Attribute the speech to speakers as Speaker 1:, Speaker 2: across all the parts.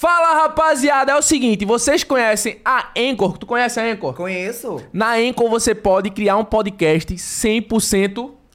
Speaker 1: Fala rapaziada, é o seguinte, vocês conhecem a Anchor? Tu conhece a Anchor?
Speaker 2: Conheço.
Speaker 1: Na Anchor você pode criar um podcast 100%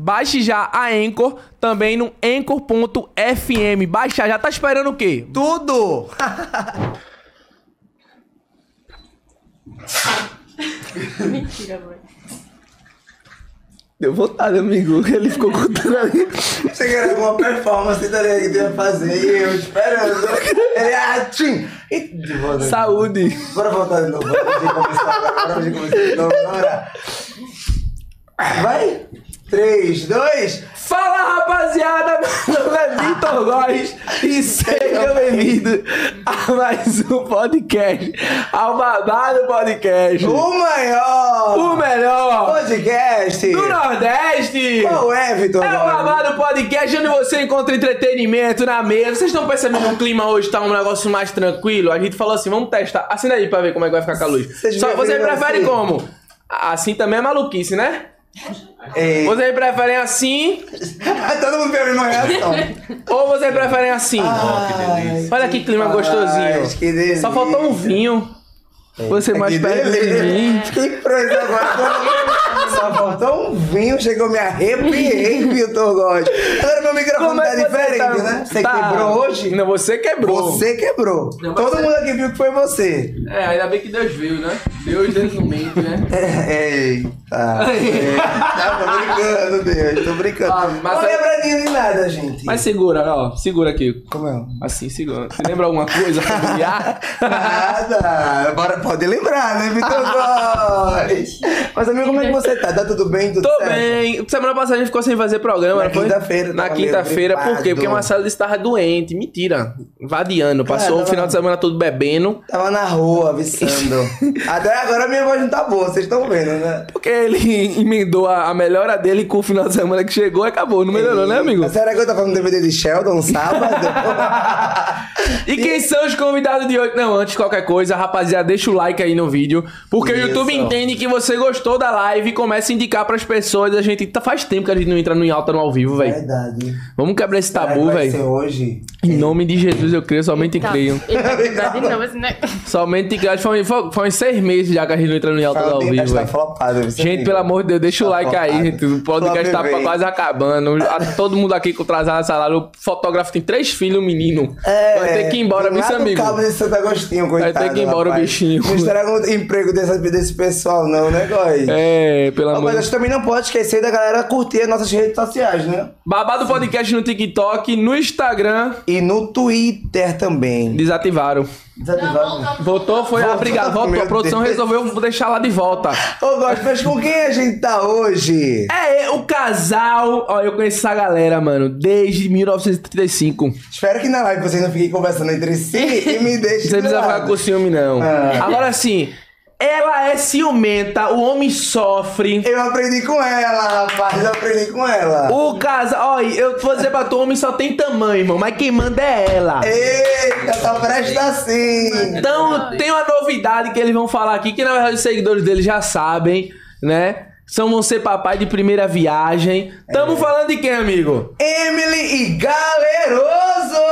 Speaker 1: Baixe já a Anchor, também no anchor.fm. Baixa já, tá esperando o quê?
Speaker 2: Tudo!
Speaker 3: Mentira, mãe.
Speaker 2: Deu vontade, amigo. Ele ficou contando ali. Você quer alguma performance dele que ia fazer e eu esperando. Ele, ah, tchim!
Speaker 1: Saúde!
Speaker 2: Bora voltar de novo. Bora de começar agora. Bora de começar de novo. Bora. Vai. 3, 2.
Speaker 1: Fala rapaziada, meu nome é Vitor Góes e seja bem-vindo a mais um podcast, ao Babado Podcast, o
Speaker 2: O maior
Speaker 1: melhor
Speaker 2: podcast
Speaker 1: do Nordeste!
Speaker 2: Qual é, Vitor?
Speaker 1: É o Babado Podcast, onde você encontra entretenimento na mesa. Vocês estão percebendo que o clima hoje tá um negócio mais tranquilo? A gente falou assim, vamos testar. Assina aí pra ver como é que vai ficar com a luz.
Speaker 2: Vocês
Speaker 1: Só
Speaker 2: me
Speaker 1: você
Speaker 2: ouviram
Speaker 1: prefere
Speaker 2: assim?
Speaker 1: como? Assim também é maluquice, né?
Speaker 2: É.
Speaker 1: Vocês preferem assim
Speaker 2: Todo mundo tem a mesma reação.
Speaker 1: ou vocês preferem assim?
Speaker 2: Ah.
Speaker 1: Olha que clima gostosinho.
Speaker 2: Rapaz, que delícia. É.
Speaker 1: Só faltou um vinho. Você mais
Speaker 2: Que
Speaker 1: perto de
Speaker 2: delícia. Tá
Speaker 1: mim.
Speaker 2: Que coisa gostosa. Só faltou um vinho, chegou, me arrepiei, Vitor Góes. Agora meu microfone tá
Speaker 1: que você
Speaker 2: diferente,
Speaker 1: tá-
Speaker 2: né? Você
Speaker 1: tá-
Speaker 2: quebrou hoje?
Speaker 1: Não, você quebrou.
Speaker 2: Você quebrou.
Speaker 1: Não, mas
Speaker 2: Todo
Speaker 1: você-
Speaker 2: mundo aqui viu que foi você.
Speaker 1: É, ainda bem que Deus viu, né? Deus dentro do meio, né?
Speaker 2: É, Eita. Eita, tô brincando, Deus. Tô brincando.
Speaker 1: Ah, mas
Speaker 2: não
Speaker 1: aí-
Speaker 2: lembra de nada, gente.
Speaker 1: Mas segura, ó. Segura aqui.
Speaker 2: Como é?
Speaker 1: Assim, segura. Você lembra alguma coisa familiar?
Speaker 2: Nada. Bora, pode lembrar, né, Vitor Góes? Mas, amigo, como é que você tá? Tá tudo bem? Tudo
Speaker 1: Tô
Speaker 2: certo?
Speaker 1: bem. Semana passada a gente ficou sem fazer programa,
Speaker 2: Na
Speaker 1: não foi?
Speaker 2: quinta-feira,
Speaker 1: Na
Speaker 2: tava meio
Speaker 1: quinta-feira, por quê?
Speaker 2: gripado.
Speaker 1: Porque o Marcelo disse que tava doente. Mentira. Vadiando. Passou o
Speaker 2: tava-
Speaker 1: final de semana todo bebendo.
Speaker 2: Tava na rua, avisando. Até agora minha voz não tá boa, vocês estão vendo, né?
Speaker 1: Porque ele emendou a, a melhora dele com o final de semana que chegou e acabou. Não melhorou, né, amigo?
Speaker 2: Mas Será que eu tava no DVD de Sheldon um É sábado?
Speaker 1: E quem são os convidados de hoje? Não, antes de qualquer coisa, rapaziada, deixa o like aí no vídeo. Porque o
Speaker 2: Isso.
Speaker 1: YouTube entende que você gostou da live e começa a indicar pras pessoas. A gente. tá- Faz tempo que a gente não entra no em alta no ao vivo, velho.
Speaker 2: Verdade.
Speaker 1: Vamos quebrar esse tabu,
Speaker 2: Será que vai ser
Speaker 1: velho.
Speaker 2: hoje?
Speaker 1: Em nome de Jesus, eu creio, somente
Speaker 3: Tá.
Speaker 1: creio.
Speaker 3: Eita, verdade não, mas né?
Speaker 1: Somente creio. Foi, foi, foi uns seis meses já que a gente não entra no em alta no ao
Speaker 2: Fala,
Speaker 1: vivo,
Speaker 2: tá
Speaker 1: velho.
Speaker 2: flopado, você
Speaker 1: Gente,
Speaker 2: viu?
Speaker 1: pelo amor de Deus, deixa o
Speaker 2: Tá
Speaker 1: like aí,
Speaker 2: flopado.
Speaker 1: gente. O podcast tá
Speaker 2: Flop vem.
Speaker 1: quase acabando. A- Todo mundo aqui com atrasado salário. O fotógrafo tem três filhos, um menino. Vai ter que ir embora,
Speaker 2: do
Speaker 1: viu,
Speaker 2: lado
Speaker 1: seu
Speaker 2: do
Speaker 1: amigo?
Speaker 2: É, Cabo de Santo Agostinho, coitado,
Speaker 1: ter que ir embora o
Speaker 2: rapaz.
Speaker 1: bichinho.
Speaker 2: Não estraga o emprego dessa- desse pessoal, não, né, Góis?
Speaker 1: É, pelo
Speaker 2: Ah,
Speaker 1: amor
Speaker 2: Mas
Speaker 1: de
Speaker 2: a gente também não pode esquecer da galera curtir as nossas redes sociais, né?
Speaker 1: Babado Podcast no TikTok, no Instagram,
Speaker 2: E no Twitter também.
Speaker 1: desativaram.
Speaker 2: Desativado.
Speaker 1: Voltou, foi
Speaker 2: Voltou,
Speaker 1: obrigado. Voltou, a
Speaker 2: meu
Speaker 1: produção
Speaker 2: Deus.
Speaker 1: resolveu deixar lá de volta.
Speaker 2: Ô, Góis, mas com quem a gente tá hoje?
Speaker 1: É, é, o casal. Ó, eu conheço essa galera, mano, desde 1935.
Speaker 2: Espero que na live vocês não fiquem conversando entre si e me deixem.
Speaker 1: Você não precisa ficar com ciúme, não.
Speaker 2: Ah.
Speaker 1: Agora assim, ela é ciumenta, o homem sofre.
Speaker 2: Eu aprendi com ela, rapaz. Eu aprendi com ela.
Speaker 1: O casal. Ó, eu vou dizer pra tu, o homem só tem tamanho, irmão, mas quem manda é ela.
Speaker 2: Eita, tá presta assim.
Speaker 1: Então, tem uma novidade que eles vão falar aqui, que na verdade os seguidores deles já sabem, né? São vão ser papai de primeira viagem.
Speaker 4: É.
Speaker 1: Tamo falando de quem, amigo?
Speaker 2: Emily e Galeroso!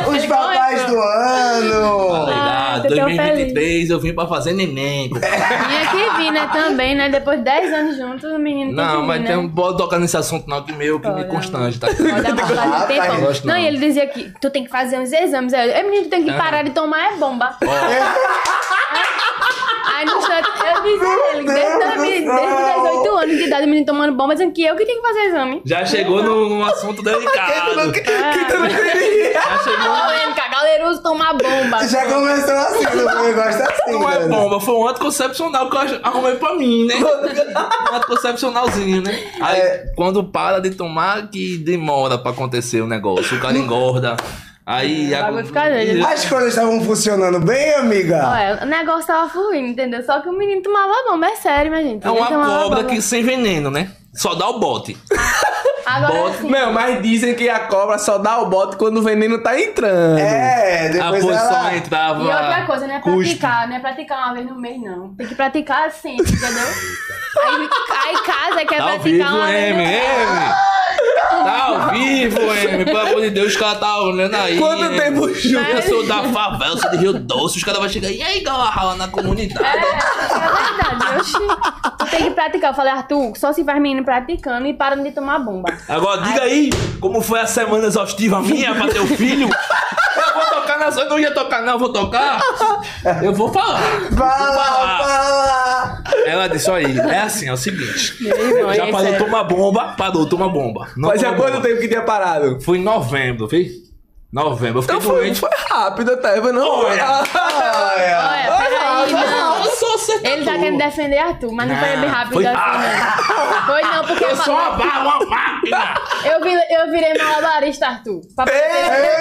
Speaker 2: Os papais do ano.
Speaker 4: Ah,
Speaker 3: tô tão
Speaker 4: 2023 eu vim pra fazer neném.
Speaker 2: É.
Speaker 3: Tinha que vir, né, também, né? Depois de 10 anos juntos, o menino tem
Speaker 4: Não,
Speaker 3: que
Speaker 4: mas
Speaker 3: vir,
Speaker 4: tem
Speaker 3: né?
Speaker 4: um bode tocar nesse assunto não que meu que me
Speaker 3: Olha.
Speaker 4: constrange, tá?
Speaker 3: Olha,
Speaker 2: Ah,
Speaker 3: mas faz um
Speaker 2: Rapaz,
Speaker 3: tempão.
Speaker 2: eu
Speaker 4: gosto
Speaker 3: não,
Speaker 4: não.
Speaker 3: e ele dizia que tu tem que fazer uns exames. Aí, eu, é, menino, tu tem que
Speaker 4: Ah.
Speaker 3: parar de tomar é bomba. Aí no chat, eu dizia ele, desde,
Speaker 2: Deus
Speaker 3: dois
Speaker 2: do
Speaker 3: mil-
Speaker 2: céu.
Speaker 3: desde os 18 anos de idade, o menino tomando bomba, dizendo que eu que tenho que fazer exame.
Speaker 4: Já chegou num, num assunto delicado.
Speaker 2: Quem tu não quer- quem tu não queria? Tá.
Speaker 4: Já chegou.
Speaker 3: Tá Polêmica, galera, poderoso tomar bomba.
Speaker 2: Já começou assim, eu gosto assim.
Speaker 4: Não é
Speaker 2: mano.
Speaker 4: bomba, foi um anticoncepcional que eu ach- arrumei pra mim, né? Um anticoncepcionalzinho, né? Aí
Speaker 1: É.
Speaker 4: quando para de tomar, que demora pra acontecer o um negócio. O cara engorda. Aí.
Speaker 3: O bagulho fica doido.
Speaker 2: As coisas estavam funcionando bem, amiga?
Speaker 3: Olha, o negócio tava fluindo, entendeu? Só que o menino tomava bomba, é sério, minha gente.
Speaker 4: É
Speaker 3: Ele
Speaker 4: uma
Speaker 3: tomava
Speaker 4: cobra
Speaker 3: bomba.
Speaker 4: que sem veneno, né? Só dá o bote.
Speaker 3: Agora assim,
Speaker 4: bota-
Speaker 3: sim.
Speaker 1: Meu, mas dizem que a cobra só dá o bote quando o veneno tá entrando.
Speaker 2: É,
Speaker 4: A
Speaker 2: depois
Speaker 4: posição
Speaker 2: ela...
Speaker 4: entrava.
Speaker 3: E outra coisa, não é
Speaker 4: cuspe.
Speaker 3: praticar, não é praticar uma vez no mês, não. Tem que praticar sempre, entendeu? aí, aí casa quer
Speaker 4: Tá ao
Speaker 3: praticar
Speaker 4: vivo,
Speaker 3: uma vez
Speaker 4: M,
Speaker 3: no
Speaker 4: M!
Speaker 3: mês.
Speaker 4: Tá ao vivo, M! Pelo amor de Deus, os caras tá olhando aí.
Speaker 1: Quanto
Speaker 4: M.
Speaker 1: tempo junto?
Speaker 4: Eu sou da favela, eu sou de Rio Doce, os caras vão chegar. E aí, garra lá na comunidade?
Speaker 3: É verdade, oxi. Tu tem que praticar. Eu falei, Arthur, só se faz menino praticando e parando de tomar bomba.
Speaker 4: Agora, diga aí, como foi a semana exaustiva minha pra teu filho? Eu vou tocar na sua, eu não ia tocar, não, eu vou tocar. Eu vou falar. vou
Speaker 2: Fala,
Speaker 4: falar.
Speaker 2: fala!
Speaker 4: Ela disse, olha aí, é assim, é o seguinte.
Speaker 3: irmão,
Speaker 4: já
Speaker 3: é
Speaker 4: parou,
Speaker 3: sério.
Speaker 4: toma bomba, parou, toma bomba. Não
Speaker 1: Fazia
Speaker 4: toma
Speaker 1: quanto
Speaker 4: bomba.
Speaker 1: tempo que tinha parado?
Speaker 4: Foi em novembro, vi? Novembro, eu fiquei
Speaker 1: Então foi,
Speaker 4: doente.
Speaker 1: foi rápido até, mas não.
Speaker 4: Tipo,
Speaker 1: Ah,
Speaker 4: Olha.
Speaker 2: Olha,
Speaker 3: Olha, peraí, não.
Speaker 4: Eu sou
Speaker 3: Ele tá
Speaker 4: acertador.
Speaker 3: querendo defender Arthur, mas não foi
Speaker 4: Ah,
Speaker 3: bem rápido
Speaker 4: foi-
Speaker 3: assim,
Speaker 4: Ah.
Speaker 3: não. Foi não, porque
Speaker 4: Eu sou uma barra, uma máquina.
Speaker 3: eu, vi, eu virei malabarista, Arthur. Pra poder...
Speaker 2: Ei,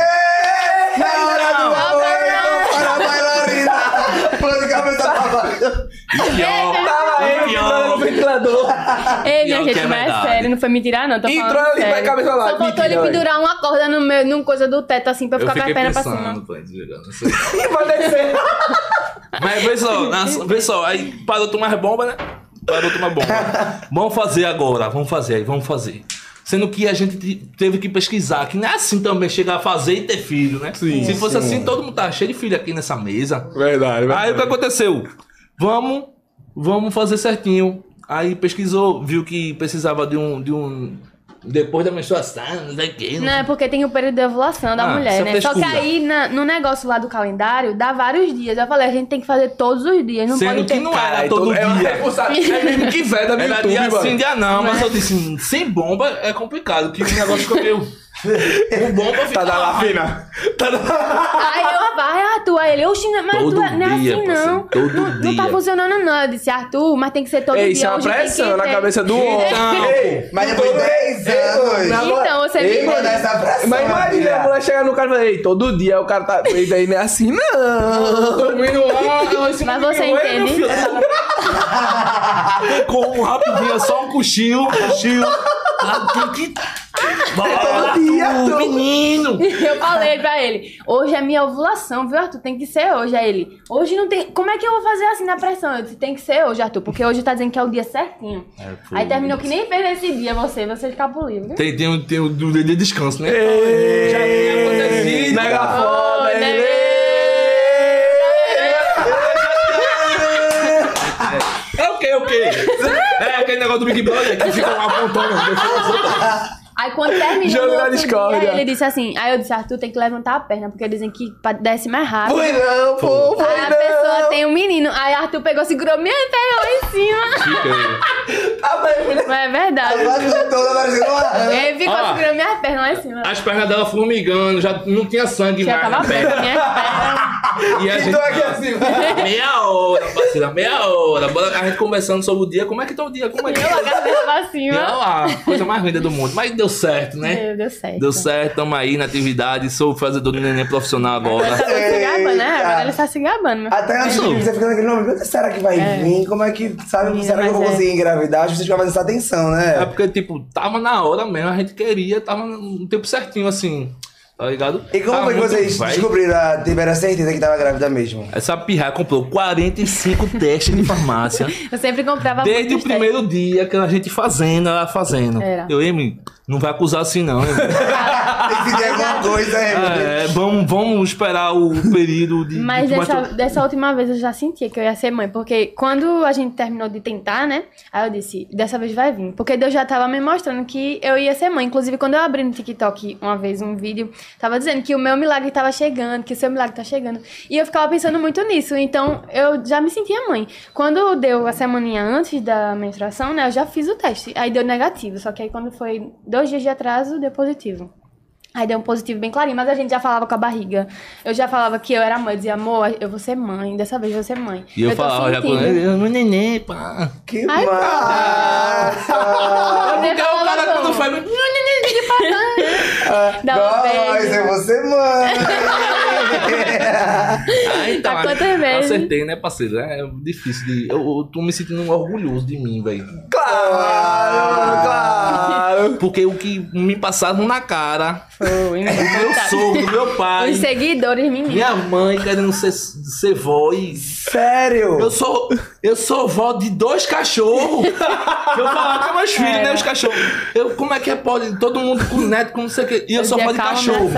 Speaker 2: Na hora do
Speaker 3: Não,
Speaker 2: amor,
Speaker 3: não.
Speaker 2: eu tô para a bailarina. Plano de cabeça pra baixo.
Speaker 4: E pior,
Speaker 1: Tava ele
Speaker 4: Pior.
Speaker 1: entrando no ventilador.
Speaker 3: Ei,
Speaker 4: Pior
Speaker 3: minha
Speaker 4: que
Speaker 3: gente,
Speaker 4: é
Speaker 3: mas é
Speaker 4: verdade.
Speaker 3: sério, não foi me tirar, não. Tô
Speaker 1: Entrou
Speaker 3: falando
Speaker 1: ali, vai
Speaker 3: sério.
Speaker 1: cabeça lá,
Speaker 3: Só faltou
Speaker 1: mentira,
Speaker 3: ele
Speaker 1: olha.
Speaker 3: pendurar uma corda no meu, numa coisa do teto, assim, pra
Speaker 4: eu
Speaker 3: ficar com a
Speaker 4: fiquei
Speaker 3: perna pra
Speaker 4: pensando,
Speaker 3: cima.
Speaker 4: pô, desligando, não sei.
Speaker 1: Vai descer.
Speaker 4: Mas pessoal, na- pessoal, aí parou de tomar bomba, né? Parou de tomar bomba. Vamos fazer agora, vamos fazer aí, vamos fazer. Sendo que a gente te- teve que pesquisar, que não é assim também chegar a fazer e ter filho, né?
Speaker 1: Sim,
Speaker 4: Se fosse
Speaker 1: sim.
Speaker 4: assim, todo mundo tá cheio de filho aqui nessa mesa.
Speaker 1: Verdade,
Speaker 4: Aí o que aconteceu? Vamos, vamos fazer certinho. Aí pesquisou, viu que precisava de um. De um depois da menstruação, não sei o quê.
Speaker 3: Não, é porque tem o período de ovulação da
Speaker 4: Ah,
Speaker 3: mulher,
Speaker 4: isso é
Speaker 3: né? Só que
Speaker 4: frescura.
Speaker 3: aí, na- no negócio lá do calendário, dá vários dias. Eu falei, a gente tem que fazer todos os dias, não
Speaker 4: Sendo
Speaker 3: pode ter...
Speaker 4: que não era todo
Speaker 1: é
Speaker 4: dia.
Speaker 1: É mesmo que veda no
Speaker 4: Era
Speaker 1: YouTube,
Speaker 4: dia
Speaker 1: mano.
Speaker 4: sim, dia não, mas
Speaker 3: é.
Speaker 4: eu disse, sem bomba é complicado, que o negócio ficou meio... Com bomba fica...
Speaker 1: Tá da Lafina. Tá da...
Speaker 3: Aí eu, vai, Arthur. Aí ele, oxi, mas
Speaker 4: Todo
Speaker 3: tu é- não é
Speaker 4: dia,
Speaker 3: assim,
Speaker 4: parceiro,
Speaker 3: não.
Speaker 4: todo
Speaker 3: não, não tá
Speaker 4: dia.
Speaker 3: funcionando, não. Eu disse, Arthur, mas tem que ser todo
Speaker 1: Ei,
Speaker 3: dia.
Speaker 1: isso é uma
Speaker 3: hoje tem
Speaker 1: pressão
Speaker 3: que
Speaker 1: na
Speaker 3: ter.
Speaker 1: cabeça do homem.
Speaker 4: Então,
Speaker 1: Ei,
Speaker 2: Mas
Speaker 1: não
Speaker 2: depois
Speaker 1: tô-
Speaker 2: de 10
Speaker 1: Ei,
Speaker 2: anos.
Speaker 1: na moral-
Speaker 3: Então, você
Speaker 1: Ei,
Speaker 3: me
Speaker 2: Mano,
Speaker 1: mano,
Speaker 3: entende.
Speaker 2: essa pressão.
Speaker 1: Mas imagina a
Speaker 2: amiga.
Speaker 1: mulher chegar no cara e falar, ei, todo dia o cara tá feito aí, não é assim não.
Speaker 3: Mas você entende?
Speaker 4: Com um rapidinho, só um cochilo, cochilo. Ah, tu que- Bora,
Speaker 1: dia,
Speaker 4: tu,
Speaker 1: tu.
Speaker 4: menino!
Speaker 3: Eu falei pra ele, hoje é minha ovulação, viu, Arthur? Tem que ser hoje. Aí ele, hoje não tem. Como é que eu vou fazer assim na pressão? Eu disse, tem que ser hoje, Arthur, porque hoje tá dizendo que é o dia certinho.
Speaker 4: foi
Speaker 3: Aí terminou que nem fez esse dia você, você escapuliu, viu?
Speaker 4: Tem, tem, um- tem um do de descanso, né?
Speaker 1: É. Já
Speaker 4: tinha acontecido.
Speaker 1: Mega
Speaker 3: Ah,
Speaker 1: foda, né?
Speaker 3: Ô,
Speaker 1: ele.
Speaker 4: É o quê, é o quê? É aquele negócio do Big Brother que fica apontando.
Speaker 3: Aí quando terminou.
Speaker 1: Jogo
Speaker 3: no
Speaker 1: da
Speaker 3: outro
Speaker 1: discórdia.
Speaker 3: dia, ele disse assim, aí eu disse, Arthur, tem que levantar a perna, porque dizem que pra- desce mais rápido.
Speaker 1: Foi não, pô, foi
Speaker 3: Aí a
Speaker 1: não.
Speaker 3: pessoa tem um menino. Aí Arthur pegou, segurou minha perna lá em cima.
Speaker 1: Ah, mas, mulher,
Speaker 3: Mas é verdade.
Speaker 2: Quase toda parecendo uma rã.
Speaker 3: Ele ficou
Speaker 4: Ó.
Speaker 3: segurando minha perna lá em cima.
Speaker 4: As pernas dela formigando, já não tinha sangue
Speaker 3: Já
Speaker 4: mais
Speaker 3: tava né?
Speaker 4: na
Speaker 3: aberta
Speaker 4: perna.
Speaker 3: minha perna.
Speaker 4: E É, a
Speaker 1: eu
Speaker 2: Então
Speaker 4: gente...
Speaker 1: tô aqui assim.
Speaker 2: é-
Speaker 4: Meia hora, parceira, meia hora. Bora, a gente conversando sobre o dia, como é que tá o dia, como é que
Speaker 3: Eu
Speaker 4: tá?
Speaker 3: agarrei pra
Speaker 4: E
Speaker 3: cima.
Speaker 4: olha lá, coisa mais linda do mundo. Mas deu certo, né?
Speaker 3: Meu, Deu certo.
Speaker 4: Deu certo, tamo aí na atividade, sou fazedor do neném profissional agora.
Speaker 3: Ele tá se gabando, né?
Speaker 2: Eita.
Speaker 3: Agora ele tá se gabando. Meu.
Speaker 2: Até antes de
Speaker 4: Isso.
Speaker 2: você fica naquele nome, será que vai vir? Como é que, sabe,
Speaker 3: Menina,
Speaker 2: será que eu vou
Speaker 3: mas é.
Speaker 2: conseguir engravidar? Acho que vocês ficam essa atenção,
Speaker 4: É
Speaker 2: né?
Speaker 4: porque, tipo, tava na hora mesmo, a gente queria, tava no tempo certinho, assim, tá ligado?
Speaker 2: E como
Speaker 4: Tava
Speaker 2: foi que
Speaker 4: muito
Speaker 2: vocês
Speaker 4: velho.
Speaker 2: descobriram, a- tiveram a certeza que tava grávida mesmo?
Speaker 4: Essa pirra comprou 45 testes de farmácia.
Speaker 3: Eu sempre comprava
Speaker 4: Desde o
Speaker 3: muitos
Speaker 4: primeiro dia que a gente fazendo, ela fazendo.
Speaker 3: Era.
Speaker 4: Eu, Emi, não vai acusar assim não, hein?
Speaker 2: Tem que ter alguma coisa, é.
Speaker 4: É, vamos, vamos esperar o período de.
Speaker 3: Mas
Speaker 4: de-
Speaker 3: dessa, dessa última vez eu já sentia que eu ia ser mãe, porque quando a gente terminou de tentar, né? Aí eu disse, dessa vez vai vir. Porque Deus já tava me mostrando que eu ia ser mãe. Inclusive, quando eu abri no TikTok uma vez um vídeo, tava dizendo que o meu milagre tava chegando, que o seu milagre tá chegando. E eu ficava pensando muito nisso. Então, eu já me sentia mãe. Quando deu a semaninha antes da menstruação, né? Eu já fiz o teste. Aí deu negativo. Só que aí quando foi dois dias de atraso, deu positivo. Aí deu um positivo bem clarinho, mas a gente já falava com a barriga. Eu já falava que eu era mãe, eu dizia, amor, eu vou ser mãe, dessa vez eu vou ser mãe.
Speaker 4: E eu,
Speaker 3: tô
Speaker 4: falava já com
Speaker 3: sentindo.
Speaker 4: ele, é-" "Eu, meu neném, pá.
Speaker 2: Que
Speaker 3: Ai,
Speaker 2: massa!
Speaker 3: Ah, Eu nem
Speaker 4: Porque o
Speaker 3: falava
Speaker 4: cara
Speaker 3: não.
Speaker 4: quando faz. "Meu neném",
Speaker 3: Dá um
Speaker 2: Nós,
Speaker 3: beijo.
Speaker 2: eu vou ser é mãe!
Speaker 4: Ah, então,
Speaker 3: Tá quantas vezes?
Speaker 4: acertei, né, parceiro? É difícil de. Eu, eu tô me sentindo orgulhoso de mim, velho. Ah.
Speaker 1: Claro, claro.
Speaker 4: Porque o que me passaram na cara,
Speaker 3: Foi,
Speaker 4: do meu sogro, do meu pai,
Speaker 3: Os seguidores meninos.
Speaker 4: minha mãe querendo ser, ser vó e. Eu
Speaker 1: Sério?
Speaker 4: sou, eu sou vó de dois cachorros. Eu falava com meus filhos, né? Os cachorros. Eu, como é que é? Pode todo mundo com neto, com não sei o quê. E eu sou vó de
Speaker 3: é
Speaker 4: cachorro.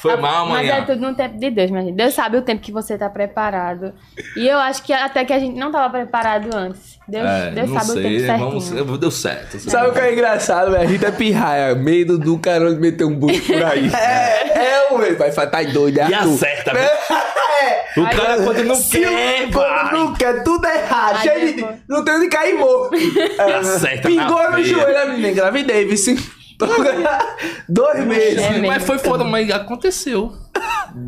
Speaker 4: Foi mal,
Speaker 3: Mas
Speaker 4: manhã.
Speaker 3: é tudo no tempo de Deus, minha gente. Deus sabe o tempo que você tá preparado. E eu acho que até que a gente não tava preparado antes. Deus,
Speaker 4: É,
Speaker 3: Deus
Speaker 4: não
Speaker 3: sabe o
Speaker 4: sei,
Speaker 3: tempo certinho.
Speaker 4: vamos- eu- deu certo.
Speaker 1: Sabe o que é engraçado, velho? Rita Pirraia, medo do caralho meter um bucho por aí. É, é, ué, vai falar, tá doido, é
Speaker 4: E
Speaker 1: Arthur. É,
Speaker 4: acerta, velho. O
Speaker 3: Ai,
Speaker 4: cara quando não
Speaker 1: Se
Speaker 4: quer,
Speaker 1: o quando
Speaker 4: vai.
Speaker 1: não quer, tudo é errado.
Speaker 3: Ai,
Speaker 1: Cheio de,
Speaker 3: depois.
Speaker 1: não tem onde cair morto.
Speaker 4: Acerta na
Speaker 1: Pingou no
Speaker 4: veia.
Speaker 1: joelho, a menina. Engravidei, viu? sim? Dois meses.
Speaker 3: É mesmo.
Speaker 4: Mas foi foda, mas aconteceu.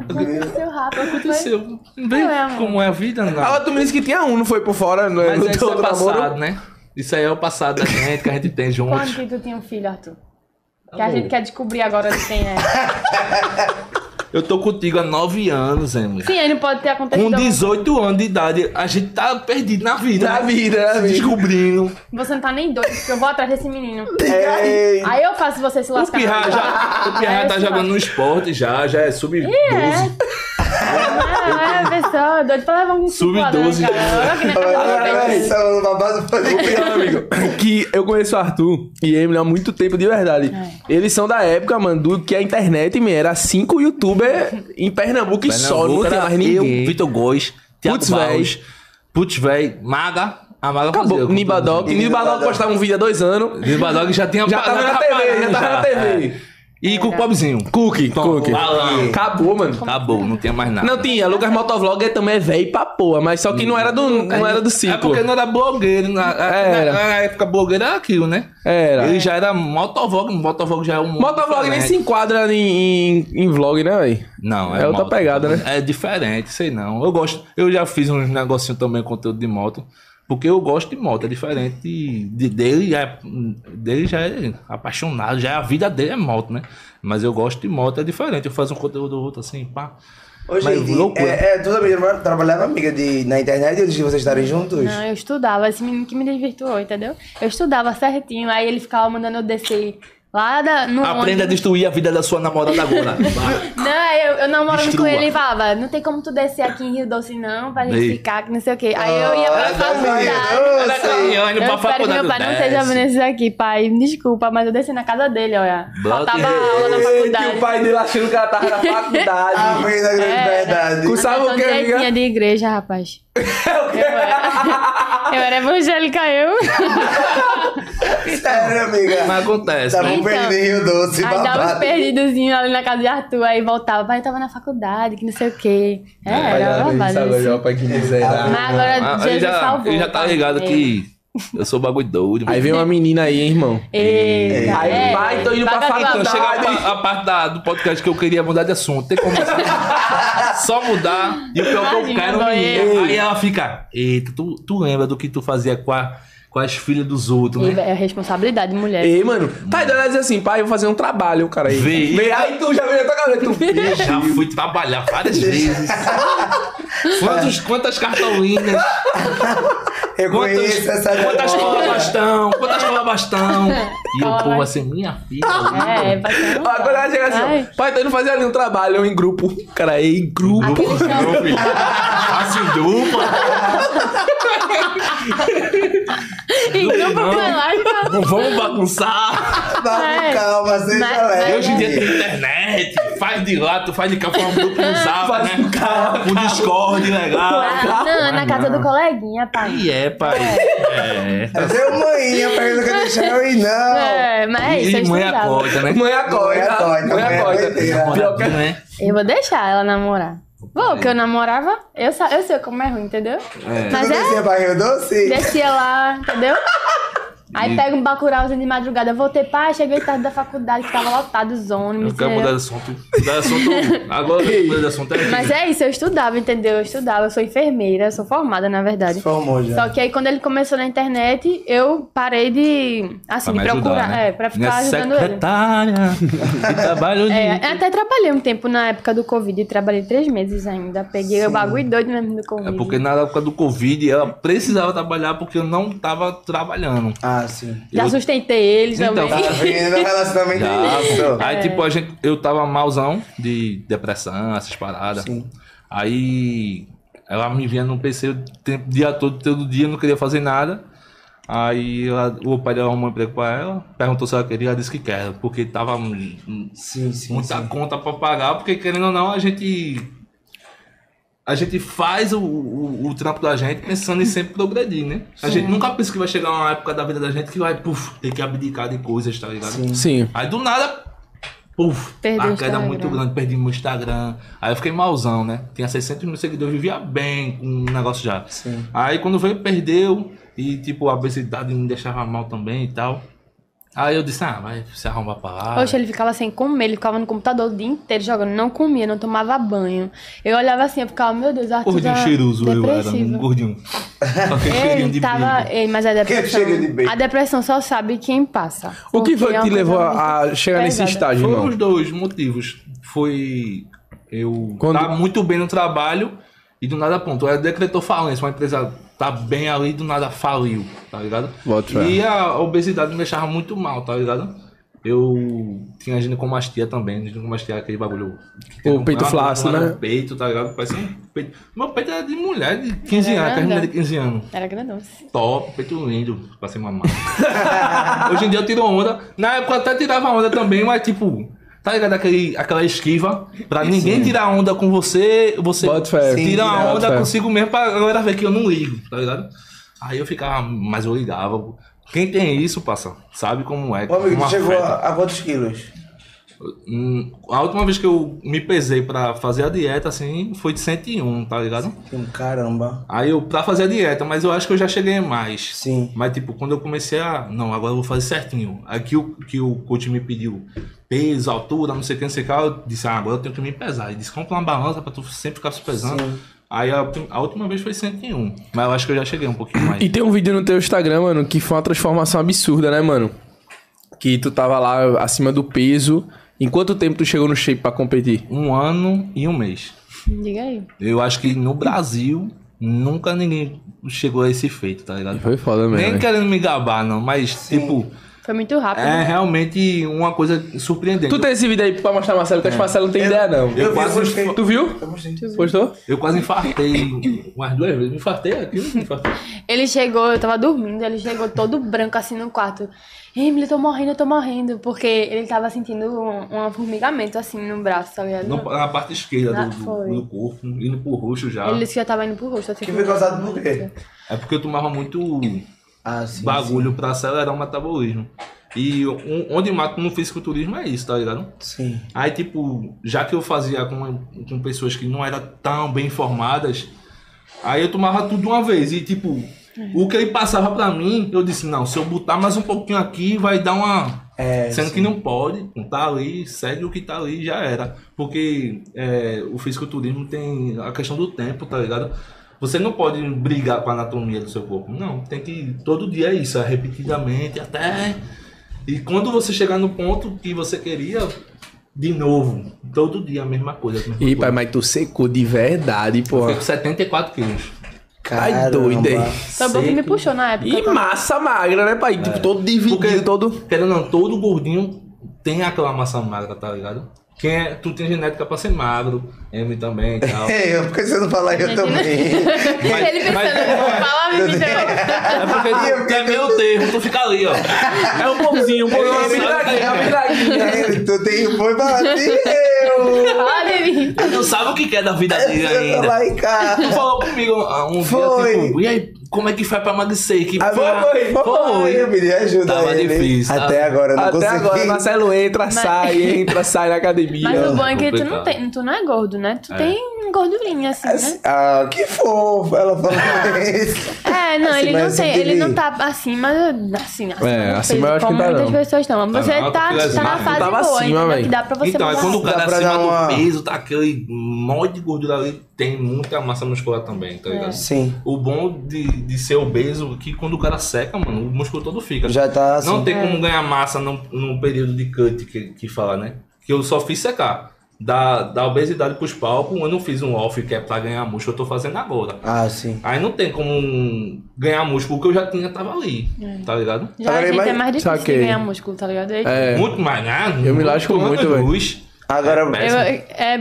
Speaker 3: Aconteceu rápido. Aconteceu.
Speaker 4: Aconteceu. Vê
Speaker 3: Não é, amor.
Speaker 4: como é a vida, não.
Speaker 1: A outra menina disse que tinha um, não foi por fora, não
Speaker 4: Mas
Speaker 1: no
Speaker 4: é, isso
Speaker 1: teu
Speaker 4: é passado,
Speaker 1: namoro.
Speaker 4: né? Isso aí é o passado da gente, que a gente tem
Speaker 3: Quando
Speaker 4: juntos.
Speaker 3: que tu tinha um filho, Arthur? Que
Speaker 4: Tá
Speaker 3: a gente quer descobrir agora de quem é.
Speaker 4: Eu tô contigo há nove anos, Emily.
Speaker 3: Sim, ele pode ter acontecido.
Speaker 4: Com 18 anos de idade, a gente tá perdido na vida.
Speaker 1: Na
Speaker 4: né?
Speaker 1: vida, na
Speaker 4: Se
Speaker 1: vida.
Speaker 4: Descobrindo.
Speaker 3: Você não tá nem doido, porque eu vou atrás desse menino.
Speaker 1: Ei,
Speaker 3: Aí eu faço você se
Speaker 4: O
Speaker 3: lascar.
Speaker 4: Pirra, já, o Pirra
Speaker 3: Tá. É,
Speaker 4: tá
Speaker 3: se
Speaker 4: jogando no esporte já, já é sub-12.
Speaker 3: É, pessoal, doido pra levar um
Speaker 4: Sub-doze.
Speaker 3: cinco horas, cara. Olha que nem
Speaker 2: Agora,
Speaker 3: tá
Speaker 2: véi, isso é um babado
Speaker 1: Meu amigo, que eu conheço o Arthur e Emily há muito tempo de verdade. Eles são da época, mano, do que a internet, man, era cinco youtubers em Pernambuco, e só, não tinha mais ninguém.
Speaker 4: Eu, Vitor Góes, Thiago
Speaker 1: Putz,
Speaker 4: Putz,
Speaker 1: véi.
Speaker 4: Barros, Putz, véi, Maga, a Maga
Speaker 1: Acabou.
Speaker 4: fazia.
Speaker 1: Nibadog. Nibadog postava um vídeo há dois anos.
Speaker 4: Nibadog já tinha...
Speaker 1: Já tava na TV, já tava na TV.
Speaker 4: É. E com o pobrezinho.
Speaker 1: Cookie,
Speaker 4: Então,
Speaker 1: cookie.
Speaker 4: Balão.
Speaker 1: Acabou, mano.
Speaker 3: assim?
Speaker 4: Acabou, não tinha mais nada.
Speaker 1: Não tinha, Lucas Motovlog é também é velho pra porra, mas só que não era do, não era do
Speaker 4: É
Speaker 1: ciclo.
Speaker 4: porque não era blogueiro. Na,
Speaker 1: Era.
Speaker 4: na, na época, blogueiro era aquilo, né?
Speaker 1: Era.
Speaker 4: Ele já era motovlog. Motovlog já é um...
Speaker 1: Motovlog nem se
Speaker 4: diferente.
Speaker 1: enquadra em, em- em vlog, né, velho?
Speaker 4: Não,
Speaker 1: É outra
Speaker 4: moto.
Speaker 1: pegada, né?
Speaker 4: É diferente, sei não. Eu gosto. Eu já fiz uns negocinho também, conteúdo de moto. Porque eu gosto de moto, é diferente de, de- dele, já é, dele já é apaixonado, já é- a vida dele é moto, né? Mas eu gosto de moto, é diferente. Eu faço um conteúdo outro assim, pá.
Speaker 2: Hoje,
Speaker 4: Mas
Speaker 2: gente,
Speaker 4: loucura.
Speaker 2: é, é, tu também traba- trabalhava amiga de, na internet antes de vocês estarem juntos?
Speaker 3: Não, eu estudava, esse menino que me desvirtuou, entendeu? Eu estudava certinho, aí ele ficava mandando eu descer lá da, no
Speaker 4: Aprenda a
Speaker 3: ônibus.
Speaker 4: destruir a vida da sua namorada agora. Vai.
Speaker 3: Não, eu, eu namorando
Speaker 4: Destrua.
Speaker 3: com ele e falava, não tem como tu descer aqui em Rio Doce não, pra gente
Speaker 4: Ei.
Speaker 3: ficar, que não sei o quê. Aí eu ia
Speaker 2: Ah,
Speaker 3: pra
Speaker 2: tá
Speaker 3: faculdade.
Speaker 2: vendo?
Speaker 4: Ela tá indo pra
Speaker 3: Eu espero que
Speaker 4: faculdade
Speaker 3: meu pai não
Speaker 4: dez.
Speaker 3: seja vendo isso aqui, pai. Me Desculpa, mas eu desci na casa dele, olha.
Speaker 4: Bota-
Speaker 3: Faltava aula na
Speaker 1: Que o
Speaker 3: faculdade.
Speaker 1: pai dele achando que ela tava na
Speaker 2: A
Speaker 1: faculdade.
Speaker 2: vida Ah, grande
Speaker 3: É,
Speaker 2: verdade.
Speaker 1: Com- Sabe o
Speaker 3: Então,
Speaker 1: que, amiga?
Speaker 3: direitinha de igreja, rapaz.
Speaker 1: É o quê?
Speaker 3: Eu era evangélica, eu.
Speaker 2: Sério, amiga.
Speaker 4: Mas acontece,
Speaker 2: Tava
Speaker 4: né?
Speaker 2: um
Speaker 3: Então,
Speaker 2: pernil doce,
Speaker 3: Aí dava uns
Speaker 2: babado.
Speaker 3: perdidozinhos ali na casa de Arthur, aí voltava, pai, eu tava na faculdade, que não sei o quê. É, era
Speaker 1: Pai,
Speaker 3: babado
Speaker 1: sabe,
Speaker 3: isso.
Speaker 1: ó, pai, que miserável.
Speaker 3: Mas agora
Speaker 4: Ah,
Speaker 3: Jesus
Speaker 4: ele já,
Speaker 3: salvou.
Speaker 4: ele já tá
Speaker 3: pai.
Speaker 4: ligado que eu sou um bagulho doido.
Speaker 1: Aí vem uma menina aí, hein, irmão.
Speaker 3: Eita,
Speaker 1: Aí,
Speaker 3: é.
Speaker 1: pai, tô indo pra
Speaker 3: Paga
Speaker 1: faculdade.
Speaker 4: Então, chega a,
Speaker 1: Verdade.
Speaker 4: pa- a parte da- do podcast que eu queria mudar de assunto. Tem como assim? só mudar. E o pior que eu
Speaker 3: Imagina,
Speaker 4: quero
Speaker 3: dói.
Speaker 4: menina. Aí ela fica. Eita, tu, tu lembra do que tu fazia com, a- com as filhas dos outros, né?
Speaker 3: E É responsabilidade, mulher.
Speaker 1: Ei, mano, tá doido, ela diz assim, pai, eu vou fazer um trabalho, o cara aí.
Speaker 4: Vê.
Speaker 1: Vê, aí tu já veio na tua cabeça, tu...
Speaker 4: Eu já fui trabalhar várias vezes. Quantos, quantas cartolinas,
Speaker 2: Eu
Speaker 4: quantos,
Speaker 2: conheço essa
Speaker 4: quantas cola
Speaker 2: memória.
Speaker 4: bastão, quantas cola bastão. E o
Speaker 3: Cola
Speaker 4: povo
Speaker 3: bastão.
Speaker 4: assim, minha filha.
Speaker 3: É, vai ser.
Speaker 1: Ó, Agora ela chega assim, ó, pai, tô indo fazer ali um trabalho em grupo. O Cara, aí, em grupo.
Speaker 3: Aquele chão.
Speaker 4: Meu filho, Faço dupla.
Speaker 3: Em grupo
Speaker 4: Não.
Speaker 3: foi Então, lá e falou.
Speaker 4: Não vamos bagunçar.
Speaker 2: Vá com
Speaker 3: É.
Speaker 2: calma, seja
Speaker 3: Mas-
Speaker 2: leve.
Speaker 1: É
Speaker 3: mas-
Speaker 4: Hoje em dia tem internet, faz de lá, tu faz de cá, faz um grupo no zap,
Speaker 1: Faz
Speaker 4: né? Um Discord legal.
Speaker 3: Ah, Não, na casa do coleguinha, pai.
Speaker 4: E é, pai. É.
Speaker 2: Deu manhinha pergunta que eu deixava e não.
Speaker 3: É, mas é isso, eu
Speaker 4: E mãe
Speaker 3: estudava.
Speaker 4: acorda, né?
Speaker 1: Mãe acorda,
Speaker 2: acorda,
Speaker 1: mãe
Speaker 2: mãe
Speaker 1: acorda.
Speaker 2: acorda.
Speaker 1: É. Pior que-
Speaker 4: Namoradinho, né?
Speaker 3: Eu vou deixar ela namorar. Vou, que eu namorava, eu, sa- eu sei como é ruim, entendeu?
Speaker 4: É.
Speaker 2: Tu
Speaker 3: Mas
Speaker 2: não
Speaker 3: é,
Speaker 2: descia barril doce?
Speaker 3: descia lá, entendeu? Aí
Speaker 4: E-
Speaker 3: pega um bacurauzinho de madrugada, voltei, pai, cheguei tarde da faculdade, que tava lotado os ônibus.
Speaker 4: Eu quero
Speaker 3: entendeu?
Speaker 4: mudar de assunto. Mudar de assunto. Agora eu quero mudar de assunto. É
Speaker 3: Mas
Speaker 4: aqui.
Speaker 3: é isso, eu estudava, entendeu? Eu estudava, eu sou enfermeira, eu sou formada, na verdade.
Speaker 2: Formou já.
Speaker 3: Só que aí quando ele começou na internet, eu parei de, assim,
Speaker 4: Pra me
Speaker 3: de procurar,
Speaker 4: ajudar, né?
Speaker 3: é, pra ficar
Speaker 4: Minha
Speaker 3: ajudando ele.
Speaker 4: secretária de trabalho de...
Speaker 3: É, até trabalhei um tempo na época do Covid, e trabalhei três meses ainda. Peguei o bagulho doido mesmo do Covid.
Speaker 4: É porque na época do Covid ela precisava trabalhar porque eu não tava trabalhando.
Speaker 2: Ah, sim.
Speaker 3: Já
Speaker 4: eu-
Speaker 3: sustentei eles
Speaker 4: Então,
Speaker 2: Tá
Speaker 3: também.
Speaker 2: vendo? Relacionamento
Speaker 4: Já,
Speaker 2: é isso.
Speaker 4: Aí, tipo, a gente, eu tava malzão de depressão, essas paradas. Aí ela me via no PC o tempo- dia todo, todo dia, não queria fazer nada. Aí ela- o pai dela arrumou um emprego pra ela, perguntou se ela queria, ela disse que quer, porque tava hum, hum,
Speaker 2: Sim, sim.
Speaker 4: muita
Speaker 2: sim.
Speaker 4: conta pra pagar, porque querendo ou não, a gente. A gente faz o, o, o trampo da gente pensando em sempre progredir, né? A gente nunca pensa que vai chegar uma época da vida da gente que vai, puf, ter que abdicar de coisas, tá ligado?
Speaker 1: Sim.
Speaker 4: Aí do nada, puf,
Speaker 3: Perdeu o
Speaker 4: a queda é
Speaker 3: Instagram.
Speaker 4: muito grande, perdi meu Instagram. Aí eu fiquei malzão, né? Tinha 600 mil seguidores, vivia bem com o negócio já.
Speaker 2: Sim.
Speaker 4: Aí quando veio, perdeu. E tipo, a obesidade me deixava mal também e tal. Aí eu disse, ah, vai se arrombar pra lá.
Speaker 3: Poxa, ele ficava sem comer, ele ficava no computador o dia inteiro jogando, não comia, não tomava banho. Eu olhava assim, eu ficava, meu Deus, Arthur
Speaker 4: Gordinho
Speaker 3: tá
Speaker 4: cheiroso eu era, um
Speaker 3: depressivo.
Speaker 4: gordinho. Só que cheirinho
Speaker 3: Ele
Speaker 4: de
Speaker 3: tava.
Speaker 4: briga.
Speaker 3: Ei, mas a
Speaker 2: cheiro é de
Speaker 3: depressão.
Speaker 2: bacon.
Speaker 3: A depressão só sabe quem passa.
Speaker 1: O que
Speaker 3: Porque
Speaker 1: foi
Speaker 3: é
Speaker 1: que te
Speaker 3: uma coisa
Speaker 1: levou
Speaker 3: muito
Speaker 1: a a chegar nesse
Speaker 3: pesada.
Speaker 1: estágio,
Speaker 4: Foram os
Speaker 1: irmão?
Speaker 4: dois motivos. Foi eu
Speaker 1: Quando-
Speaker 4: tá muito bem no trabalho e do nada ponto. Ela decretou falência, uma empresa tá bem ali e do nada faliu, tá ligado?
Speaker 1: Boto fé.
Speaker 4: E a obesidade me deixava muito mal, tá ligado? Eu tinha ginecomastia também, ginecomastia é aquele bagulho. que tem
Speaker 1: O
Speaker 4: um-
Speaker 1: peito
Speaker 4: uma-
Speaker 1: flácido,
Speaker 4: uma-
Speaker 1: né?
Speaker 4: um Peito, tá ligado? Parece um peito. Meu peito era de mulher de 15 anos,
Speaker 3: Grandão.
Speaker 4: termina de 15 anos.
Speaker 3: Era grandão. assim.
Speaker 4: Top, peito lindo, pra ser mamado. Hoje em dia eu tiro onda. Na época eu até tirava onda também, mas tipo, tá ligado? Aquele, aquela esquiva. Pra ninguém tirar onda com você, você
Speaker 1: Bota fé. Sim,
Speaker 4: tira a
Speaker 1: bota
Speaker 4: onda
Speaker 1: fé.
Speaker 4: consigo mesmo pra galera ver que eu não ligo, tá ligado? Aí eu ficava, mas eu ligava. Quem tem isso, passa, sabe como é.
Speaker 2: Ô, amigo,
Speaker 4: como
Speaker 2: tu chegou
Speaker 4: afeta.
Speaker 2: a, a quantos quilos?
Speaker 4: Hum, A última vez que eu me pesei pra fazer a dieta, assim, foi de 101, tá ligado?
Speaker 2: Hum, Caramba.
Speaker 4: Aí eu, pra fazer a dieta, mas eu acho que eu já cheguei mais.
Speaker 2: Sim.
Speaker 4: Mas tipo, quando eu comecei a. Não, agora eu vou fazer certinho. Aqui o que o coach me pediu peso, altura, não sei o que, não sei o que. Eu disse, ah, agora eu tenho que me pesar. Ele disse, compra uma balança pra tu sempre ficar se pesando. Aí a, a última vez foi 101. Mas eu acho que eu já cheguei um pouquinho mais.
Speaker 1: E tem um vídeo no teu Instagram, mano, que foi uma transformação absurda, né, mano? Que tu tava lá acima do peso. Em quanto tempo tu chegou no shape pra competir?
Speaker 4: Um ano e um mês.
Speaker 3: Diga aí.
Speaker 4: Eu acho que no Brasil nunca ninguém chegou a esse feito, tá ligado?
Speaker 1: Foi foda mesmo.
Speaker 4: Nem
Speaker 1: né?
Speaker 4: querendo me gabar, não, mas tipo,
Speaker 3: Foi muito rápido.
Speaker 4: é realmente uma coisa surpreendente.
Speaker 1: Tu tem esse vídeo aí pra mostrar Marcelo, que eu acho que Marcelo não tem ideia, não.
Speaker 2: É. Eu, vi, eu
Speaker 4: quase
Speaker 2: gostei.
Speaker 1: Tu viu?
Speaker 2: Eu gostei.
Speaker 1: Gostou?
Speaker 4: Eu quase infartei umas duas vezes. Me infartei aqui, me infartei.
Speaker 3: Ele chegou, eu tava dormindo, ele chegou todo branco assim no quarto. Emily, eu tô morrendo, eu tô morrendo. Porque ele tava sentindo um, um formigamento assim no braço, tá ligado?
Speaker 4: No- na parte esquerda
Speaker 3: Ah,
Speaker 4: do, do-
Speaker 3: foi.
Speaker 4: do corpo, indo pro roxo já.
Speaker 3: Ele disse que já tava indo pro rosto. assim,
Speaker 2: Que
Speaker 3: com-
Speaker 2: foi causado por quê?
Speaker 4: É porque eu tomava muito
Speaker 2: Ah, sim.
Speaker 4: bagulho pra acelerar o metabolismo. E o- onde mata no fisiculturismo é isso, tá ligado?
Speaker 2: Sim.
Speaker 4: Aí, tipo, já que eu fazia com, com pessoas que não eram tão bem informadas, aí eu tomava tudo de uma vez. E, tipo,
Speaker 3: É.
Speaker 4: o que ele passava pra mim, eu disse, não, se eu botar mais um pouquinho aqui, vai dar uma...
Speaker 2: É,
Speaker 4: Sendo
Speaker 2: sim.
Speaker 4: que não pode, não tá ali, segue o que tá ali, já era. Porque é, o fisiculturismo tem a questão do tempo, tá ligado? Você não pode brigar com a anatomia do seu corpo, não. Tem que, todo dia é isso, é repetidamente, até... E quando você chegar no ponto que você queria, de novo, todo dia a mesma coisa. a mesma
Speaker 1: Ih, pai,
Speaker 4: coisa.
Speaker 1: mas tu secou de verdade,
Speaker 4: Fiquei
Speaker 1: porra.
Speaker 4: com 74 quilos.
Speaker 1: Ai, doido aí.
Speaker 3: Foi Tá bom que me puxou na época.
Speaker 1: E
Speaker 3: tá?
Speaker 1: massa magra, né, pai?
Speaker 2: É.
Speaker 1: Tipo, todo dividido,
Speaker 4: Porque-
Speaker 1: todo.
Speaker 4: Querendo ou não, todo gordinho tem aquela massa magra, tá ligado? Quem é, tu tem genética pra ser magro, M também e tal.
Speaker 2: É, eu- por que você não falar eu também?
Speaker 3: ele pensando,
Speaker 4: mas-
Speaker 3: fala me então.
Speaker 4: É porque tu, tu é meio termo, tu fica ali, ó. É um pãozinho, um pãozinho.
Speaker 1: É uma
Speaker 4: sabe?
Speaker 1: milagre, é uma milagre.
Speaker 2: É, tu tem foi pra eu.
Speaker 3: Fala me
Speaker 4: Tu não sabe o que que é da vida
Speaker 1: Tá
Speaker 4: dele
Speaker 2: Eu tô
Speaker 4: ainda.
Speaker 2: lá em casa.
Speaker 4: Tu falou comigo ah, um
Speaker 2: Foi.
Speaker 4: dia, tipo, e aí, como é que faz pra emagrecer? Que
Speaker 2: Ah,
Speaker 1: Foi,
Speaker 2: Ai, eu pedi ajuda
Speaker 4: Tava
Speaker 2: ele.
Speaker 4: difícil, tava-
Speaker 2: Até agora eu não
Speaker 1: Até
Speaker 2: consegui.
Speaker 1: agora, Marcelo entra, sai, entra, sai na academia.
Speaker 3: Mas o bom é que tu não,
Speaker 4: complicado.
Speaker 3: tem, tu não é gordo, né? Tu tem gordurinha assim, né?
Speaker 2: Ah, que fofo. Ela falou isso.
Speaker 3: É, É, não, ele
Speaker 2: Acima
Speaker 3: não tem,
Speaker 2: de
Speaker 3: ele
Speaker 2: mim.
Speaker 3: não tá acima, assim, acima
Speaker 1: É,
Speaker 3: do
Speaker 1: acima eu
Speaker 3: peso,
Speaker 1: acho que
Speaker 3: como
Speaker 1: tá,
Speaker 3: muitas
Speaker 1: não.
Speaker 3: pessoas estão. Mas Você
Speaker 4: não,
Speaker 3: tá,
Speaker 4: porque as
Speaker 3: tá na
Speaker 4: marcas-
Speaker 3: fase
Speaker 1: assim. Tava
Speaker 3: boa,
Speaker 1: acima,
Speaker 3: entendeu?
Speaker 1: velho.
Speaker 3: Que dá pra você
Speaker 4: Então, é
Speaker 3: mudar.
Speaker 4: quando o cara
Speaker 2: Dá
Speaker 4: é
Speaker 2: pra
Speaker 4: acima
Speaker 2: dar
Speaker 4: do
Speaker 2: uma-
Speaker 4: peso, tá aquele nó de gordura ali, tem muita massa muscular também, tá ligado?
Speaker 2: Sim.
Speaker 4: O bom de, de ser obeso é que quando o cara seca, mano, o músculo todo fica.
Speaker 2: Já tá assim.
Speaker 4: Não tem
Speaker 3: É.
Speaker 4: como ganhar massa num, num período de cut que, que fala, né? Que eu só fiz secar. Da, da obesidade pros palcos, eu não fiz um off que é pra ganhar músculo, eu tô fazendo agora.
Speaker 2: Ah, sim.
Speaker 4: Aí não tem como ganhar músculo, o que eu já tinha tava ali,
Speaker 3: É.
Speaker 4: tá ligado?
Speaker 3: Já a
Speaker 2: Agora,
Speaker 3: gente
Speaker 2: mas-
Speaker 3: é mais difícil
Speaker 1: Saquei.
Speaker 3: de ganhar músculo, tá ligado? Aí-
Speaker 1: É.
Speaker 4: Muito mais, né?
Speaker 1: Eu me lasco
Speaker 4: Anos
Speaker 1: muito, velho.
Speaker 4: luz.
Speaker 2: Agora,
Speaker 3: Eu, é mais
Speaker 1: Eu me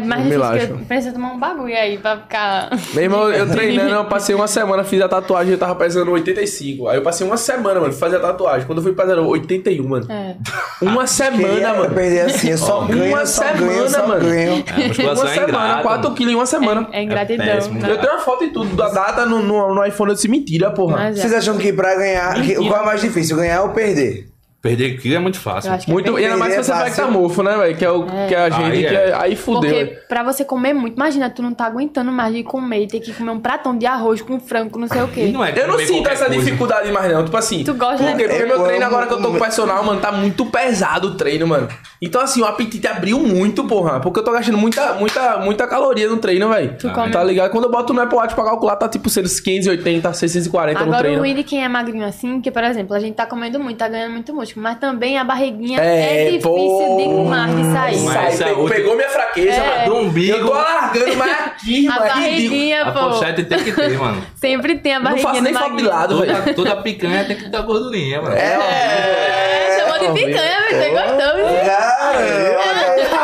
Speaker 3: difícil que
Speaker 1: lasco.
Speaker 3: eu preciso tomar um bagulho aí pra ficar.
Speaker 1: Meu irmão, eu treinando, eu passei uma semana, fiz a tatuagem, eu tava pesando 85. Aí eu passei uma semana, mano, fazer a tatuagem. Quando eu fui pesando 81, mano.
Speaker 3: É.
Speaker 1: Uma semana,
Speaker 2: queria
Speaker 1: mano.
Speaker 2: perder assim, eu só
Speaker 1: Uma
Speaker 2: ganho, eu só
Speaker 1: semana,
Speaker 2: ganho, eu só
Speaker 1: mano.
Speaker 2: ganho.
Speaker 4: É, a
Speaker 1: Uma
Speaker 4: musculação é
Speaker 1: semana,
Speaker 4: ingrata,
Speaker 1: 4
Speaker 4: mano.
Speaker 1: quilos em uma semana.
Speaker 3: É ingratidão.
Speaker 4: péssimo,
Speaker 3: né?
Speaker 4: né?
Speaker 1: Eu tenho a foto e tudo, da data no, no, no iPhone, eu disse mentira, porra.
Speaker 3: Mas é.
Speaker 2: Vocês acham que pra ganhar, que- qual é mais difícil, ganhar ou perder?
Speaker 4: Perder quilo é muito fácil.
Speaker 3: Eu acho que é
Speaker 1: Muito, e ainda mais se você vai que tá mofo, né, velho? Que é o que é a gente,
Speaker 4: Aí é.
Speaker 1: que é, aí fudeu.
Speaker 3: Porque
Speaker 1: velho.
Speaker 3: pra você comer muito, imagina, tu não tá aguentando mais de comer e ter que comer um pratão de arroz com frango, não sei o quê.
Speaker 4: E não é
Speaker 1: Eu não
Speaker 4: comer
Speaker 1: sinto
Speaker 4: qualquer
Speaker 1: essa
Speaker 4: coisa.
Speaker 1: dificuldade mais, não. Tipo assim.
Speaker 3: Tu gosta, né?
Speaker 1: porque, porque
Speaker 2: Eu
Speaker 1: meu treino
Speaker 2: amo
Speaker 1: agora que eu tô com
Speaker 2: comer.
Speaker 1: personal, mano, tá muito pesado o treino, mano. Então, assim, o apetite abriu muito, porra. Porque eu tô gastando muita, muita, muita caloria no treino, velho.
Speaker 3: Tu come-
Speaker 1: Tá ligado? Quando eu boto no Apple Watch pra calcular, tá tipo sendo 580, 640 no
Speaker 3: Agora, o
Speaker 1: treino.
Speaker 3: ruim de quem é magrinho assim, que, por exemplo, a gente tá comendo muito, tá ganhando muito músculo, mas também a barriguinha
Speaker 1: É,
Speaker 3: é, difícil demais de sair.
Speaker 4: Mas-
Speaker 1: Sai,
Speaker 4: essa é
Speaker 1: pegou,
Speaker 4: outra-
Speaker 1: pegou minha fraqueza, um
Speaker 3: É.
Speaker 1: mano.
Speaker 4: Do umbigo.
Speaker 1: Eu tô alargando, mas aqui,
Speaker 3: a
Speaker 1: mano. é ridículo.
Speaker 3: barriguinha,
Speaker 4: A
Speaker 3: pô.
Speaker 4: pochete tem que ter, mano.
Speaker 3: Sempre tem a
Speaker 1: Não
Speaker 3: barriguinha.
Speaker 1: faço nem
Speaker 3: do
Speaker 1: foto de
Speaker 3: magrinho.
Speaker 1: lado, velho.
Speaker 4: Toda, toda picanha tem que ter gordurinha, mano.
Speaker 2: É,
Speaker 3: É, chamou de picanha, velho. Você
Speaker 1: É.
Speaker 3: gostou, viu?
Speaker 2: Ah,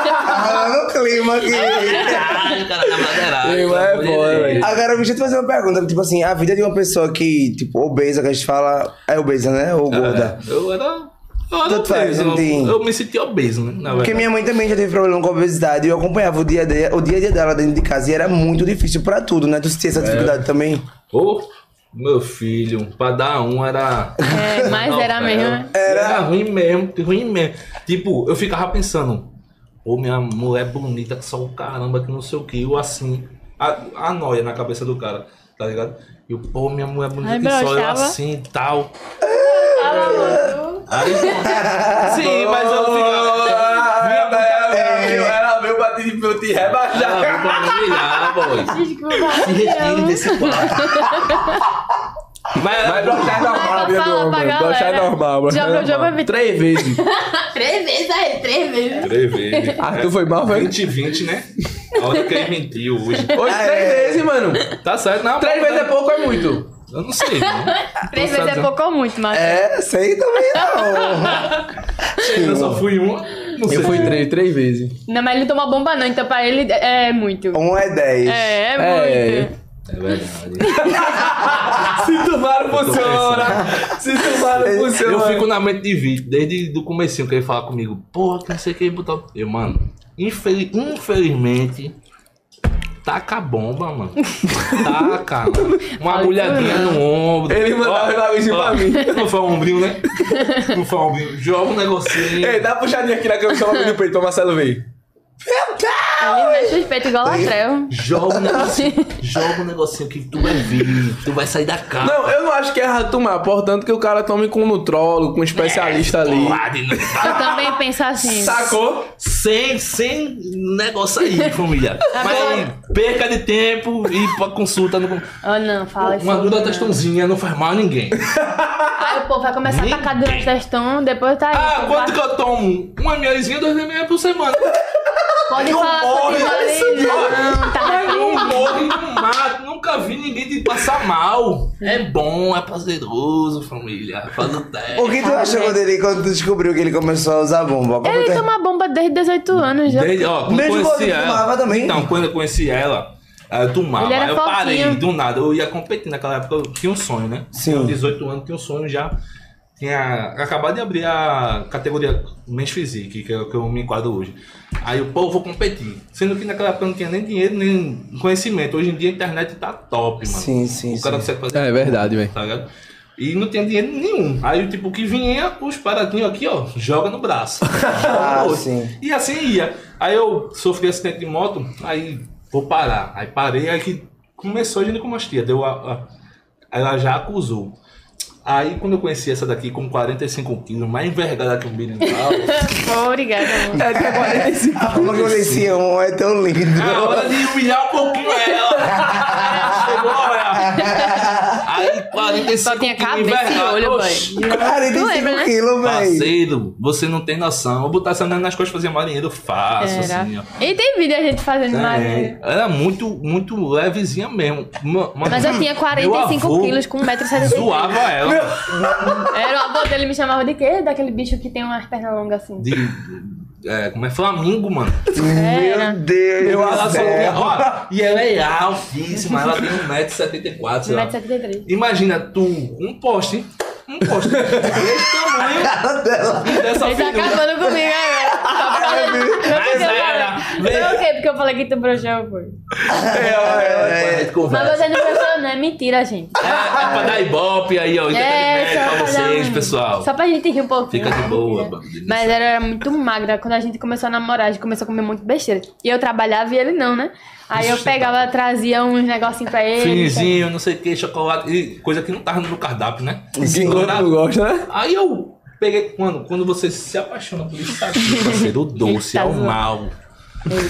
Speaker 2: Caramba, no Ah, clima aqui.
Speaker 4: Caralho, o cara tá madeirado.
Speaker 1: Meu, é foda, velho.
Speaker 2: Agora, deixa eu te fazer uma pergunta. Tipo assim, a vida de uma pessoa que, tipo, obesa, que a gente fala. É obesa, né? Ou gorda.
Speaker 4: Eu era. Eu era
Speaker 2: Tanto faz,
Speaker 4: obeso.
Speaker 2: não tem-
Speaker 4: Eu, eu me senti obeso, né? Na
Speaker 2: Porque
Speaker 4: verdade.
Speaker 2: minha mãe também já teve problema com a obesidade. E eu acompanhava o dia, de, o dia a dia dela dentro de casa. E era muito difícil pra tudo, né? Tu
Speaker 4: É.
Speaker 2: tinha essa dificuldade também.
Speaker 4: Ô, meu filho, pra dar um era.
Speaker 3: É, mas
Speaker 4: Não,
Speaker 3: era mesmo, né?
Speaker 4: Era... ruim mesmo, ruim mesmo. Tipo, eu ficava pensando, ô minha mulher bonita, que só o caramba, que não sei o que, eu assim, a, a noia na cabeça do cara, tá ligado? E o pô, minha mulher bonita,
Speaker 3: Aí
Speaker 4: que só eu
Speaker 3: broxava.
Speaker 4: assim e tal. Aí, sim, mas eu ficava. Minha mulher
Speaker 1: Ela veio- Ela veio bater pra eu te rebaixar.
Speaker 4: ela veio pra me humilhar, boy. Se retire desse quarto. Mas,
Speaker 1: Mas brochar é normal,
Speaker 3: Vai pra
Speaker 1: viu, meu
Speaker 3: fala
Speaker 1: homem?
Speaker 3: pra
Speaker 1: Brochar é
Speaker 3: galera.
Speaker 1: normal, brochar
Speaker 3: Já
Speaker 1: é
Speaker 3: broxou
Speaker 1: normal.
Speaker 3: pra mim?
Speaker 1: Três vezes.
Speaker 3: Três vezes aí, três vezes.
Speaker 4: Breve.
Speaker 1: Arthur foi mal, velho?
Speaker 4: 20 e 20, né? A hora que ele mentiu hoje.
Speaker 1: Hoje, três vezes, mano.
Speaker 4: Tá certo, não.
Speaker 1: Três
Speaker 4: pô,
Speaker 1: vezes é
Speaker 4: né?
Speaker 1: pouco, é muito.
Speaker 4: Eu não sei, não.
Speaker 3: Três vezes
Speaker 4: Tô
Speaker 3: é
Speaker 4: sabendo.
Speaker 3: pouco ou muito, mas.
Speaker 2: É, sei também não.
Speaker 4: Eu só fui um. Não sei.
Speaker 1: Eu fui três, três vezes.
Speaker 3: Não, mas ele não toma bomba, não, então pra ele é muito.
Speaker 2: Um é dez.
Speaker 3: É, é
Speaker 1: É.
Speaker 3: muito.
Speaker 4: É verdade.
Speaker 1: Se tomar,
Speaker 4: funciona.
Speaker 1: Se tomar,
Speaker 4: Eu fico na mente de vídeo, desde o comecinho que ele fala comigo, porra, que não sei o que botar. Eu, mano, infeli- infelizmente. Taca a bomba, mano. Taca. mano. Uma
Speaker 3: Ai,
Speaker 4: agulhadinha no ombro.
Speaker 1: Ele mandava
Speaker 4: Ó,
Speaker 1: os bagulhos
Speaker 4: ó,
Speaker 1: pra mim.
Speaker 4: Não foi um ombrinho, né? Não foi um ombrinho. Joga um negocinho.
Speaker 1: Ei, dá uma puxadinha aqui na cama, chama do peito pra Marcelo ver. É.
Speaker 3: Ele mexe os peitos igual latrel.
Speaker 4: Joga um negocinho. joga um negocinho que tu vai vir. Tu vai sair da casa.
Speaker 1: Não, eu não acho que é errado tomar, portanto que o cara tome com um nutrólogo, com um especialista ali.
Speaker 3: Eu também penso assim.
Speaker 1: Sacou?
Speaker 4: Sem, sem negócio aí, família. Mas perca de tempo e pra consulta. No...
Speaker 3: Ah, não, fala isso.
Speaker 4: Uma dura
Speaker 3: não.
Speaker 4: testãozinha não faz mal a ninguém.
Speaker 3: Aí o povo vai começar a
Speaker 4: Ninguém.
Speaker 3: tacar durante o testão, depois tá aí.
Speaker 4: Ah,
Speaker 3: tu
Speaker 4: quanto que
Speaker 3: vai-
Speaker 4: eu tomo? Uma mlzinha, dois ml por semana.
Speaker 3: Pode
Speaker 1: eu
Speaker 3: falar
Speaker 1: morro,
Speaker 3: quanto
Speaker 1: olha isso,
Speaker 3: que Não, tá
Speaker 4: Mas não
Speaker 3: aqui.
Speaker 4: morre, não mata. Nunca vi ninguém de passar mal. É bom, é prazeroso, família. Faz o
Speaker 2: O
Speaker 4: teste.
Speaker 2: que tu achou dele quando tu descobriu que ele começou a usar bomba? Como que- é?
Speaker 3: Ele toma bomba desde 18 anos já.
Speaker 4: Desde, ó, quando eu
Speaker 2: Mesmo
Speaker 4: conheci
Speaker 2: quando
Speaker 4: ela.
Speaker 2: fumava também?
Speaker 4: Então, quando eu conheci ela, aí eu tomava.
Speaker 3: Ele era
Speaker 4: aí eu parei,
Speaker 3: fofinho.
Speaker 4: do nada. Eu ia competir naquela época, eu tinha um sonho, né?
Speaker 2: Sim.
Speaker 4: Com 18 anos, tinha um sonho já. Tinha acabado de abrir a categoria Men's Physique, que é o que eu me enquadro hoje. Aí eu, pô, eu vou competir. Sendo que naquela época eu não tinha nem dinheiro, nem conhecimento. Hoje em dia a internet tá top, mano.
Speaker 2: Sim, sim,
Speaker 4: O cara
Speaker 2: sim.
Speaker 4: consegue fazer
Speaker 1: É verdade, velho.
Speaker 4: tá ligado? E não tinha dinheiro nenhum. Aí, tipo, o que vinha, os paradinhos aqui, ó, joga no braço. Joga
Speaker 2: Ah,
Speaker 4: no outro.
Speaker 2: sim.
Speaker 4: E assim ia. Aí eu sofri acidente de moto, aí vou parar. Aí parei, aí que começou a ginecomastia. Deu a, a, Ela já acusou. Aí quando eu conheci essa daqui com 45 quilos, mais envergada que o menino e tal,
Speaker 3: tá Obrigada, amor.
Speaker 1: É, tem 45.
Speaker 2: A forma como eles se amam é tão lindo.
Speaker 3: Ah,
Speaker 4: Na hora de humilhar um pouquinho ela. Chegou, olha. Aí 45
Speaker 3: Só tinha
Speaker 4: quilos
Speaker 3: cabeça e
Speaker 4: envergado.
Speaker 3: olho,
Speaker 4: Oxi,
Speaker 3: boy. Tu
Speaker 2: 45
Speaker 3: lembra, né?
Speaker 2: quilos, velho.
Speaker 4: Parceiro, você não tem noção. Vou botar essa menina nas costas e fazer marinheiro fácil,
Speaker 3: Era.
Speaker 4: assim, ó.
Speaker 3: E tem vídeo a gente fazendo
Speaker 4: É,
Speaker 3: marinha.
Speaker 4: era muito, muito levezinha mesmo. Ma- ma-
Speaker 3: Mas eu tinha
Speaker 4: Meu
Speaker 3: 45
Speaker 4: avô
Speaker 3: quilos com 1,70m.
Speaker 4: Zoava ela.
Speaker 3: Era o avô dele me chamava de quê? Daquele bicho que tem umas pernas longas assim.
Speaker 4: De, é, como é Flamingo, mano?
Speaker 3: Era.
Speaker 2: Meu Deus.
Speaker 4: Eu ela
Speaker 2: do
Speaker 4: só
Speaker 2: céu.
Speaker 4: tinha, ó, E ela é altíssima, ela tem 1,74m. sei lá.
Speaker 3: 1,73m.
Speaker 4: Imagina tu, um poste, um poste desse tamanho e dessa
Speaker 3: Ele tá
Speaker 4: figura.
Speaker 3: acabando comigo agora. Tá falando-
Speaker 4: Mas
Speaker 3: Não, porque eu
Speaker 4: era.
Speaker 3: falei- Não, ok, porque eu falei que tu broxou, pô.
Speaker 4: É, é,
Speaker 3: Mas
Speaker 4: conversa.
Speaker 3: você não broxou, não. É mentira, gente.
Speaker 4: é, é pra dar ibope aí, ó.
Speaker 3: É,
Speaker 4: entretenimento
Speaker 3: só
Speaker 4: pra
Speaker 3: dar
Speaker 4: vocês,
Speaker 3: um-
Speaker 4: pessoal.
Speaker 3: Só pra gente rir um pouquinho.
Speaker 4: Fica de boa,
Speaker 3: né?
Speaker 4: Babi,
Speaker 3: Mas ela era muito magra. Quando a gente começou a namorar, a gente começou a comer muito besteira. E eu trabalhava e ele não, né? Aí eu pegava, trazia uns negocinhos pra ele.
Speaker 4: Finzinho, não sei o que, chocolate, e coisa que não tava no cardápio, né?
Speaker 1: Enquanto não gosta, né?
Speaker 4: Aí eu peguei, mano, quando você se apaixona por isso aqui, parceiro, o doce, é o mal.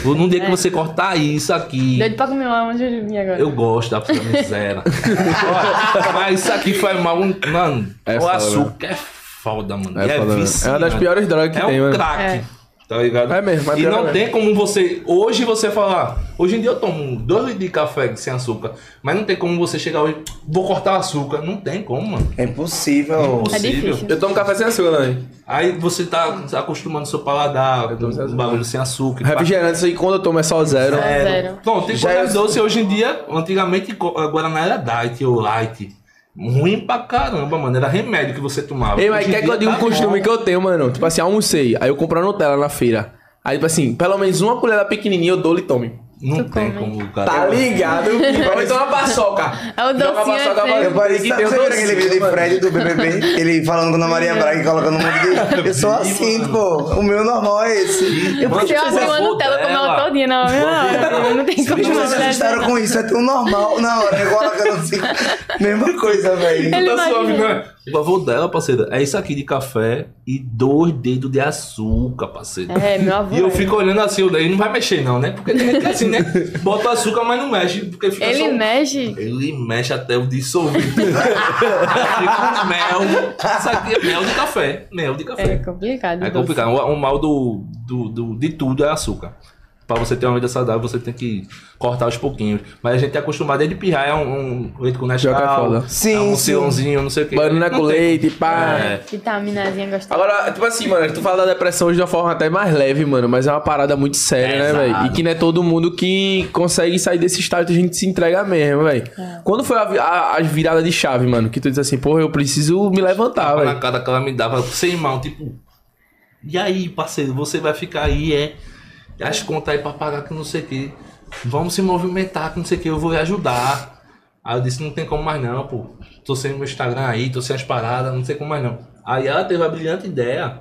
Speaker 4: Num dia que você cortar isso aqui,
Speaker 3: Doido pra comer uma jujubinha agora.
Speaker 4: Eu gosto da fruta miséria. Olha, Mas isso aqui faz mal. um, Mano,
Speaker 1: É
Speaker 4: o
Speaker 1: foda,
Speaker 4: açúcar é foda, mano.
Speaker 1: É
Speaker 4: É,
Speaker 1: foda, né?
Speaker 4: viciante.
Speaker 1: É uma das piores drogas que
Speaker 4: é
Speaker 1: tem,
Speaker 4: um
Speaker 1: mano.
Speaker 4: crack.
Speaker 3: É.
Speaker 4: Tá ligado?
Speaker 1: É mesmo, é
Speaker 4: E
Speaker 1: pior
Speaker 4: não
Speaker 1: mesmo.
Speaker 4: tem como você. Hoje você falar. Hoje em dia eu tomo dois litros de café sem açúcar. Mas não tem como você chegar hoje. Vou cortar o açúcar. Não tem como, mano.
Speaker 2: É impossível.
Speaker 3: É difícil.
Speaker 1: Eu tomo café sem açúcar, né?
Speaker 4: Aí você tá acostumando seu paladar com
Speaker 1: tomo sem
Speaker 4: um
Speaker 1: açúcar.
Speaker 4: bagulho sem açúcar.
Speaker 1: Refrigerante, isso aí quando eu tomo é só zero.
Speaker 3: Zero. Zero.
Speaker 4: Bom, tem
Speaker 2: Já
Speaker 4: Já
Speaker 2: é-
Speaker 1: assim.
Speaker 4: doce hoje em dia. Antigamente, co- eh, Guaraná era diet ou light. Ruim pra caramba, mano. Era remédio que você tomava.
Speaker 1: Ei, mas
Speaker 4: Hoje em
Speaker 1: quer que
Speaker 4: dia
Speaker 1: eu diga
Speaker 4: tá
Speaker 1: um costume
Speaker 4: bom.
Speaker 1: que eu tenho, mano? Tipo assim, almocei, aí eu compro a Nutella na feira. Aí, tipo assim, pelo menos uma colher pequenininha eu dou e tome.
Speaker 4: Não
Speaker 3: Tu
Speaker 4: tem
Speaker 3: come.
Speaker 4: como, cara.
Speaker 1: Tá ligado? Ou então uma paçoca.
Speaker 3: É o
Speaker 1: Dá uma
Speaker 3: docinho,
Speaker 1: paçoca,
Speaker 3: né?
Speaker 1: mano,
Speaker 2: Eu pareço
Speaker 1: que
Speaker 2: que
Speaker 1: tem um
Speaker 2: você lembra aquele vídeo de
Speaker 1: docinho, mano.
Speaker 2: Fred do BBB, ele falando com a Maria Braga e colocando um monte de... Eu sou assim, pô, o meu normal é esse. Eu
Speaker 4: Mano,
Speaker 3: Se eu abrir uma
Speaker 4: avô
Speaker 3: Nutella, eu como
Speaker 4: dela.
Speaker 3: ela todinha na hora. Não tem
Speaker 2: Bicho,
Speaker 3: como
Speaker 2: vocês
Speaker 3: não, né?
Speaker 2: assustaram com isso, é tão normal na hora, eu colocando assim, mesma coisa, velho.
Speaker 3: Ele
Speaker 4: Tá suave,
Speaker 3: imagina.
Speaker 4: né? O avô dela, parceira, é isso aqui de café e dois dedos de açúcar, parceiro.
Speaker 3: É, meu avô.
Speaker 4: E eu
Speaker 3: é.
Speaker 4: fico olhando assim, eu daí não vai mexer não, né? Porque tem gente que é assim, né? Bota o açúcar, mas não mexe. Porque fica
Speaker 3: Ele
Speaker 4: só- um
Speaker 3: mexe.
Speaker 4: Ele mexe até o dissolvido. Fica um mel. Isso aqui é mel de café. Mel de café.
Speaker 3: É complicado.
Speaker 4: É
Speaker 3: doce.
Speaker 4: complicado. O, o mal do, do, do- de tudo é açúcar. Pra você ter uma vida saudável, você tem que cortar aos pouquinhos. Mas a gente é acostumado desde pirrar, é um, um leite com
Speaker 1: Joga
Speaker 4: Nescau,
Speaker 1: foda.
Speaker 4: é
Speaker 2: Sim,
Speaker 4: um
Speaker 2: sim.
Speaker 4: ceãozinho, não sei o que.
Speaker 1: Banana com leite, pá.
Speaker 4: É.
Speaker 3: Vitaminazinha gostosa.
Speaker 1: Agora, tipo assim, mano, tu fala da depressão hoje de uma forma até mais leve, mano, mas é uma parada muito séria, né,
Speaker 4: Pesado.
Speaker 1: velho? E que não é todo mundo que consegue sair desse estado, a gente se entrega mesmo, velho. Quando foi a, vi- a- a virada de chave, mano, que tu diz assim, porra, eu preciso me levantar,
Speaker 4: Tapa na
Speaker 1: velho.
Speaker 4: cara que ela me dava sem mão, tipo. E aí, parceiro, você vai ficar aí, é. As contas aí pra pagar que não sei o que. Vamos se movimentar, que não sei o que, eu vou lhe ajudar. Aí eu disse, não tem como mais não, pô. Tô sem meu Instagram aí, tô sem as paradas, não sei como mais não. Aí ela teve a brilhante ideia.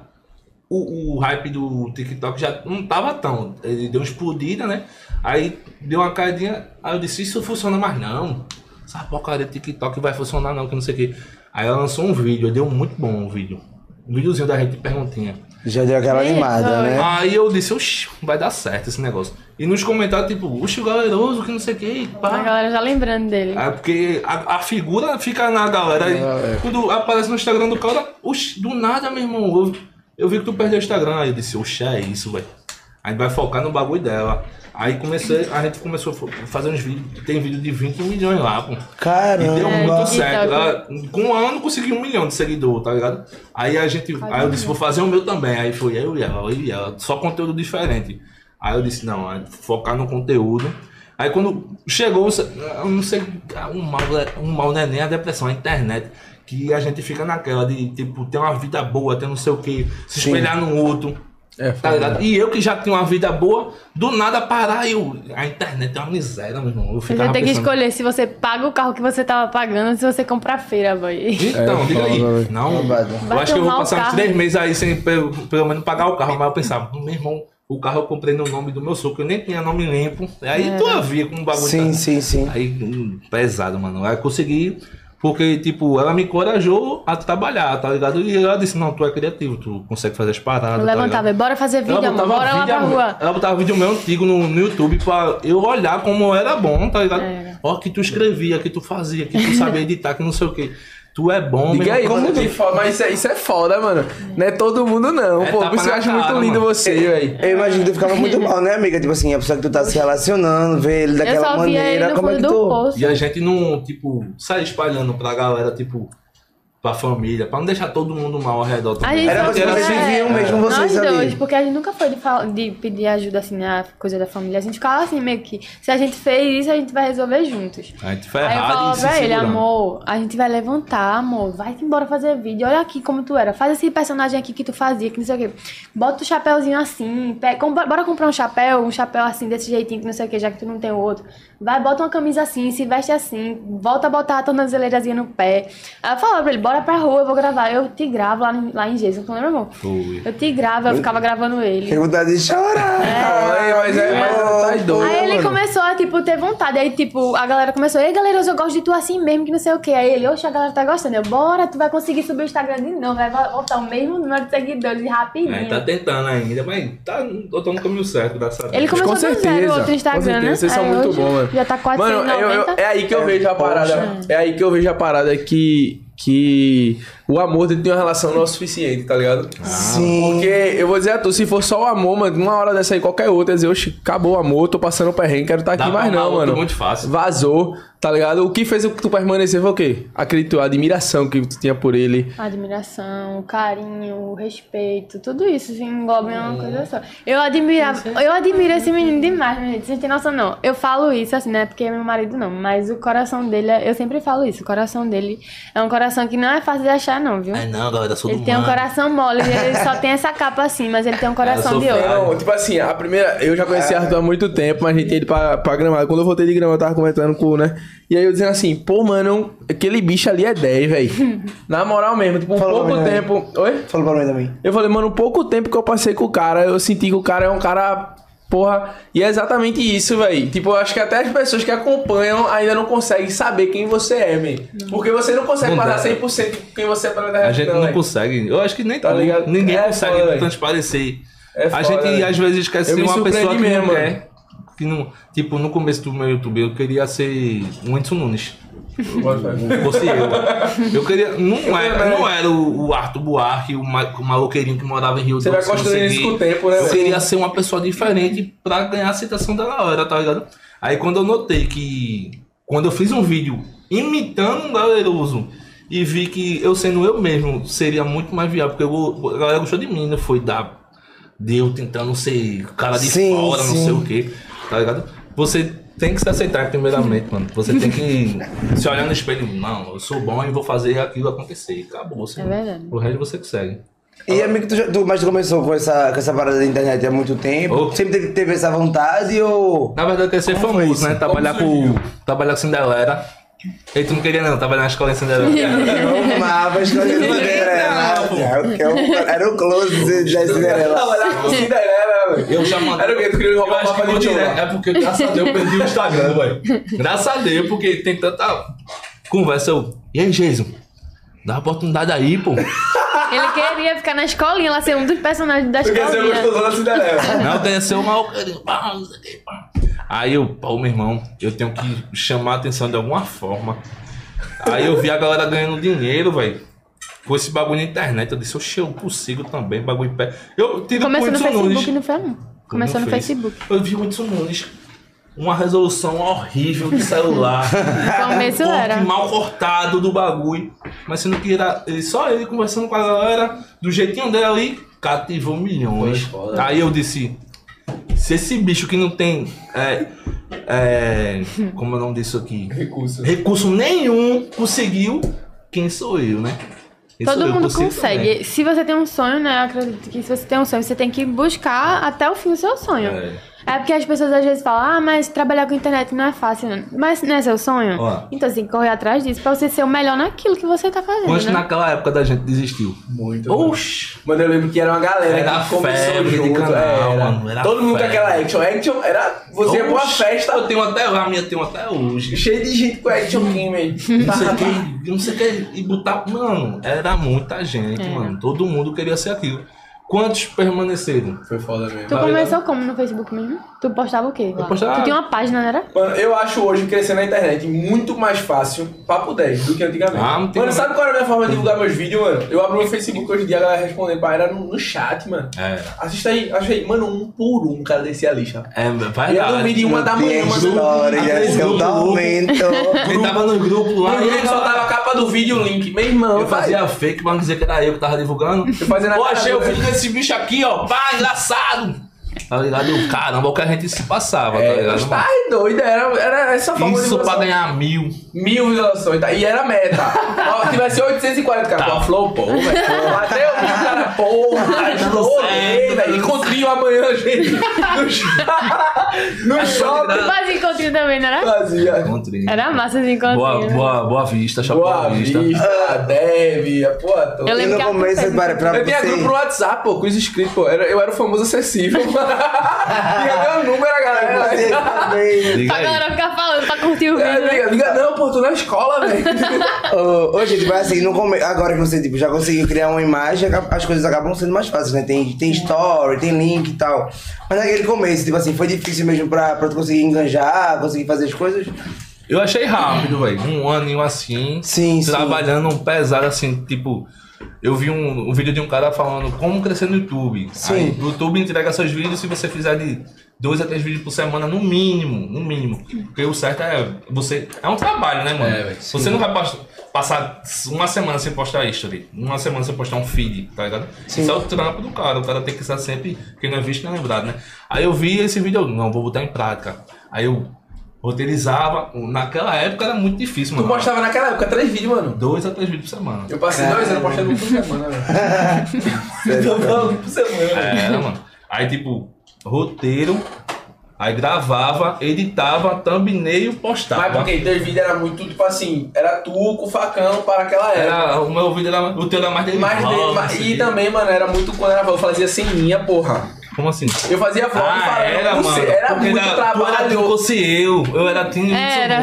Speaker 4: O, o hype do TikTok já não tava tão. Ele deu uma explodida, né? Aí deu uma caidinha. Aí eu disse, isso funciona mais não. Essa porcaria de TikTok vai funcionar não, que não sei o que. Aí ela lançou um vídeo, deu muito bom o vídeo. Um videozinho da gente de perguntinha.
Speaker 2: Já deu aquela animada,
Speaker 3: É.
Speaker 2: né?
Speaker 4: Aí eu disse, oxi, vai dar certo esse negócio. E nos comentários, tipo, oxi, o galeroso, que não sei o que,
Speaker 3: A
Speaker 4: pá.
Speaker 3: galera já lembrando dele.
Speaker 4: É porque a, a figura fica na galera. Aí, Quando aparece no Instagram do cara, oxi, do nada, meu irmão. Eu, eu vi que tu perdeu o Instagram. Aí eu disse, oxi, é isso, velho. Aí vai focar no bagulho dela. Aí comecei, a gente começou a fo- fazer uns vídeos. Tem vídeo de 20 milhões lá, pô. E deu
Speaker 2: Caramba.
Speaker 4: muito
Speaker 3: TikTok.
Speaker 4: certo. Ela-
Speaker 3: então.
Speaker 4: com um ano conseguiu um milhão de seguidor, tá ligado? Aí a gente. aí
Speaker 3: um
Speaker 4: eu disse, vou fazer o meu também. Aí foi eu e ela, eu e ela. Só conteúdo diferente. Aí eu disse, não, é focar no conteúdo. Aí quando chegou, eu não sei, um mal, um mal não é nem a depressão, é a internet. Que a gente fica naquela de, tipo, ter uma vida boa, ter não sei o que, se espelhar no outro.
Speaker 1: É,
Speaker 4: Tá ligado? E eu que já tinha uma vida boa, do nada parar, eu. A internet é uma miséria, meu irmão. Eu
Speaker 3: Você
Speaker 4: ficava
Speaker 3: vai ter que
Speaker 4: pensando,
Speaker 3: escolher se você paga o carro que você tava pagando ou se você compra a feira, boy.
Speaker 4: Então,
Speaker 1: É,
Speaker 4: diga aí.
Speaker 1: foda, velho.
Speaker 4: Não,
Speaker 2: Roubado.
Speaker 4: eu
Speaker 3: Vai
Speaker 4: acho que eu
Speaker 3: tomar
Speaker 4: vou
Speaker 3: o
Speaker 4: passar uns
Speaker 3: carro.
Speaker 4: três meses aí sem pelo, pelo menos pagar o carro, mas eu pensava, meu irmão, o carro eu comprei no nome do meu sogro, eu nem tinha nome
Speaker 3: É.
Speaker 4: limpo. Aí tu havia com um bagulho.
Speaker 2: Sim,
Speaker 4: tá-
Speaker 2: sim, sim.
Speaker 4: Aí, hum, pesado, mano. Aí consegui Porque, tipo, ela me encorajou a trabalhar, tá ligado? E ela disse, não, tu é criativo, tu consegue fazer as paradas.
Speaker 3: Eu
Speaker 4: tá
Speaker 3: levantava,
Speaker 4: ligado?
Speaker 3: bora fazer vídeo,
Speaker 4: Ela
Speaker 3: amor,
Speaker 4: botava,
Speaker 3: bora lá
Speaker 4: vídeo,
Speaker 3: pra
Speaker 4: amor.
Speaker 3: rua.
Speaker 4: ela botava vídeo meu antigo no, no YouTube pra eu olhar como era bom, tá ligado?
Speaker 3: Era.
Speaker 4: Ó, que tu escrevia, que tu fazia, que tu sabia editar, que não sei o quê. Tu é bom, meu
Speaker 1: Diga aí,
Speaker 4: irmão.
Speaker 1: mano, que foda, mas isso é, isso é foda, mano. Não é todo mundo, não.
Speaker 4: É
Speaker 1: Pô, por
Speaker 4: tapa
Speaker 1: isso que eu
Speaker 4: na
Speaker 1: acho muito
Speaker 4: cara,
Speaker 1: lindo
Speaker 4: mano.
Speaker 1: você, velho.
Speaker 2: Eu imagino que tu ficava muito mal, né, amiga? Tipo assim, a pessoa que tu tá se relacionando, vê ele
Speaker 3: Eu
Speaker 2: daquela
Speaker 3: só via ele
Speaker 2: maneira.
Speaker 3: no
Speaker 2: Como é
Speaker 3: fundo
Speaker 2: que
Speaker 3: do
Speaker 2: tu.
Speaker 3: poço.
Speaker 4: E a gente não, tipo, sai espalhando pra galera, tipo, pra família, pra não deixar todo mundo mal ao redor
Speaker 3: A
Speaker 4: também.
Speaker 3: gente
Speaker 2: Era
Speaker 3: só
Speaker 2: vocês
Speaker 3: via-
Speaker 2: vocês viam mesmo
Speaker 3: Nós
Speaker 2: vocês ali.
Speaker 3: dois, porque a gente nunca foi de, fal- de pedir ajuda assim na coisa da família. A gente ficava assim, meio que, se a gente fez isso, a gente vai resolver juntos.
Speaker 4: A gente foi
Speaker 3: Aí eu
Speaker 4: errado
Speaker 3: falava
Speaker 4: e se
Speaker 3: pra ele, é
Speaker 4: segurando.
Speaker 3: amor, a gente vai levantar, amor, vai embora fazer vídeo. Olha aqui como tu era. Faz esse personagem aqui que tu fazia, que não sei o quê. Bota o chapéuzinho assim, pe- com- bora comprar um chapéu, um chapéu assim, desse jeitinho, que não sei o quê, já que tu não tem outro. Vai, bota uma camisa assim, se veste assim, volta a botar a tornozeleirazinha no pé. Aí eu falava pra ele, bora pra rua, eu vou gravar. Eu te gravo lá, em- lá em Jesus, tu lembra, amor?
Speaker 4: Foi.
Speaker 3: Eu te gravo, eu ficava gravando ele.
Speaker 2: Tem vontade de chorar.
Speaker 1: Ai, mas é, mas tá doido.
Speaker 3: Aí ele
Speaker 1: mano.
Speaker 3: começou a, tipo, ter vontade. Aí, tipo, a galera começou, ei, galera, eu gosto de tu assim mesmo, que não sei o quê. Aí ele, oxe, a galera tá gostando. Eu, bora, tu vai conseguir subir o Instagram de novo, vai voltar o mesmo número de seguidores
Speaker 4: A gente
Speaker 1: É,
Speaker 3: rapidinho.
Speaker 4: tá tentando ainda, mas tá, eu tô no caminho certo, graças a Deus.
Speaker 3: né? Ele começou
Speaker 1: Com
Speaker 3: do zero
Speaker 1: certeza,
Speaker 3: outro Instagram,
Speaker 1: com certeza.
Speaker 3: né?
Speaker 1: Vocês são
Speaker 3: Aí
Speaker 1: muito
Speaker 3: hoje
Speaker 1: bons, mano.
Speaker 3: Já tá quase
Speaker 1: Mano, eu- eu- é aí que eu vejo a parada. É aí que eu vejo a parada que, que o amor dele tem uma relação não é o suficiente, tá ligado?
Speaker 4: Ah.
Speaker 2: Sim.
Speaker 1: Porque eu vou dizer a tu, se for só o amor, mano, uma hora dessa aí, qualquer outra, ia dizer, oxe, acabou o amor, tô passando o perrengue, quero estar
Speaker 4: Dá
Speaker 1: aqui
Speaker 4: pra
Speaker 1: mais
Speaker 4: amar
Speaker 1: não,
Speaker 4: outro
Speaker 1: mano.
Speaker 4: muito fácil.
Speaker 1: Vazou, tá ligado? O que fez o que tu permanecer foi o quê? Acredito, a admiração que tu tinha por ele.
Speaker 3: A Admiração, o carinho, o respeito, tudo isso se engloba em uma coisa só. Eu admirava, eu admiro esse menino demais, minha gente. Vocês têm noção, não. Eu falo isso assim, né? Porque é meu marido não, mas o coração dele, é- eu sempre falo isso, o coração dele é um coração que não é fácil de achar, não, viu?
Speaker 4: Ai, não, galera, sou
Speaker 3: Ele
Speaker 4: do
Speaker 3: tem um
Speaker 4: mano.
Speaker 3: coração mole, ele só tem essa capa assim, mas ele tem um coração
Speaker 4: sou
Speaker 3: de ouro.
Speaker 4: fera.
Speaker 1: Não, tipo assim, a primeira. Eu já conheci Arthur há muito tempo, mas a gente ia ele pra, pra gramado. Quando eu voltei de gramado, eu tava comentando com o, né? E aí eu dizendo assim, pô, mano, aquele bicho ali é 10, velho. Na moral mesmo, tipo, um
Speaker 2: Falou,
Speaker 1: pouco
Speaker 2: né?
Speaker 1: tempo. Oi?
Speaker 2: Falou pra mim também.
Speaker 1: Eu falei, mano, um pouco tempo que eu passei com o cara, eu senti que o cara é um cara. Porra, e é exatamente isso, velho. Tipo, eu acho que até as pessoas que acompanham ainda não conseguem saber quem você é, man. Porque você não consegue
Speaker 4: Não dá.
Speaker 1: passar 100% quem você é pra
Speaker 4: A gente não,
Speaker 1: véi.
Speaker 4: consegue. Eu acho que nem
Speaker 1: Tá
Speaker 4: tu,
Speaker 1: ligado?
Speaker 4: ninguém
Speaker 1: É
Speaker 4: consegue
Speaker 1: foda, velho.
Speaker 4: transparecer.
Speaker 1: É
Speaker 4: a
Speaker 1: foda,
Speaker 4: gente
Speaker 1: velho.
Speaker 4: às vezes quer
Speaker 1: Eu
Speaker 4: ser
Speaker 1: me
Speaker 4: uma
Speaker 1: surpreendi
Speaker 4: pessoa que
Speaker 1: mesmo,
Speaker 4: não
Speaker 1: mano.
Speaker 4: quer. Que não, tipo, no começo do meu YouTube eu queria ser o Anderson Nunes. Não fosse eu. Eu queria. Não era, não era o, o Arthur Buarque, o, ma, o maloqueirinho que morava em Rio
Speaker 1: Você
Speaker 4: Doce,
Speaker 1: vai
Speaker 4: não sei
Speaker 1: construindo
Speaker 4: o
Speaker 1: isso
Speaker 4: quê.
Speaker 1: com o tempo, né,
Speaker 4: Eu
Speaker 1: velho?
Speaker 4: queria ser uma pessoa diferente pra ganhar a aceitação da galera, tá ligado? Aí quando eu notei que. Quando eu fiz um vídeo imitando um galeroso e vi que eu sendo eu mesmo seria muito mais viável, porque eu vou- a galera gostou de mim, não foi da. De eu tentando ser cara de
Speaker 2: Sim,
Speaker 4: fora, não
Speaker 2: sim.
Speaker 4: sei o quê, tá ligado? Você tem que se aceitar primeiramente, mano. Você tem que se olhar no espelho, não, eu sou bom e vou fazer aquilo acontecer. Acabou,
Speaker 3: É
Speaker 4: senhor.
Speaker 3: verdade.
Speaker 4: O resto você consegue.
Speaker 2: E amigo, tu, já- tu- mas tu começou com essa, com essa parada da internet há muito tempo?
Speaker 4: Oh.
Speaker 2: Sempre teve, teve essa vontade ou.
Speaker 4: Na verdade, eu queria ser famoso, né? Trabalhar com, trabalhar com Cinderela. Ele não queria, não, trabalhar na escola em Cinderela.
Speaker 2: Não, Mas escolhendo Cinderela. Era o close de da Cinderela.
Speaker 1: Trabalhar com Cinderela, velho.
Speaker 4: Eu já mandei.
Speaker 1: Era o quê? Tu queria me
Speaker 4: Eu
Speaker 1: roubar
Speaker 4: acho
Speaker 1: mapa
Speaker 4: que
Speaker 1: de
Speaker 4: vou
Speaker 1: Diogo?
Speaker 4: direto. É porque, graças a Deus, eu perdi o Instagram, velho. Graças a Deus, porque tem tanta conversa. Eu... E aí, Jason? Dá uma oportunidade aí, pô.
Speaker 3: Ele queria ficar na escolinha, lá ser um dos personagens da
Speaker 1: Porque você
Speaker 3: escolinha.
Speaker 1: gostosão da Cinderela.
Speaker 4: Não, tem que ser o maior carinho. pá, não sei o quê, pá. Aí eu, pô, meu irmão, eu tenho que chamar a atenção de alguma forma. Aí eu vi a galera ganhando dinheiro, velho. Com esse bagulho na internet, eu disse, oxe, eu consigo também, bagulho pé. Eu tive
Speaker 3: Começou
Speaker 4: com
Speaker 3: no
Speaker 4: o Edson Nunes.
Speaker 3: Facebook, né? não foi não. Começou no Facebook.
Speaker 4: Eu vi o Edson Nunes. Uma resolução horrível de celular.
Speaker 3: No começo
Speaker 4: Corte
Speaker 3: Então, era.
Speaker 4: mal cortado do bagulho. Mas sendo que era ele- só ele conversando com a galera, do jeitinho dele ali, cativou milhões. Aí eu disse: se esse bicho que não tem. É, é, como é o nome disso aqui?
Speaker 1: Recurso.
Speaker 4: Recurso nenhum conseguiu, quem sou eu, né? Quem sou
Speaker 3: Todo
Speaker 4: eu? É.
Speaker 3: mundo
Speaker 4: Consigo
Speaker 3: consegue.
Speaker 4: também.
Speaker 3: Se você tem um sonho, né? Eu acredito que se você tem um sonho, você tem que buscar até o fim o seu sonho.
Speaker 4: É.
Speaker 3: É porque as pessoas às vezes falam, ah, mas trabalhar com internet não é fácil, né? Mas não é seu sonho?
Speaker 4: Ó.
Speaker 3: Então você tem que correr atrás disso pra você ser o melhor naquilo que você tá fazendo.
Speaker 4: Quantos
Speaker 3: né?
Speaker 4: naquela época da gente desistiu?
Speaker 1: Muito.
Speaker 4: Oxi!
Speaker 1: Mano, eu lembro que era uma galera
Speaker 4: Era
Speaker 1: que começou
Speaker 4: febre de
Speaker 1: junto.
Speaker 4: canal,
Speaker 1: era.
Speaker 4: mano, era
Speaker 1: Todo mundo com
Speaker 4: febre.
Speaker 1: aquela action. Action era. Você ia pra uma
Speaker 4: Oxi. Eu
Speaker 1: festa
Speaker 4: tenho até lá, a minha tenho até hoje.
Speaker 1: cheia de gente com action game.
Speaker 4: Não sei o que, não sei o que. E botar. Mano, era muita gente,
Speaker 3: Era.
Speaker 4: mano. Todo mundo queria ser aquilo. Quantos permaneceram?
Speaker 1: Foi foda mesmo.
Speaker 3: Tu
Speaker 4: Tá
Speaker 3: começou como no Facebook mesmo? Tu postava o quê? lá?
Speaker 4: postava-
Speaker 3: Tu tinha uma página, não era?
Speaker 1: Mano, eu acho hoje crescer na internet muito mais fácil, papo 10, do que antigamente.
Speaker 4: Ah, não tem
Speaker 1: mano,
Speaker 4: como-
Speaker 1: sabe qual era a minha forma de divulgar meus vídeos, mano? Eu abro meu Facebook hoje em dia, a galera respondendo pra era no, no chat, mano.
Speaker 4: É.
Speaker 1: Assista aí, acha aí. Mano, um por um, o cara descia a lista.
Speaker 4: É, vai
Speaker 1: Ia
Speaker 4: lá.
Speaker 1: dormir de uma da manhã,
Speaker 2: Tem
Speaker 1: mano.
Speaker 2: história,
Speaker 4: aquele
Speaker 2: eu
Speaker 4: grupo louco.
Speaker 2: aumento.
Speaker 4: Ele tava no grupo lá.
Speaker 1: Mano,
Speaker 4: e
Speaker 1: ele
Speaker 4: aí,
Speaker 1: soltava a
Speaker 4: galera,
Speaker 1: capa do vídeo e o link. Meu irmão,
Speaker 4: Eu
Speaker 1: vai.
Speaker 4: fazia fake, mas não dizia que era eu que tava divulgando.
Speaker 1: Eu fazia na
Speaker 4: Pô,
Speaker 1: cara
Speaker 4: achei o
Speaker 1: dura.
Speaker 4: vídeo desse bicho aqui, ó. Pá, engraçado. Tá ligado? Eu, Caramba, o que a gente se passava, tá
Speaker 1: É,
Speaker 4: ligado?
Speaker 1: tá doido, era, era essa forma de
Speaker 4: Isso pra
Speaker 1: divulgação.
Speaker 4: ganhar mil.
Speaker 1: Mil visualizações, tá? E era meta. Ó, tivesse 840, cara.
Speaker 4: Tá.
Speaker 1: Pô, a Flow, pô, velho. Bateu o cara, porra. Estourei,
Speaker 4: certo, tá
Speaker 1: velho. Encontrinho amanhã, gente. No, sh- no shopping.
Speaker 3: Tu fazia encontrinho também, não era?
Speaker 1: Fazia.
Speaker 4: Encontrei.
Speaker 3: Era massa de encontrinho.
Speaker 4: Boa,
Speaker 3: né?
Speaker 4: boa, boa vista, chapéu
Speaker 1: Boa
Speaker 4: boa vista.
Speaker 1: vista, deve, a porra toda.
Speaker 3: Eu
Speaker 2: E
Speaker 3: lembro
Speaker 2: no
Speaker 3: que a
Speaker 2: começo,
Speaker 3: Arthur fez
Speaker 2: para, pra
Speaker 1: Eu tinha
Speaker 2: você...
Speaker 1: grupo no WhatsApp, pô, com os inscritos, pô. Era- eu era o famoso acessível. tinha meu número, a
Speaker 2: Você
Speaker 1: galera.
Speaker 2: também.
Speaker 4: Liga
Speaker 3: Pra
Speaker 4: aí.
Speaker 3: galera ficar falando, pra curtir o vídeo.
Speaker 1: É,
Speaker 3: né?
Speaker 1: liga, liga, não, pô, tô na escola, velho.
Speaker 2: Ô, ô, gente, mas assim, no come... agora que você tipo, já conseguiu criar uma imagem, acaba- as coisas acabam sendo mais fáceis, né? Tem, tem story, tem link e tal. Mas naquele começo, tipo assim, foi difícil mesmo pra, pra tu conseguir enganjar, conseguir fazer as coisas?
Speaker 4: Eu achei rápido, velho. Um aninho assim.
Speaker 2: Sim, sim.
Speaker 4: Trabalhando um pesado assim, tipo. Eu vi um, um vídeo de um cara falando como crescer no YouTube.
Speaker 2: Sim.
Speaker 4: Aí, o YouTube entrega seus vídeos se você fizer de dois a três vídeos por semana, no mínimo. No mínimo. Porque o certo é você. É um trabalho, né, mano?
Speaker 1: É, velho, sim.
Speaker 4: você não vai pas- passar uma semana sem postar history. Uma semana sem postar um feed, tá ligado? Isso é o trampo do cara. O cara tem que estar sempre. Quem não é visto não é lembrado, né? Aí eu vi esse vídeo, eu, não, vou botar em prática. Aí eu roteirizava. Naquela época era muito difícil,
Speaker 1: Tu
Speaker 4: mano.
Speaker 1: postava naquela época três vídeos, mano.
Speaker 4: dois a três vídeos por semana.
Speaker 1: Eu passei dois anos postando um por semana, velho.
Speaker 2: Sério.
Speaker 1: Não, por semana.
Speaker 4: Era, mano. Aí, tipo, roteiro. Aí gravava, editava, thumbnail,
Speaker 1: Mas
Speaker 4: postava.
Speaker 1: porque teu vídeo era muito, tipo assim, era tu com o facão para aquela época.
Speaker 4: Era, o meu vídeo era. O teu era mais dele.
Speaker 1: Mas de- mas-
Speaker 4: assim.
Speaker 1: e também, mano, era muito quando era, eu fazia sem minha, porra.
Speaker 4: Como assim?
Speaker 1: Eu fazia vlog
Speaker 4: Ah,
Speaker 1: falando,
Speaker 4: era,
Speaker 1: não
Speaker 4: mano.
Speaker 1: sei, era
Speaker 4: Porque
Speaker 1: muito
Speaker 4: era- Tu era
Speaker 1: trabalho.
Speaker 4: fosse eu. Eu era time
Speaker 3: Era.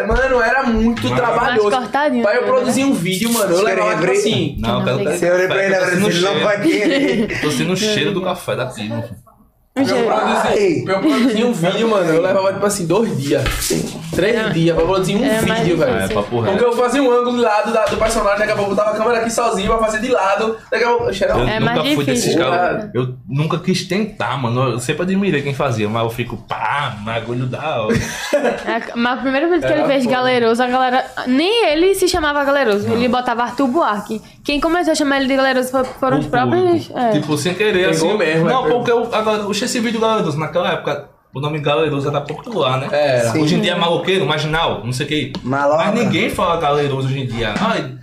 Speaker 1: É, mano, era muito
Speaker 4: Mas-
Speaker 1: trabalhoso.
Speaker 3: Mas cortadinho, né?
Speaker 1: Pra eu
Speaker 3: tudo,
Speaker 1: produzir um vídeo, mano, eu
Speaker 2: Vocês
Speaker 1: levava tipo
Speaker 2: querem
Speaker 1: assim.
Speaker 4: Não,
Speaker 3: Não,
Speaker 4: cara,
Speaker 3: obrigado.
Speaker 4: tá-
Speaker 2: Se eu olhei pra ele,
Speaker 4: tá- tá
Speaker 2: agora
Speaker 4: sentindo
Speaker 2: ele não
Speaker 4: cheiro.
Speaker 2: vai querer.
Speaker 4: Tô sentindo o cheiro do café daqui, mano.
Speaker 1: Pra
Speaker 3: Um
Speaker 1: eu,
Speaker 3: jeito.
Speaker 1: produzir,
Speaker 2: Ai.
Speaker 1: pra eu produzir um vídeo, mano, eu levava tipo assim, dois dias, três dias pra produzir um
Speaker 3: É, mas-
Speaker 1: vídeo, velho.
Speaker 4: É, papo
Speaker 1: Porque
Speaker 4: reto.
Speaker 1: eu fazia um ângulo de lado da- do personagem, daqui a pouco eu botava a câmera aqui sozinho pra fazer de lado, daqui a pouco. Oxe, era
Speaker 4: Eu
Speaker 1: uma-
Speaker 3: É mais
Speaker 4: nunca fui
Speaker 3: difícil.
Speaker 4: desses caras.
Speaker 1: Porra.
Speaker 4: Eu nunca quis tentar, mano. Eu sempre admirei quem fazia, mas eu fico, pá, bagulho da hora.
Speaker 3: É, mas a primeira vez que
Speaker 1: Era
Speaker 3: ele fez
Speaker 1: foda.
Speaker 3: Galeroso, a galera. Nem ele se chamava Galeroso, ele botava Arthur Buarque. Quem começou a chamar ele de Galeroso foi- foram
Speaker 4: O
Speaker 3: os próprios.
Speaker 4: público.
Speaker 3: é.
Speaker 4: Tipo, sem
Speaker 1: Pegou
Speaker 4: querer, assim.
Speaker 1: mesmo,
Speaker 4: não,
Speaker 1: é,
Speaker 4: porque eu, agora, eu achei esse vídeo galeroso. Naquela época, o nome galeroso era popular, né?
Speaker 1: Era.
Speaker 4: Hoje em dia é maloqueiro, marginal, não sei o que.
Speaker 2: Maloca.
Speaker 4: Mas ninguém fala galeroso hoje em dia. Ai,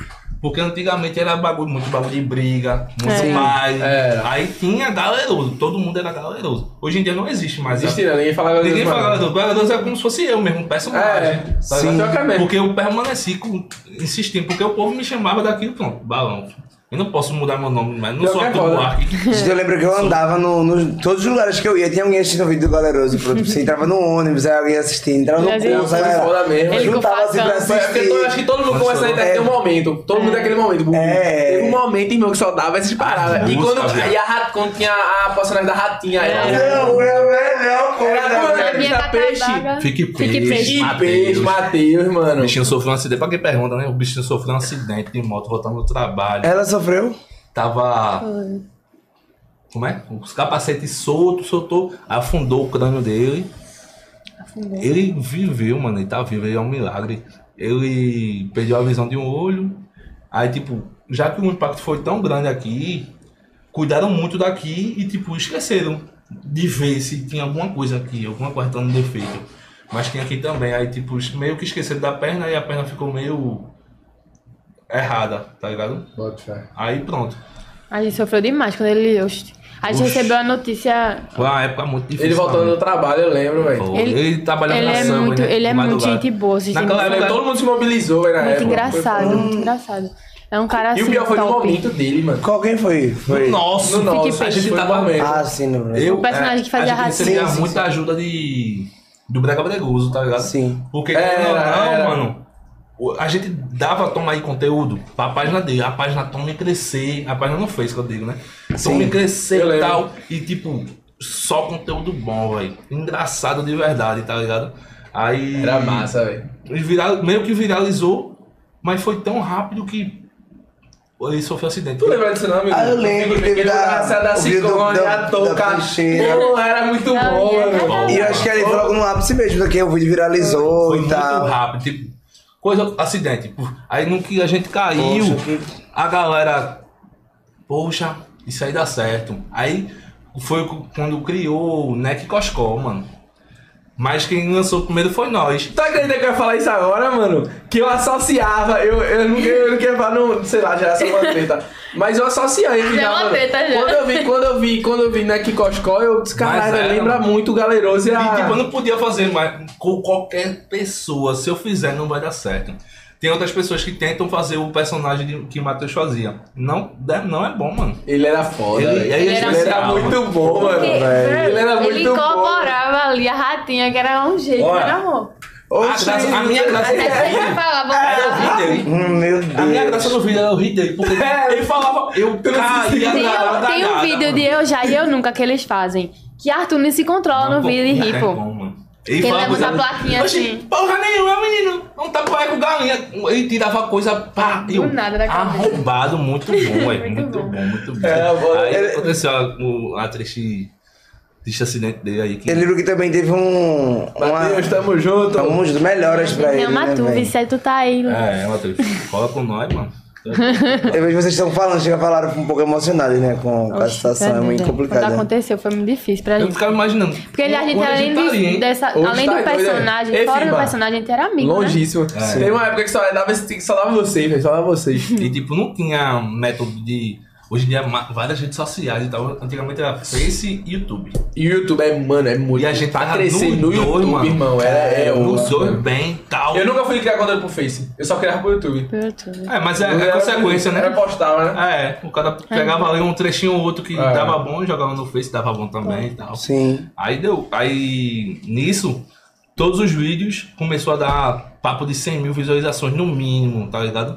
Speaker 4: porque antigamente era bagulho, muito bagulho de briga, muito
Speaker 3: É.
Speaker 4: mais.
Speaker 1: Era.
Speaker 4: Aí tinha galeroso, todo mundo era galeroso. Hoje em dia não existe mais.
Speaker 1: Existe, né? Ninguém falava
Speaker 4: Ninguém fala
Speaker 1: falava.
Speaker 4: galeroso. Galeroso é como se fosse eu mesmo, um personagem.
Speaker 1: É,
Speaker 4: tá
Speaker 1: sim.
Speaker 4: ligado?
Speaker 1: Pior que é mesmo.
Speaker 4: Porque eu permaneci com, insistindo, porque o povo me chamava daquilo, pronto, balão. Eu não posso mudar meu nome, mas não
Speaker 1: Pior
Speaker 4: sou
Speaker 1: que é
Speaker 4: Arthur
Speaker 1: foda.
Speaker 4: Buarque.
Speaker 2: Gente, eu lembro que eu andava no, nos- todos os lugares que eu ia, tinha alguém assistindo o vídeo do Galeroso. Pronto, você entrava no ônibus, aí alguém assistindo, entrava no
Speaker 3: Mas ele-
Speaker 2: curso, aí
Speaker 1: Ele
Speaker 2: era-
Speaker 1: foda mesmo.
Speaker 3: Ele
Speaker 2: juntava assim
Speaker 3: com
Speaker 2: pra
Speaker 1: Foi, É, porque
Speaker 2: assistir.
Speaker 1: eu acho que todo mundo
Speaker 4: Quando
Speaker 1: começa a
Speaker 4: chegou-
Speaker 1: entrar tem um momento. Todo mundo naquele momento. Bum.
Speaker 2: É.
Speaker 1: Teve um momento, meu, que só dava essas paradas. E
Speaker 4: Música,
Speaker 1: quando,
Speaker 4: velho.
Speaker 1: e a rat, quando tinha a personagem da ratinha, ela.
Speaker 2: Não, é a melhor
Speaker 1: Era
Speaker 2: coisa.
Speaker 1: doido.
Speaker 2: velho.
Speaker 1: Fica peixe.
Speaker 4: Fique peixe.
Speaker 1: Ih, Matheus,
Speaker 4: Mateus.
Speaker 1: Matheus,
Speaker 4: O
Speaker 1: mano.
Speaker 4: bichinho sofreu um acidente. Pra quem pergunta, né? O bichinho sofreu um acidente de moto voltando do
Speaker 1: É.
Speaker 4: trabalho.
Speaker 2: Ela sofreu?
Speaker 4: Tava.
Speaker 3: Foi.
Speaker 4: Como é? Os capacetes soltos, soltou, afundou o crânio dele.
Speaker 3: Afundou.
Speaker 4: Ele viveu, mano. Ele tá vivo, ele é um milagre. Ele perdeu a visão de um olho. Aí, tipo, já que o impacto foi tão grande aqui, cuidaram muito daqui e, tipo, esqueceram de ver se tinha alguma coisa aqui, alguma coisa dando defeito. Mas tem aqui também. Aí, tipo, meio que esqueceram da perna e a perna ficou meio errada, tá ligado? Aí pronto.
Speaker 3: A gente sofreu demais quando ele. Oxi. A gente
Speaker 4: Oxi.
Speaker 3: recebeu a notícia.
Speaker 4: Foi uma época muito difícil.
Speaker 1: Ele voltando do
Speaker 4: pra
Speaker 1: trabalho, eu lembro,
Speaker 4: mim.
Speaker 1: velho.
Speaker 4: Pô, Ele,
Speaker 3: Ele-
Speaker 4: trabalhava
Speaker 3: ele
Speaker 4: na
Speaker 3: é
Speaker 4: samba,
Speaker 3: muito-
Speaker 4: né?
Speaker 3: ele é
Speaker 4: De
Speaker 3: muito
Speaker 4: madrugada.
Speaker 3: gente boa, gente
Speaker 4: Naquela
Speaker 3: boa.
Speaker 4: época,
Speaker 1: Todo mundo se mobilizou, velho, na
Speaker 3: Muito
Speaker 1: época.
Speaker 3: engraçado,
Speaker 1: Foi-
Speaker 3: muito engraçado. É um cara assim.
Speaker 1: E o pior foi no
Speaker 3: top.
Speaker 1: momento dele, mano.
Speaker 2: Qual quem foi? Foi.
Speaker 4: Nossa,
Speaker 1: No nosso,
Speaker 4: a gente
Speaker 1: foi
Speaker 4: tava...
Speaker 1: no momento.
Speaker 2: Ah, sim, não.
Speaker 4: Eu,
Speaker 3: O personagem
Speaker 4: é,
Speaker 3: que fazia
Speaker 4: a gente
Speaker 3: racismo.
Speaker 4: recebia
Speaker 2: Sim, sim,
Speaker 4: muita ajuda de do Brega Bregoso, tá ligado?
Speaker 2: Sim.
Speaker 4: Porque,
Speaker 1: Era,
Speaker 4: querendo ou não,
Speaker 1: era.
Speaker 4: mano, o- a gente dava toma aí conteúdo pra página dele, a página Tome crescer, a página não fez que eu digo, né? Tome crescer
Speaker 1: eu
Speaker 4: e
Speaker 1: lembro.
Speaker 4: tal, e tipo, só conteúdo bom, velho. Engraçado de verdade, tá ligado? Aí.
Speaker 1: Era massa, velho.
Speaker 4: E viral- meio que viralizou, mas foi tão rápido que ele sofreu acidente.
Speaker 1: Tu lembra disso não, amigo?
Speaker 2: Ah, eu lembro,
Speaker 1: Aquele
Speaker 2: teve da-
Speaker 1: braço da
Speaker 2: o vídeo do-
Speaker 1: Ciccone,
Speaker 2: da-
Speaker 1: a
Speaker 2: da
Speaker 1: touca.
Speaker 2: peixeira.
Speaker 1: Pô, era muito
Speaker 3: Não,
Speaker 1: bom,
Speaker 3: é.
Speaker 1: mano.
Speaker 2: E eu acho que ele
Speaker 1: Pô,
Speaker 2: falou no ápice mesmo, porque o vídeo viralizou
Speaker 4: Foi
Speaker 2: e
Speaker 4: muito
Speaker 2: tal.
Speaker 4: rápido. Tipo, coisa, acidente. pô. Aí no que a gente caiu,
Speaker 2: Poxa, que-
Speaker 4: a galera. Poxa, isso aí dá certo. Aí foi cu- quando criou o Neck Coscó, mano. Mas quem lançou primeiro foi nós.
Speaker 1: Tu acredita que eu ia falar isso agora, mano? Que eu associava, eu, eu, não, eu não queria falar, não, sei lá, geração preta. Mas eu associava, ele
Speaker 3: Já é
Speaker 1: já,
Speaker 3: uma
Speaker 1: mano.
Speaker 3: treta, já.
Speaker 1: Quando eu vi, quando eu vi, quando eu vi, né, que Coscó, eu disse, caralho,
Speaker 4: era,
Speaker 1: lembra
Speaker 4: mano.
Speaker 1: muito o Galeroso e a...
Speaker 4: E tipo, eu não podia fazer mais com qualquer pessoa. Se eu fizer, não vai dar certo. Tem outras pessoas que tentam fazer o personagem de- que Matheus fazia. Não, não é bom, mano.
Speaker 1: Ele era foda,
Speaker 4: Ele-
Speaker 1: velho.
Speaker 4: ele
Speaker 3: era
Speaker 1: ele era
Speaker 4: especial,
Speaker 1: muito
Speaker 4: mano.
Speaker 1: bom, mano.
Speaker 3: Porque, velho,
Speaker 1: Ele era muito
Speaker 3: ele incorporava ali a ratinha, que era um jeito,
Speaker 4: Olha.
Speaker 3: era amor.
Speaker 1: bom.
Speaker 4: A graça- a minha graça
Speaker 3: Até
Speaker 4: era
Speaker 3: você
Speaker 4: ele.
Speaker 3: falar,
Speaker 4: É, Era o
Speaker 3: botava.
Speaker 4: vídeo dele.
Speaker 2: Hum, Meu Deus.
Speaker 4: A minha graça no vídeo era eu rir dele, porque É, ele falava, eu caía
Speaker 3: Tem,
Speaker 4: na
Speaker 3: um- tem um
Speaker 4: gargalhada,
Speaker 3: vídeo
Speaker 4: mano.
Speaker 3: de Eu Já e Eu Nunca que eles fazem. Que Arthur nem se controla no
Speaker 4: pô,
Speaker 3: vídeo e
Speaker 4: não É
Speaker 3: ri,
Speaker 4: tem
Speaker 3: pô.
Speaker 4: como, mano. Ele
Speaker 3: Ele
Speaker 4: falava
Speaker 3: levanta
Speaker 4: coisa-
Speaker 3: a plaquinha
Speaker 4: Oxi,
Speaker 3: assim.
Speaker 4: Porra nenhuma, menino. Não tá porra com galinha. Ele tirava coisa, pá. Eu,
Speaker 3: Ah, nada da cabeça.
Speaker 4: Arrombado, muito bom, ué.
Speaker 3: Muito
Speaker 4: muito
Speaker 3: bom.
Speaker 4: bom, muito bom.
Speaker 1: É, bom,
Speaker 4: aí
Speaker 1: ele-
Speaker 4: aconteceu a, o, a triste, triste acidente assim, né, dele aí. Que...
Speaker 2: Eu lembro que também teve um. Uma...
Speaker 1: Matheus, tamo junto.
Speaker 2: Tamo junto, melhoras pra
Speaker 3: Me
Speaker 2: ele.
Speaker 3: ama
Speaker 2: né,
Speaker 3: tu,
Speaker 2: velho?
Speaker 3: Vicente, tu tá aí.
Speaker 4: É, Matheus, cola com nós, mano.
Speaker 2: Eu vejo vocês estão falando, chega a falar um pouco emocionados, né? Com com a
Speaker 3: Oxe,
Speaker 2: situação, é
Speaker 3: tadinho,
Speaker 2: muito
Speaker 3: né? Quando
Speaker 2: complicada.
Speaker 3: aconteceu, foi muito difícil pra
Speaker 4: Eu
Speaker 3: gente.
Speaker 4: ficava imaginando.
Speaker 3: Porque ele, a gente,
Speaker 4: Hoje
Speaker 3: além,
Speaker 4: tá
Speaker 3: de-
Speaker 4: ali, hein?
Speaker 3: dessa,
Speaker 1: Hoje
Speaker 3: além
Speaker 1: tá
Speaker 3: do
Speaker 1: doido, é.
Speaker 3: personagem,
Speaker 1: Ei,
Speaker 3: fora do
Speaker 1: Fimba.
Speaker 3: personagem, a gente era amigo, né?
Speaker 1: Longíssimo.
Speaker 4: É.
Speaker 1: Teve uma época que só dava, que só dava vocês, velho. Só dava vocês.
Speaker 4: E tipo, não tinha método de. Hoje em dia, ma- várias redes sociais e tal. Antigamente era Face e YouTube.
Speaker 1: E o YouTube é, mano, é muito.
Speaker 4: E a gente
Speaker 1: pra
Speaker 4: tava
Speaker 1: crescer
Speaker 4: no
Speaker 1: no,
Speaker 4: dois,
Speaker 1: YouTube,
Speaker 4: mano.
Speaker 1: irmão. É, é
Speaker 4: Os
Speaker 1: ouro,
Speaker 4: dois
Speaker 1: mano.
Speaker 4: bem tal.
Speaker 1: Eu nunca fui criar conteúdo pro Face. Eu só criava pro YouTube.
Speaker 3: Pelo tudo.
Speaker 4: É, mas é,
Speaker 1: Eu
Speaker 4: é
Speaker 1: era-
Speaker 4: consequência, né?
Speaker 1: Era postava, né?
Speaker 4: É, o cara pegava ali um trechinho ou outro que
Speaker 1: É.
Speaker 4: dava bom, jogava no Face, dava bom também e tal.
Speaker 2: Sim.
Speaker 4: Aí deu. Aí nisso, todos os vídeos começou a dar papo de 100 mil visualizações no mínimo, tá ligado?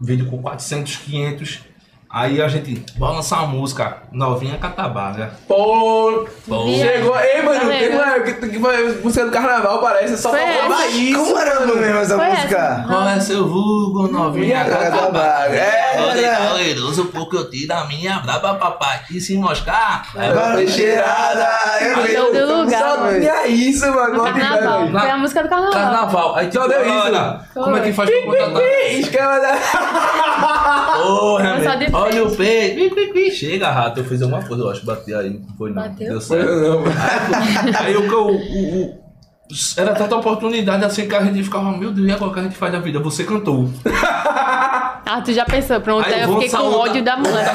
Speaker 4: Vídeo com 400, 500. Aí a gente, bora lançar uma música, novinha catabá, né?
Speaker 1: Pô.
Speaker 4: Pô.
Speaker 1: Chegou. Ei, mano,
Speaker 3: Tá
Speaker 1: teve
Speaker 3: vendo?
Speaker 1: uma época que foi música do carnaval, parece. Só
Speaker 3: Foi
Speaker 1: faltava
Speaker 3: essa.
Speaker 1: isso.
Speaker 2: Como era o nome mesmo essa
Speaker 3: Foi essa.
Speaker 2: música?
Speaker 4: Qual é seu vulgo, novinha
Speaker 1: Minha
Speaker 4: catabá?
Speaker 2: catabá. É,
Speaker 4: Olha,
Speaker 2: né?
Speaker 4: galeroso, porque eu tiro a minha braba, papai. E se moscar,
Speaker 2: Vai,
Speaker 1: Vai,
Speaker 2: cheirada! Eu
Speaker 3: Vai,
Speaker 2: lembro.
Speaker 3: todo lugar,
Speaker 1: tá Só
Speaker 2: velho.
Speaker 1: tinha isso, mano. Bota em pé,
Speaker 3: Carnaval.
Speaker 1: é velho.
Speaker 3: Foi a música do carnaval.
Speaker 4: Carnaval. Aí
Speaker 1: Só
Speaker 4: tu
Speaker 1: deu
Speaker 4: olha,
Speaker 1: isso.
Speaker 4: olha, Como é que faz pra contratar?
Speaker 1: Ih, Esquema da.
Speaker 4: Porra,
Speaker 3: Não, só de
Speaker 4: meu. Olha
Speaker 3: frente.
Speaker 4: o peito. Ih, ui, ui. Chega, rato. Eu fiz alguma coisa, eu acho. Bati aí. Não foi, não.
Speaker 3: Bateu?
Speaker 4: Deu certo.
Speaker 1: Não, mano.
Speaker 4: Aí o que eu. o- o- Era tanta oportunidade assim que a gente ficava, meu Deus, e agora o que a gente faz da vida? Você cantou.
Speaker 3: Arthur já pensou, pronto, aí eu
Speaker 4: vou
Speaker 3: fiquei com
Speaker 4: saudar-
Speaker 3: ódio da mulher.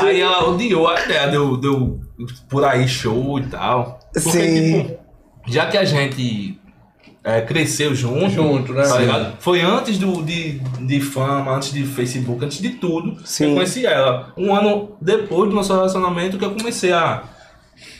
Speaker 4: Aí ela odiou a ideia, deu, deu por aí show e tal. Porque,
Speaker 2: Sim.
Speaker 4: tipo, já que a gente é, cresceu junto,
Speaker 1: Junto, né?
Speaker 4: tá
Speaker 1: Sim.
Speaker 4: ligado? Foi antes do, de, de fama, antes de Facebook, antes de tudo,
Speaker 2: Sim.
Speaker 4: eu conheci ela. Um ano depois do nosso relacionamento que eu comecei a,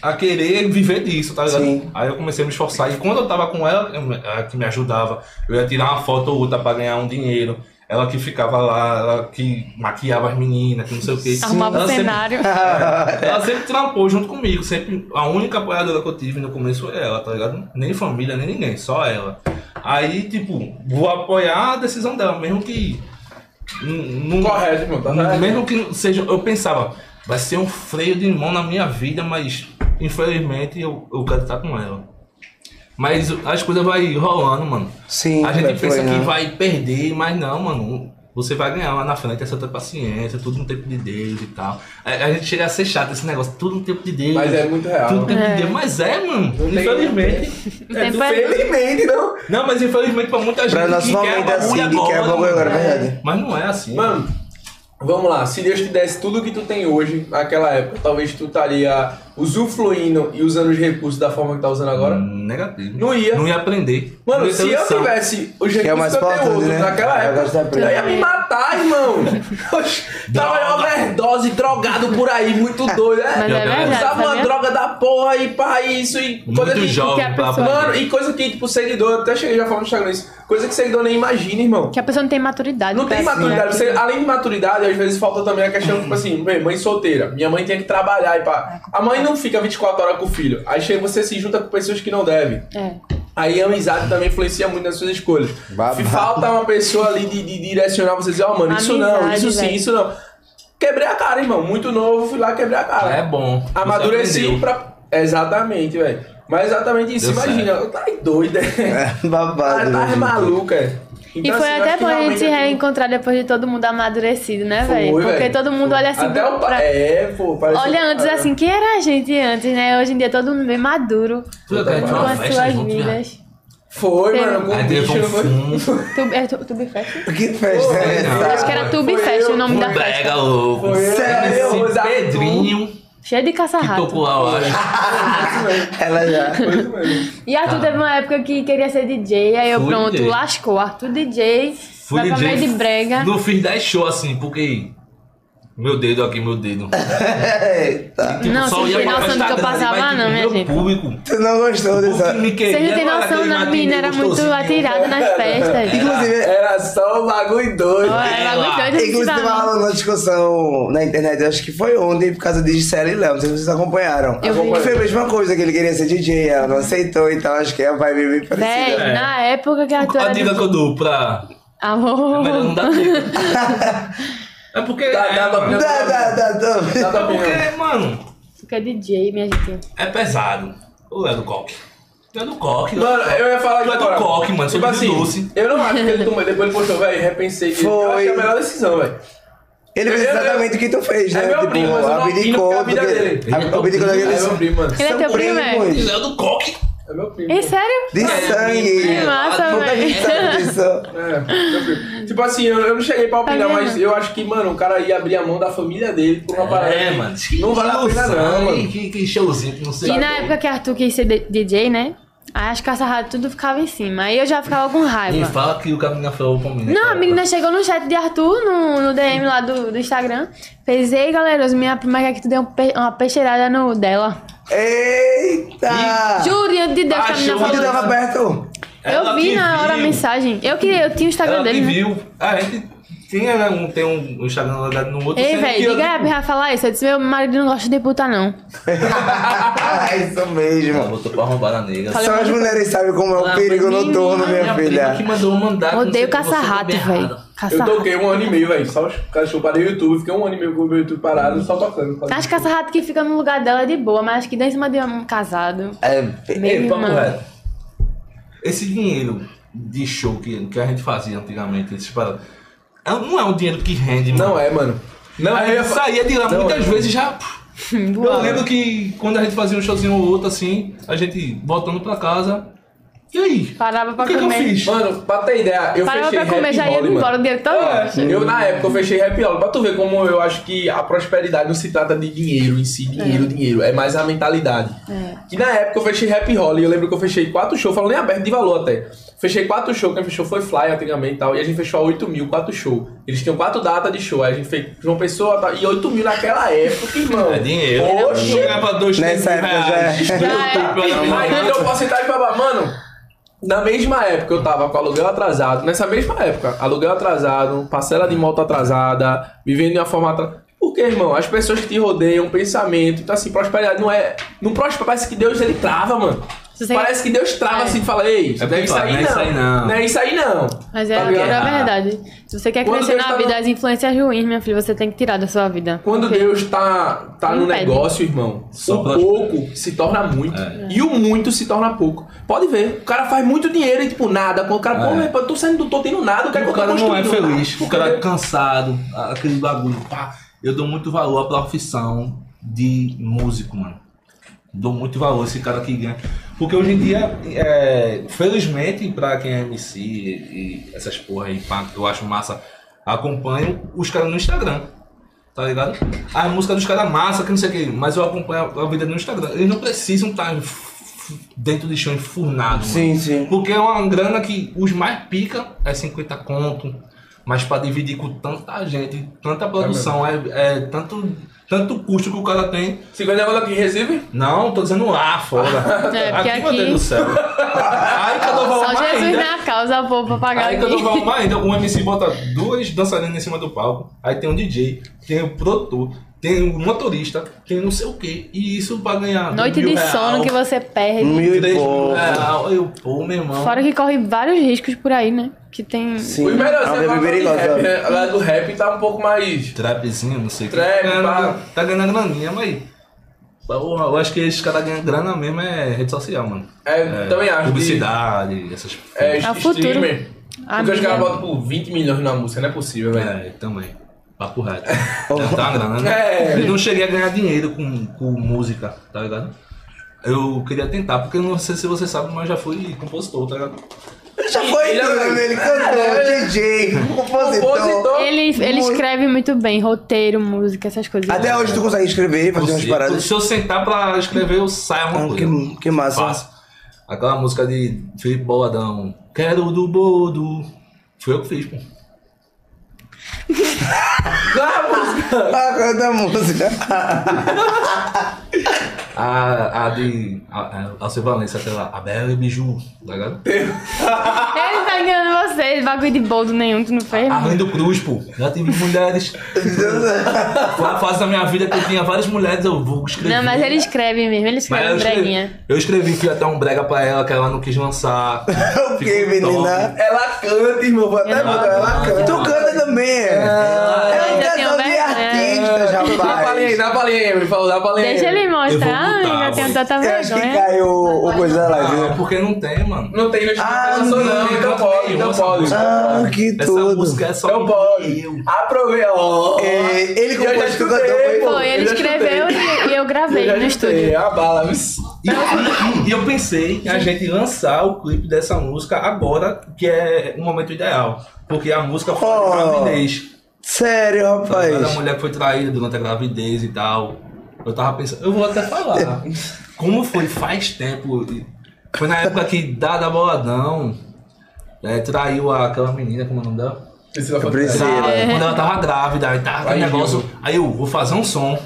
Speaker 4: a querer viver disso, tá ligado?
Speaker 2: Sim.
Speaker 4: Aí eu comecei a me esforçar. E quando eu tava com ela, eu- ela que me ajudava, eu ia tirar uma foto ou outra pra ganhar um dinheiro. Ela que ficava lá, ela que maquiava as meninas, que não sei o quê.
Speaker 3: Arrumava
Speaker 4: ela
Speaker 3: o
Speaker 4: sempre-
Speaker 3: cenário.
Speaker 4: ela sempre trampou junto comigo, sempre. A única apoiadora que eu tive no começo foi ela, tá ligado? Nem família, nem ninguém, só ela. Aí, tipo, vou apoiar a decisão dela, mesmo que. n- não-
Speaker 1: Correto, irmão. Tá certo.
Speaker 4: mesmo que seja. Eu pensava, vai ser um freio de mão na minha vida, mas infelizmente eu, eu quero estar com ela. Mas as coisas vai rolando, mano.
Speaker 2: Sim.
Speaker 4: A gente
Speaker 2: foi,
Speaker 4: pensa
Speaker 2: né?
Speaker 4: que vai perder, mas não, mano. Você vai ganhar lá na frente, essa tua paciência, tudo no tempo de Deus e tal. A, a gente chega a ser chato esse negócio, tudo no tempo de Deus.
Speaker 1: Mas é muito real.
Speaker 4: Tudo no tempo
Speaker 3: É.
Speaker 4: de Deus. Mas é, mano.
Speaker 1: Não tem-
Speaker 4: Infelizmente.
Speaker 3: O tempo é-
Speaker 1: Felizmente, não.
Speaker 4: Não, mas infelizmente pra muita gente
Speaker 2: Pra nós
Speaker 4: que quer
Speaker 2: momento
Speaker 4: bagulho
Speaker 2: assim, de que é
Speaker 4: agora,
Speaker 2: bagulho agora,
Speaker 4: mano.
Speaker 2: é verdade.
Speaker 4: Mas não é assim.
Speaker 1: Mano, Vamos lá, se Deus te desse tudo que tu tem hoje, naquela época, talvez tu estaria usufruindo e usando os recursos da forma que tá usando agora?
Speaker 4: Negativo.
Speaker 1: Não ia.
Speaker 4: Não ia aprender.
Speaker 1: Mano,
Speaker 4: Não ia ter
Speaker 1: se eu
Speaker 4: lição.
Speaker 1: tivesse os
Speaker 2: Que é o
Speaker 1: recursos
Speaker 2: mais
Speaker 1: que eu tenho
Speaker 2: importante,
Speaker 1: hoje
Speaker 2: né?
Speaker 1: naquela
Speaker 2: Ah, eu gosto de
Speaker 1: época,
Speaker 2: aprender.
Speaker 1: eu ia me matar, irmão. Oxe, Tava em overdose, drogado por aí, muito doido, né?
Speaker 3: Mas
Speaker 4: é verdade,
Speaker 1: Usava uma
Speaker 3: sabia?
Speaker 1: droga da porra e pá, isso e coisa
Speaker 4: Muito
Speaker 1: que...
Speaker 3: que
Speaker 4: jovem
Speaker 3: a
Speaker 4: pra
Speaker 3: pessoa-
Speaker 1: Mano,
Speaker 4: aprender.
Speaker 1: e coisa que, tipo, seguidor, eu até cheguei já falando no Instagram isso, coisa que seguidor nem imagina, irmão.
Speaker 3: Que a pessoa não tem maturidade.
Speaker 1: Não tem
Speaker 3: pra né? assumir
Speaker 1: maturidade. Você-
Speaker 3: aquilo.
Speaker 1: além de maturidade, às vezes falta também a questão, tipo assim, bem, mãe solteira. Minha mãe tem que trabalhar e
Speaker 3: É
Speaker 1: pá. A mãe não fica 24 horas com o filho. Aí chega, você se junta com pessoas que não devem.
Speaker 3: É.
Speaker 1: Aí a amizade também influencia muito nas suas escolhas.
Speaker 2: Babado.
Speaker 1: Falta uma pessoa ali de, de direcionar você dizer, ó, mano, isso não,
Speaker 3: Amizade,
Speaker 1: isso sim,
Speaker 3: velho.
Speaker 1: isso não. Quebrei a cara, irmão. Muito novo, fui lá quebrei a cara.
Speaker 4: É bom. Você
Speaker 1: Amadureci
Speaker 4: aprendeu.
Speaker 1: pra. Exatamente, velho. Mas exatamente isso.
Speaker 4: Deu
Speaker 1: Imagina, tá doida.
Speaker 2: É, babado.
Speaker 1: Tá,
Speaker 2: né,
Speaker 1: tá
Speaker 2: gente?
Speaker 1: maluca.
Speaker 3: E
Speaker 1: Então,
Speaker 3: foi
Speaker 1: assim, eu
Speaker 3: até
Speaker 1: acho que
Speaker 3: bom a gente
Speaker 1: realmente
Speaker 3: se
Speaker 1: é tudo-
Speaker 3: reencontrar depois de todo mundo amadurecido, né,
Speaker 1: Foi,
Speaker 3: velho? Porque
Speaker 1: velho.
Speaker 3: todo mundo
Speaker 1: Foi.
Speaker 3: olha assim.
Speaker 1: Até o pa-
Speaker 3: pra-
Speaker 1: É, pô, parece
Speaker 3: Olha antes
Speaker 1: cara.
Speaker 3: assim, quem era a gente antes, né? Hoje em dia todo mundo bem maduro.
Speaker 4: Tu ia ter
Speaker 3: Com
Speaker 4: uma
Speaker 3: as
Speaker 4: festa
Speaker 3: suas
Speaker 4: junto, viado.
Speaker 3: vidas.
Speaker 1: Foi,
Speaker 3: Teve.
Speaker 1: mano.
Speaker 4: Aí
Speaker 1: algum
Speaker 4: teve
Speaker 1: bicho,
Speaker 4: um
Speaker 1: foi-
Speaker 4: fundo.
Speaker 3: Tu, é tu, Tubifest?
Speaker 2: Que festa é
Speaker 4: Não.
Speaker 2: essa?
Speaker 3: Eu acho que era Tube
Speaker 1: Ah, Foi
Speaker 3: Fest
Speaker 1: eu,
Speaker 3: o nome da festa.
Speaker 4: Brega louco.
Speaker 1: Foi eu, eu,
Speaker 4: Sério,
Speaker 1: Rosa,
Speaker 4: esse Pedrinho.
Speaker 3: Cheio de
Speaker 4: Que
Speaker 3: caça-rato.
Speaker 4: tocou lá, eu acho.
Speaker 2: Ela já.
Speaker 1: Foi isso mesmo.
Speaker 3: E Arthur teve uma época que queria ser DJ, aí eu
Speaker 4: Fui
Speaker 3: pronto,
Speaker 4: DJ.
Speaker 3: lascou. Arthur DJ,
Speaker 4: Fui
Speaker 3: vai pra meio
Speaker 4: DJ.
Speaker 3: de brega.
Speaker 4: Não fiz 10 shows assim, porque. Meu dedo aqui, meu dedo.
Speaker 2: Eita.
Speaker 3: Não,
Speaker 4: só
Speaker 3: vocês
Speaker 4: ia
Speaker 3: não têm
Speaker 4: pra
Speaker 3: noção do que eu
Speaker 4: festa grande,
Speaker 3: passava lá,
Speaker 4: mas tipo,
Speaker 3: não, minha
Speaker 4: meu
Speaker 3: gente.
Speaker 4: público.
Speaker 2: Tu não gostou
Speaker 4: O que
Speaker 2: dessa.
Speaker 4: me queria
Speaker 3: Vocês não têm
Speaker 4: era
Speaker 3: noção,
Speaker 4: aquele
Speaker 3: não. A
Speaker 4: matinho
Speaker 3: menina era muito
Speaker 4: gostosinho.
Speaker 3: atirada nas festas.
Speaker 2: Inclusive,
Speaker 1: Era só um bagulho doido.
Speaker 3: Olha, era muito doido esse
Speaker 2: É, Inclusive, tava
Speaker 3: balão.
Speaker 2: rolando uma discussão na internet, eu acho que foi ontem, por causa de Gisele e Léo, não sei se vocês acompanharam.
Speaker 3: Eu vi.
Speaker 2: Que foi a mesma coisa, que ele queria ser DJ, ela não aceitou, então acho que é a vibe bem
Speaker 3: Véi,
Speaker 2: parecida.
Speaker 4: É.
Speaker 3: na época que Arthur
Speaker 4: A
Speaker 3: era.
Speaker 4: dica que
Speaker 3: DJ.
Speaker 4: eu dou pra. É melhor não
Speaker 3: Amor.
Speaker 4: dar dica. É porque.
Speaker 1: Dá-
Speaker 4: é,
Speaker 1: dá- dá-
Speaker 4: mano.
Speaker 1: dá-
Speaker 2: Dá, dá, dá, dá.
Speaker 3: tá
Speaker 1: Dá pra
Speaker 4: É
Speaker 1: pegar.
Speaker 4: porque, mano,
Speaker 3: Tu que é DJ, minha gente.
Speaker 4: é pesado. Ou é do coque? Tu é do coque.
Speaker 1: Mano, eu ia falar
Speaker 4: Tu é
Speaker 1: que
Speaker 4: do coque, mano, sou do doce.
Speaker 1: assim, Eu não acho que ele tomou. Depois ele postou, velho, repensei. Foi. Eu
Speaker 2: Foi.
Speaker 1: achei a melhor decisão, velho.
Speaker 2: Ele fez
Speaker 1: Eu- eu-
Speaker 2: exatamente o que tu fez,
Speaker 1: É
Speaker 2: né?
Speaker 1: meu primo, mas eu não opino porque
Speaker 2: abdicou
Speaker 1: é a vida dele.
Speaker 2: do que.
Speaker 4: Ele é
Speaker 2: Abdicou
Speaker 4: teu
Speaker 2: daquele.
Speaker 1: É meu primo, mano.
Speaker 3: Ele é
Speaker 2: São
Speaker 3: teu primo, é?
Speaker 2: primos.
Speaker 4: Tu é do coque.
Speaker 1: É meu primo.
Speaker 3: Ei, sério?
Speaker 2: De
Speaker 3: é
Speaker 2: sangue.
Speaker 3: Que massa,
Speaker 2: Nunca
Speaker 3: velho.
Speaker 2: vi tanto isso.
Speaker 1: É, meu primo. tipo assim, eu, eu não cheguei pra opinar,
Speaker 3: Tá vendo?
Speaker 1: mas eu acho que, mano, o cara ia abrir a mão da família dele por uma parada.
Speaker 4: É,
Speaker 1: que
Speaker 4: mano.
Speaker 1: Não vale a pena, não,
Speaker 4: Ai,
Speaker 1: mano.
Speaker 4: Que, que showzinho que não sei.
Speaker 3: E na época que Arthur quis ser de- DJ, né? Aí as caçarradas tudo ficava em cima. Aí eu já ficava com
Speaker 4: E
Speaker 3: raiva.
Speaker 4: fala que o caminho falou pra mim. né,
Speaker 3: É Não, a
Speaker 4: cara?
Speaker 3: menina chegou no chat de Arthur, no, no DM lá do, do Instagram. Fez, ei, galera, minha prima quer que tu dê um pe- uma peixeirada no dela.
Speaker 2: Eita!
Speaker 3: Juro, diante de Deus, que a menina
Speaker 4: Ah.
Speaker 2: Tu
Speaker 4: Achou
Speaker 3: falou.
Speaker 2: tava perto?
Speaker 3: Eu
Speaker 4: Ela
Speaker 3: vi
Speaker 4: que
Speaker 3: na hora a
Speaker 4: viu.
Speaker 3: mensagem. Eu, queria, eu tinha o Instagram
Speaker 4: Ela que
Speaker 3: dele, né?
Speaker 4: viu. Ah, a gente tinha, né, um, tem um, um Instagram na verdade, no outro.
Speaker 3: Ei,
Speaker 4: sendo que
Speaker 3: velho,
Speaker 4: eu-
Speaker 3: diga aí pra falar isso. Eu disse, meu marido não gosta de puta, não.
Speaker 2: Ah, isso
Speaker 4: Ela
Speaker 2: mesmo.
Speaker 4: botou pra arrombar na nega.
Speaker 3: Falei,
Speaker 2: Só as mulheres sabem como é o
Speaker 4: Ah,
Speaker 2: perigo
Speaker 3: menina,
Speaker 2: noturno, minha
Speaker 4: prima que
Speaker 2: filha.
Speaker 4: mandou um mandato. não sei
Speaker 3: Odeio
Speaker 4: que você
Speaker 3: caça-rato,
Speaker 4: foi bem
Speaker 3: velho.
Speaker 4: errado.
Speaker 1: Eu
Speaker 3: Caça-rato.
Speaker 1: toquei um ano e meio, velho. Só os cachorros parei o YouTube, fiquei um ano e meio com o meu YouTube parado, só tocando.
Speaker 3: Acho que caça-rato que fica no lugar dela é de boa, mas acho que dá em cima de um casado.
Speaker 2: É,
Speaker 3: Meio
Speaker 4: Ei, papo
Speaker 3: irmão.
Speaker 4: reto. Esse dinheiro de show que, que a gente fazia antigamente, esses paradas, é- não é um dinheiro que rende, mano.
Speaker 1: Não é, mano. Não,
Speaker 4: A
Speaker 1: é.
Speaker 4: gente saía de lá
Speaker 1: Não,
Speaker 4: muitas
Speaker 1: é.
Speaker 4: vezes já. pff, Eu lembro que quando a gente fazia um showzinho ou outro assim, a gente voltando pra casa. E aí?
Speaker 3: Parava pra
Speaker 4: o que, é que eu
Speaker 3: comer.
Speaker 4: fiz?
Speaker 1: Mano, pra ter ideia, eu
Speaker 3: Parava
Speaker 1: fechei
Speaker 3: pra comer,
Speaker 1: Happy
Speaker 3: já ia
Speaker 1: Holy,
Speaker 3: embora o
Speaker 1: mano.
Speaker 3: dinheiro todo.
Speaker 1: É, eu na época eu fechei Happy Hour, pra tu ver como eu acho que a prosperidade não se trata de dinheiro em si, dinheiro, dinheiro, é mais a mentalidade.
Speaker 3: É.
Speaker 1: Que na época eu fechei Happy Hour e eu lembro que eu fechei quatro shows, falando em aberto de valor até. Fechei quatro shows, quem fechou foi Fly antigamente e tal, e a gente fechou a 8 mil, quatro shows. Eles tinham quatro datas de show, aí a gente fez João Pessoa tá, e tal, e 8 mil naquela época, irmão.
Speaker 4: É dinheiro.
Speaker 1: Oxe,
Speaker 4: Chegar pra dois, três
Speaker 2: Nessa
Speaker 4: mil
Speaker 2: época já
Speaker 4: reais.
Speaker 2: é.
Speaker 4: Desculpa,
Speaker 1: Aí
Speaker 4: pelo amor de
Speaker 1: aí
Speaker 4: Deus.
Speaker 1: deu porcentagem pra baixo. Mano, na mesma época eu tava com aluguel atrasado, nessa mesma época, aluguel atrasado, parcela de moto atrasada, vivendo de uma forma atrasada. Por que, irmão? As pessoas que te rodeiam, pensamento, então assim, prosperidade não é. Não prospera, parece que Deus ele trava, mano.
Speaker 3: Se você-
Speaker 1: Parece que Deus trava
Speaker 3: É.
Speaker 1: assim e fala, ei,
Speaker 4: É
Speaker 1: não é isso aí
Speaker 4: porque fala,
Speaker 1: não. Não
Speaker 4: não
Speaker 1: é
Speaker 4: é
Speaker 1: isso aí não.
Speaker 3: Mas é,
Speaker 1: Tá
Speaker 3: a
Speaker 1: ligado?
Speaker 3: pura verdade. Se você quer
Speaker 1: Quando
Speaker 3: crescer
Speaker 1: Deus tá
Speaker 3: na vida,
Speaker 1: no-
Speaker 3: as influências ruins, minha filha, você tem que tirar da sua vida.
Speaker 1: Quando Deus tá, tá no
Speaker 3: Impede.
Speaker 1: negócio, irmão,
Speaker 4: Só
Speaker 1: o
Speaker 4: pra-
Speaker 1: pouco se torna muito.
Speaker 4: É.
Speaker 1: E o muito se torna pouco. Pode ver, o cara faz muito dinheiro e, tipo, nada. O cara, pô,
Speaker 4: É.
Speaker 1: meu, eu tô saindo do tô tendo nada, o cara,
Speaker 4: O cara não é
Speaker 1: construindo.
Speaker 4: feliz, o cara é cansado, aquele bagulho. Pá, eu dou muito valor à profissão de músico, mano. Dou muito valor a esse cara que ganha. Porque hoje em dia, é, felizmente, pra quem é MC e, e essas porra aí, pá, que eu acho massa, acompanho os caras no Instagram. Tá ligado? A música dos caras é massa, que não sei o que, mas eu acompanho a a vida no Instagram. Eles não precisam estar f- f- dentro de chão enfurnado. mano.
Speaker 2: Sim, sim.
Speaker 4: Porque é uma grana que os mais pica é 50 conto, mas pra dividir com tanta gente, tanta produção, é, é tanto, tanto custo que o cara tem.
Speaker 1: 50 conto aqui em Recife?
Speaker 4: Não, tô dizendo lá fora.
Speaker 3: É, porque
Speaker 4: meu
Speaker 3: aqui-
Speaker 4: Deus do céu. Aí que eu dou valor
Speaker 3: Só
Speaker 4: mais
Speaker 3: Jesus
Speaker 4: ainda.
Speaker 3: na causa, pô, pra pagar
Speaker 4: Aí que eu
Speaker 3: aqui.
Speaker 4: dou valor mais ainda. O MC bota duas dançarinas em cima do palco, aí tem um DJ, tem o produtor, tem o motorista, tem não sei o que. E isso pra ganhar.
Speaker 3: Noite
Speaker 4: mil
Speaker 3: de sono
Speaker 4: real,
Speaker 3: que você perde.
Speaker 2: Mil e
Speaker 4: Três mil
Speaker 2: pouco.
Speaker 4: real. Eu, pô, meu irmão.
Speaker 3: Fora que corre vários riscos por aí, né? Que tem.
Speaker 2: Sim.
Speaker 1: Os melhores
Speaker 2: É um
Speaker 1: é
Speaker 2: bebê
Speaker 1: a galera do
Speaker 2: perigoso,
Speaker 1: rap,
Speaker 2: ó.
Speaker 1: né? A galera do rap tá um pouco mais.
Speaker 4: Trapzinho, não sei o que.
Speaker 1: Trap,
Speaker 4: Tá
Speaker 1: pá.
Speaker 4: ganhando, tá ganhando graninha, mas. Porra, eu acho que esses caras ganham grana mesmo é rede social, mano.
Speaker 1: É, também acho. de-
Speaker 4: Publicidade, essas
Speaker 1: É,
Speaker 3: É o
Speaker 1: streamer.
Speaker 3: A
Speaker 1: Porque os
Speaker 3: mídia.
Speaker 1: caras botam por 20 milhões na música, não é possível, velho.
Speaker 4: É, também. Papo reto. Já tá uma grana,
Speaker 1: É.
Speaker 4: né? Eu não cheguei a ganhar dinheiro com, com música, tá ligado? Eu queria tentar, porque eu não sei se você sabe, mas eu já fui compositor, tá ligado?
Speaker 2: Ele já foi
Speaker 1: Ele é
Speaker 2: tudo,
Speaker 1: doido.
Speaker 2: né? Ele cantou, DJ, compositor.
Speaker 1: Compositor.
Speaker 3: Ele, ele escreve muito bem, roteiro, música, essas coisas.
Speaker 2: Até hoje tu consegue escrever e fazer umas
Speaker 4: Consigo.
Speaker 2: paradas.
Speaker 4: Se eu sentar pra escrever, eu saio
Speaker 2: Ah,
Speaker 4: uma coisa.
Speaker 2: que- que massa.
Speaker 4: Fácil. Aquela música de Felipe Boladão. Quero do Bodo. Foi eu que fiz, pô.
Speaker 2: Ah, canta a música.
Speaker 4: A, a de. A, a, a Silvia Valença, aquela. A Bela e o Biju, tá ligado?
Speaker 3: Ele tá enganando vocês, bagulho de boldo nenhum, tu não fez?
Speaker 4: A Rui do Cruz, pô. Já tive mulheres. Foi a fase da minha vida que eu tinha várias mulheres, eu vou escrever.
Speaker 3: Não, mas é ele escreve mesmo, ele
Speaker 4: Mas
Speaker 3: escreve um breguinha.
Speaker 4: eu escrevi que ia dar um brega pra ela, que ela não quis lançar.
Speaker 2: O que,
Speaker 4: Ficou um
Speaker 2: menina?
Speaker 4: top.
Speaker 2: Ela canta, irmão. Vou até botar. Ela canta. Tu canta também. É
Speaker 3: eu
Speaker 2: uma
Speaker 3: ainda tenho
Speaker 2: canção de artistas,
Speaker 3: vergonha.
Speaker 1: Dá a palhinha aí,
Speaker 2: rapaz.
Speaker 1: dá a palhinha aí, me falou, dá a palhinha aí.
Speaker 3: Deixa ele tá
Speaker 4: Eu vou
Speaker 3: mostrar,
Speaker 4: botar,
Speaker 3: ai, eu
Speaker 4: mãe.
Speaker 3: tenho tanta
Speaker 2: Eu acho É que
Speaker 3: vergonha.
Speaker 2: caiu o
Speaker 3: Tá
Speaker 2: o coisa da live.
Speaker 4: Ah,
Speaker 2: né?
Speaker 4: porque não tem, mano.
Speaker 1: Não tem, não
Speaker 2: Ah,
Speaker 1: ah, não,
Speaker 4: não,
Speaker 1: então
Speaker 4: não
Speaker 1: pode,
Speaker 4: tem,
Speaker 1: então
Speaker 4: nossa,
Speaker 1: pode.
Speaker 4: música.
Speaker 2: Ah, que
Speaker 4: Essa
Speaker 2: tudo.
Speaker 4: música é só
Speaker 1: Então
Speaker 4: pode. eu.
Speaker 1: pode. Aproveita. ó.
Speaker 2: É, ele
Speaker 1: Eu já
Speaker 2: compôs, tu cantou,
Speaker 1: escutei,
Speaker 2: foi?
Speaker 1: pô,
Speaker 3: Foi, ele
Speaker 1: eu já
Speaker 3: escreveu
Speaker 1: escutei.
Speaker 3: e e eu gravei
Speaker 1: Eu já
Speaker 3: no
Speaker 1: escutei,
Speaker 3: estúdio.
Speaker 1: é uma bala. viu?
Speaker 4: E eu, e eu pensei em a gente lançar o clipe dessa música agora, que é o momento ideal. Porque a música fala de
Speaker 2: Oh. é
Speaker 4: gravidez.
Speaker 2: Sério,
Speaker 4: Tá ligado?
Speaker 2: rapaz.
Speaker 4: A mulher que foi traída durante a gravidez e tal. Eu tava pensando, eu vou até falar. Como foi faz tempo. e Foi na época que Dada Boladão é, traiu aquela menina, como é o nome dela?
Speaker 1: Priscila
Speaker 2: Eu
Speaker 1: Fantasma.
Speaker 2: preciso.
Speaker 4: Ah, Quando ela tava grávida, aí tava
Speaker 1: Vai,
Speaker 4: aquele negócio.
Speaker 1: Gil.
Speaker 4: Aí eu vou fazer um som.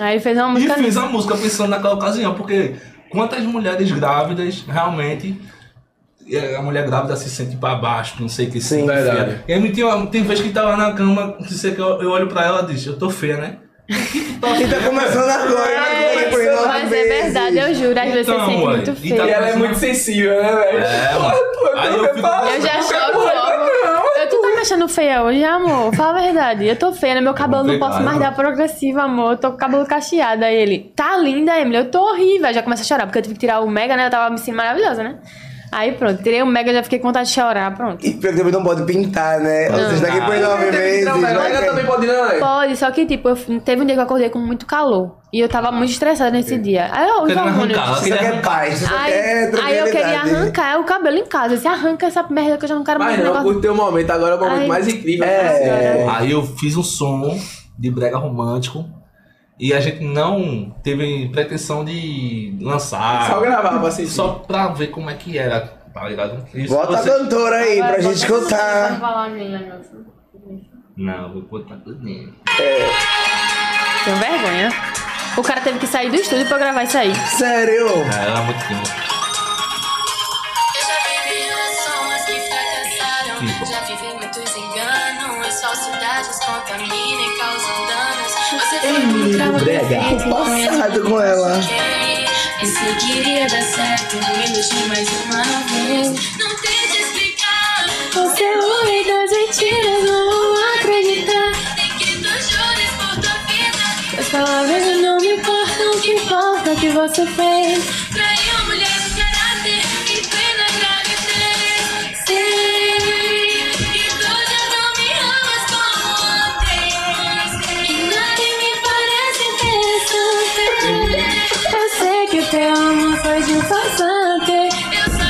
Speaker 3: Aí ele fez uma
Speaker 4: E
Speaker 3: música.
Speaker 4: fiz a música pensando naquela ocasião, porque quantas mulheres grávidas realmente. é, A mulher grávida se sente pra baixo, não sei o que se sente
Speaker 1: verdade.
Speaker 4: feia. E aí tem, uma- tem vez que tá lá na cama, não sei o que, eu, eu olho pra ela e diz, eu tô feia, né?
Speaker 2: E tá começando agora. Agora foi
Speaker 3: É,
Speaker 2: nove
Speaker 3: mas é verdade, eu
Speaker 2: vezes.
Speaker 3: juro, às vezes você
Speaker 4: Então,
Speaker 3: sente
Speaker 4: ué,
Speaker 3: muito
Speaker 4: e tá
Speaker 1: E
Speaker 3: feio.
Speaker 1: ela é muito sensível, né, velho?
Speaker 4: É, mano.
Speaker 1: Pô,
Speaker 4: Aí
Speaker 1: tô
Speaker 4: eu fico-
Speaker 1: preparado.
Speaker 3: Eu já choco
Speaker 1: Pô,
Speaker 3: logo. Eu, tu tá me achando feia hoje, amor? Fala a verdade. Eu tô feia, né? Meu cabelo não
Speaker 4: pegar,
Speaker 3: posso mais
Speaker 4: né?
Speaker 3: dar progressivo, amor. Eu tô com o cabelo cacheado. Aí ele, tá linda, Emily. Eu tô horrível. Aí Já começa a chorar, porque eu tive que tirar o mega, né? Eu tava me sentindo maravilhosa, né? Aí pronto, tirei o mega, já fiquei com vontade de chorar, pronto.
Speaker 2: E pior que também não pode pintar, né? Ou seja, daqui por nove meses.
Speaker 1: Não, mas
Speaker 2: vai
Speaker 1: é ela também
Speaker 2: cair.
Speaker 1: pode, né, velho?
Speaker 3: Pode, só que tipo, eu f- teve um dia que eu acordei com muito calor. E eu tava muito estressada nesse dia. Aí eu, os
Speaker 4: Querendo
Speaker 3: hormônios.
Speaker 4: arrancar,
Speaker 1: assim.
Speaker 2: Você só quer paz, você só
Speaker 3: Aí,
Speaker 2: quer
Speaker 3: aí eu queria
Speaker 2: É, tranquilidade.
Speaker 3: arrancar é o cabelo em casa. Se arranca essa merda que eu já não quero mais
Speaker 1: Mas não,
Speaker 3: negócio.
Speaker 1: curteu o momento, agora é o momento
Speaker 3: Ai.
Speaker 1: mais incrível.
Speaker 2: É.
Speaker 4: Aí eu fiz um som de brega romântico e a gente não teve pretensão de lançar.
Speaker 1: Só gravar pra assistir.
Speaker 4: Só pra ver como é que era, tá ligado? E se
Speaker 2: Bota a
Speaker 4: vocês-
Speaker 2: cantora aí pra gente escutar.
Speaker 4: Não, vou botar tudinho.
Speaker 3: Tenho vergonha. O cara teve que sair do estúdio pra eu gravar isso aí.
Speaker 2: Sério?
Speaker 4: Ah, ela é muito linda.
Speaker 5: Eu já vi relações que fracassaram. Já vivi muitos enganos, falsidades contaminam e causam danos. Você foi um trauma perfeito.
Speaker 2: Passado com ela.
Speaker 5: Pensei que iria dar certo, me iludir mais uma vez. Não tente explicar. Você é o rei das mentiras, não vou acreditar. Tem que tu jures por tua vida. As palavras já não me importam, o que importa é o que você fez. Traiu mulher de caráter, em plena gravidez. Sei que tu já não me amas como antes. E nada me parece um interessante. Eu sei que teu amor foi de façante. Eu só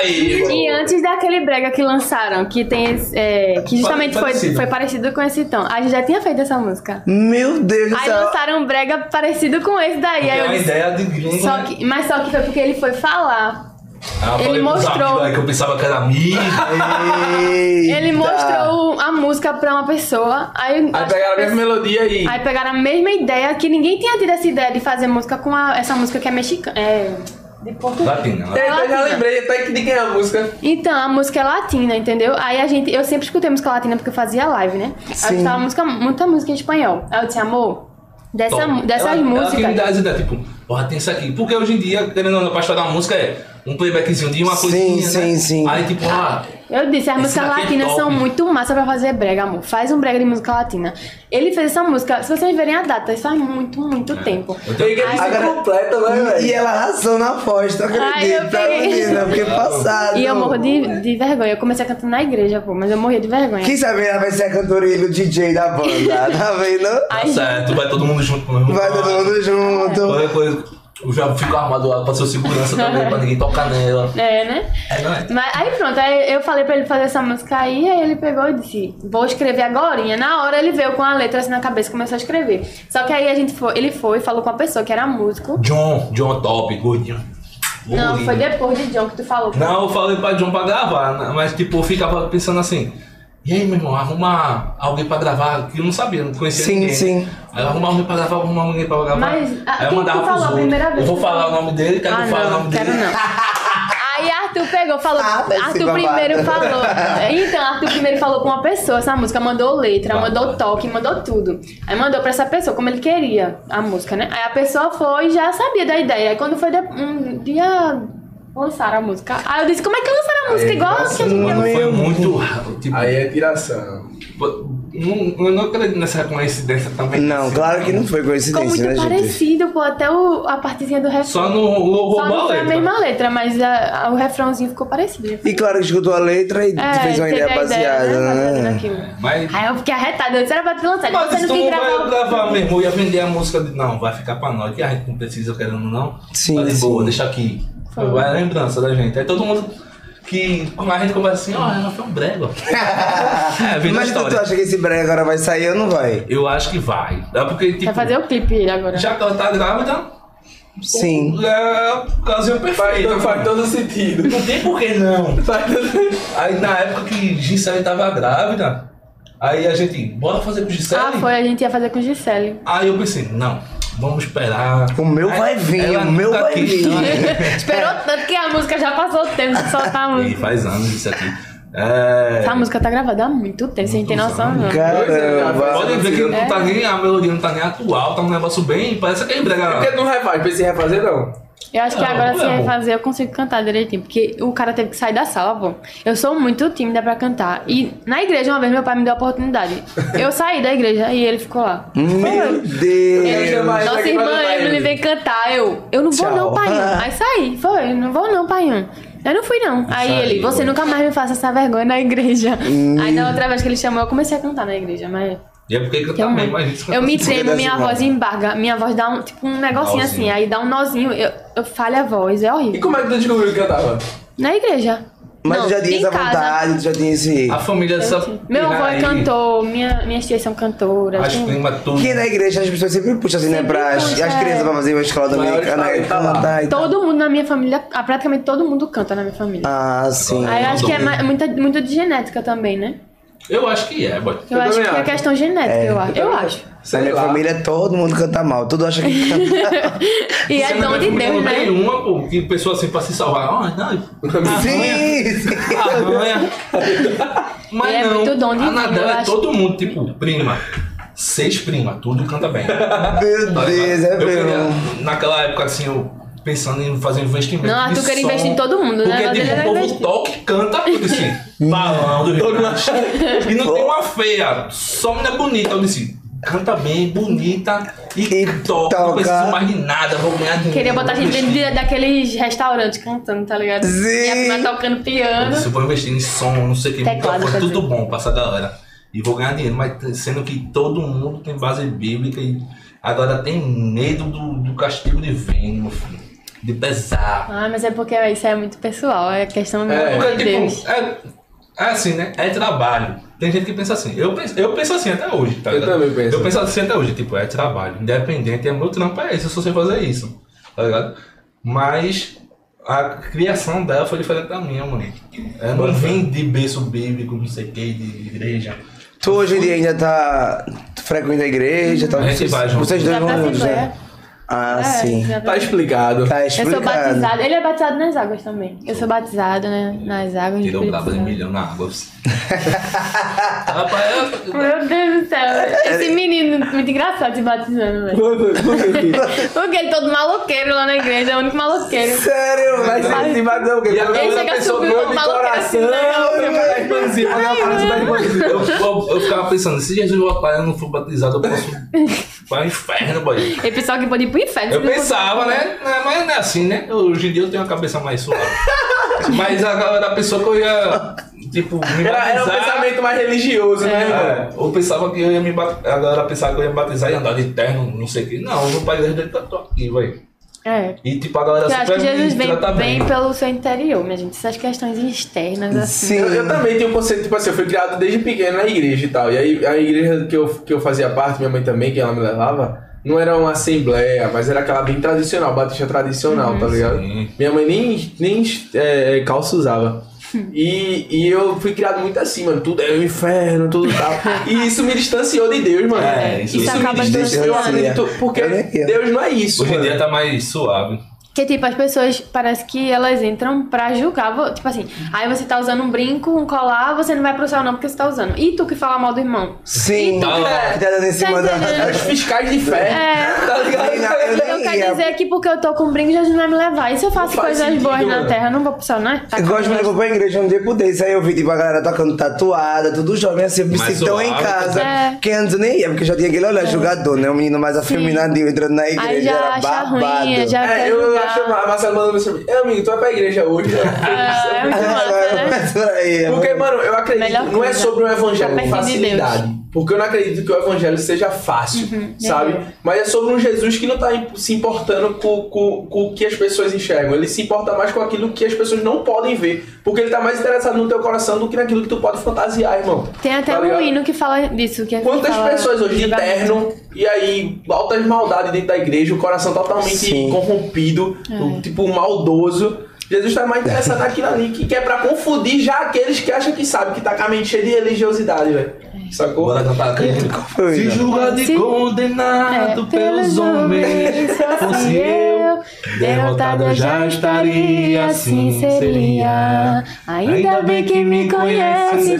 Speaker 4: Aí,
Speaker 3: E
Speaker 4: bom.
Speaker 3: antes daquele brega que lançaram, que tem esse, é, que justamente foi,
Speaker 1: Parecido.
Speaker 3: foi parecido com esse tom. A gente já tinha feito essa música.
Speaker 6: Meu Deus do
Speaker 3: Aí
Speaker 2: Então-
Speaker 6: céu.
Speaker 3: lançaram um brega parecido com esse daí. Aí
Speaker 4: É
Speaker 3: eu
Speaker 4: uma
Speaker 3: disse,
Speaker 4: ideia de gringo,
Speaker 3: só
Speaker 4: né?
Speaker 3: que, mas só que foi porque ele foi falar.
Speaker 4: Ah,
Speaker 3: ele
Speaker 4: falei pros
Speaker 3: mostrou.
Speaker 4: amigos aí que eu pensava que era amigo. né?
Speaker 3: Ele mostrou a música pra uma pessoa. Aí,
Speaker 1: Aí pegaram a mesma melodia e.
Speaker 3: Aí pegaram a mesma ideia, que ninguém tinha tido essa ideia de fazer música com a- essa música que é mexicana. É, de português.
Speaker 4: Latina. né?
Speaker 1: É, então
Speaker 4: latina.
Speaker 1: eu já
Speaker 3: Latina.
Speaker 1: lembrei até que de quem é a música.
Speaker 3: Então, a música é latina, entendeu? Aí a gente, eu sempre escutei música latina porque eu fazia live, né? Aí eu escutava música, muita música em espanhol. Aí eu disse, amor, dessa,
Speaker 4: Top.
Speaker 3: mu- dessas
Speaker 4: ela, Ela que me dá
Speaker 3: músicas.
Speaker 4: as ideias, tipo, porra, tem isso aqui. Porque hoje em dia, querendo ou não, pra estudar música é um playbackzinho de uma
Speaker 2: Sim,
Speaker 4: coisinha,
Speaker 2: sim,
Speaker 4: né?
Speaker 2: sim.
Speaker 4: Aí, tipo, ah,
Speaker 3: Eu disse, as
Speaker 4: Esse
Speaker 3: músicas
Speaker 4: daqui é
Speaker 3: latinas
Speaker 4: top.
Speaker 3: são muito massa pra fazer brega, amor. Faz um brega de música latina. Ele fez essa música, se vocês verem a data, isso faz muito,
Speaker 4: É.
Speaker 3: muito tempo.
Speaker 4: eu tenho
Speaker 1: Pega isso
Speaker 2: Agora-
Speaker 1: completa, né, velho?
Speaker 2: E ela arrasou na aposta, eu
Speaker 3: Ai,
Speaker 2: acredito.
Speaker 3: eu
Speaker 2: tá
Speaker 3: peguei.
Speaker 2: menina? Eu fiquei passado.
Speaker 3: E eu morro de, de vergonha. Eu comecei a cantar na igreja, pô, mas eu morria de vergonha.
Speaker 2: Quem sabe ela vai ser a cantora e o DJ da banda, tá vendo?
Speaker 4: Tá
Speaker 3: Ai,
Speaker 4: certo, vai todo mundo junto mesmo.
Speaker 2: Vai todo
Speaker 3: É.
Speaker 2: mundo junto.
Speaker 4: Qualquer coisa, eu já fico armado lá pra ser segurança também, pra ninguém tocar nela.
Speaker 3: É, né?
Speaker 4: É, não é?
Speaker 3: Mas aí pronto, aí eu falei pra ele fazer essa música aí, aí ele pegou e disse, vou escrever agora. Na hora ele veio com a letra assim na cabeça e começou a escrever. Só que aí a gente foi, ele foi e falou com a pessoa que era músico.
Speaker 4: John, John top, gordinho.
Speaker 3: Não,
Speaker 4: Gordinho.
Speaker 3: foi depois de John que tu falou.
Speaker 4: Não, eu falei pra John pra gravar, né? mas tipo, eu ficava pensando assim. E aí, meu irmão, arrumar alguém pra gravar, que eu não sabia, não conhecia
Speaker 2: Sim,
Speaker 4: ninguém.
Speaker 2: sim.
Speaker 4: Aí eu arrumava alguém pra gravar, arrumava alguém pra gravar.
Speaker 3: Mas, ah,
Speaker 4: aí eu
Speaker 3: quem
Speaker 4: mandava
Speaker 3: tu falou
Speaker 4: pros
Speaker 3: a
Speaker 4: outros.
Speaker 3: primeira vez
Speaker 4: Eu vou
Speaker 3: que tu
Speaker 4: falar o
Speaker 3: falou?
Speaker 4: nome dele, quer que
Speaker 3: Ah,
Speaker 4: eu fale o
Speaker 3: não,
Speaker 4: nome
Speaker 3: quero
Speaker 4: dele?
Speaker 3: não. Aí Arthur pegou, falou.
Speaker 2: Ah, esse
Speaker 3: Arthur
Speaker 2: babado.
Speaker 3: primeiro falou. Então, Arthur primeiro falou com uma pessoa essa música, mandou letra,
Speaker 4: Babado.
Speaker 3: mandou toque, mandou tudo. Aí mandou pra essa pessoa como ele queria a música, né? Aí a pessoa foi e já sabia da ideia. Aí quando foi de- um dia lançaram a música. Aí eu disse, como é que lançaram a música?
Speaker 1: Aí,
Speaker 3: Igual a
Speaker 1: nossa,
Speaker 3: que a gente
Speaker 4: Mano,
Speaker 3: lançou.
Speaker 4: foi muito rápido. Tipo,
Speaker 1: Aí é tiração.
Speaker 4: não- eu não acredito nessa coincidência também.
Speaker 2: Não,
Speaker 4: assim.
Speaker 2: claro que não foi
Speaker 3: Ficou
Speaker 2: coincidência, né,
Speaker 3: muito
Speaker 2: gente?
Speaker 3: parecido, pô, até o- a partezinha do refrão.
Speaker 4: Só não roubou
Speaker 3: Só não
Speaker 4: a
Speaker 3: foi a
Speaker 4: letra.
Speaker 3: mesma letra, mas a- a- o refrãozinho ficou parecido.
Speaker 2: E claro que escutou a letra e
Speaker 3: É,
Speaker 2: fez uma
Speaker 3: teve
Speaker 2: ideia
Speaker 3: a
Speaker 2: baseada,
Speaker 3: baseada
Speaker 2: né?
Speaker 3: naquilo.
Speaker 4: Mas,
Speaker 3: Aí eu fiquei arretada, eu disse, era pra te lançar,
Speaker 4: mas
Speaker 3: você
Speaker 4: isso
Speaker 3: não
Speaker 4: não
Speaker 3: quer
Speaker 4: vai
Speaker 3: gravar.
Speaker 4: gravar mesmo. Eu ia vender a música. de- Não, vai ficar pra nós, que a gente não precisa querendo ou não.
Speaker 2: Sim,
Speaker 4: Tá de
Speaker 2: sim.
Speaker 4: boa, deixa aqui. Vai a lembrança da gente. Aí todo mundo que. Como a gente conversa assim, ó, ela foi um brego. é, vem da
Speaker 2: Mas tu, tu
Speaker 4: história.
Speaker 2: acha que esse brega agora vai sair ou não vai?
Speaker 4: Eu acho que vai. É porque, tipo,
Speaker 3: Vai fazer o clipe ele agora.
Speaker 4: já que ela tá grávida,
Speaker 2: Sim.
Speaker 4: é a ocasião
Speaker 1: Faz,
Speaker 4: perfeita.
Speaker 1: todo- faz todo sentido.
Speaker 4: Não tem por que não.
Speaker 1: Faz todo-
Speaker 4: Aí na época que Gisele tava grávida, aí a gente, bora fazer com Gisele?
Speaker 3: Ah, foi, a gente ia fazer com Gisele.
Speaker 4: Aí eu pensei, não, vamos esperar.
Speaker 2: O meu
Speaker 4: Aí
Speaker 2: vai vir,
Speaker 4: ela tá
Speaker 2: o meu
Speaker 4: nunca
Speaker 2: vai
Speaker 4: quis
Speaker 2: vir.
Speaker 4: tanto.
Speaker 3: Esperou tanto que a música já passou o tempo de soltar a
Speaker 4: Ih,
Speaker 3: música.
Speaker 4: faz anos isso aqui. É...
Speaker 3: Essa música tá gravada há muito tempo, vocês não tem noção, não.
Speaker 2: Caramba.
Speaker 4: Podem ver que não
Speaker 3: é.
Speaker 4: tá nem, a melodia não tá nem atual, tá um negócio bem, parece que é
Speaker 1: Por que
Speaker 4: brega.
Speaker 1: tu não refaz? Pensa em refazer, não.
Speaker 3: Eu acho que
Speaker 4: Não,
Speaker 3: agora se
Speaker 4: não é bom.
Speaker 3: refazer eu consigo cantar direitinho, porque o cara teve que sair da sala, pô. Eu sou muito tímida pra cantar. E na igreja, uma vez, meu pai me deu a oportunidade. Eu saí da igreja e ele ficou lá.
Speaker 2: Meu
Speaker 1: Eu
Speaker 2: Deus.
Speaker 1: chamo a Emily
Speaker 3: Nossa
Speaker 1: aqui pra
Speaker 3: irmã
Speaker 1: ajudar
Speaker 3: Emily
Speaker 1: ele.
Speaker 3: veio cantar. Eu, eu não vou
Speaker 2: Tchau.
Speaker 3: não, pai. Aí saí, foi, não vou não, pai. Eu não fui não. Aí
Speaker 4: Saiu.
Speaker 3: ele, você nunca mais me faça essa vergonha na igreja. Aí na outra vez que ele chamou, eu comecei a cantar na igreja, mas
Speaker 4: E é porque que eu
Speaker 3: eu,
Speaker 4: também, mas isso
Speaker 3: eu me
Speaker 4: acontece.
Speaker 3: tremo, minha voz embarga, minha voz dá um tipo um negocinho assim,
Speaker 4: Nozinho.
Speaker 3: aí dá um nozinho, eu, eu falho a voz, é
Speaker 1: E
Speaker 3: horrível.
Speaker 1: como é que tu descobriu que eu tava?
Speaker 3: Na igreja.
Speaker 2: Mas
Speaker 3: não, né?
Speaker 2: tu já tinha
Speaker 3: em
Speaker 2: essa
Speaker 3: casa.
Speaker 2: vontade, tu já tinha esse.
Speaker 4: A família dessa.
Speaker 3: Meu avô é assim.
Speaker 4: aí,
Speaker 3: cantor, minha, minhas tias são cantoras.
Speaker 4: As
Speaker 3: tem-
Speaker 4: primas tudo.
Speaker 2: Porque na igreja as pessoas sempre puxam assim, né?
Speaker 3: Sempre
Speaker 2: Pra as,
Speaker 3: puxa,
Speaker 2: as
Speaker 3: é.
Speaker 2: crianças pra fazer uma escola
Speaker 1: Maiores
Speaker 2: dominicana.
Speaker 1: falam,
Speaker 2: né,
Speaker 1: tá lá.
Speaker 2: cantar e tal.
Speaker 3: Todo mundo na minha família, ah, praticamente todo mundo canta na minha família.
Speaker 2: Ah, sim.
Speaker 3: aí eu acho que é
Speaker 4: Todo mundo.
Speaker 3: ma- muita- muito de genética também, né?
Speaker 4: Eu acho que é, boy.
Speaker 3: Eu,
Speaker 1: Eu
Speaker 3: acho que
Speaker 1: também
Speaker 3: é
Speaker 1: acho.
Speaker 3: questão genética, eu acho. Eu acho.
Speaker 2: Na minha família todo mundo canta mal. Todo acha que canta.
Speaker 3: E é dom de Deus,
Speaker 4: Não tem
Speaker 3: né?
Speaker 4: uma, pô, que pessoa assim pra se salvar. Ó, não,
Speaker 2: sim, sim.
Speaker 4: Arranha. Mas
Speaker 3: Ele é
Speaker 4: não,
Speaker 3: muito dom de vinho,
Speaker 4: a
Speaker 3: eu
Speaker 4: Nadella é
Speaker 3: acho.
Speaker 4: todo mundo, tipo, prima. Seis primas, tudo canta bem.
Speaker 2: Meu
Speaker 4: Tá
Speaker 2: Deus, é
Speaker 4: ligado? eu queria,
Speaker 2: mesmo.
Speaker 4: naquela época, assim, eu pensando em fazer um investimento.
Speaker 3: Não,
Speaker 4: de
Speaker 3: Arthur queria
Speaker 4: som,
Speaker 3: investir em todo mundo, né? Agora
Speaker 4: Porque,
Speaker 3: ele vai
Speaker 4: tipo, o povo
Speaker 3: investir.
Speaker 4: toque canta tudo
Speaker 2: Hum.
Speaker 4: assim. Balão do Rio. E não tem uma feia, só uma bonita. Eu disse, canta bem, bonita e,
Speaker 2: E
Speaker 4: toca.
Speaker 2: toca.
Speaker 4: Não preciso mais de nada, vou ganhar dinheiro.
Speaker 3: Queria botar a
Speaker 4: vou
Speaker 3: gente dentro
Speaker 4: investir.
Speaker 3: de- daqueles restaurantes cantando, tá ligado?
Speaker 2: Sim.
Speaker 3: E a prima tocando
Speaker 4: Eu
Speaker 3: piano.
Speaker 4: disse, eu vou investir em som, não sei o que,
Speaker 3: Teclado,
Speaker 4: microfone,
Speaker 3: quer
Speaker 4: tudo
Speaker 3: dizer.
Speaker 4: bom pra essa galera. E vou ganhar dinheiro, mas sendo que todo mundo tem base bíblica e agora tem medo do, do castigo divino, meu filho. de pesar.
Speaker 3: Ah, mas é porque isso é muito pessoal, é questão do
Speaker 1: É,
Speaker 3: amor de
Speaker 4: Porque,
Speaker 3: Deus.
Speaker 4: tipo, é, é assim, né? É trabalho. Tem gente que pensa assim. Eu penso, eu penso assim até hoje, tá
Speaker 1: Eu
Speaker 4: ligado?
Speaker 1: também penso.
Speaker 4: Eu penso assim até hoje, tipo, é trabalho. Independente, é meu trampo, é isso, eu só sei fazer isso, tá ligado? Mas a criação dela foi diferente da minha, mano. Eu não vim de berço bíblico, não sei o que, de igreja.
Speaker 2: Tu hoje em dia ainda tá. Tu frequenta a igreja, tá?
Speaker 4: A gente
Speaker 2: vocês,
Speaker 4: vai junto.
Speaker 2: vocês dois
Speaker 3: Já
Speaker 2: vão juntos,
Speaker 3: participei,
Speaker 2: né? Ah,
Speaker 3: é,
Speaker 2: sim.
Speaker 1: Tá
Speaker 3: já participei.
Speaker 1: explicado.
Speaker 2: Tá
Speaker 3: Eu sou
Speaker 2: explicado.
Speaker 3: batizado. Ele é batizado nas águas também. Eu sou batizado, né? Nas águas. do
Speaker 4: Tirou um
Speaker 3: Espírito
Speaker 4: brabo de
Speaker 3: Santo.
Speaker 4: milhão na água. Rapaz, eu-
Speaker 3: Meu Deus do céu.
Speaker 4: É,
Speaker 3: Esse menino muito engraçado se batizando, velho. Porque ele é todo maloqueiro lá na igreja, é o único maloqueiro.
Speaker 1: Sério, mas você se bateu o quê?
Speaker 4: E agora
Speaker 1: Quando
Speaker 4: chega
Speaker 1: a pessoa
Speaker 3: subindo,
Speaker 1: ganha de
Speaker 3: maluco,
Speaker 1: coração,
Speaker 3: assim, né?
Speaker 1: vai irmãzinha, vai dar uma parte da irmãzinha.
Speaker 4: Eu, eu- eu ficava pensando, se Jesus voltar e eu não for batizado, eu posso ir para o inferno, boy.
Speaker 3: E pessoal que pode ir pro inferno.
Speaker 4: Eu
Speaker 3: se não
Speaker 4: pensava,
Speaker 3: fosse-
Speaker 4: né? Não é- Mas não é assim, né? Hoje em dia eu tenho a cabeça mais suave. Mas a galera era a pessoa que eu ia, tipo, me
Speaker 1: Era, era um
Speaker 4: batizar.
Speaker 1: pensamento mais religioso, né, irmão?
Speaker 4: É, eu pensava que eu ia me batizar, a galera pensava que eu ia me batizar e andar de terno, não sei o que. Não, eu vou pra igreja dele tá tô aqui, velho.
Speaker 3: É.
Speaker 4: E tipo, a galera
Speaker 3: Eu acho que Jesus vem,
Speaker 4: trata
Speaker 3: vem pelo seu interior, minha gente. Essas questões externas, assim.
Speaker 2: Sim.
Speaker 1: Eu, eu também tenho um conceito, tipo assim, eu fui criado desde pequeno na igreja e tal. E aí a igreja que eu, que eu fazia parte, minha mãe também, que ela me levava, não era uma assembleia, mas era aquela bem tradicional, batista tradicional,
Speaker 4: Uhum.
Speaker 1: tá ligado?
Speaker 4: Sim.
Speaker 1: Minha mãe nem, nem é, calça usava. E, e eu fui criado muito assim, mano. Tudo é o inferno, tudo tal. E isso me distanciou de Deus, mano.
Speaker 4: É, isso- isso
Speaker 3: acaba
Speaker 1: me distanciou. Eu
Speaker 2: distanciando.
Speaker 1: acredito, porque
Speaker 2: Eu nem- eu-
Speaker 1: Deus não é isso.
Speaker 4: Hoje em
Speaker 1: mano.
Speaker 4: dia tá mais suave.
Speaker 3: Que tipo, as pessoas parece que elas entram pra julgar. vo- Tipo assim, aí você tá usando um brinco, um colar, você não vai pro céu não porque você tá usando. E tu que fala mal do irmão?
Speaker 2: Sim.
Speaker 3: Então,
Speaker 4: Tá lá.
Speaker 2: Que tá dando em cima da.
Speaker 1: É os fiscais de fé.
Speaker 3: É.
Speaker 1: Tá ligado?
Speaker 2: Eu nem
Speaker 3: Então quer
Speaker 2: ia-
Speaker 3: dizer que porque eu tô com um brinco, Jesus não vai me levar. E se eu faço
Speaker 1: Não faz
Speaker 3: coisas
Speaker 1: sentido,
Speaker 3: boas na
Speaker 1: mano.
Speaker 3: terra, eu não vou pro céu, né? Tá
Speaker 2: Eu gosto muito de
Speaker 3: com
Speaker 2: acompanhar a igreja um dia por desse. Aí eu vi, tipo, a galera tocando tatuada, tudo jovem assim, eu me
Speaker 4: Mais
Speaker 2: sinto tão em
Speaker 4: suave,
Speaker 2: casa.
Speaker 3: né? É.
Speaker 2: Que antes nem ia, porque já tinha aquele olhar jogador, né? Um menino mais afeminadinho entrando na igreja.
Speaker 3: Aí já
Speaker 2: era
Speaker 3: acha
Speaker 2: babado.
Speaker 3: ruim, já
Speaker 1: É,
Speaker 3: quer
Speaker 1: eu
Speaker 3: julgar.
Speaker 1: acho a Marcelo mandando mensagem pra mim. "Ei, amigo, tu vai pra igreja hoje.
Speaker 3: Ah, é muito massa, né?
Speaker 2: Aí, é
Speaker 1: Porque, mano, eu acredito,
Speaker 3: Melhor
Speaker 1: não é
Speaker 3: coisa.
Speaker 1: sobre o evangelho
Speaker 3: Tá
Speaker 1: com
Speaker 3: perto de
Speaker 1: facilidade. Porque eu não acredito que o evangelho seja fácil, sabe?
Speaker 3: é.
Speaker 1: Mas é sobre um Jesus que não tá imp- se importando com, com- com o que as pessoas enxergam. Ele se importa mais com aquilo que as pessoas não podem ver. Porque ele tá mais interessado no teu coração do que naquilo que tu pode fantasiar, irmão.
Speaker 3: Tem até
Speaker 1: Tá
Speaker 3: um
Speaker 1: ligado?
Speaker 3: hino que fala disso. Que é que
Speaker 1: Quantas
Speaker 3: fala
Speaker 1: pessoas hoje de
Speaker 3: julgamento.
Speaker 1: terno e aí altas maldades dentro da igreja, o coração totalmente
Speaker 2: Sim.
Speaker 1: corrompido,
Speaker 3: É.
Speaker 1: o tipo maldoso. Jesus tá mais interessado naquilo ali, que que é pra confundir já aqueles que acham que sabem, que tá com a mente cheia de religiosidade, velho.
Speaker 3: É.
Speaker 1: Sacou?
Speaker 4: Bora cantar aqui.
Speaker 2: Foi,
Speaker 4: Se
Speaker 2: né?
Speaker 4: julga de
Speaker 3: Se-
Speaker 4: condenado
Speaker 3: É, assim,
Speaker 4: pelos homens, fosse eu, derrotada já estaria, assim seria.
Speaker 3: Ainda bem que me conhece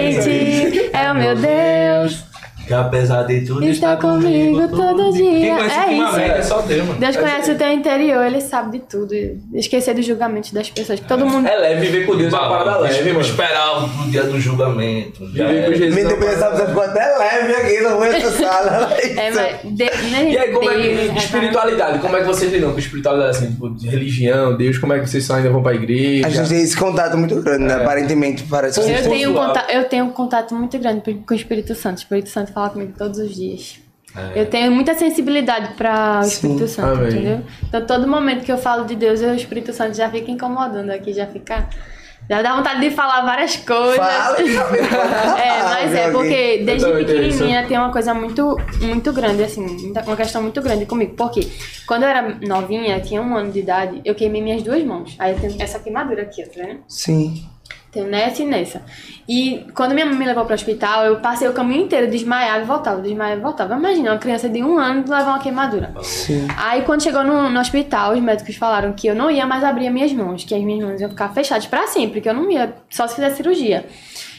Speaker 3: intimamente. É o meu Deus,
Speaker 4: Que apesar de tudo
Speaker 3: está comigo todo dia.
Speaker 4: Quem conhece
Speaker 3: É
Speaker 4: uma
Speaker 3: isso.
Speaker 4: merda é só Deus, mano.
Speaker 3: Deus conhece o teu interior, ele sabe de tudo. Esquecer dos julgamentos das pessoas. que Todo mundo.
Speaker 1: É leve viver com Deus, é uma parada leve, mano.
Speaker 4: Esperar o dia do julgamento. um já
Speaker 1: Viver com
Speaker 4: era.
Speaker 1: Jesus.
Speaker 2: Me
Speaker 1: é uma
Speaker 2: deu
Speaker 1: parada-
Speaker 2: essa pessoa ficou até leve aqui, não vou essa sala.
Speaker 3: É, mas. De, né,
Speaker 1: E aí, como é
Speaker 3: Deus,
Speaker 1: que. Espiritualidade, como é que vocês lidam com espiritualidade assim? Tipo, de religião, Deus, como é que vocês só ainda vão pra igreja?
Speaker 2: A gente tem esse contato muito grande, né? Aparentemente parece que
Speaker 3: Eu
Speaker 2: vocês
Speaker 3: tenho, um
Speaker 1: contato.
Speaker 3: conta- eu tenho um contato muito grande com o Espírito Santo. O Espírito Santo fala comigo todos os dias. Eu tenho muita sensibilidade para o Espírito Santo,
Speaker 1: É. Amém.
Speaker 3: entendeu? Então, todo momento que eu falo de Deus, o Espírito Santo já fica incomodando aqui, já fica. Já dá vontade de falar várias coisas.
Speaker 2: Fala,
Speaker 3: É, mas é porque desde
Speaker 1: também tenho isso.
Speaker 3: pequenininha tem uma coisa muito, muito grande, assim, muita- uma questão muito grande comigo. Porque quando eu era novinha, tinha um ano de idade, eu queimei minhas duas mãos. Aí eu tenho essa queimadura aqui, ó, tá vendo?
Speaker 2: Sim.
Speaker 3: Tenho nessa e nessa. E quando minha mãe me levou para o hospital, eu passei o caminho inteiro, desmaiava e voltava, desmaiava e voltava. Imagina, uma criança de um ano levar uma queimadura.
Speaker 2: Sim.
Speaker 3: Aí quando chegou no, no hospital, os médicos falaram que eu não ia mais abrir as minhas mãos, que as minhas mãos iam ficar fechadas pra sempre, que eu não ia, só se fizer cirurgia.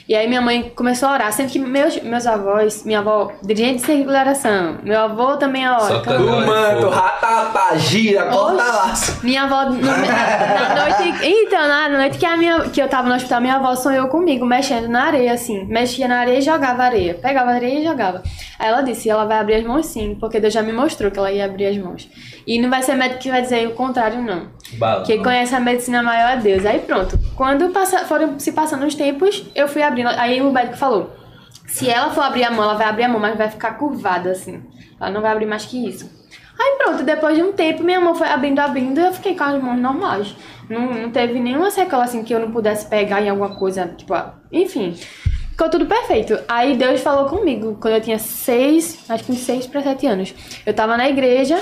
Speaker 3: E aí minha mãe começou a orar, sendo que meus, meus avós, minha avó dirigente de circulação, meu avô também ora.
Speaker 4: Só tá-
Speaker 3: então-
Speaker 4: que-
Speaker 1: Do manto, ratatá, gira, corta
Speaker 3: Oxe,
Speaker 1: laço.
Speaker 3: Minha avó, no- na, na noite. Então, na noite que, a minha, que eu tava no hospital, minha avó sonhou comigo, mexendo na areia, assim. Mexia na areia e jogava areia. Pegava a areia e jogava. Aí ela disse: ela vai abrir as mãos sim, porque Deus já me mostrou que ela ia abrir as mãos. E não vai ser médico que vai dizer o contrário, não.
Speaker 4: Bala.
Speaker 3: Quem conhece a medicina maior é Deus. Aí pronto. Quando passa- foram se passando os tempos, eu fui abrindo. Aí o médico falou: se ela for abrir a mão, ela vai abrir a mão, mas vai ficar curvada assim. Ela não vai abrir mais que isso. Aí pronto, depois de um tempo, minha mão foi abrindo, abrindo, e eu fiquei com as mãos normais. Não, não teve nenhuma sequela assim que eu não pudesse pegar em alguma coisa, tipo, ah, enfim. Ficou tudo perfeito. Aí Deus falou comigo quando eu tinha seis, acho que uns seis pra sete anos. Eu tava na igreja,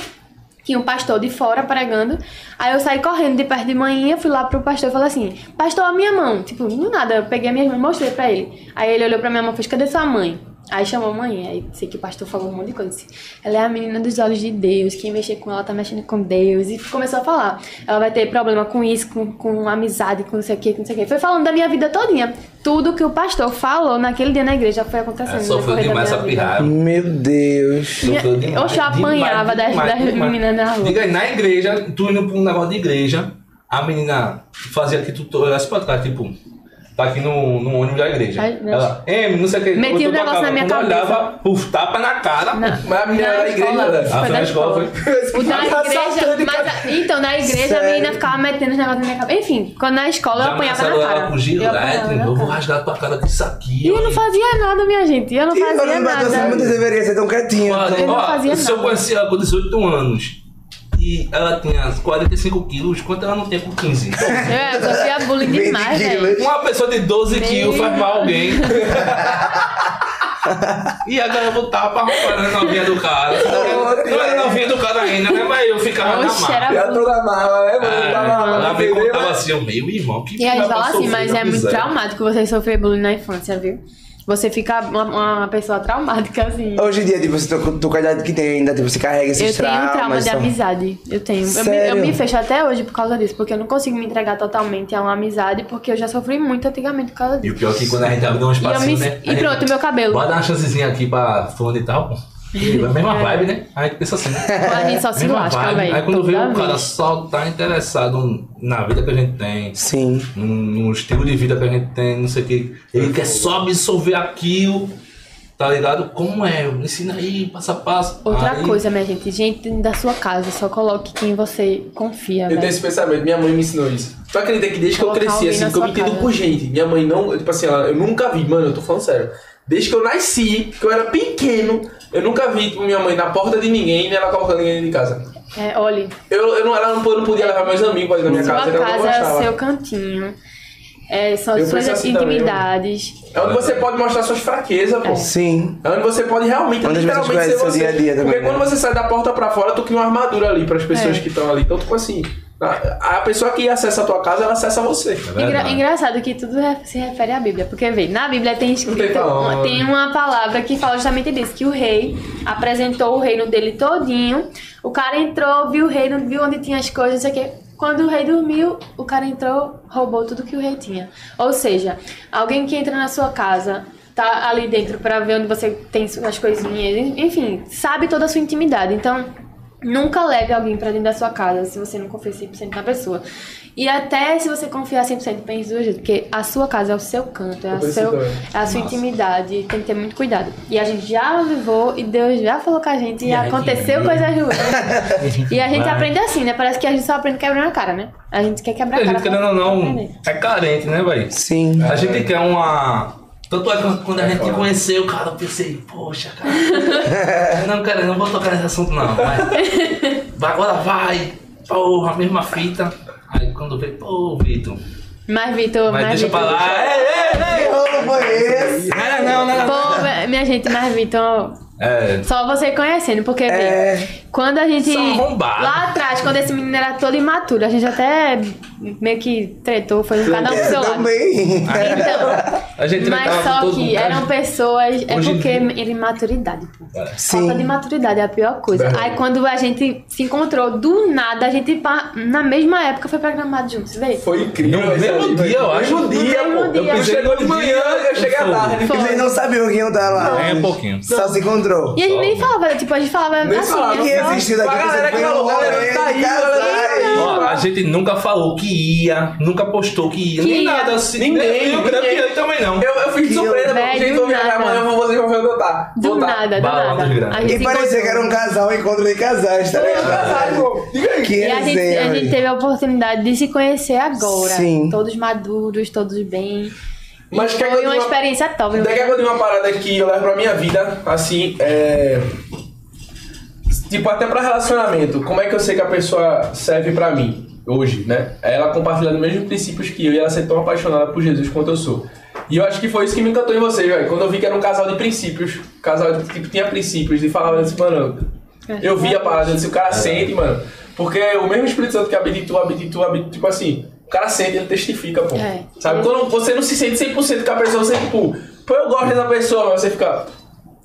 Speaker 3: tinha um pastor de fora pregando. Aí eu saí correndo de perto de manhã, fui lá pro pastor e falei assim: Pastor, a minha mão. Tipo, do nada, eu peguei a minha mão e mostrei pra ele. Aí ele olhou pra minha mão e fez: Cadê sua mãe? Aí chamou a mãe, aí sei que o pastor falou um monte de coisa. Disse, ela é a menina dos olhos de Deus, quem mexer com ela tá mexendo com Deus. E começou a falar: ela vai ter problema com isso, com, com amizade, com não sei o que, com não sei o que. Foi falando da minha vida todinha. Tudo que o pastor falou naquele dia na igreja foi acontecendo.
Speaker 4: Ela sofreu
Speaker 3: no decorrer da
Speaker 4: É,
Speaker 3: minha
Speaker 4: demais essa
Speaker 3: vida.
Speaker 4: pirrada.
Speaker 2: Meu Deus.
Speaker 4: Sofreu
Speaker 3: Minha-
Speaker 4: demais, é
Speaker 3: Oxe, eu apanhava das- das meninas na rua.
Speaker 4: Diga aí, na igreja, tu indo pra um negócio de igreja, a menina fazia que tu olhasse pra trás, tipo, tá aqui no, no ônibus da igreja.
Speaker 3: Ai, meu
Speaker 4: Ela, em, não sei o que.
Speaker 3: Metia
Speaker 4: quando
Speaker 3: um
Speaker 4: tu
Speaker 3: negócio
Speaker 4: tocava,
Speaker 3: na minha
Speaker 4: quando
Speaker 3: cabeça.
Speaker 4: olhava, puf, tapa na cara.
Speaker 3: Na-
Speaker 1: Mas a menina
Speaker 3: na
Speaker 1: era da igreja,
Speaker 3: escola.
Speaker 1: né?
Speaker 3: Foi
Speaker 4: Ah, foi
Speaker 3: da
Speaker 4: na escola,
Speaker 3: O da
Speaker 2: Mas a
Speaker 3: igreja,
Speaker 2: satânica-
Speaker 3: mas, a- então, na igreja a menina
Speaker 2: Sério?
Speaker 3: ficava metendo os negócios na minha cabeça. Enfim, quando na escola eu apanhava
Speaker 4: ameaçaram
Speaker 3: na
Speaker 4: ela
Speaker 3: cara.
Speaker 4: com giro,
Speaker 3: eu,
Speaker 4: né?
Speaker 3: apanhava na
Speaker 4: Eu vou
Speaker 3: cara.
Speaker 4: rasgar a tua cara disso aqui.
Speaker 3: E eu
Speaker 4: ó.
Speaker 3: não fazia nada, minha gente. Eu não
Speaker 2: Ih,
Speaker 3: fazia
Speaker 2: meu Deus,
Speaker 3: nada.
Speaker 2: Muitas deveriam ser tão quietinho.
Speaker 4: Olha,
Speaker 3: Eu não
Speaker 4: ó,
Speaker 3: fazia
Speaker 4: Se eu
Speaker 3: nada.
Speaker 4: conheci ela com 18 anos e ela tinha 45 quilos, quanto ela não tem com 15? Então,
Speaker 3: Eu, É, eu sofria bullying
Speaker 2: Vem de
Speaker 3: demais,
Speaker 2: quilo,
Speaker 3: velho.
Speaker 2: hein?
Speaker 4: Uma pessoa de 12
Speaker 3: Meu
Speaker 4: quilos faz mal alguém. E a galera voltava pra roubar na novinha do cara. Não era novinha do cara ainda, né? Mas eu ficava na
Speaker 3: Oxe,
Speaker 4: marra.
Speaker 3: era
Speaker 1: Já tô na mala, né, mano?
Speaker 4: Ah,
Speaker 1: tá na mala,
Speaker 4: Ela me
Speaker 1: entendeu?
Speaker 4: contava assim, o meu irmão, que
Speaker 3: E a gente fala assim, mas é muito
Speaker 4: traumático.
Speaker 3: traumático você sofrer bullying na infância, viu? Você fica uma, uma pessoa traumática, assim.
Speaker 2: Hoje em dia, tipo, você tá com- tô com a idade que tem ainda, tipo, você carrega
Speaker 3: Eu
Speaker 2: esses
Speaker 3: tenho um trauma
Speaker 2: traumas.
Speaker 3: de
Speaker 2: são-
Speaker 3: amizade. Eu tenho. Eu me, eu
Speaker 2: Sério?
Speaker 3: me fecho até hoje por causa disso, porque eu não consigo me entregar totalmente a uma amizade, porque eu já sofri muito antigamente por causa
Speaker 4: E
Speaker 3: disso.
Speaker 4: o pior é que quando a gente abre um
Speaker 3: E, eu me,
Speaker 4: espacinho, né?
Speaker 3: e pronto, meu cabelo.
Speaker 4: Bora dar uma chancezinha aqui pra fulano e tal, pô. É a mesma vibe, né? Aí tu pensa assim, né?
Speaker 3: A gente só se
Speaker 4: Mesma
Speaker 3: lasca,
Speaker 4: vibe.
Speaker 3: velho.
Speaker 4: Aí quando
Speaker 3: toda
Speaker 4: vê o
Speaker 3: vez.
Speaker 4: cara só tá interessado na vida que a gente tem,
Speaker 2: Sim.
Speaker 4: no, no estilo de vida que a gente tem, não sei o que. Ele quer só absorver aquilo, tá ligado? Como é? Me Ensina aí, passo a passo.
Speaker 3: Outra
Speaker 4: Aí,
Speaker 3: coisa, minha gente, gente da sua casa, só coloque quem você confia,
Speaker 1: Eu tenho
Speaker 3: velho.
Speaker 1: esse pensamento, minha mãe me ensinou isso. Tu acredita que desde que eu
Speaker 3: Colocar
Speaker 1: cresci,
Speaker 3: alguém na
Speaker 1: assim, que eu
Speaker 3: sua
Speaker 1: me entendo
Speaker 3: casa.
Speaker 1: por gente, minha mãe não, tipo assim, ela, eu nunca vi, mano, eu tô falando sério. Desde que eu nasci, que eu era pequeno, eu nunca vi tipo, minha mãe na porta de ninguém, nem ela colocando ninguém dentro de casa.
Speaker 3: É, olhe,
Speaker 1: Eu, eu não, ela não, eu não podia levar meus amigos pra dentro da minha
Speaker 3: sua
Speaker 1: casa, ela não
Speaker 3: casa é o
Speaker 1: gostava.
Speaker 3: seu cantinho. É, são
Speaker 1: Eu
Speaker 3: as suas
Speaker 1: penso assim também,
Speaker 3: intimidades.
Speaker 1: É onde você pode mostrar suas fraquezas, pô.
Speaker 2: Sim.
Speaker 1: É onde você pode realmente,
Speaker 2: Onde as pessoas
Speaker 1: literalmente, ser
Speaker 2: conhecem
Speaker 1: você.
Speaker 2: seu dia a dia também,
Speaker 1: Porque
Speaker 2: né?
Speaker 1: quando você sai da porta pra fora, tu cria uma armadura ali pras pessoas
Speaker 3: É.
Speaker 1: que estão ali. Então, tipo assim, a, a pessoa que acessa a tua casa, ela acessa você.
Speaker 4: É
Speaker 3: Engra-
Speaker 4: verdade.
Speaker 3: engraçado que tudo re- se refere à Bíblia, porque vê, na Bíblia tem
Speaker 1: Não tem
Speaker 3: escrito,
Speaker 1: pra onde.
Speaker 3: tem uma palavra que fala justamente disso, que o rei apresentou o reino dele todinho, o cara entrou, viu o reino, viu onde tinha as coisas, não sei o quê. Quando o rei dormiu, o cara entrou, roubou tudo que o rei tinha. Ou seja, alguém que entra na sua casa, tá ali dentro pra ver onde você tem as coisinhas, enfim, sabe toda a sua intimidade. Então, Nunca leve alguém pra dentro da sua casa se você não confia 100% na pessoa. E até se você confiar 100%, pense duas vezes, porque a sua casa é o seu canto, é,
Speaker 1: Eu
Speaker 3: a,
Speaker 1: penso
Speaker 3: seu,
Speaker 1: também.
Speaker 3: é a sua intimidade, tem que ter muito cuidado. E a gente já levou, e Deus já falou com a gente, e,
Speaker 4: E a gente
Speaker 3: aconteceu
Speaker 4: viu.
Speaker 3: coisas ruins. e a gente
Speaker 4: Vai.
Speaker 3: aprende assim, né? Parece que a gente só aprende quebrando a cara, né? A gente quer quebrar
Speaker 4: É, A
Speaker 3: a cara.
Speaker 4: gente, querendo ou
Speaker 3: pra- pra
Speaker 4: não,
Speaker 3: aprender.
Speaker 4: é carente, né, velho?
Speaker 2: Sim.
Speaker 4: A gente quer uma. Tanto é que quando a gente conheceu, cara, eu pensei, poxa, cara. não, cara, eu não vou tocar nesse assunto, não. Vai. Vai, Agora vai. Porra, a mesma fita. Aí quando veio, pô, Vitor.
Speaker 3: Mas, Vitor,
Speaker 4: Mas
Speaker 3: mas,
Speaker 4: deixa
Speaker 3: Vitor.
Speaker 4: pra lá. É,
Speaker 2: Que rolo foi esse?
Speaker 4: é, não, não, não.
Speaker 3: Pô, minha gente, mas, Vitor,
Speaker 4: É.
Speaker 3: Só você conhecendo, porque vê,
Speaker 2: É.
Speaker 3: quando a gente.
Speaker 4: Só arrombado.
Speaker 3: Lá atrás, quando esse menino era todo imaturo, a gente até meio que tretou, foi cada um pro seu lado.
Speaker 2: Também.
Speaker 3: Então,
Speaker 4: A gente
Speaker 3: mas
Speaker 4: tratava
Speaker 3: só
Speaker 4: todo
Speaker 3: que
Speaker 4: mundo,
Speaker 3: eram pessoas. É
Speaker 4: Hoje em
Speaker 3: porque
Speaker 4: dia-
Speaker 3: era imaturidade, pô. Falta de
Speaker 2: Sim.
Speaker 3: maturidade é a pior coisa.
Speaker 1: Verdade.
Speaker 3: Aí quando a gente se encontrou do nada, a gente pa- na mesma época foi programado juntos, vê?
Speaker 1: Foi incrível.
Speaker 4: No
Speaker 1: isso
Speaker 4: mesmo
Speaker 1: ali, velho.
Speaker 4: dia, eu acho.
Speaker 1: No mesmo dia,
Speaker 3: No mesmo
Speaker 1: pô.
Speaker 3: dia.
Speaker 1: Eu chegou de manhã, eu cheguei à
Speaker 4: Foi.
Speaker 1: tarde.
Speaker 3: Foi.
Speaker 2: Vocês não sabiam quem eu tava lá.
Speaker 4: É, um pouquinho.
Speaker 2: Só se encontrou.
Speaker 3: E a gente nem falava, tipo, a gente falava
Speaker 1: Nem
Speaker 3: assim,
Speaker 1: falava.
Speaker 3: eu
Speaker 2: Quem
Speaker 3: só-
Speaker 2: assistiu daqui?
Speaker 1: Pra galera que
Speaker 2: você foi
Speaker 1: falou,
Speaker 2: lá,
Speaker 1: galera,
Speaker 2: ele
Speaker 1: tá aí,
Speaker 2: casar,
Speaker 1: galera.
Speaker 2: e-
Speaker 4: Ó, a gente nunca falou que ia, nunca postou que ia,
Speaker 3: Que
Speaker 4: nem
Speaker 3: ia.
Speaker 4: nada assim.
Speaker 1: Ninguém,
Speaker 4: nem o Grande
Speaker 1: ninguém.
Speaker 4: Piano também não.
Speaker 1: Eu, eu fiquei de
Speaker 2: Que
Speaker 1: surpresa,
Speaker 3: velho,
Speaker 1: porque gente
Speaker 3: do
Speaker 1: vou viajar
Speaker 3: nada.
Speaker 1: amanhã, eu vou fazer o meu voltar.
Speaker 3: Do nada, do
Speaker 4: Balão dos
Speaker 3: nada.
Speaker 4: grandes.
Speaker 3: A gente
Speaker 2: E
Speaker 3: se
Speaker 2: parecia
Speaker 3: encontrou.
Speaker 2: que era um casal, um encontro de casais, tá
Speaker 1: Eu casar,
Speaker 2: ligado?
Speaker 1: pô. Diga aí.
Speaker 2: Que
Speaker 3: E a gente,
Speaker 2: resenha,
Speaker 3: a gente
Speaker 2: velho.
Speaker 3: teve a oportunidade de se conhecer agora.
Speaker 2: né? Sim.
Speaker 3: Todos maduros, todos bem. E
Speaker 1: Mas quer que eu
Speaker 3: foi uma
Speaker 1: diga-
Speaker 3: experiência top.
Speaker 1: Daqui a pouco eu digo uma parada que eu levo pra minha vida, assim, é. Tipo, até pra relacionamento, como é que eu sei que a pessoa serve pra mim hoje, né? Ela compartilha os mesmos princípios que eu e ela ser tão apaixonada por Jesus quanto eu sou. E eu acho que foi isso que me encantou em vocês, velho. Quando eu vi que era um casal de princípios, um casal que tipo, tinha princípios, e falava assim, mano, eu vi a parada, eu disse, o cara sente, mano. Porque o mesmo Espírito Santo que habitua, habitua, habitua, tipo assim, o cara sente, ele testifica, pô.
Speaker 3: É.
Speaker 1: Sabe? Quando você não se sente 100% com a pessoa, você, tipo, pô, eu gosto da pessoa, mas você fica,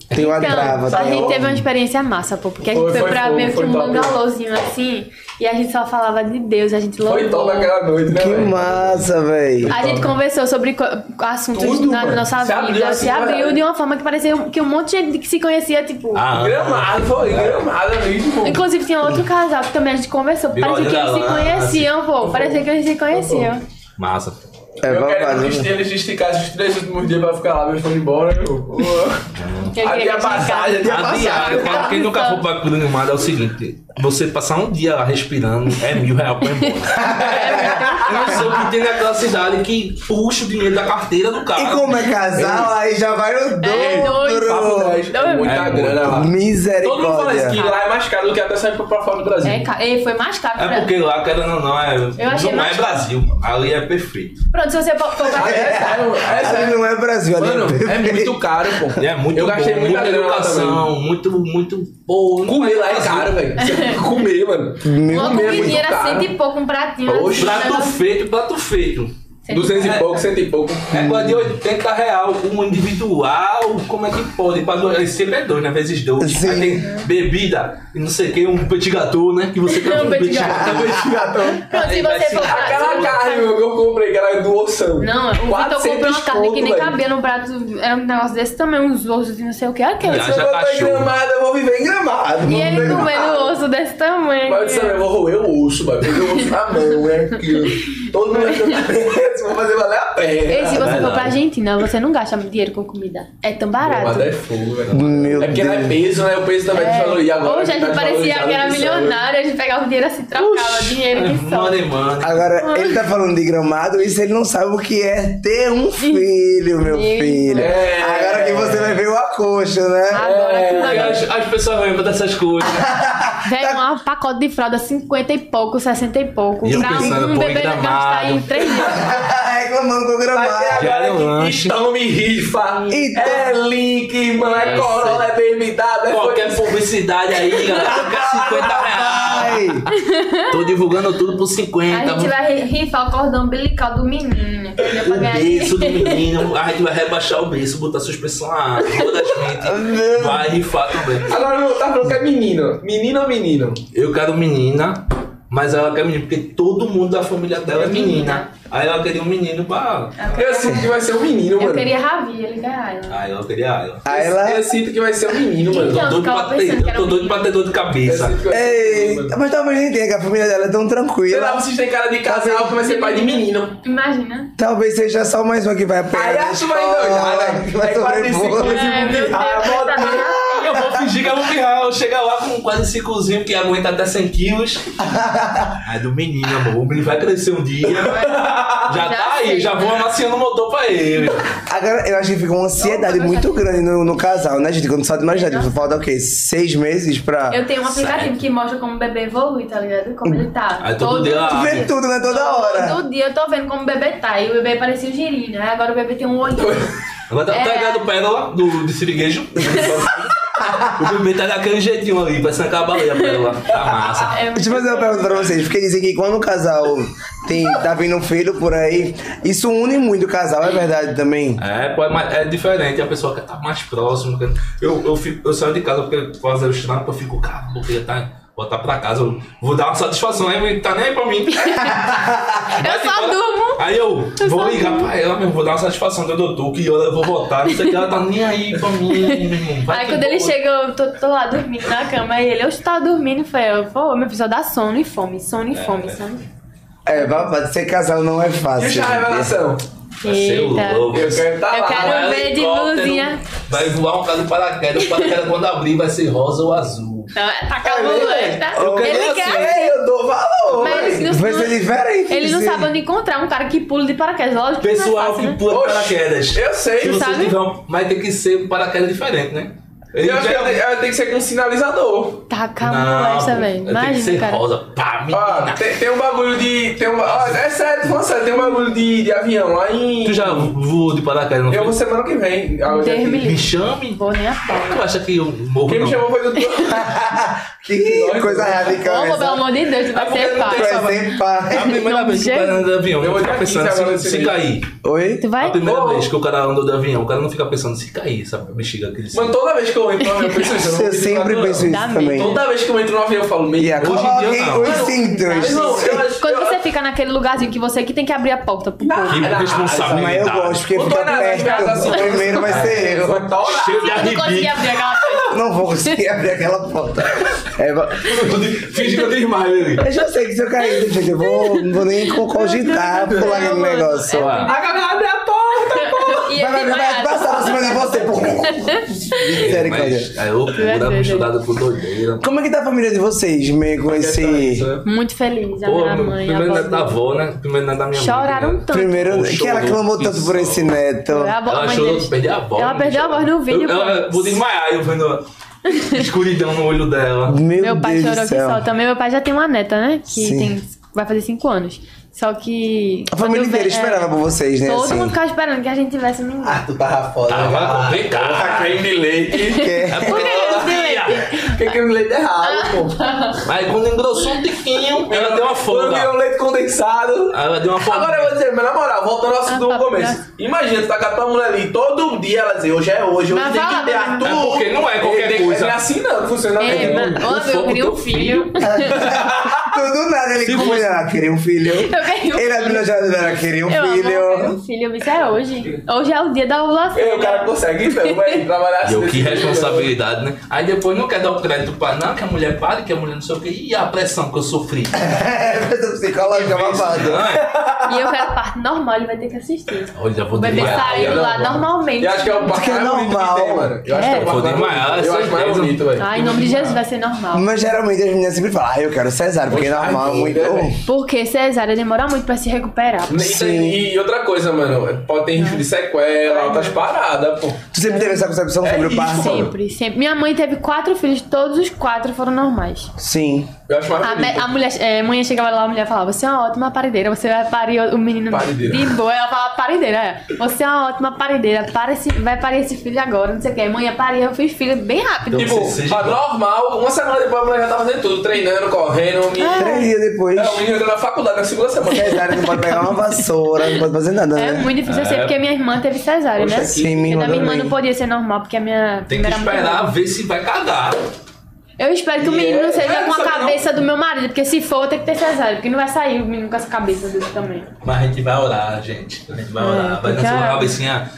Speaker 2: Tem uma
Speaker 3: Então,
Speaker 2: trava,
Speaker 3: a
Speaker 2: tem
Speaker 3: gente
Speaker 2: outra.
Speaker 3: teve uma experiência massa, pô, porque a gente
Speaker 1: Foi,
Speaker 3: foi,
Speaker 1: foi,
Speaker 3: pra
Speaker 1: foi,
Speaker 3: meio que
Speaker 1: foi
Speaker 3: um
Speaker 1: top.
Speaker 3: bangalôzinho assim, e a gente só falava de Deus, a gente louvou.
Speaker 1: foi top aquela noite, né?
Speaker 2: Que
Speaker 1: velho?
Speaker 2: massa, véi.
Speaker 3: A gente conversou sobre co- assuntos
Speaker 1: Tudo,
Speaker 3: na
Speaker 1: mano.
Speaker 3: nossa
Speaker 1: Se
Speaker 3: vida,
Speaker 1: abriu assim,
Speaker 3: se abriu
Speaker 1: velho.
Speaker 3: de uma forma que parecia que um monte de gente que se conhecia, tipo.
Speaker 4: Ah,
Speaker 1: Gramado, foi, gramado ali, tipo.
Speaker 3: Inclusive tinha outro casal que também a gente conversou. Parecia
Speaker 4: Bigode
Speaker 3: que
Speaker 4: da
Speaker 3: eles se
Speaker 4: lança.
Speaker 3: conheciam,
Speaker 1: assim.
Speaker 3: pô. Parecia que eles se conheciam.
Speaker 4: massa.
Speaker 2: É
Speaker 1: eu quero
Speaker 2: babado.
Speaker 1: que
Speaker 2: né?
Speaker 1: eles esticassem os três últimos dias pra ficar lá, mas foi embora. Eu...
Speaker 3: Eu
Speaker 1: Havia
Speaker 3: queria que tinha
Speaker 1: é passagem,
Speaker 3: ficado.
Speaker 1: Dia
Speaker 4: A
Speaker 1: passado,
Speaker 4: diária, pra quem nunca foi pra Cuida Animada, é o seguinte: você passar um dia lá respirando é mil reais pra ir embora. Eu não sei o que tem naquela cidade que puxa o dinheiro da carteira do cara.
Speaker 2: E como é casal, aí já vai o
Speaker 3: É,
Speaker 2: dobro.
Speaker 1: Papo 10, é muita
Speaker 4: É,
Speaker 1: grana lá. Todo mundo fala isso, que
Speaker 2: Misericórdia.
Speaker 1: lá é mais caro do que até sair pra fora do Brasil.
Speaker 3: É, cara, e foi mais caro.
Speaker 4: É
Speaker 3: né?
Speaker 4: porque lá, querendo ou não, é, não
Speaker 3: achei
Speaker 4: é
Speaker 3: mais-
Speaker 4: Brasil. Ali é perfeito.
Speaker 3: Pronto, se você for for pra
Speaker 1: É, sério, é
Speaker 2: Ali
Speaker 1: sério.
Speaker 2: não é Brasil, ali
Speaker 1: Mano, é muito caro, pô.
Speaker 4: É muito
Speaker 1: Eu gastei
Speaker 4: bom,
Speaker 1: muita grana lá também.
Speaker 4: educação, muito, muito. Pô, não
Speaker 1: Comer lá é
Speaker 4: Brasil.
Speaker 1: caro, velho. Você tem que comer, mano.
Speaker 3: uma
Speaker 1: Comer é muito
Speaker 3: comidinha era
Speaker 1: caro.
Speaker 3: cento e pouco, um pratinho.
Speaker 1: Oxe, tá
Speaker 3: um
Speaker 4: Prato
Speaker 3: negócio-
Speaker 4: feito, prato feito.
Speaker 3: cento e
Speaker 1: 200 e pouco, cento e pouco. Hum.
Speaker 4: É coisa de
Speaker 2: Hum.
Speaker 4: 80 real, um individual, como é que pode? Pra dois, sempre é dois, né? Vezes dois.
Speaker 2: Sim.
Speaker 4: Aí tem bebida, e não sei o que, um petit gâteau, né? Que você
Speaker 3: Um petit gâteau.
Speaker 4: Um petit gâteau.
Speaker 3: Pronto, se
Speaker 4: Aí vai
Speaker 3: você
Speaker 4: se-
Speaker 3: for pra-
Speaker 1: Aquela carne meu, que eu comprei, que era do orção.
Speaker 3: Não, o Vitor
Speaker 1: 400
Speaker 3: comprou uma carne que nem
Speaker 1: conto,
Speaker 3: cabia no prato. Era um negócio desse também, uns ossos e não sei o que. Aquele.
Speaker 4: Já,
Speaker 1: Se eu
Speaker 4: já
Speaker 1: não tô em
Speaker 4: cachorro.
Speaker 1: gramado, eu vou viver em gramado.
Speaker 3: E ele comendo osso desse tamanho.
Speaker 1: Mas sabe, eu vou roer o osso, vai pegar o osso na mão, é aquilo. Todo mundo achando que vou fazer valer a pena.
Speaker 3: E se você for
Speaker 4: É Verdade.
Speaker 3: pra Argentina, você não gasta dinheiro com comida. É tão barato.
Speaker 1: Mas é fogo, velho.
Speaker 2: Meu
Speaker 1: É porque não é
Speaker 2: Deus.
Speaker 1: peso, né? O peso também é. desvaloriza agora.
Speaker 3: Hoje a
Speaker 1: tá
Speaker 3: gente parecia
Speaker 1: desvalorizado,
Speaker 3: que era
Speaker 1: isso, né?
Speaker 3: milionário, a gente pegava o dinheiro assim, trocava dinheiro que só.
Speaker 4: Money, money.
Speaker 1: Ah.
Speaker 2: Agora, ele tá falando de gramado, isso ele não sabe o que é ter um filho, meu
Speaker 3: Meu
Speaker 2: filho.
Speaker 1: Deus.
Speaker 2: Agora que você vai ver o acocho, né?
Speaker 1: É,
Speaker 3: Agora que
Speaker 4: Porque As, as pessoas lembram dessas coisas.
Speaker 3: Velho, um pacote de fralda 50 e pouco, 60 e pouco.
Speaker 4: E eu
Speaker 3: pra
Speaker 4: pensando,
Speaker 3: um
Speaker 4: pô,
Speaker 3: bebê
Speaker 4: gramado.
Speaker 3: gastar em 3 dias.
Speaker 1: Ah.
Speaker 2: Reclamando com o
Speaker 1: Até
Speaker 2: gramado.
Speaker 4: Já é um
Speaker 1: agora que
Speaker 4: lanche.
Speaker 1: estão me rifa.
Speaker 2: Então.
Speaker 1: É Link, mano. É
Speaker 4: Eu
Speaker 1: Corolla, é BMW. É
Speaker 4: Qualquer publicidade aí, galera, fica 50 reais.
Speaker 2: Ai,
Speaker 4: Tô divulgando tudo por
Speaker 3: A
Speaker 4: 50.
Speaker 3: gente vai ri- rifar o cordão umbilical do menino, entendeu? Pra
Speaker 4: O
Speaker 3: ganhar
Speaker 4: berço Um do menino, a gente vai rebaixar o berço, botar suspensão a água da gente. Vai rifar também.
Speaker 1: Agora eu vou tá falando que é menino. Menino ou menino?
Speaker 4: Eu quero menina, mas ela quer menino, porque todo mundo da família dela é menina. Aí ela queria um menino pra.
Speaker 3: Ah.
Speaker 1: Eu sinto que vai ser um menino,
Speaker 3: Eu
Speaker 1: mano.
Speaker 3: queria Ravi, ele é quer Ayla.
Speaker 4: Aí ela queria ela.
Speaker 2: aí Ah, ela.
Speaker 1: Eu sinto que vai ser um menino, mano.
Speaker 3: Então,
Speaker 4: Ah, Tô doido
Speaker 3: ficava
Speaker 4: pra ter,
Speaker 3: pensando que
Speaker 4: eu
Speaker 3: era
Speaker 4: tô doido
Speaker 3: menino.
Speaker 4: pra ter dor de
Speaker 1: Eu
Speaker 4: cabeça.
Speaker 1: sinto que vai ser um menino,
Speaker 2: Eita,
Speaker 1: mano.
Speaker 2: mas talvez nem tenha, que a família dela é tão
Speaker 1: Sei lá,
Speaker 2: tranquila.
Speaker 1: vocês têm cara de
Speaker 2: Tá
Speaker 1: casal que vai ser pai de menino.
Speaker 3: Imagina.
Speaker 2: Talvez seja só mais uma que vai apanhar.
Speaker 1: Aí
Speaker 2: na
Speaker 1: acho mais
Speaker 2: escola,
Speaker 1: doidada.
Speaker 2: que vai
Speaker 1: Aí quase cinco
Speaker 2: sobrevoar.
Speaker 1: meses
Speaker 3: É, meu Deus,
Speaker 1: Ah,
Speaker 3: essa
Speaker 1: bota-
Speaker 3: raça-
Speaker 4: Eu vou fingir que é um pirral. Chega lá com quase um ciclozinho que aguenta até 100 quilos. Aí É do menino, amor. O menino vai crescer um dia. Já,
Speaker 3: Já
Speaker 4: tá aí,
Speaker 3: sei.
Speaker 4: já vou amaciando o motor pra ele.
Speaker 2: Agora, eu acho que fica uma ansiedade muito grande no, no casal, né, gente? Quando só de imaginar, tipo, falta o quê? Seis meses pra.
Speaker 3: Eu tenho um aplicativo que mostra como o bebê evolui, tá ligado? Como ele tá.
Speaker 4: Aí todo dia ela
Speaker 2: Tu vê tudo, né? Toda hora.
Speaker 3: Todo dia eu tô vendo como o bebê tá. E o bebê parecia o girino. Aí agora o bebê tem um olho.
Speaker 4: Agora tá
Speaker 3: É.
Speaker 4: tá ligado o pérola do, de siriguejo. o bebê tá daquele jeitinho ali, parecendo aquela baleia pérola. Tá massa.
Speaker 3: É,
Speaker 2: Deixa eu fazer uma pergunta pra vocês, porque dizem que quando o casal tem, tá vindo um filho por aí, isso une muito o casal, é verdade também?
Speaker 4: É, pô, é, mais- é diferente, a pessoa quer estar mais próximo. quer- Eu, eu, fico- eu saio de casa porque quase eu estudar, porque eu fico, cara, eu queria tá, botar pra casa, eu vou dar uma satisfação, aí ele tá nem aí pra mim.
Speaker 3: Eu só durmo.
Speaker 4: Aí eu, vou ligar pra ela mesmo, vou dar uma satisfação, eu tô, que hora eu vou votar, não sei o que, ela tá nem aí pra mim, meu irmão. vai
Speaker 3: Aí
Speaker 4: que
Speaker 3: quando
Speaker 4: eu
Speaker 3: ele
Speaker 4: vou.
Speaker 3: chega, eu tô, tô lá dormindo na cama. E ele, eu estava dormindo. Foi, eu, pô, meu filho só dá sono e fome. Sono e
Speaker 4: é.
Speaker 3: fome, sabe?
Speaker 2: É, babado, ser casal não é
Speaker 1: E o
Speaker 2: fácil.
Speaker 1: chá revelação?
Speaker 4: Vai ser
Speaker 3: Eu
Speaker 4: louco.
Speaker 1: Eu quero estar
Speaker 3: Eu
Speaker 1: lá.
Speaker 3: quero
Speaker 1: mano.
Speaker 3: ver de
Speaker 4: Helicóptero,
Speaker 3: luzinha.
Speaker 4: Vai voar um caso de paraquedas, o paraquedas quando abrir vai ser rosa ou azul.
Speaker 3: Então, tá cabuleta. Ele quer.
Speaker 2: É, eu dou valor.
Speaker 3: Mas ele não-
Speaker 2: Vai ser diferente.
Speaker 3: Ele não
Speaker 2: sim.
Speaker 3: sabe onde encontrar um cara que pula de paraquedas. Lógico que não é
Speaker 4: Pessoal
Speaker 3: fácil,
Speaker 4: que
Speaker 3: né?
Speaker 4: pula de
Speaker 1: Oxe,
Speaker 4: paraquedas.
Speaker 1: eu sei.
Speaker 4: Se você
Speaker 3: Sabe?
Speaker 4: tiver um, vai ter que ser um paraquedas diferente, né?
Speaker 1: Eu acho que ela tem, ela tem que ser com um sinalizador.
Speaker 3: Taca a molesta, velho.
Speaker 4: Tem que ser
Speaker 3: tá Imagina, cara.
Speaker 4: rosa. Pá,
Speaker 1: Ó,
Speaker 4: menina.
Speaker 1: tem, tem um bagulho de. Tem um, ó, é sério, falando sério, tem um bagulho de, de avião lá em.
Speaker 4: Tu já voou de paracaídas, não
Speaker 1: Eu
Speaker 4: foi?
Speaker 1: vou semana que vem. Ah, eu já-
Speaker 3: Deus me
Speaker 4: Me
Speaker 3: livre.
Speaker 4: chame?
Speaker 3: Vou nem a pau.
Speaker 4: Tu acha que eu morro,
Speaker 1: Quem me
Speaker 4: não?
Speaker 1: chamou foi do.
Speaker 2: Que coisa radical
Speaker 3: Ô, pelo
Speaker 2: essa.
Speaker 3: amor de Deus, tu vai
Speaker 4: porque
Speaker 3: ser
Speaker 4: não tem
Speaker 2: Tu é sem
Speaker 3: pai.
Speaker 2: pai.
Speaker 4: A primeira
Speaker 3: Não,
Speaker 4: vez que o
Speaker 3: gente.
Speaker 4: cara anda de avião,
Speaker 1: Eu
Speaker 4: eu
Speaker 1: vou
Speaker 4: vou ficar
Speaker 1: dar quinze
Speaker 4: pensando assim,
Speaker 1: agora
Speaker 4: se,
Speaker 1: nesse
Speaker 4: se
Speaker 1: vídeo.
Speaker 4: cair.
Speaker 2: Oi?
Speaker 3: Tu
Speaker 4: A
Speaker 3: vai?
Speaker 4: primeira
Speaker 1: Ô.
Speaker 4: vez que o cara andou de avião, o cara não fica pensando se cair essa bexiga que ele
Speaker 1: Mano, toda vez que eu entro no avião, eu penso isso. não
Speaker 2: Eu
Speaker 1: vou
Speaker 2: sempre
Speaker 1: dizer nada, não.
Speaker 2: penso isso
Speaker 3: Dá
Speaker 2: também.
Speaker 1: Toda vez que eu entro no avião, eu falo, meio.
Speaker 2: E a
Speaker 4: Hoje em dia, não.
Speaker 2: coloquem os
Speaker 1: Mas não,
Speaker 2: cintos.
Speaker 1: eu acho
Speaker 3: Quando
Speaker 1: eu-
Speaker 3: você fica naquele lugarzinho que você que tem que abrir a porta pro
Speaker 2: é
Speaker 3: povo.
Speaker 4: Que responsabilidade.
Speaker 2: Mas eu gosto, porque
Speaker 1: Eu tô
Speaker 2: fica
Speaker 1: na- na casa assim.
Speaker 2: perto. O primeiro vai ser eu.
Speaker 1: Tá hora.
Speaker 4: Cheio de
Speaker 3: Eu não consegui
Speaker 4: arrepio.
Speaker 3: abrir aquela porta.
Speaker 2: Não vou conseguir abrir aquela porta. É, va-
Speaker 4: Finge que eu desmaio ali.
Speaker 2: eu já sei que se eu cair, gente, eu vou, não vou nem co- cogitar pular aquele negócio.
Speaker 4: Ó,
Speaker 1: A galera abre a porta, pô.
Speaker 3: E é
Speaker 2: Vai, vai,
Speaker 3: ele
Speaker 2: vai
Speaker 3: vai.
Speaker 2: passar por cima de você. pô. Misericórdia.
Speaker 4: Mas é loucura
Speaker 3: né?
Speaker 4: misturada com doideira.
Speaker 2: Como é que tá a família de vocês, meio com esse...
Speaker 4: é
Speaker 3: Muito feliz, a
Speaker 4: Pô,
Speaker 3: minha mãe, a
Speaker 4: primeiro
Speaker 3: avó
Speaker 4: neto da
Speaker 3: dele.
Speaker 4: avó, né? Primeiro neto da minha mãe. né?
Speaker 3: Choraram tanto.
Speaker 2: Primeiro,
Speaker 4: Show
Speaker 2: que ela
Speaker 4: do
Speaker 2: clamou tanto por
Speaker 4: Pizzol.
Speaker 2: esse neto.
Speaker 3: Foi a bo-
Speaker 4: Ela
Speaker 3: mãe
Speaker 4: chorou,
Speaker 3: deles.
Speaker 4: perdeu a voz.
Speaker 3: Ela perdeu a voz no vídeo,
Speaker 4: Eu, ela-
Speaker 3: pô.
Speaker 4: vou desmaiar, eu vendo a escuridão no olho dela.
Speaker 2: Meu,
Speaker 3: Meu pai
Speaker 2: Deus do
Speaker 3: chorou que
Speaker 2: céu.
Speaker 3: só. Também meu pai já tem um uma neta, né? Que
Speaker 2: Sim.
Speaker 3: tem, vai fazer cinco anos. Só que.
Speaker 2: A família
Speaker 3: quando
Speaker 2: inteira
Speaker 3: ve-
Speaker 2: esperava por vocês, né,
Speaker 3: Todo
Speaker 2: assim?
Speaker 3: mundo ficava esperando que a gente tivesse um menino.
Speaker 2: Ah, tu tava foda.
Speaker 4: Tava
Speaker 2: cara.
Speaker 4: complicado.
Speaker 1: creme de leite.
Speaker 2: Que-
Speaker 4: É porque ela ria.
Speaker 1: Porque creme de leite é raro, pô.
Speaker 4: Aí quando engrossou um tiquinho, ela deu uma
Speaker 1: Quando
Speaker 4: folga.
Speaker 1: virou leite condensado.
Speaker 4: Aí ela deu uma folga.
Speaker 1: Agora eu vou dizer, mas na moral, voltando ao assunto
Speaker 3: Ah, tá,
Speaker 1: do começo. Imagina, tu tá com a tua mulher ali todo dia, ela dizer, hoje é hoje, hoje
Speaker 3: Mas
Speaker 1: tem
Speaker 3: vai
Speaker 1: que
Speaker 3: lá,
Speaker 1: ter
Speaker 3: vai lá.
Speaker 1: Arthur.
Speaker 4: É porque não é qualquer
Speaker 1: Tem-
Speaker 4: coisa.
Speaker 1: Não é assim não, que funciona.
Speaker 3: Ei,
Speaker 1: É,
Speaker 2: Tá
Speaker 3: mano,
Speaker 4: o
Speaker 3: olha,
Speaker 4: fogo
Speaker 3: eu queria
Speaker 4: do
Speaker 3: um filho.
Speaker 2: Tudo Ah, nada, ele
Speaker 4: Se
Speaker 2: como
Speaker 4: fosse-
Speaker 2: ela queria um filho.
Speaker 3: Eu queria um
Speaker 2: Ele abriu a janela, queria um
Speaker 3: Eu amo ter
Speaker 2: filho.
Speaker 3: um filho, isso é hoje. Hoje é o dia da ovulação.
Speaker 1: É, o cara consegue então, vai trabalhar
Speaker 4: E
Speaker 1: assim.
Speaker 4: o que
Speaker 1: desse jeito.
Speaker 4: responsabilidade, né? Aí depois não quer dar o crédito pra não, que a mulher pare, que a mulher não sei o quê. E a pressão que eu sofri.
Speaker 2: É, mas psicológica babada.
Speaker 4: Ai,
Speaker 3: E eu quero parte normal, ele vai ter que assistir.
Speaker 4: Olha, vou
Speaker 3: O bebê
Speaker 4: desmaiar.
Speaker 3: saiu
Speaker 4: olha,
Speaker 3: lá
Speaker 4: olha.
Speaker 3: normalmente.
Speaker 1: Eu acho que é o
Speaker 2: Porque é
Speaker 1: parque mais bonito que
Speaker 2: normal.
Speaker 1: tem, mano. Eu acho que é
Speaker 3: É.
Speaker 1: o parque
Speaker 4: Foder maior,
Speaker 1: bonito. Eu acho mais
Speaker 4: é certeza.
Speaker 1: bonito, velho.
Speaker 3: Ah, em nome de Jesus vai ser normal.
Speaker 2: Mas geralmente as meninas sempre falam, ah, eu quero cesárea, porque é normal,
Speaker 1: Ai,
Speaker 2: muito.
Speaker 1: velho.
Speaker 3: Porque cesárea demora muito pra se recuperar.
Speaker 1: Né, E-
Speaker 2: Sim.
Speaker 1: E, e outra coisa, mano, pode ter risco de
Speaker 3: Ah.
Speaker 1: sequela,
Speaker 3: né?
Speaker 1: outras paradas, pô.
Speaker 2: Tu sempre teve essa concepção
Speaker 1: É
Speaker 2: sobre o
Speaker 1: isso,
Speaker 2: parto?
Speaker 1: mano.
Speaker 3: Sempre, sempre. Minha mãe teve quatro filhos, todos os quatro foram normais.
Speaker 2: Sim.
Speaker 1: Eu acho mais
Speaker 3: A, me-
Speaker 1: bonito.
Speaker 3: a mulher, é, a mãe chegava lá, a mulher falava: Você é uma ótima paredeira, você vai parir o menino
Speaker 1: Paredeira.
Speaker 3: de boa. Ela fala: Paredeira, é. Você é uma ótima paredeira, para esse- vai parir esse filho agora, não sei o que. Mãe, eu pari, eu fiz filho bem rápido.
Speaker 1: Tipo,
Speaker 4: Você seja
Speaker 1: pra normal, uma semana depois a mulher já tá fazendo tudo, treinando, correndo, um me...
Speaker 3: É, Ah.
Speaker 2: Três dias depois.
Speaker 1: Não, o um menino entrou na faculdade na segunda semana.
Speaker 2: Cesárea não pode pegar uma vassoura, não pode fazer nada,
Speaker 3: É
Speaker 2: né?
Speaker 3: muito difícil, eu sei, porque minha irmã teve cesárea,
Speaker 1: Poxa,
Speaker 3: né?
Speaker 1: que
Speaker 2: Sim, minha
Speaker 3: E
Speaker 2: irmã
Speaker 3: da minha irmã não
Speaker 2: também.
Speaker 3: podia ser normal, porque a minha
Speaker 4: Tem que
Speaker 3: primeira mulher-
Speaker 4: esperar ver se vai cagar.
Speaker 3: Eu espero que o
Speaker 1: E
Speaker 3: menino
Speaker 1: é-
Speaker 3: não
Speaker 1: é,
Speaker 3: seja com a
Speaker 1: sabe não?
Speaker 3: cabeça do meu marido, porque se for, tem que ter cesárea, porque não vai sair o menino com essa cabeça desse tamanho.
Speaker 4: Mas a gente vai orar, gente. A gente vai
Speaker 3: É,
Speaker 4: orar. Vai
Speaker 3: porque
Speaker 4: nascer uma
Speaker 3: a-
Speaker 4: cabecinha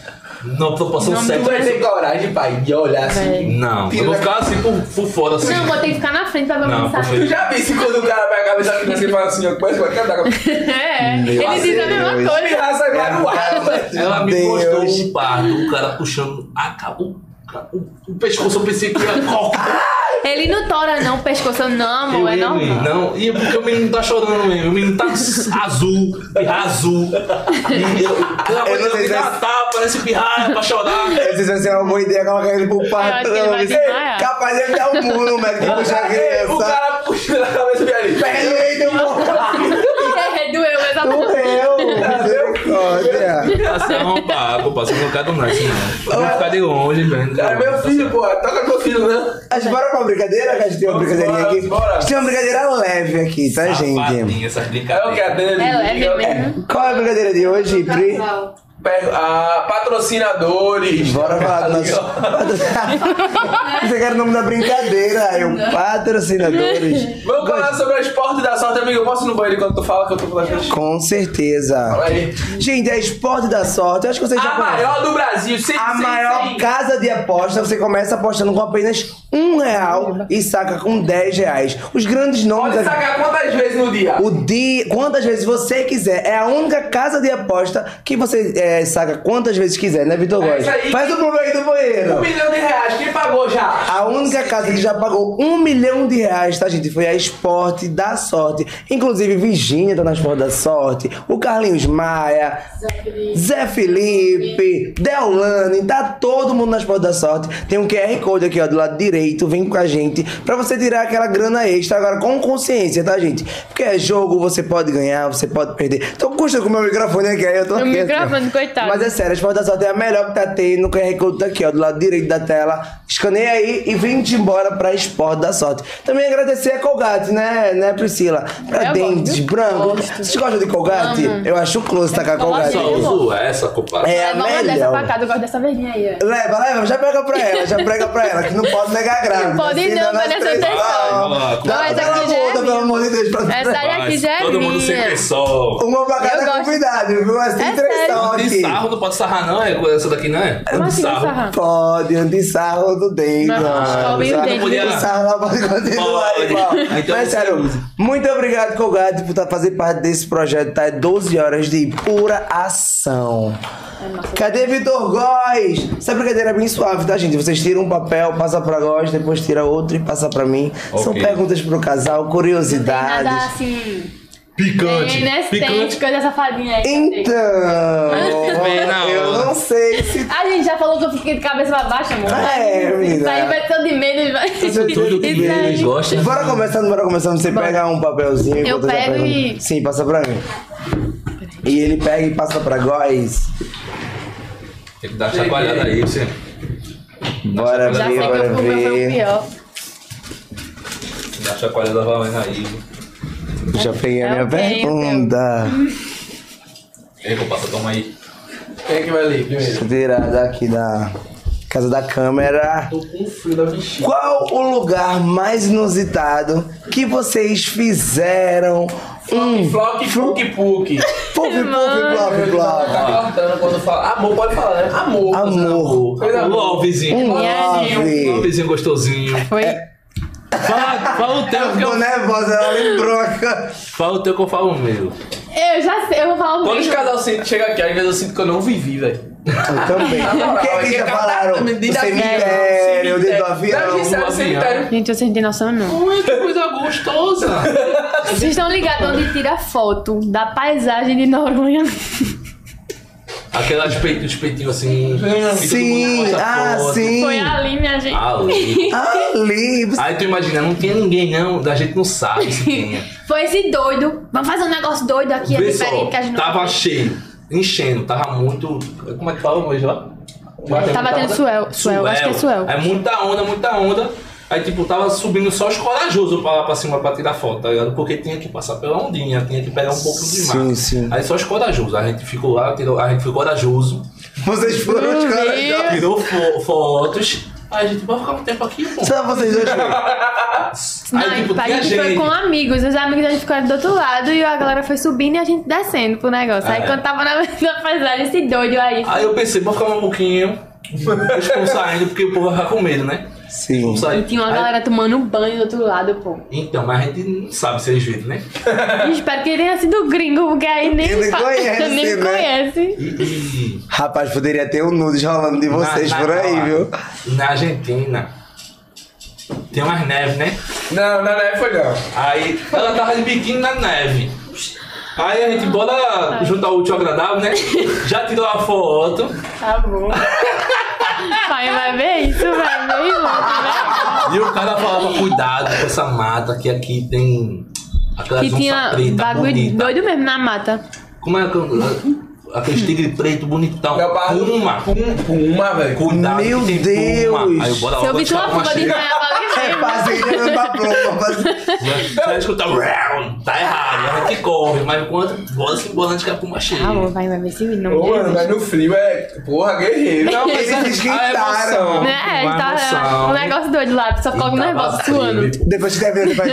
Speaker 4: na proporção
Speaker 3: Não,
Speaker 1: Tu
Speaker 4: certa.
Speaker 1: vai ter coragem, pai, de olhar assim.
Speaker 4: Não, eu vou ficar assim por, por fora assim.
Speaker 3: É. Não, vou ter que ficar na frente pra ver o
Speaker 4: Não,
Speaker 3: menino
Speaker 1: Tu
Speaker 3: sair.
Speaker 1: já visse quando o cara pega a cabeça da criança e fala assim, ó, conhece vai quebrar a cabeça.
Speaker 3: É, ele
Speaker 2: Deus.
Speaker 3: diz a mesma
Speaker 2: Deus.
Speaker 1: Me
Speaker 3: coisa.
Speaker 1: raça agora no é
Speaker 3: É,
Speaker 1: ar, né? velho.
Speaker 4: Ela me
Speaker 2: Deus.
Speaker 4: mostrou um pardo, o cara puxando a, ca- o, tá, o, o pescoço. Eu pensei que ia cortar.
Speaker 3: Ele não tora, não, o pescoço, não,
Speaker 4: Eu
Speaker 3: amor, é
Speaker 4: ia, menino,
Speaker 3: normal.
Speaker 4: Não, e é porque o menino tá chorando mesmo. O menino tá azul, azul. E eu, pelo amor
Speaker 2: Eu
Speaker 4: de
Speaker 2: não
Speaker 4: Deus,
Speaker 2: sei
Speaker 4: me
Speaker 2: se-
Speaker 4: matar, parece pirraia pra chorar.
Speaker 2: Eu não sei se vai ser uma boa ideia colocar ele pro parto,
Speaker 3: acho que ele
Speaker 2: não.
Speaker 3: vai
Speaker 2: Isso
Speaker 3: desmaiar.
Speaker 2: Capaz de ele dar um muro no médico e puxar a
Speaker 1: O
Speaker 2: criança. um
Speaker 1: cara é puxa na cabeça dele.
Speaker 2: Perde o meio do mundo.
Speaker 3: É, doeu, exatamente.
Speaker 2: Morreu. Misericórdia.
Speaker 4: Passar pago, passar no cara do Nice, não. né, assim, Eu Vou ficar de longe, velho.
Speaker 1: É meu filho, pô, toca meu filho, né?
Speaker 2: A gente bora com a brincadeira, que a gente tem uma
Speaker 1: Vamos
Speaker 2: brincadeirinha
Speaker 1: embora,
Speaker 2: aqui.
Speaker 1: bora.
Speaker 2: A gente tem uma brincadeira leve aqui, tá, gente?
Speaker 4: Safadinha, essa
Speaker 1: É o que a
Speaker 4: brincadeira.
Speaker 1: dele.
Speaker 3: É leve mesmo.
Speaker 2: Qual é a brincadeira de hoje, Pri?
Speaker 1: Pega- ah, patrocinadores.
Speaker 2: Bora falar do nosso. Você quer o nome da brincadeira? Eu, patrocinadores.
Speaker 1: Vamos falar sobre as portas da sorte, amigo. Eu posso ir no banheiro quando tu fala que eu tô com as coisas?
Speaker 2: Com certeza.
Speaker 1: Aí. Ah,
Speaker 2: Gente, é esporte da sorte.
Speaker 4: Ah,
Speaker 2: Eu acho que vocês já
Speaker 1: A
Speaker 2: conhecem.
Speaker 1: maior do Brasil, sem
Speaker 2: A
Speaker 1: sem-
Speaker 2: maior
Speaker 1: sem-
Speaker 2: casa de aposta, você começa apostando com apenas um real e saca com 10 reais. Os grandes nomes.
Speaker 1: Pode
Speaker 2: aqui-
Speaker 1: sacar quantas vezes no dia?
Speaker 2: O dia, quantas vezes você quiser. É a única casa de aposta que você eh, saca quantas vezes quiser, né, Vitor
Speaker 1: É
Speaker 2: Góes?
Speaker 1: isso aí.
Speaker 2: Faz o problema aí do
Speaker 1: Um
Speaker 2: banheiro.
Speaker 1: milhão de reais, quem pagou já?
Speaker 2: A única casa que já pagou um milhão de reais, tá, gente? Foi a Esporte da Sorte. Inclusive, Virgínia tá na Esporte da Sorte. O Carlinhos Maia. Zé Felipe. Deolane. Tá todo mundo na Esporte da Sorte. Tem um QR Code aqui, ó, do lado direito. Vem com a gente. Pra você tirar aquela grana extra agora com consciência, tá, gente? Porque é jogo, você pode ganhar, você pode perder. Tô custa com o meu microfone aqui, aí eu tô
Speaker 3: Meu
Speaker 2: aqui, assim, ó.
Speaker 3: microfone, coitado.
Speaker 2: Mas é sério, a Esporte da Sorte é a melhor que tá tendo. O QR Code tá aqui, ó, do lado direito da tela. Escaneia aí e vem te embora pra Esporte da Sorte. Também agradecer a Colgate, né, né, Priscila? Pra
Speaker 3: É, Eu
Speaker 2: dentes
Speaker 3: gosto.
Speaker 2: brancos. Vocês gostam de Colgate? Eu acho close tá com a Colgate.
Speaker 4: Só uso essa, compadre.
Speaker 2: É a
Speaker 3: Leva uma dessa pra
Speaker 2: melhor.
Speaker 3: cá, eu gosto dessa verdinha aí. ó.
Speaker 2: Leva, leva, já pega pra ela, já prega pra ela, que não pode negar grávida.
Speaker 3: pode
Speaker 2: senão nós
Speaker 3: não, vai nessa
Speaker 2: três-
Speaker 3: atenção.
Speaker 2: Ah,
Speaker 4: Vai,
Speaker 2: Dá
Speaker 3: vai,
Speaker 2: pra
Speaker 3: daqui
Speaker 2: ela
Speaker 3: já é
Speaker 2: multa, pelo
Speaker 3: minha.
Speaker 2: amor de Deus. pra-
Speaker 3: Essa daí aqui
Speaker 4: Mas
Speaker 3: já é
Speaker 4: Todo mundo sem
Speaker 3: minha.
Speaker 4: pressão.
Speaker 2: Uma pra
Speaker 3: Eu
Speaker 2: cada
Speaker 3: gosto.
Speaker 2: convidado, viu? Assim,
Speaker 3: É
Speaker 2: três
Speaker 3: sério.
Speaker 2: são
Speaker 4: De
Speaker 2: aqui.
Speaker 4: sarro, não pode sarrar, não? É essa daqui, não é?
Speaker 3: Como assim,
Speaker 4: Sarro.
Speaker 3: sarra?
Speaker 2: Pode, antissarro do dente.
Speaker 3: Não, escove o dente.
Speaker 2: Antissarro pode continuar
Speaker 4: Pode.
Speaker 2: igual.
Speaker 4: Então
Speaker 2: Mas
Speaker 4: você
Speaker 2: sério,
Speaker 4: usa.
Speaker 2: muito obrigado, Colgate, por tá- fazer parte desse projeto. Tá? É 12 horas de pura ação.
Speaker 3: É
Speaker 2: Cadê Vitor Góes? Essa brincadeira é bem suave, tá, gente? Vocês tiram um papel, passa pra Góes, depois tira outro e passa pra mim. São
Speaker 4: Ok.
Speaker 2: perguntas pro casal,
Speaker 3: Nada
Speaker 2: curiosidades.
Speaker 3: assim.
Speaker 4: Picante.
Speaker 3: Tem, né? Tem
Speaker 4: Picante.
Speaker 3: coisa dessa farinha aí. que eu
Speaker 2: Então,
Speaker 3: tenho.
Speaker 4: na
Speaker 2: eu
Speaker 4: hora.
Speaker 2: não sei se
Speaker 3: A gente já falou que eu fiquei de cabeça pra baixo, amor.
Speaker 2: Ah, é, menina.
Speaker 3: Isso aí vai ser de medo. Vai...
Speaker 4: Tudo que
Speaker 3: Isso aí.
Speaker 4: eles gostam.
Speaker 2: Bora começando, bora começando. Você pega um papelzinho
Speaker 3: Eu
Speaker 2: enquanto já
Speaker 3: pego
Speaker 2: pergunta.
Speaker 3: e-
Speaker 2: Sim, passa pra mim. E ele pega e passa pra Góis.
Speaker 4: Tem que dar uma chacoalhada aí, você.
Speaker 2: Bora
Speaker 4: né?
Speaker 3: Já
Speaker 2: ver,
Speaker 3: sei que
Speaker 2: bora
Speaker 3: o Fuga foi o
Speaker 2: ver.
Speaker 3: pior.
Speaker 4: Dá uma chacoalhada valendo aí.
Speaker 2: Já peguei a
Speaker 3: É
Speaker 2: minha
Speaker 3: o bem, o
Speaker 2: pergunta.
Speaker 4: Ei, compadre, toma aí.
Speaker 1: Quem é que vai ler primeiro?
Speaker 2: Deixa eu tirar daqui da casa da câmera.
Speaker 1: Tô com frio da bexiga.
Speaker 2: Qual o lugar mais inusitado que vocês fizeram um
Speaker 1: Flock, Fuk, Puk.
Speaker 2: pop, pop, plop, plop?
Speaker 1: Tá cortando quando fala. Amor, pode falar, né? Amor.
Speaker 2: Amor.
Speaker 1: Coisa
Speaker 4: Um
Speaker 1: boa.
Speaker 2: Um
Speaker 4: lovezinho. Um
Speaker 2: love.
Speaker 4: lovezinho gostosinho.
Speaker 3: Foi.
Speaker 2: É.
Speaker 4: Fala, fala o teu que
Speaker 2: Ficou
Speaker 4: eu...
Speaker 2: nervosa, Né, ela lembrou.
Speaker 4: Fala o teu que eu falo o meu.
Speaker 3: Eu já sei, eu vou falar o
Speaker 1: Quando os
Speaker 3: mesmo.
Speaker 1: casal sempre chegam aqui, às vezes eu sinto que eu não vivi, velho.
Speaker 2: Eu também. O
Speaker 1: é
Speaker 2: que, que já falaram? Do cemitério, dentro do avião.
Speaker 1: Não, é
Speaker 4: Do
Speaker 1: cemitério.
Speaker 3: Gente, vocês não têm noção, não.
Speaker 4: Ui, que coisa gostosa.
Speaker 3: Vocês estão ligados onde tira foto da paisagem de Noronha?
Speaker 4: Aquelas peitos, os peitinhos assim. que todo mundo
Speaker 2: Sim,
Speaker 4: posta
Speaker 2: ah,
Speaker 4: foto.
Speaker 2: sim.
Speaker 3: Foi ali, minha gente.
Speaker 4: Ali.
Speaker 2: Ali. você-
Speaker 4: Aí tu imagina, não tinha ninguém não, da gente não sabe se tinha.
Speaker 3: Foi esse doido. Vamos fazer um negócio doido aqui, é
Speaker 4: Vê
Speaker 3: diferente
Speaker 4: só,
Speaker 3: que a gente não-
Speaker 4: tava cheio, enchendo, tava muito. Como é que fala hoje lá? Bateu
Speaker 3: Tá
Speaker 4: muita
Speaker 3: batendo
Speaker 4: onda?
Speaker 3: suel, suel, acho que é suel.
Speaker 4: Aí muita onda, muita onda. Aí tipo, tava subindo só os corajosos pra lá pra cima pra tirar foto, tá ligado? Porque tinha que passar pela ondinha, tinha que pegar um pouco de mar.
Speaker 2: Sim, sim.
Speaker 4: Aí só os corajosos, a gente ficou lá, tirou, a gente ficou corajoso,
Speaker 2: Vocês foram os caras.
Speaker 4: tirou fo- fotos. Aí a gente vai ficar um tempo aqui, pô.
Speaker 2: Só vocês dois foram.
Speaker 3: Não,
Speaker 4: Aí, tipo,
Speaker 3: a
Speaker 4: tinha
Speaker 3: gente foi
Speaker 4: gente.
Speaker 3: com amigos, os amigos da gente ficaram do outro lado e a galera foi subindo e a gente descendo pro negócio. Aí
Speaker 4: É.
Speaker 3: quando tava na, na paisagem, esse doido aí.
Speaker 4: Aí eu pensei, vou ficar um pouquinho. Eles estão saindo porque o povo vai ficar com medo, né?
Speaker 2: Sim.
Speaker 4: Vamos sair.
Speaker 3: E tinha uma
Speaker 4: Aí-
Speaker 3: galera tomando um banho do outro lado, pô.
Speaker 4: Então, mas a gente não sabe se eles viram, né?
Speaker 3: E espero que ele tenha sido gringo, porque aí nem
Speaker 2: Ele
Speaker 3: fa-
Speaker 2: conhece,
Speaker 3: nem
Speaker 2: né?
Speaker 3: conhece.
Speaker 4: E, e
Speaker 2: Rapaz, poderia ter um nudes rolando de vocês
Speaker 4: na- na-
Speaker 2: por aí,
Speaker 4: na-
Speaker 2: viu?
Speaker 4: Na Argentina. Tem umas neves, né?
Speaker 1: Não, não, não foi não.
Speaker 4: Aí ela tava de biquíni na neve. Aí a gente bora juntar o útil ao agradável, né? Já tirou a foto.
Speaker 3: Tá bom. Pai, vai ver isso, vai ver isso, né?
Speaker 4: E o cara falava, cuidado com essa mata, que aqui tem aquela
Speaker 3: Que tinha bagulho doido mesmo na mata.
Speaker 4: Como é que. Aquele tigre preto bonitão.
Speaker 1: Leopardo.
Speaker 4: Puma.
Speaker 1: Pum, puma, velho.
Speaker 4: Cuidado.
Speaker 2: Meu
Speaker 4: que tem
Speaker 2: Deus.
Speaker 4: Puma. Aí bora
Speaker 3: Se eu
Speaker 4: logo
Speaker 3: visse uma
Speaker 4: buscar uma
Speaker 3: fuga de
Speaker 4: chega.
Speaker 3: banhava ali
Speaker 2: É
Speaker 3: mesmo.
Speaker 2: fácil que não dá pluma. mas-
Speaker 4: Você vai escutar. "Rau", Tá errado. A gente corre. Mas enquanto. Bora se embora antes que a Puma chegue.
Speaker 3: Ah, amor, vai, vai ver esse vídeo. Não,
Speaker 1: Ô, mano,
Speaker 3: existe.
Speaker 1: mas no frio é. Porra, guerreiro.
Speaker 4: Não, mas
Speaker 2: Eles
Speaker 4: a- a
Speaker 2: esquentaram.
Speaker 4: emoção,
Speaker 3: Né? É, ele
Speaker 4: a
Speaker 3: tá
Speaker 4: emoção.
Speaker 3: um negócio doido lá, só
Speaker 4: E
Speaker 3: ficou
Speaker 4: tava
Speaker 3: nervoso,
Speaker 4: frio.
Speaker 3: suando.
Speaker 2: Depois que deve depois.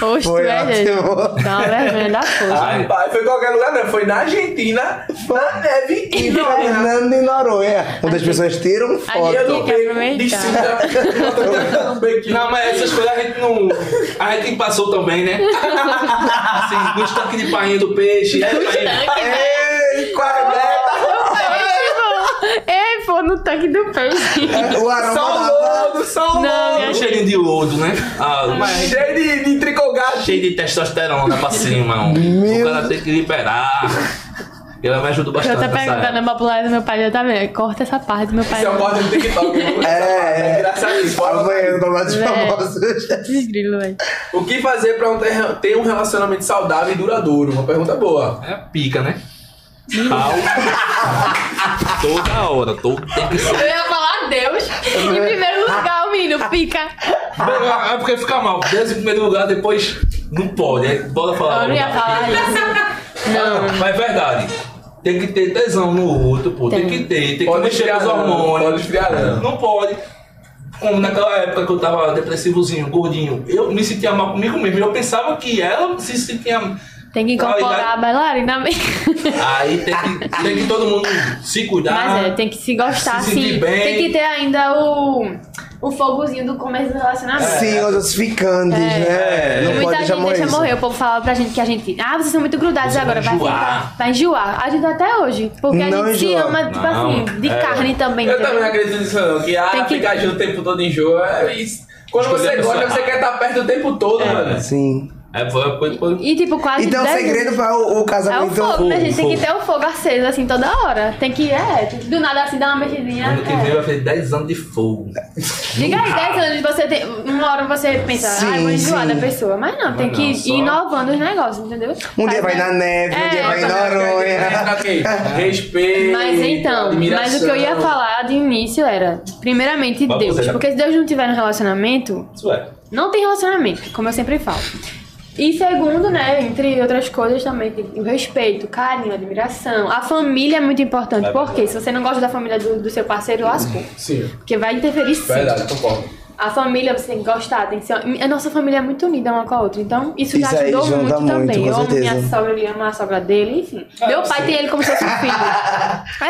Speaker 3: Oxe, tu
Speaker 2: Foi
Speaker 3: é, gente.
Speaker 2: ótimo.
Speaker 3: Dá uma vergonha da porra.
Speaker 4: Ai,
Speaker 1: Ah, Rapaz, foi em qualquer lugar, não. Foi na Argentina,
Speaker 2: Vaneve e
Speaker 3: é.
Speaker 2: Fernando e Noronha. Onde as pessoas tiram
Speaker 3: Aí
Speaker 2: foto.
Speaker 3: eu Tem que aproveitar.
Speaker 1: de cinta.
Speaker 4: Não, mas essas coisas a gente não. A gente passou também, né? assim, com os tanques de painha do peixe. né?
Speaker 2: Ei, quarta!
Speaker 3: Ei, pô, no tanque do peixe.
Speaker 2: O aroma da...
Speaker 1: Só o lodo, só o
Speaker 3: Não,
Speaker 1: lodo.
Speaker 3: minha
Speaker 4: Um cheirinho de lodo, né? Ah, mas
Speaker 1: Cheio de, de tricogato.
Speaker 4: cheio de testosterona pra cima. um. O cara tem que liberar. Ela tá né? me ajudou
Speaker 3: Eu
Speaker 4: bastante.
Speaker 3: tô
Speaker 4: nessa
Speaker 3: perguntando
Speaker 4: época.
Speaker 3: a popular do meu pai, eu também. Corta essa parte do meu pai.
Speaker 1: Isso é um corte no TikTok. viu?
Speaker 2: É, é.
Speaker 1: Graças a Deus.
Speaker 2: Fala
Speaker 1: Fala,
Speaker 2: banheiro pra dos
Speaker 3: Véi.
Speaker 2: famosos.
Speaker 3: Desgrilo, velho.
Speaker 1: O que fazer pra um ter- ter um relacionamento saudável e duradouro? Uma pergunta boa.
Speaker 4: É pica, né? Pau. Toda hora, todo tem que ser.
Speaker 3: Eu ia falar Deus. Em primeiro lugar, o menino pica.
Speaker 4: É porque fica mal. Deus em primeiro lugar, depois não pode. Aí bora falar.
Speaker 3: Eu não ia
Speaker 4: logo.
Speaker 3: falar isso.
Speaker 4: Não, mas é verdade. Tem que ter tesão no outro, pô. Tem,
Speaker 3: Tem.
Speaker 4: que ter, tem que
Speaker 1: Pode
Speaker 4: mexer com os
Speaker 1: esfriar, não.
Speaker 4: hormônios.
Speaker 1: Pode esfriar, não.
Speaker 4: Não pode. Como naquela época que eu tava depressivozinho, gordinho, eu me sentia mal comigo mesmo. Eu pensava que ela se sentia.
Speaker 3: Tem que incorporar a bailarina mesmo.
Speaker 4: Aí tem que, tem que todo mundo se cuidar.
Speaker 3: Mas é, tem que se gostar,
Speaker 4: se sentir
Speaker 3: sim.
Speaker 4: bem.
Speaker 3: Tem que ter ainda o, o fogozinho do começo do relacionamento.
Speaker 2: É. Sim, os ficantes, né? Não
Speaker 3: É. Muita
Speaker 2: pode
Speaker 3: gente
Speaker 2: deixar morrer.
Speaker 3: deixa
Speaker 2: isso.
Speaker 3: morrer. O povo falava pra gente que a gente. Ah, vocês são muito grudados agora. Vai
Speaker 4: enjoar.
Speaker 3: ficar. Vai enjoar. A gente até hoje. Porque a
Speaker 2: Não
Speaker 3: gente se
Speaker 2: enjoa.
Speaker 3: ama, tipo
Speaker 4: Não,
Speaker 3: assim, de
Speaker 4: é.
Speaker 3: carne também.
Speaker 1: Eu
Speaker 3: entendeu?
Speaker 1: também não acredito nisso, não. Que ah,
Speaker 3: Tem que-
Speaker 1: ficar junto o tempo todo enjoa. É isso. Quando
Speaker 4: Escolher a
Speaker 1: você
Speaker 4: pessoa
Speaker 1: gosta, você
Speaker 4: errada.
Speaker 1: quer estar perto o tempo todo, mano.
Speaker 2: Sim.
Speaker 4: É, foi, foi, foi-
Speaker 3: E tipo, quase.
Speaker 2: Então o
Speaker 3: dez-
Speaker 2: segredo pra o, o
Speaker 3: É o
Speaker 2: casamento.
Speaker 3: fogo, né,
Speaker 4: fogo,
Speaker 3: gente? Tem que
Speaker 4: fogo.
Speaker 3: ter o fogo aceso, assim, toda hora. Tem que, é, tem que do nada assim, dar uma mexidinha.
Speaker 4: Ano que vem
Speaker 3: É.
Speaker 4: vai fazer 10 anos de fogo.
Speaker 3: Diga aí, 10 anos, você tem, uma hora você pensa, ai, vou
Speaker 2: Sim,
Speaker 3: enjoar
Speaker 2: sim.
Speaker 3: da pessoa. Mas não, tem
Speaker 4: Mas
Speaker 3: que
Speaker 4: não,
Speaker 3: ir
Speaker 4: só-
Speaker 3: inovando os negócios, entendeu?
Speaker 2: Um
Speaker 3: Faz
Speaker 2: dia vai na neve, um
Speaker 3: É.
Speaker 2: dia vai em
Speaker 3: né?
Speaker 1: Tá
Speaker 2: Noronha.
Speaker 1: ok. Respeito.
Speaker 3: Mas então, mas o que eu ia
Speaker 1: admiração.
Speaker 3: falar de início era, primeiramente,
Speaker 4: Mas
Speaker 3: Deus.
Speaker 4: você né? já-
Speaker 3: Porque se Deus não tiver no relacionamento,
Speaker 4: Isso é.
Speaker 3: não tem relacionamento, como eu sempre falo. E segundo, né, entre outras coisas também, tem o respeito, o carinho, a admiração. A família é muito importante,
Speaker 4: É
Speaker 3: porque se você não gosta da família do, do seu parceiro, lascou.
Speaker 1: Sim,
Speaker 3: Porque vai interferir sim.
Speaker 1: verdade, concordo.
Speaker 3: A família você tem que gostar, tem que ser. A nossa família é muito unida uma com a outra, então isso,
Speaker 2: Isso
Speaker 3: já
Speaker 2: aí
Speaker 3: ajudou
Speaker 2: junta
Speaker 3: muito,
Speaker 2: muito,
Speaker 3: também.
Speaker 2: com
Speaker 3: eu amo minha
Speaker 2: certeza.
Speaker 3: sogra, ele ama a sogra dele, enfim.
Speaker 1: Ah,
Speaker 3: meu pai tem ele como se fosse um filho.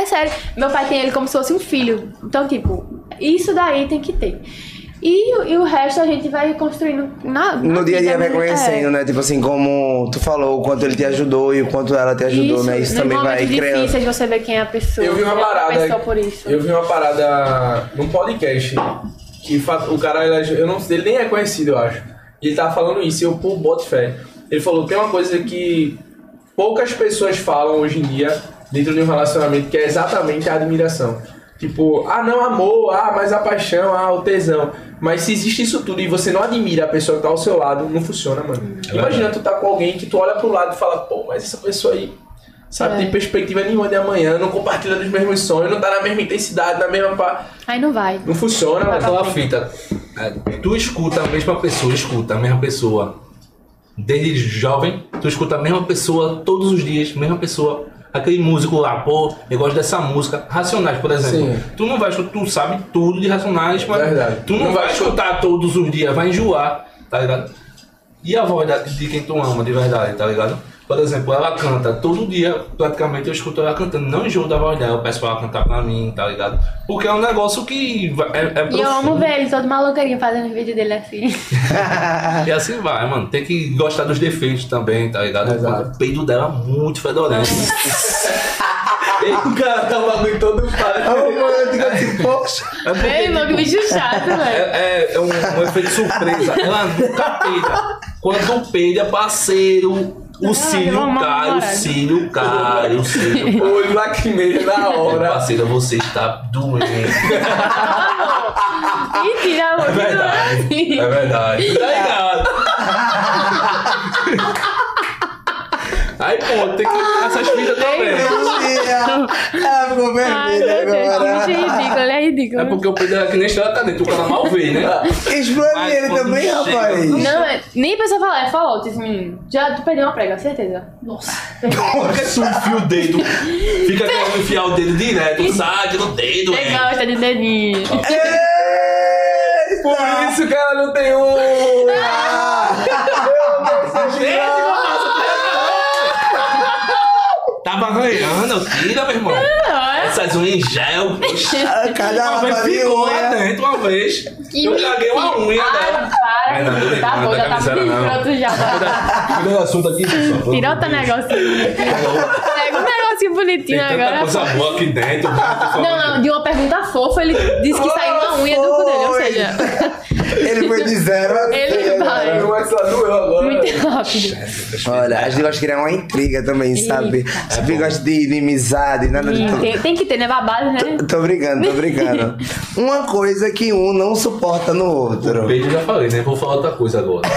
Speaker 3: é sério, meu pai tem ele como se fosse um filho. Então, tipo, isso daí tem que ter. E, o- e o resto a gente vai construindo na, na
Speaker 2: No dia a dia vai
Speaker 3: vida,
Speaker 2: conhecendo,
Speaker 3: É.
Speaker 2: né? Tipo assim, como tu falou, o quanto ele te ajudou e o quanto ela
Speaker 3: É.
Speaker 2: te ajudou, né? Isso
Speaker 3: nos
Speaker 2: também vai
Speaker 3: momentos
Speaker 2: criando.
Speaker 3: difíceis você vê quem é a pessoa.
Speaker 1: Eu vi uma
Speaker 3: entendeu? A
Speaker 1: parada.
Speaker 3: pessoa por isso.
Speaker 1: Eu vi uma parada num podcast que fa- o cara, ele, eu não sei, ele nem é conhecido, eu acho. E ele tava falando isso, e eu pô, boto fé. Ele falou: tem uma coisa que poucas pessoas falam hoje em dia dentro de um relacionamento que é exatamente a admiração. Tipo, ah, não, amor, ah, mas a paixão, ah, o tesão. Mas se existe isso tudo e você não admira a pessoa que tá ao seu lado, não funciona, mano. Imagina tu tá com alguém que tu olha pro lado e fala, pô, mas essa pessoa aí Sabe,
Speaker 3: É.
Speaker 1: tem perspectiva nenhuma de amanhã, não compartilha dos mesmos sonhos, não tá na mesma intensidade, na mesma pá.
Speaker 3: Aí não vai.
Speaker 1: Não funciona,
Speaker 4: É
Speaker 1: mano.
Speaker 4: aquela fita. É, tu escuta a mesma pessoa, escuta a mesma pessoa. Desde jovem, tu escuta a mesma pessoa todos os dias, mesma pessoa. Aquele músico lá, pô, eu gosto dessa música. Racionais, por exemplo.
Speaker 1: Sim.
Speaker 4: Tu não vai escutar, tu sabe tudo de Racionais, mas
Speaker 1: Verdade.
Speaker 4: tu não,
Speaker 1: Não
Speaker 4: vai,
Speaker 1: vai
Speaker 4: escutar todos os dias, vai enjoar, tá ligado? E a voz da- de quem tu ama, de verdade, tá ligado? Por exemplo, ela canta todo dia, praticamente eu escuto ela cantando. Não enjoo da voz dela, eu peço pra ela cantar pra mim, tá ligado? Porque é um negócio que vai- é, é
Speaker 3: E eu amo
Speaker 4: profundo.
Speaker 3: ver ele todo maluqueirinho fazendo vídeo dele assim.
Speaker 4: E assim vai, mano. Tem que gostar dos defeitos também, tá ligado?
Speaker 1: Exato.
Speaker 4: O peido dela é muito fedorento. Ei, o cara tá bagulho todo
Speaker 2: É Romântica, assim, poxa.
Speaker 4: É, porque,
Speaker 3: Ei, mano, que bicho chato, velho.
Speaker 4: é, é- é um, um efeito surpresa. Ela nunca peida. Quando peida, parceiro, o
Speaker 3: eu
Speaker 4: cílio
Speaker 3: amo
Speaker 4: cai, o
Speaker 3: namorar.
Speaker 4: cílio cai, o cílio
Speaker 1: O olho lacrimeja na
Speaker 4: cai.
Speaker 1: hora.
Speaker 4: Parceira, você está doente.
Speaker 3: Mentira, amor.
Speaker 4: É verdade. É verdade. Tá ligado? Aí, pô, tem que. Essas fitas também.
Speaker 2: Ela ficou
Speaker 3: Ai, meu
Speaker 2: vermelha
Speaker 3: Deus, que bicho
Speaker 2: agora.
Speaker 3: ridículo, ele é ridículo.
Speaker 4: É porque o Pedro era que nem estrela tá dentro, o cara mal vê, né?
Speaker 2: Explane
Speaker 4: Mas
Speaker 2: ele
Speaker 4: quando
Speaker 2: também,
Speaker 4: chega-
Speaker 2: rapaz.
Speaker 3: Não, é, nem precisa falar, é fallout esse menino. Já tu perdeu uma prega, certeza. Nossa.
Speaker 4: Porque se um fio o dedo, fica querendo enfiar o dedo direto, sai no dedo,
Speaker 3: Você
Speaker 4: é.
Speaker 3: gosta de dedinho.
Speaker 1: Por isso que ela não tem um.
Speaker 4: Tava arranhando, tira, meu irmão.
Speaker 3: é?
Speaker 4: Essas unhas em gel.
Speaker 2: Ah, Cada
Speaker 4: Uma vez
Speaker 2: rapariga
Speaker 4: ficou lá
Speaker 2: é-
Speaker 4: dentro, uma vez.
Speaker 3: Que
Speaker 4: eu caguei uma
Speaker 3: mentira.
Speaker 4: unha
Speaker 3: Ai, Ah,
Speaker 4: dela.
Speaker 3: para.
Speaker 4: Mas não, tô
Speaker 3: tá
Speaker 4: brincando,
Speaker 3: bom,
Speaker 4: não
Speaker 3: já
Speaker 4: tá
Speaker 3: tá
Speaker 4: miséria,
Speaker 3: muito
Speaker 4: não.
Speaker 3: escroto já.
Speaker 4: Cuida do assunto aqui, pessoal.
Speaker 3: Tira outro negocinho. Pega um negocinho bonitinho
Speaker 4: Tem tanta
Speaker 3: agora.
Speaker 4: coisa boa aqui dentro. né?
Speaker 3: Não, não, de uma pergunta fofa, ele disse que saiu uma unha do cu dele, ou
Speaker 2: Foi.
Speaker 3: seja,
Speaker 2: Ele foi de zero a
Speaker 3: ele
Speaker 2: cem
Speaker 3: vai.
Speaker 2: agora.
Speaker 1: Não é só doeu agora.
Speaker 3: Muito rápido.
Speaker 2: Olha, a gente gosta de criar uma intriga também, sabe? A gente gosta de inimizade, nada de
Speaker 3: E
Speaker 2: tudo.
Speaker 3: tem, tem que ter, né? Babado, né?
Speaker 2: Tô brincando, tô brincando. Uma coisa que um não suporta no
Speaker 4: O
Speaker 2: outro.
Speaker 4: peido eu já falei, né? Vou falar outra coisa agora.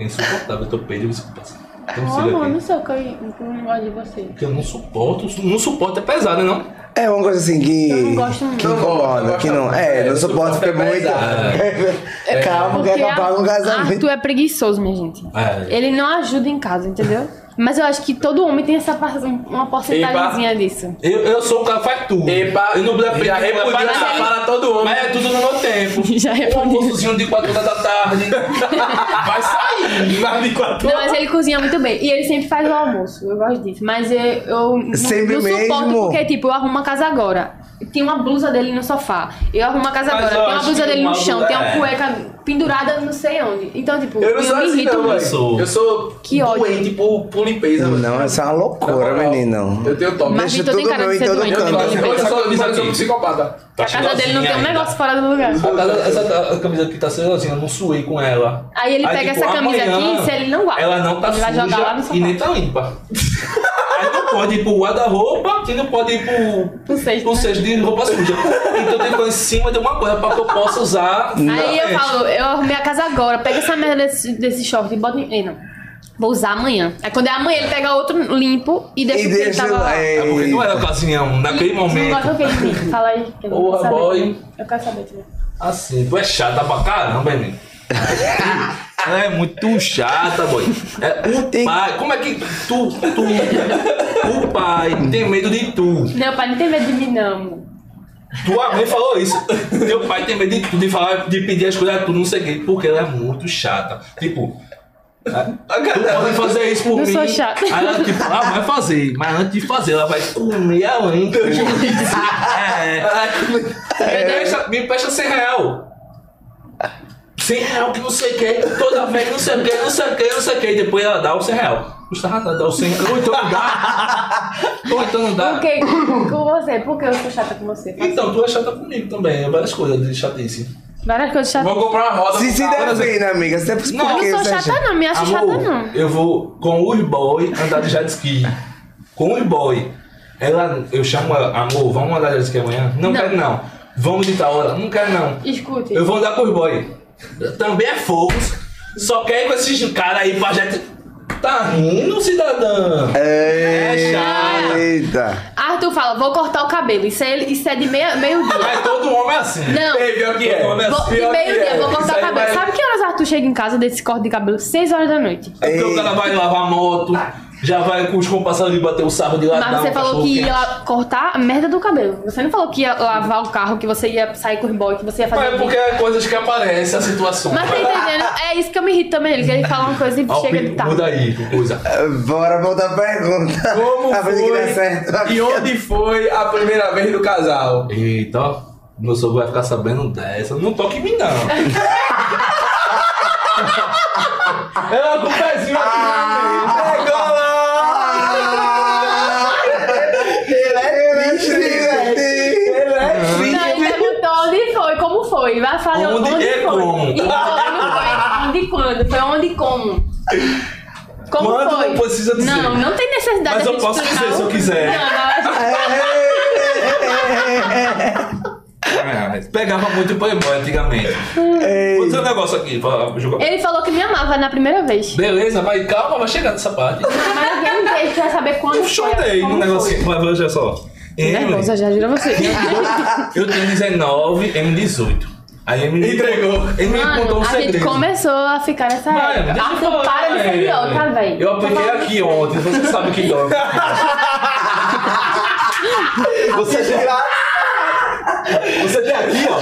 Speaker 4: É insuportável teu peido, me desculpa. Tem um
Speaker 3: Não,
Speaker 4: cílio
Speaker 3: amor,
Speaker 4: aqui.
Speaker 3: não sei o que eu não gosto de você.
Speaker 4: Que eu não suporto, não suporto é pesado, né? Não?
Speaker 2: É uma coisa assim que.
Speaker 3: Eu não gosto muito.
Speaker 2: Que
Speaker 1: Não gosto,
Speaker 2: incomoda,
Speaker 1: não
Speaker 2: que
Speaker 1: gosto
Speaker 2: não.
Speaker 1: muito.
Speaker 2: É, não suporta porque é
Speaker 1: é
Speaker 2: muito. É, Calma, que
Speaker 3: Porque
Speaker 2: acabar com o
Speaker 1: né?
Speaker 2: casamento.
Speaker 3: Arthur é preguiçoso, minha gente.
Speaker 4: É.
Speaker 3: Ele não ajuda em casa, entendeu? Mas eu acho que todo homem tem essa par- uma porcentagemzinha disso.
Speaker 4: Eu, eu sou o cara que faz tudo.
Speaker 1: Epa,
Speaker 4: eu não aprendi
Speaker 1: já repudia
Speaker 4: nada.
Speaker 1: essa fala todo homem.
Speaker 4: Mas é tudo no meu tempo.
Speaker 3: Já
Speaker 4: Um
Speaker 3: repudia.
Speaker 4: almoçozinho de 4 horas da tarde. Vai sair. Mas de 4
Speaker 3: Não, mas ele cozinha muito bem. E ele sempre faz o almoço. Eu gosto disso. Mas eu, eu não,
Speaker 2: Sempre
Speaker 3: não suporto
Speaker 2: mesmo?
Speaker 3: porque, tipo, eu arrumo a casa agora. Tem uma blusa dele no sofá. Eu arrumo a casa
Speaker 4: Mas eu
Speaker 3: agora. Tem uma
Speaker 4: acho
Speaker 3: blusa
Speaker 4: que
Speaker 3: dele
Speaker 4: uma
Speaker 3: no chão.
Speaker 4: blu-
Speaker 3: Tem uma
Speaker 4: é.
Speaker 3: cueca pendurada não sei onde. Então, tipo,
Speaker 1: Eu não sou
Speaker 3: me
Speaker 1: assim,
Speaker 3: irrito
Speaker 1: não,
Speaker 3: muito.
Speaker 1: velho.
Speaker 4: Sou.
Speaker 1: Eu sou
Speaker 3: Que
Speaker 1: doente
Speaker 3: ódio.
Speaker 1: por, por limpeza, velho.
Speaker 2: Não, essa é uma
Speaker 1: Na
Speaker 2: loucura,
Speaker 1: moral,
Speaker 2: menino.
Speaker 1: Eu tenho top.
Speaker 3: Mas
Speaker 2: Deixa
Speaker 3: Vitor tem
Speaker 2: tudo
Speaker 3: cara de
Speaker 2: meu em
Speaker 3: ser
Speaker 2: todo
Speaker 3: doente,
Speaker 1: então Eu,
Speaker 3: né?
Speaker 2: canto.
Speaker 3: não tem
Speaker 1: eu, eu,
Speaker 4: Essa
Speaker 1: só-
Speaker 4: camisa
Speaker 1: mas eu sou um
Speaker 4: aqui.
Speaker 1: psicopata.
Speaker 4: Tá
Speaker 3: A casa dele não tem um
Speaker 4: ainda.
Speaker 3: negócio fora do lugar.
Speaker 4: A casa- essa ta- a camisa aqui tá sozinha, eu não suei com ela. tipo,
Speaker 3: Aí ele pega essa camisa aqui, se ele não guarda,
Speaker 4: Ela não tá
Speaker 3: ele vai
Speaker 4: suja
Speaker 3: jogar lá no sofá.
Speaker 4: e nem tá limpa. Aí não pode ir pro guarda-roupa e não pode ir pro,
Speaker 3: Pro cesto,
Speaker 4: pro
Speaker 3: né?
Speaker 4: cesto de roupa suja. Então tem que ficar em cima de uma coisa pra que eu possa usar.
Speaker 3: Aí
Speaker 4: é.
Speaker 3: eu falo, eu arrumei a casa agora, pega essa merda desse, desse short e bota em. Ei, não. Vou usar amanhã. Aí quando é amanhã, ele pega outro limpo e deixa
Speaker 2: E
Speaker 3: o que ele
Speaker 2: deixa
Speaker 3: tava lá.
Speaker 2: é,
Speaker 4: É porque não era ocasião, naquele
Speaker 3: Ih, Tu não gosta
Speaker 4: momento.
Speaker 3: do que de mim? Fala aí. Que eu
Speaker 4: Porra,
Speaker 3: quero saber
Speaker 4: boy.
Speaker 3: também. Eu quero saber também.
Speaker 4: Assim, tu é chata pra caramba, hein? Ela é muito chata, boy. É, o
Speaker 2: Tem-
Speaker 4: pai, como é que tu, tu, o pai tem medo de tu?
Speaker 3: Não, pai, não tem medo de mim, não.
Speaker 4: Tua mãe falou isso. Teu pai tem medo de tudo, de falar, de pedir as coisas, tudo, não sei o quê. Porque ela é muito chata. Tipo, a, a
Speaker 2: Ah,
Speaker 4: galera vai fazer isso por
Speaker 3: Eu
Speaker 4: mim.
Speaker 3: sou chata.
Speaker 4: Aí ela, tipo, ela vai fazer. Mas antes de fazer, ela vai comer a lente. É,
Speaker 3: É.
Speaker 4: Me presta, me presta 100 real. 100 real que não sei o que, toda vez não sei o que, não sei o que, não sei o que. E depois ela dá o 100 real. Custava nada dar o 100 real. Ou então não dá. Ou então não dá.
Speaker 3: Por que com você? Por que eu sou chata com você?
Speaker 4: Então, tu é chata comigo também, é várias coisas de chatice.
Speaker 3: Várias coisas chatas.
Speaker 1: Vou comprar uma roda.
Speaker 2: Se se
Speaker 1: pro carro.
Speaker 2: defenda, amiga. Você por
Speaker 4: Não,
Speaker 2: que
Speaker 3: Eu não
Speaker 2: você
Speaker 3: sou
Speaker 2: acha?
Speaker 3: chata, não. Me acho chata, Tá não.
Speaker 4: eu vou com os boy andar de jet ski. Com os boy. Ela, eu chamo ela, amor, vamos andar de jet ski amanhã? Não,
Speaker 3: Não.
Speaker 4: quero não. Vamos de tal hora? Não quero não.
Speaker 3: Escute.
Speaker 4: Eu vou andar com os boy. Também é fogo. Só quer ir com esses caras aí pra jet Tá rindo, cidadã? É chata.
Speaker 2: Eita.
Speaker 3: Arthur fala, vou cortar o cabelo. Isso é, ele- isso é de meia- meio-dia.
Speaker 4: Mas todo homem é assim.
Speaker 3: não.
Speaker 1: Ei, pior que
Speaker 4: Todo homem é
Speaker 1: é.
Speaker 3: Vou, de
Speaker 1: pior que é.
Speaker 3: meio-dia, vou
Speaker 1: Isso
Speaker 3: cortar o
Speaker 1: aí
Speaker 3: cabelo.
Speaker 1: vai-
Speaker 3: Sabe que horas Arthur chega em casa desse corte de cabelo? 6 horas da noite.
Speaker 4: É porque o cara vai lavar a moto, já vai com os compassados de bater o sarro de ladrão.
Speaker 3: Mas você falou
Speaker 4: um cachorro
Speaker 3: que
Speaker 4: quente.
Speaker 3: ia lá cortar a merda do cabelo. Você não falou que ia lavar o carro, que você ia sair com o boy, que você ia fazer.
Speaker 4: Mas é porque é coisas que aparecem, a situação.
Speaker 3: Mas tá entendendo? É isso que eu me irrito também nele, que ele fala uma coisa e
Speaker 4: Ó,
Speaker 3: chega de
Speaker 4: Pinho,
Speaker 3: tá.
Speaker 4: Muda aí, coisa.
Speaker 2: Bora voltar à pergunta.
Speaker 1: Como
Speaker 2: a frente tá que dá
Speaker 1: foi
Speaker 2: certo.
Speaker 1: e onde foi a primeira vez do casal?
Speaker 4: Eita, ó, meu sogro vai ficar sabendo dessa. Não toque em mim, não. Ela com o pezinho
Speaker 2: Ah.
Speaker 4: aqui.
Speaker 1: Pegou lá!
Speaker 2: Ele é triste, velho.
Speaker 1: Ele é
Speaker 3: Não, ele perguntou onde foi, como foi. Vai falar
Speaker 4: Onde é
Speaker 3: onde,
Speaker 4: e
Speaker 3: foi.
Speaker 4: como.
Speaker 3: E foi, não foi. Onde e quando? Foi onde e como. Como
Speaker 4: Quando
Speaker 3: foi?
Speaker 4: não precisa dizer.
Speaker 3: Não, não tem necessidade
Speaker 4: Mas
Speaker 3: da
Speaker 4: eu
Speaker 3: gente
Speaker 4: posso dizer
Speaker 3: explicar
Speaker 4: se eu
Speaker 3: o-
Speaker 4: quiser.
Speaker 3: Não, não, acho-
Speaker 4: É, Pegava muito Playboy antigamente. Vou dizer um negócio aqui pra jogar.
Speaker 3: Ele falou que me amava na primeira vez.
Speaker 4: Beleza, vai, calma, vai chegar nessa parte.
Speaker 3: Mas ele ele quer saber quando
Speaker 4: Eu
Speaker 3: foi,
Speaker 4: chorei
Speaker 3: como
Speaker 4: no
Speaker 3: foi.
Speaker 4: negocinho. Mas veja só. Emily,
Speaker 3: Nervosa, já jura você.
Speaker 4: Eu tenho 19, M18. Aí ele me
Speaker 1: Entregou.
Speaker 4: Ele me contou
Speaker 3: Mano,
Speaker 4: um
Speaker 3: a
Speaker 4: segredo.
Speaker 3: gente começou a ficar nessa
Speaker 4: Mano,
Speaker 3: época.
Speaker 4: deixa eu
Speaker 3: Arthur,
Speaker 4: falar,
Speaker 3: para de ser
Speaker 4: velho.
Speaker 3: idiota, velho. Tá
Speaker 4: Eu apliquei aqui ontem, você sabe que dói. você já... Você tem aqui, ó.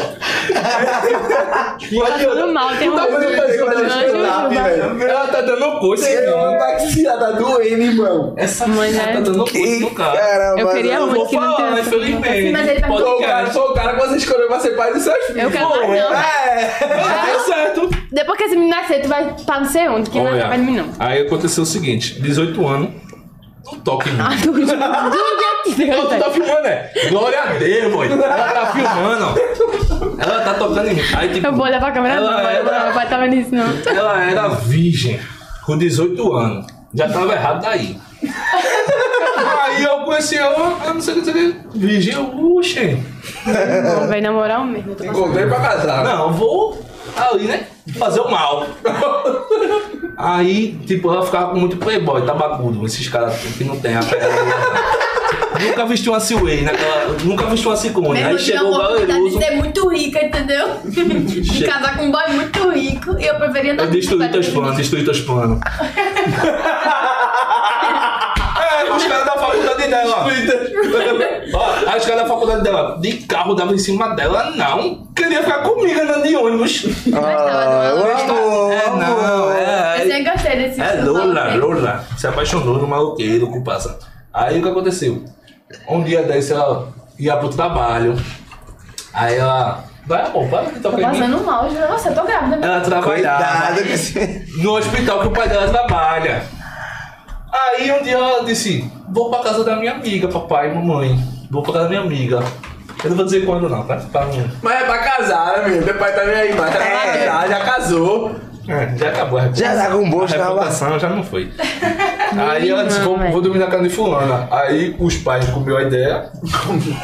Speaker 3: Tudo mal, tem um
Speaker 1: tá fazendo
Speaker 3: anjo,
Speaker 1: pergunta de
Speaker 3: anjo,
Speaker 2: Lápis,
Speaker 3: Juba.
Speaker 2: velho.
Speaker 4: Ela tá dando coisa.
Speaker 2: Tem uma
Speaker 4: menino.
Speaker 2: batida, tá doendo, irmão.
Speaker 4: Essa
Speaker 3: Mãe,
Speaker 4: menina
Speaker 3: né?
Speaker 4: tá dando coisa no cara.
Speaker 2: Caramba,
Speaker 3: Eu queria
Speaker 2: não.
Speaker 4: Eu
Speaker 3: muito
Speaker 4: vou
Speaker 3: que não
Speaker 4: falar,
Speaker 3: tenha essa pergunta. Mas
Speaker 4: infelizmente.
Speaker 3: ele vai-
Speaker 1: Foi o cara,
Speaker 4: Podcast.
Speaker 1: foi o cara que você escolheu pra ser pai dos seus filhos.
Speaker 3: Eu quero
Speaker 1: Pô,
Speaker 3: mais não.
Speaker 4: É, deu certo.
Speaker 3: Depois que esse menino nascer, tu vai pra não sei onde, que não
Speaker 4: Olha,
Speaker 3: vai de mim, não.
Speaker 4: Aí aconteceu o seguinte: 18 anos, não toque em mim.
Speaker 3: Ah, tu tu- tu-
Speaker 4: Não, tu tá filmando, é? Glória a Deus, boy. Ela tá filmando. Ela tá tocando em mim. Aí, tipo,
Speaker 3: Eu vou olhar pra câmera, não,
Speaker 4: ela,
Speaker 3: mas não, meu
Speaker 4: era,
Speaker 3: pai tava nisso, não.
Speaker 4: ela era virgem, com 18 anos. Já tava errado daí. Aí eu conheci ela, eu não sei o que, não sei o que. Virgem, eu, uxe.
Speaker 3: Não, velho, na moral um mesmo. eu tô passando.
Speaker 1: Encontrei pra casar.
Speaker 4: Não, eu vou ali, né? Fazer o mal. Aí, tipo, ela ficava com muito playboy, tabacudo, esses caras que não tem a pegada. Nunca vestiu uma Seaway, naquela- nunca vestiu uma Ciclone. Aí
Speaker 7: Mesmo tinha
Speaker 4: chegou
Speaker 7: uma
Speaker 4: o
Speaker 7: oportunidade de
Speaker 4: galeroso.
Speaker 7: ser muito rica, entendeu? De casar com um boy muito rico e eu preferia
Speaker 4: Eu destruí teus planos, destruí teus planos. é, os caras da faculdade dela. Ó, aí os caras da faculdade dela, de carro, dava em cima dela, não. Queria ficar comigo andando de ônibus.
Speaker 2: Ah, eu amo,
Speaker 4: é, não,
Speaker 7: Eu
Speaker 4: é.
Speaker 7: sempre gostei desse
Speaker 4: É
Speaker 7: estilo,
Speaker 4: Lola,
Speaker 7: sabe?
Speaker 4: Lola. Se apaixonou no maloqueiro, culpaça. Aí o que aconteceu? Um dia desse ela ia pro trabalho. Aí ela. Vai, amor, para que
Speaker 7: Tô
Speaker 4: toca em mim.
Speaker 7: passando mal, juro. Nossa, eu tô grávida. né?
Speaker 4: Ela trabalhava
Speaker 2: Cuidado com esse...
Speaker 4: no hospital que o pai dela trabalha. Aí um dia ela disse: Vou pra casa da minha amiga, papai e mamãe. Vou pra casa da minha amiga. Eu não vou dizer quando, não, tá? Pra não-
Speaker 1: Mas é pra casar, né, menino? Meu pai tá nem aí,
Speaker 3: É.
Speaker 1: mas tá na verdade, já casou.
Speaker 4: É, já acabou a
Speaker 2: Já tá com
Speaker 4: A
Speaker 2: bosta na barra.
Speaker 4: reputação já não foi. Aí ela disse, vou,
Speaker 3: velho.
Speaker 4: vou dormir na casa de fulana. Aí os pais comeu a ideia.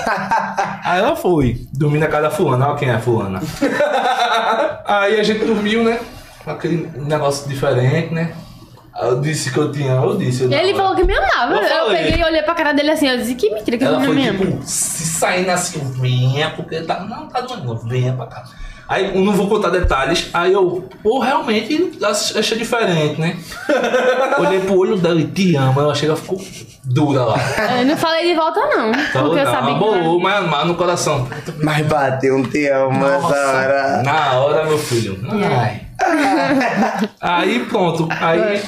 Speaker 4: Aí ela foi. Dormir na casa da fulana. Olha quem é a fulana. Aí a gente dormiu, né? Aquele negócio diferente, né? Aí eu disse que eu tinha, eu disse. eu
Speaker 3: Ele
Speaker 4: tava-
Speaker 3: falou que me amava.
Speaker 4: Eu
Speaker 3: Eu,
Speaker 4: falei.
Speaker 3: peguei e olhei pra cara dele assim, eu disse, que mentira que ele
Speaker 4: Ela
Speaker 3: não
Speaker 4: foi
Speaker 3: me ama.
Speaker 4: tipo, se saindo assim, venha, porque tá. Não, tá doendo, não, venha pra cá. Aí eu não vou contar detalhes. Aí eu, pô, realmente achei diferente, né? Olhei pro olho dela e te ama. Ela chega ficou dura lá.
Speaker 3: Eu não falei de volta, não.
Speaker 4: Falou,
Speaker 3: porque eu
Speaker 4: não,
Speaker 3: sabia que.
Speaker 4: abolou, mas, mas no coração.
Speaker 2: Mas bateu um te amo essa hora.
Speaker 4: Na hora, meu filho. Ai. aí pronto. Aí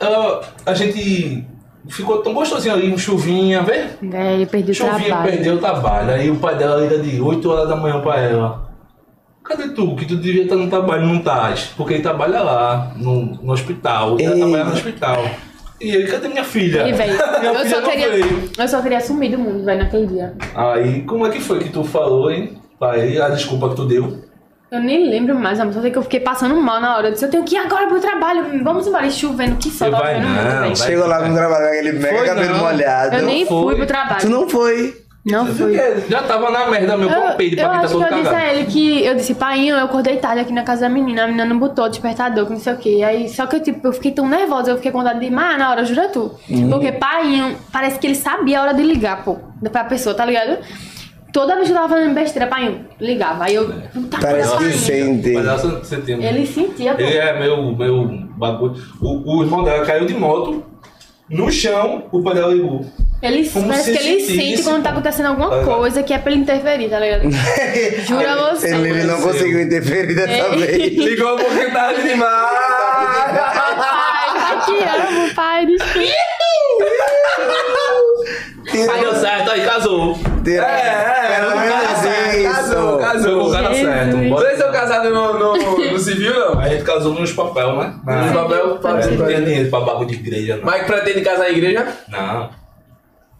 Speaker 4: eu- a gente ficou tão gostosinho ali, um chuvinha, vê?
Speaker 3: Velho, eu perdi É, o
Speaker 4: Chuvinha
Speaker 3: trabalho.
Speaker 4: perdeu o trabalho. Aí o pai dela liga de 8 horas da manhã pra ela. Cadê tu? Que tu devia estar no trabalho, não estás. Porque ele trabalha lá, no, no hospital. Ele
Speaker 2: Ei.
Speaker 4: trabalha no hospital. E ele, cadê minha filha?
Speaker 3: E, velho,
Speaker 4: Minha
Speaker 3: eu
Speaker 4: filha
Speaker 3: só
Speaker 4: não
Speaker 3: queria.
Speaker 4: veio.
Speaker 3: Eu só queria sumir do mundo, velho, naquele dia.
Speaker 4: Aí, como é que foi que tu falou, hein? Pai, a desculpa que tu deu.
Speaker 3: Eu nem lembro mais, amor. Só sei que eu fiquei passando mal na hora. Eu disse, eu tenho que ir agora pro trabalho. Vamos embora. E chovendo, que sol
Speaker 4: Você
Speaker 3: tava
Speaker 4: vai
Speaker 3: vendo muito,
Speaker 4: não,
Speaker 3: velho.
Speaker 4: vai.
Speaker 2: Chegou lá no trabalho com aquele mega
Speaker 4: Foi
Speaker 2: cabelo
Speaker 4: não.
Speaker 2: molhado.
Speaker 3: Eu nem
Speaker 4: foi.
Speaker 3: fui pro trabalho.
Speaker 2: Ah, Tu não foi.
Speaker 3: Não fui.
Speaker 4: Já tava na merda, meu.
Speaker 3: Eu,
Speaker 4: Eu, peido
Speaker 3: eu
Speaker 4: pra quem tá
Speaker 3: acho
Speaker 4: todo
Speaker 3: que eu disse
Speaker 4: cagado.
Speaker 3: a ele que eu disse, pai, eu acordei tarde aqui na casa da menina, a menina não botou despertador, que não sei o quê. Aí, só que eu, tipo, eu fiquei tão nervosa, eu fiquei com vontade de mar na hora, jura tu. Porque pai, parece que ele sabia a hora de ligar, pô, pra pessoa, tá ligado? Toda vez que eu tava fazendo besteira, pai, ligava. Aí eu. Puta
Speaker 2: Parece
Speaker 3: merda,
Speaker 2: que
Speaker 3: pai.
Speaker 2: sim. Entende.
Speaker 4: Mas ela só- você tem um-
Speaker 3: Ele sentia, pô.
Speaker 4: Ele é meu, meu bagulho. O, o irmão dela caiu de moto, no chão, o pai dela ligou.
Speaker 3: Ele,
Speaker 4: Como
Speaker 3: parece
Speaker 4: se
Speaker 3: que ele
Speaker 4: sentisse,
Speaker 3: sente quando tá
Speaker 4: pô.
Speaker 3: acontecendo alguma
Speaker 4: Tá ligado?
Speaker 3: coisa que é pra ele interferir, tá ligado? Jura você.
Speaker 2: Ele, ele não conseguiu interferir
Speaker 3: É.
Speaker 2: dessa vez. Ah,
Speaker 1: Ligou um pouquinho tarde demais.
Speaker 3: Pai, eu te amo, pai. desculpa.
Speaker 4: Aí deu certo, aí casou.
Speaker 2: Tira-
Speaker 1: É, é,
Speaker 2: Pelo
Speaker 4: é
Speaker 2: menos isso.
Speaker 1: casou,
Speaker 4: Casou, o
Speaker 1: casou.
Speaker 4: cara
Speaker 3: Jesus.
Speaker 4: certo. Bora-
Speaker 1: Vocês são casados no, no, no civil, não?
Speaker 4: A gente casou nos papel, né?
Speaker 3: Ah,
Speaker 1: No papel,
Speaker 4: Não
Speaker 3: é,
Speaker 1: parece.
Speaker 4: tem dinheiro pra bagulho de igreja, não.
Speaker 1: Mike pretende casar na igreja?
Speaker 4: Não.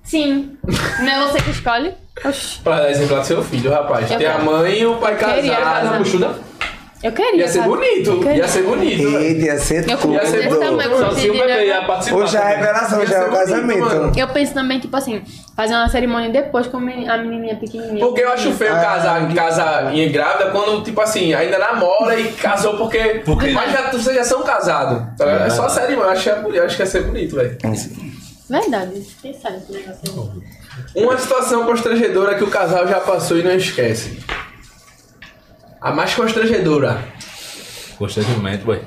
Speaker 3: Sim. Não é você que escolhe? Oxi.
Speaker 1: Pra dar exemplo ao seu filho, rapaz.
Speaker 3: Eu
Speaker 1: Tem a
Speaker 3: quero.
Speaker 1: mãe e o pai
Speaker 3: queria
Speaker 1: casado.
Speaker 3: casar.
Speaker 4: Puxuda?
Speaker 3: Eu queria.
Speaker 1: Ia ser
Speaker 3: sabe?
Speaker 1: bonito,
Speaker 3: Eu queria.
Speaker 1: ia ser bonito. velho.
Speaker 2: Eita, ia ser
Speaker 3: Eu
Speaker 2: tudo.
Speaker 3: comprei
Speaker 1: ser
Speaker 3: desse
Speaker 1: bom.
Speaker 3: tamanho que eu
Speaker 4: Só se o
Speaker 3: decidi, né?
Speaker 4: bebê ia participar.
Speaker 2: Hoje é a
Speaker 4: também.
Speaker 2: revelação,
Speaker 1: Ia
Speaker 2: hoje é
Speaker 1: ser
Speaker 2: o
Speaker 1: bonito, mano.
Speaker 2: casamento.
Speaker 3: Eu penso também, tipo assim, fazer uma cerimônia depois com a meni- a menininha pequenininha.
Speaker 1: Porque eu acho
Speaker 2: Ah,
Speaker 1: feio
Speaker 2: é.
Speaker 1: casar, casar em grávida quando, tipo assim, ainda namora e casou porque.
Speaker 4: Porque-
Speaker 1: Mas já, vocês já são casados. tá ligado? É, só sério, mano. Eu acho que é bonito, acho que ia ser bonito, velho.
Speaker 3: Verdade. Quem sabe esse negócio aí?
Speaker 1: Uma situação constrangedora que o casal já passou e não esquece. A mais constrangedora.
Speaker 4: Constantemente, boy.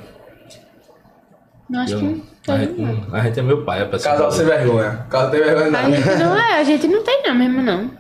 Speaker 3: Não acho
Speaker 4: Eu
Speaker 3: que.
Speaker 4: A gente, a gente é meu pai, a pessoa.
Speaker 1: Casal sem vergonha. Casal sem vergonha
Speaker 3: A
Speaker 1: não.
Speaker 3: gente não é, a gente não tem não mesmo, não.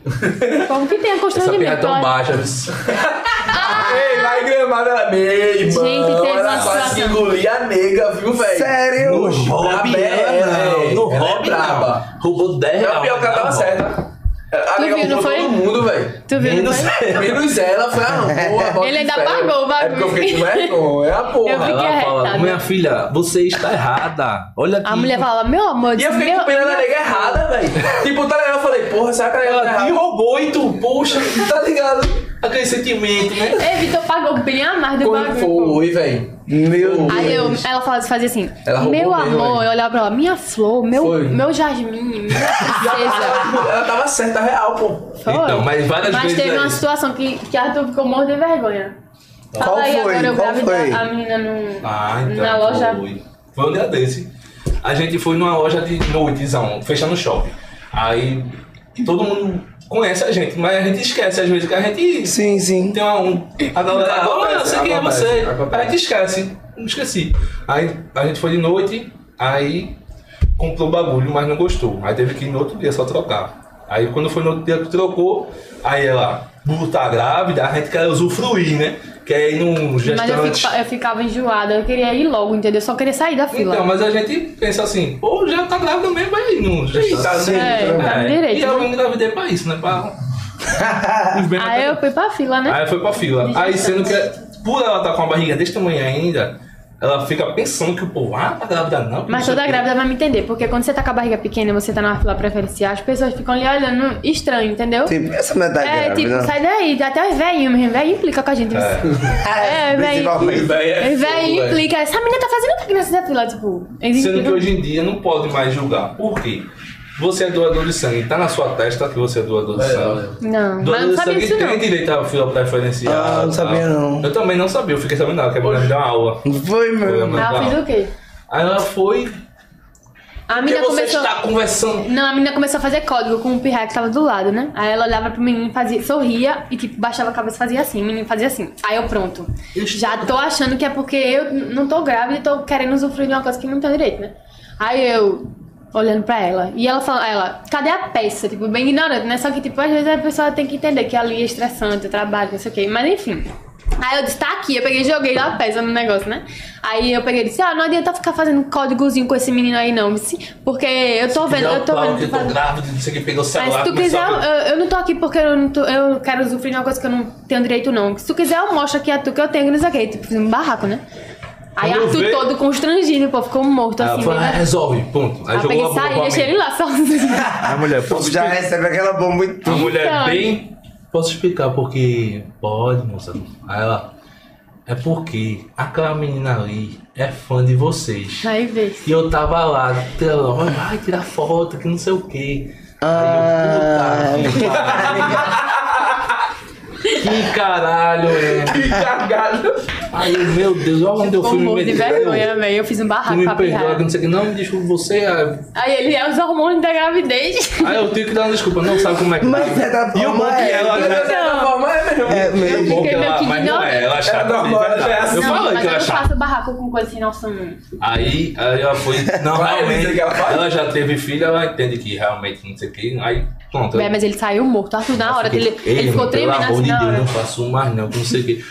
Speaker 3: Como que tem a
Speaker 4: Essa
Speaker 3: constrangimento?
Speaker 4: pirra é tão
Speaker 3: Olha,
Speaker 4: baixa.
Speaker 1: Ei, lá em Gramado ela meio,
Speaker 3: Gente,
Speaker 1: irmão.
Speaker 3: teve
Speaker 1: Ela
Speaker 3: uma
Speaker 1: quase
Speaker 3: situação.
Speaker 1: engolia a nega, viu, velho?
Speaker 2: Sério?
Speaker 4: No
Speaker 1: hobby
Speaker 4: hobby
Speaker 1: ela
Speaker 4: ela,
Speaker 1: é-
Speaker 4: não. No
Speaker 1: ela é
Speaker 4: hobby
Speaker 1: braba.
Speaker 4: não. Roubou 10
Speaker 1: É
Speaker 4: reais.
Speaker 1: o pior que ela tava
Speaker 4: Não,
Speaker 1: certa. A
Speaker 3: Tu
Speaker 1: nega
Speaker 3: viu, não
Speaker 1: roubou
Speaker 3: foi?
Speaker 1: tá? todo mundo, velho.
Speaker 3: Tu viu, né? não
Speaker 1: Menos, menos ela, foi a boa. bota
Speaker 3: Ele ainda
Speaker 1: de fé.
Speaker 3: apagou o
Speaker 1: É porque eu fiquei com vergonha, é a
Speaker 3: Eu
Speaker 1: porra.
Speaker 3: fiquei
Speaker 4: Ela fala,
Speaker 3: arretada.
Speaker 4: minha filha, você está errada. Olha aqui.
Speaker 3: né?" A mulher fala, meu amor,
Speaker 1: E eu fiquei
Speaker 3: meu-
Speaker 1: com pena da
Speaker 3: meu-
Speaker 1: nega errada, velho. Tipo, tá ligado? Eu falei, porra, será que a nega tá
Speaker 4: Ela te
Speaker 1: errada?
Speaker 4: roubou e tu, poxa,
Speaker 1: Tá ligado?
Speaker 4: aquele sentimento, né?
Speaker 3: Ei, Vitor pagou bem a mais do
Speaker 1: Quando
Speaker 3: bagulho.
Speaker 1: foi, velho? Meu
Speaker 3: Aí eu, ela faz- fazia assim,
Speaker 1: Ela roubou
Speaker 3: meu
Speaker 1: mesmo,
Speaker 3: amor,
Speaker 1: hein?
Speaker 3: eu olhava pra ela, minha flor, meu,
Speaker 1: Foi.
Speaker 3: meu jasmim, minha princesa.
Speaker 1: Ela tava certa, real, pô.
Speaker 3: Foi.
Speaker 4: Então, mas várias
Speaker 3: Mas
Speaker 4: vezes
Speaker 3: teve
Speaker 4: é
Speaker 3: uma
Speaker 4: isso.
Speaker 3: situação que, que Arthur ficou morto de vergonha.
Speaker 2: Qual
Speaker 3: Fala aí
Speaker 2: foi?
Speaker 3: agora, eu
Speaker 2: Qual
Speaker 3: grávida,
Speaker 2: foi?
Speaker 3: a menina no,
Speaker 4: Ah, então.
Speaker 3: na loja.
Speaker 4: Foi. Foi um dia desse. A gente foi numa loja de noitezão, fechando o shopping. Aí todo mundo conhece a gente, mas a gente esquece às vezes que a gente
Speaker 2: Sim, sim.
Speaker 4: tem uma. Um, a galera
Speaker 1: Acontece,
Speaker 4: agora eu sei quem é
Speaker 1: acontece,
Speaker 4: você.
Speaker 1: acontece.
Speaker 4: Aí a gente esquece. Não esqueci. Aí a gente foi de noite, aí comprou o bagulho, mas não gostou. Aí teve que ir no outro dia só trocar. Aí quando foi no outro dia que trocou, aí ela, "Bu, tá grávida, a gente quer usufruir, né? Quer ir num
Speaker 3: mas
Speaker 4: gestante.
Speaker 3: eu, fico- eu ficava enjoada, eu queria ir logo, entendeu? Eu só queria sair da fila.
Speaker 4: Então, mas a gente pensa assim, pô, já tá grávida mesmo, aí não. Já
Speaker 1: Sim,
Speaker 4: tá,
Speaker 3: é, tá no
Speaker 4: E
Speaker 3: direito,
Speaker 4: eu
Speaker 3: né?
Speaker 4: engravidei pra isso, né? Pra... Os bens
Speaker 3: Aí eu fui pra fila, né?
Speaker 4: Aí foi pra fila.
Speaker 3: De
Speaker 4: Aí sendo que,
Speaker 3: gestante.
Speaker 4: por ela estar com a barriga desse tamanho ainda, ela fica pensando que o povo, ah, tá grávida não.
Speaker 3: Mas toda grávida vai me entender, porque quando você tá com a barriga pequena e você tá numa fila preferencial, as pessoas ficam ali olhando estranho, entendeu?
Speaker 2: Tipo, essa metade
Speaker 3: é, tipo, sai daí, até os velhinhos mesmo, velho implica com a gente. É, é velho.
Speaker 2: Principalmente.
Speaker 1: Véi,
Speaker 3: Velho implica, essa menina tá fazendo o que nessa fila, tipo. Eles
Speaker 4: Sendo que
Speaker 3: implicam.
Speaker 4: hoje em dia não pode mais julgar. Por quê? Você é doador de sangue, tá na sua testa que você é doador de
Speaker 1: É,
Speaker 4: sangue.
Speaker 3: Não, mas
Speaker 4: Doador
Speaker 3: não
Speaker 4: de
Speaker 3: sabia
Speaker 4: sangue
Speaker 3: disso
Speaker 4: tem
Speaker 3: não.
Speaker 4: direito à fila preferencial.
Speaker 2: Ah, não
Speaker 4: tá?
Speaker 2: sabia, não.
Speaker 4: Eu também não sabia, eu fiquei sabendo nada, que a mulher me deu uma aula.
Speaker 2: Foi, meu.
Speaker 4: Foi,
Speaker 3: Ela
Speaker 4: tá.
Speaker 3: fez Ah, o quê?
Speaker 4: Aí ela foi.
Speaker 3: A
Speaker 4: Porque
Speaker 3: menina
Speaker 4: você
Speaker 3: começou.
Speaker 4: está conversando.
Speaker 3: Não, a menina começou a fazer código com o pirra que tava do lado, né? Aí ela olhava pro menino, fazia, sorria e tipo, baixava a cabeça e fazia assim. O menino fazia assim. Aí eu, pronto. Já tô achando que é porque eu n- não tô grávida e tô querendo usufruir de uma coisa que não tem direito, né? Aí eu, olhando pra ela. E ela falando, ela, cadê a peça? Tipo, bem ignorante, né? Só que, tipo, às vezes a pessoa tem que entender que ali é estressante, o trabalho, não sei o quê. Mas enfim. Aí eu disse, tá aqui, eu peguei e joguei lá a peça no negócio, né? Aí eu peguei e disse, ah, não adianta ficar fazendo códigozinho com esse menino aí, não, disse, porque eu tô vendo, eu tô vendo.
Speaker 4: Que
Speaker 3: tu
Speaker 4: eu tô
Speaker 3: faz-
Speaker 4: grávida, não sei o que, pegou o
Speaker 3: mas
Speaker 4: celular.
Speaker 3: se tu
Speaker 4: começou
Speaker 3: quiser,
Speaker 4: a-
Speaker 3: eu, eu não tô aqui porque eu, não tô, eu quero usufruir de uma coisa que eu não tenho direito, não. Se tu quiser, eu mostro aqui a tu que eu tenho, que não sei o quê. Tipo, fiz um barraco, né? Aí
Speaker 4: Quando eu
Speaker 3: Arthur
Speaker 4: vi-
Speaker 3: todo constrangido, pô, ficou morto
Speaker 4: Ela
Speaker 3: assim.
Speaker 4: falou, ah,
Speaker 3: né?
Speaker 4: resolve, ponto. Aí
Speaker 3: Aí eu peguei e
Speaker 4: jogou a bomba.
Speaker 3: saí,
Speaker 4: pra
Speaker 3: deixei
Speaker 4: mim.
Speaker 3: ele lá sozinho.
Speaker 4: A mulher, posso
Speaker 2: Já
Speaker 4: explicar?
Speaker 2: recebe aquela bomba e
Speaker 4: A mulher
Speaker 3: Então.
Speaker 4: bem. Posso explicar porque. Pode, moça. Aí ela. É porque aquela menina ali é fã de vocês.
Speaker 3: Aí vê.
Speaker 4: E eu tava lá, telão, olha, ai, tirar foto, que não sei o quê.
Speaker 2: Ah.
Speaker 4: Aí eu, puta que pariu. Que caralho, é.
Speaker 1: que cagada.
Speaker 4: Aí, eu, meu Deus, olha onde eu
Speaker 3: Ficou
Speaker 4: fui me
Speaker 3: morto de vergonha,
Speaker 4: meter.
Speaker 3: velho. Eu fiz um
Speaker 4: Tu
Speaker 3: barraco
Speaker 4: me
Speaker 3: pra
Speaker 4: perdoa, que
Speaker 3: pirrar.
Speaker 4: não sei o que. Não, me desculpa, você. é-
Speaker 3: Aí ele é os hormônios da gravidez.
Speaker 4: Aí eu tenho que dar uma desculpa, não sabe como é que
Speaker 2: Mas é da
Speaker 4: E o bom
Speaker 2: forma,
Speaker 4: que
Speaker 2: é.
Speaker 4: ela
Speaker 1: Mas
Speaker 4: já...
Speaker 1: dessa forma é mesmo.
Speaker 2: É,
Speaker 4: E o
Speaker 2: mesmo.
Speaker 4: bom que
Speaker 3: Fiquei meio
Speaker 4: ela...
Speaker 3: que
Speaker 4: Mas não é,
Speaker 3: ignorante.
Speaker 4: ela é chata.
Speaker 1: É normal,
Speaker 4: de verdade.
Speaker 1: ela é assim.
Speaker 4: Eu Tá.
Speaker 3: não,
Speaker 4: falei
Speaker 3: mas
Speaker 4: que
Speaker 3: eu
Speaker 4: ela é
Speaker 3: não
Speaker 4: chata.
Speaker 3: faço barraco com coisa assim, sem noção. não.
Speaker 4: Aí, aí ela foi. Não,
Speaker 1: Vai, Lisa,
Speaker 4: realmente.
Speaker 1: que ela faz.
Speaker 4: Ela já teve filho, ela entende que realmente não sei o que. Aí, pronto.
Speaker 3: Véi, mas ele saiu morto. Arthur, na hora, ele,
Speaker 4: Fiquei,
Speaker 3: ele ficou
Speaker 4: "Ei,
Speaker 3: tremendo
Speaker 4: Pelo amor
Speaker 3: assim
Speaker 4: de
Speaker 3: na
Speaker 4: Deus,
Speaker 3: hora.
Speaker 4: não faço mais não, que não sei o quê.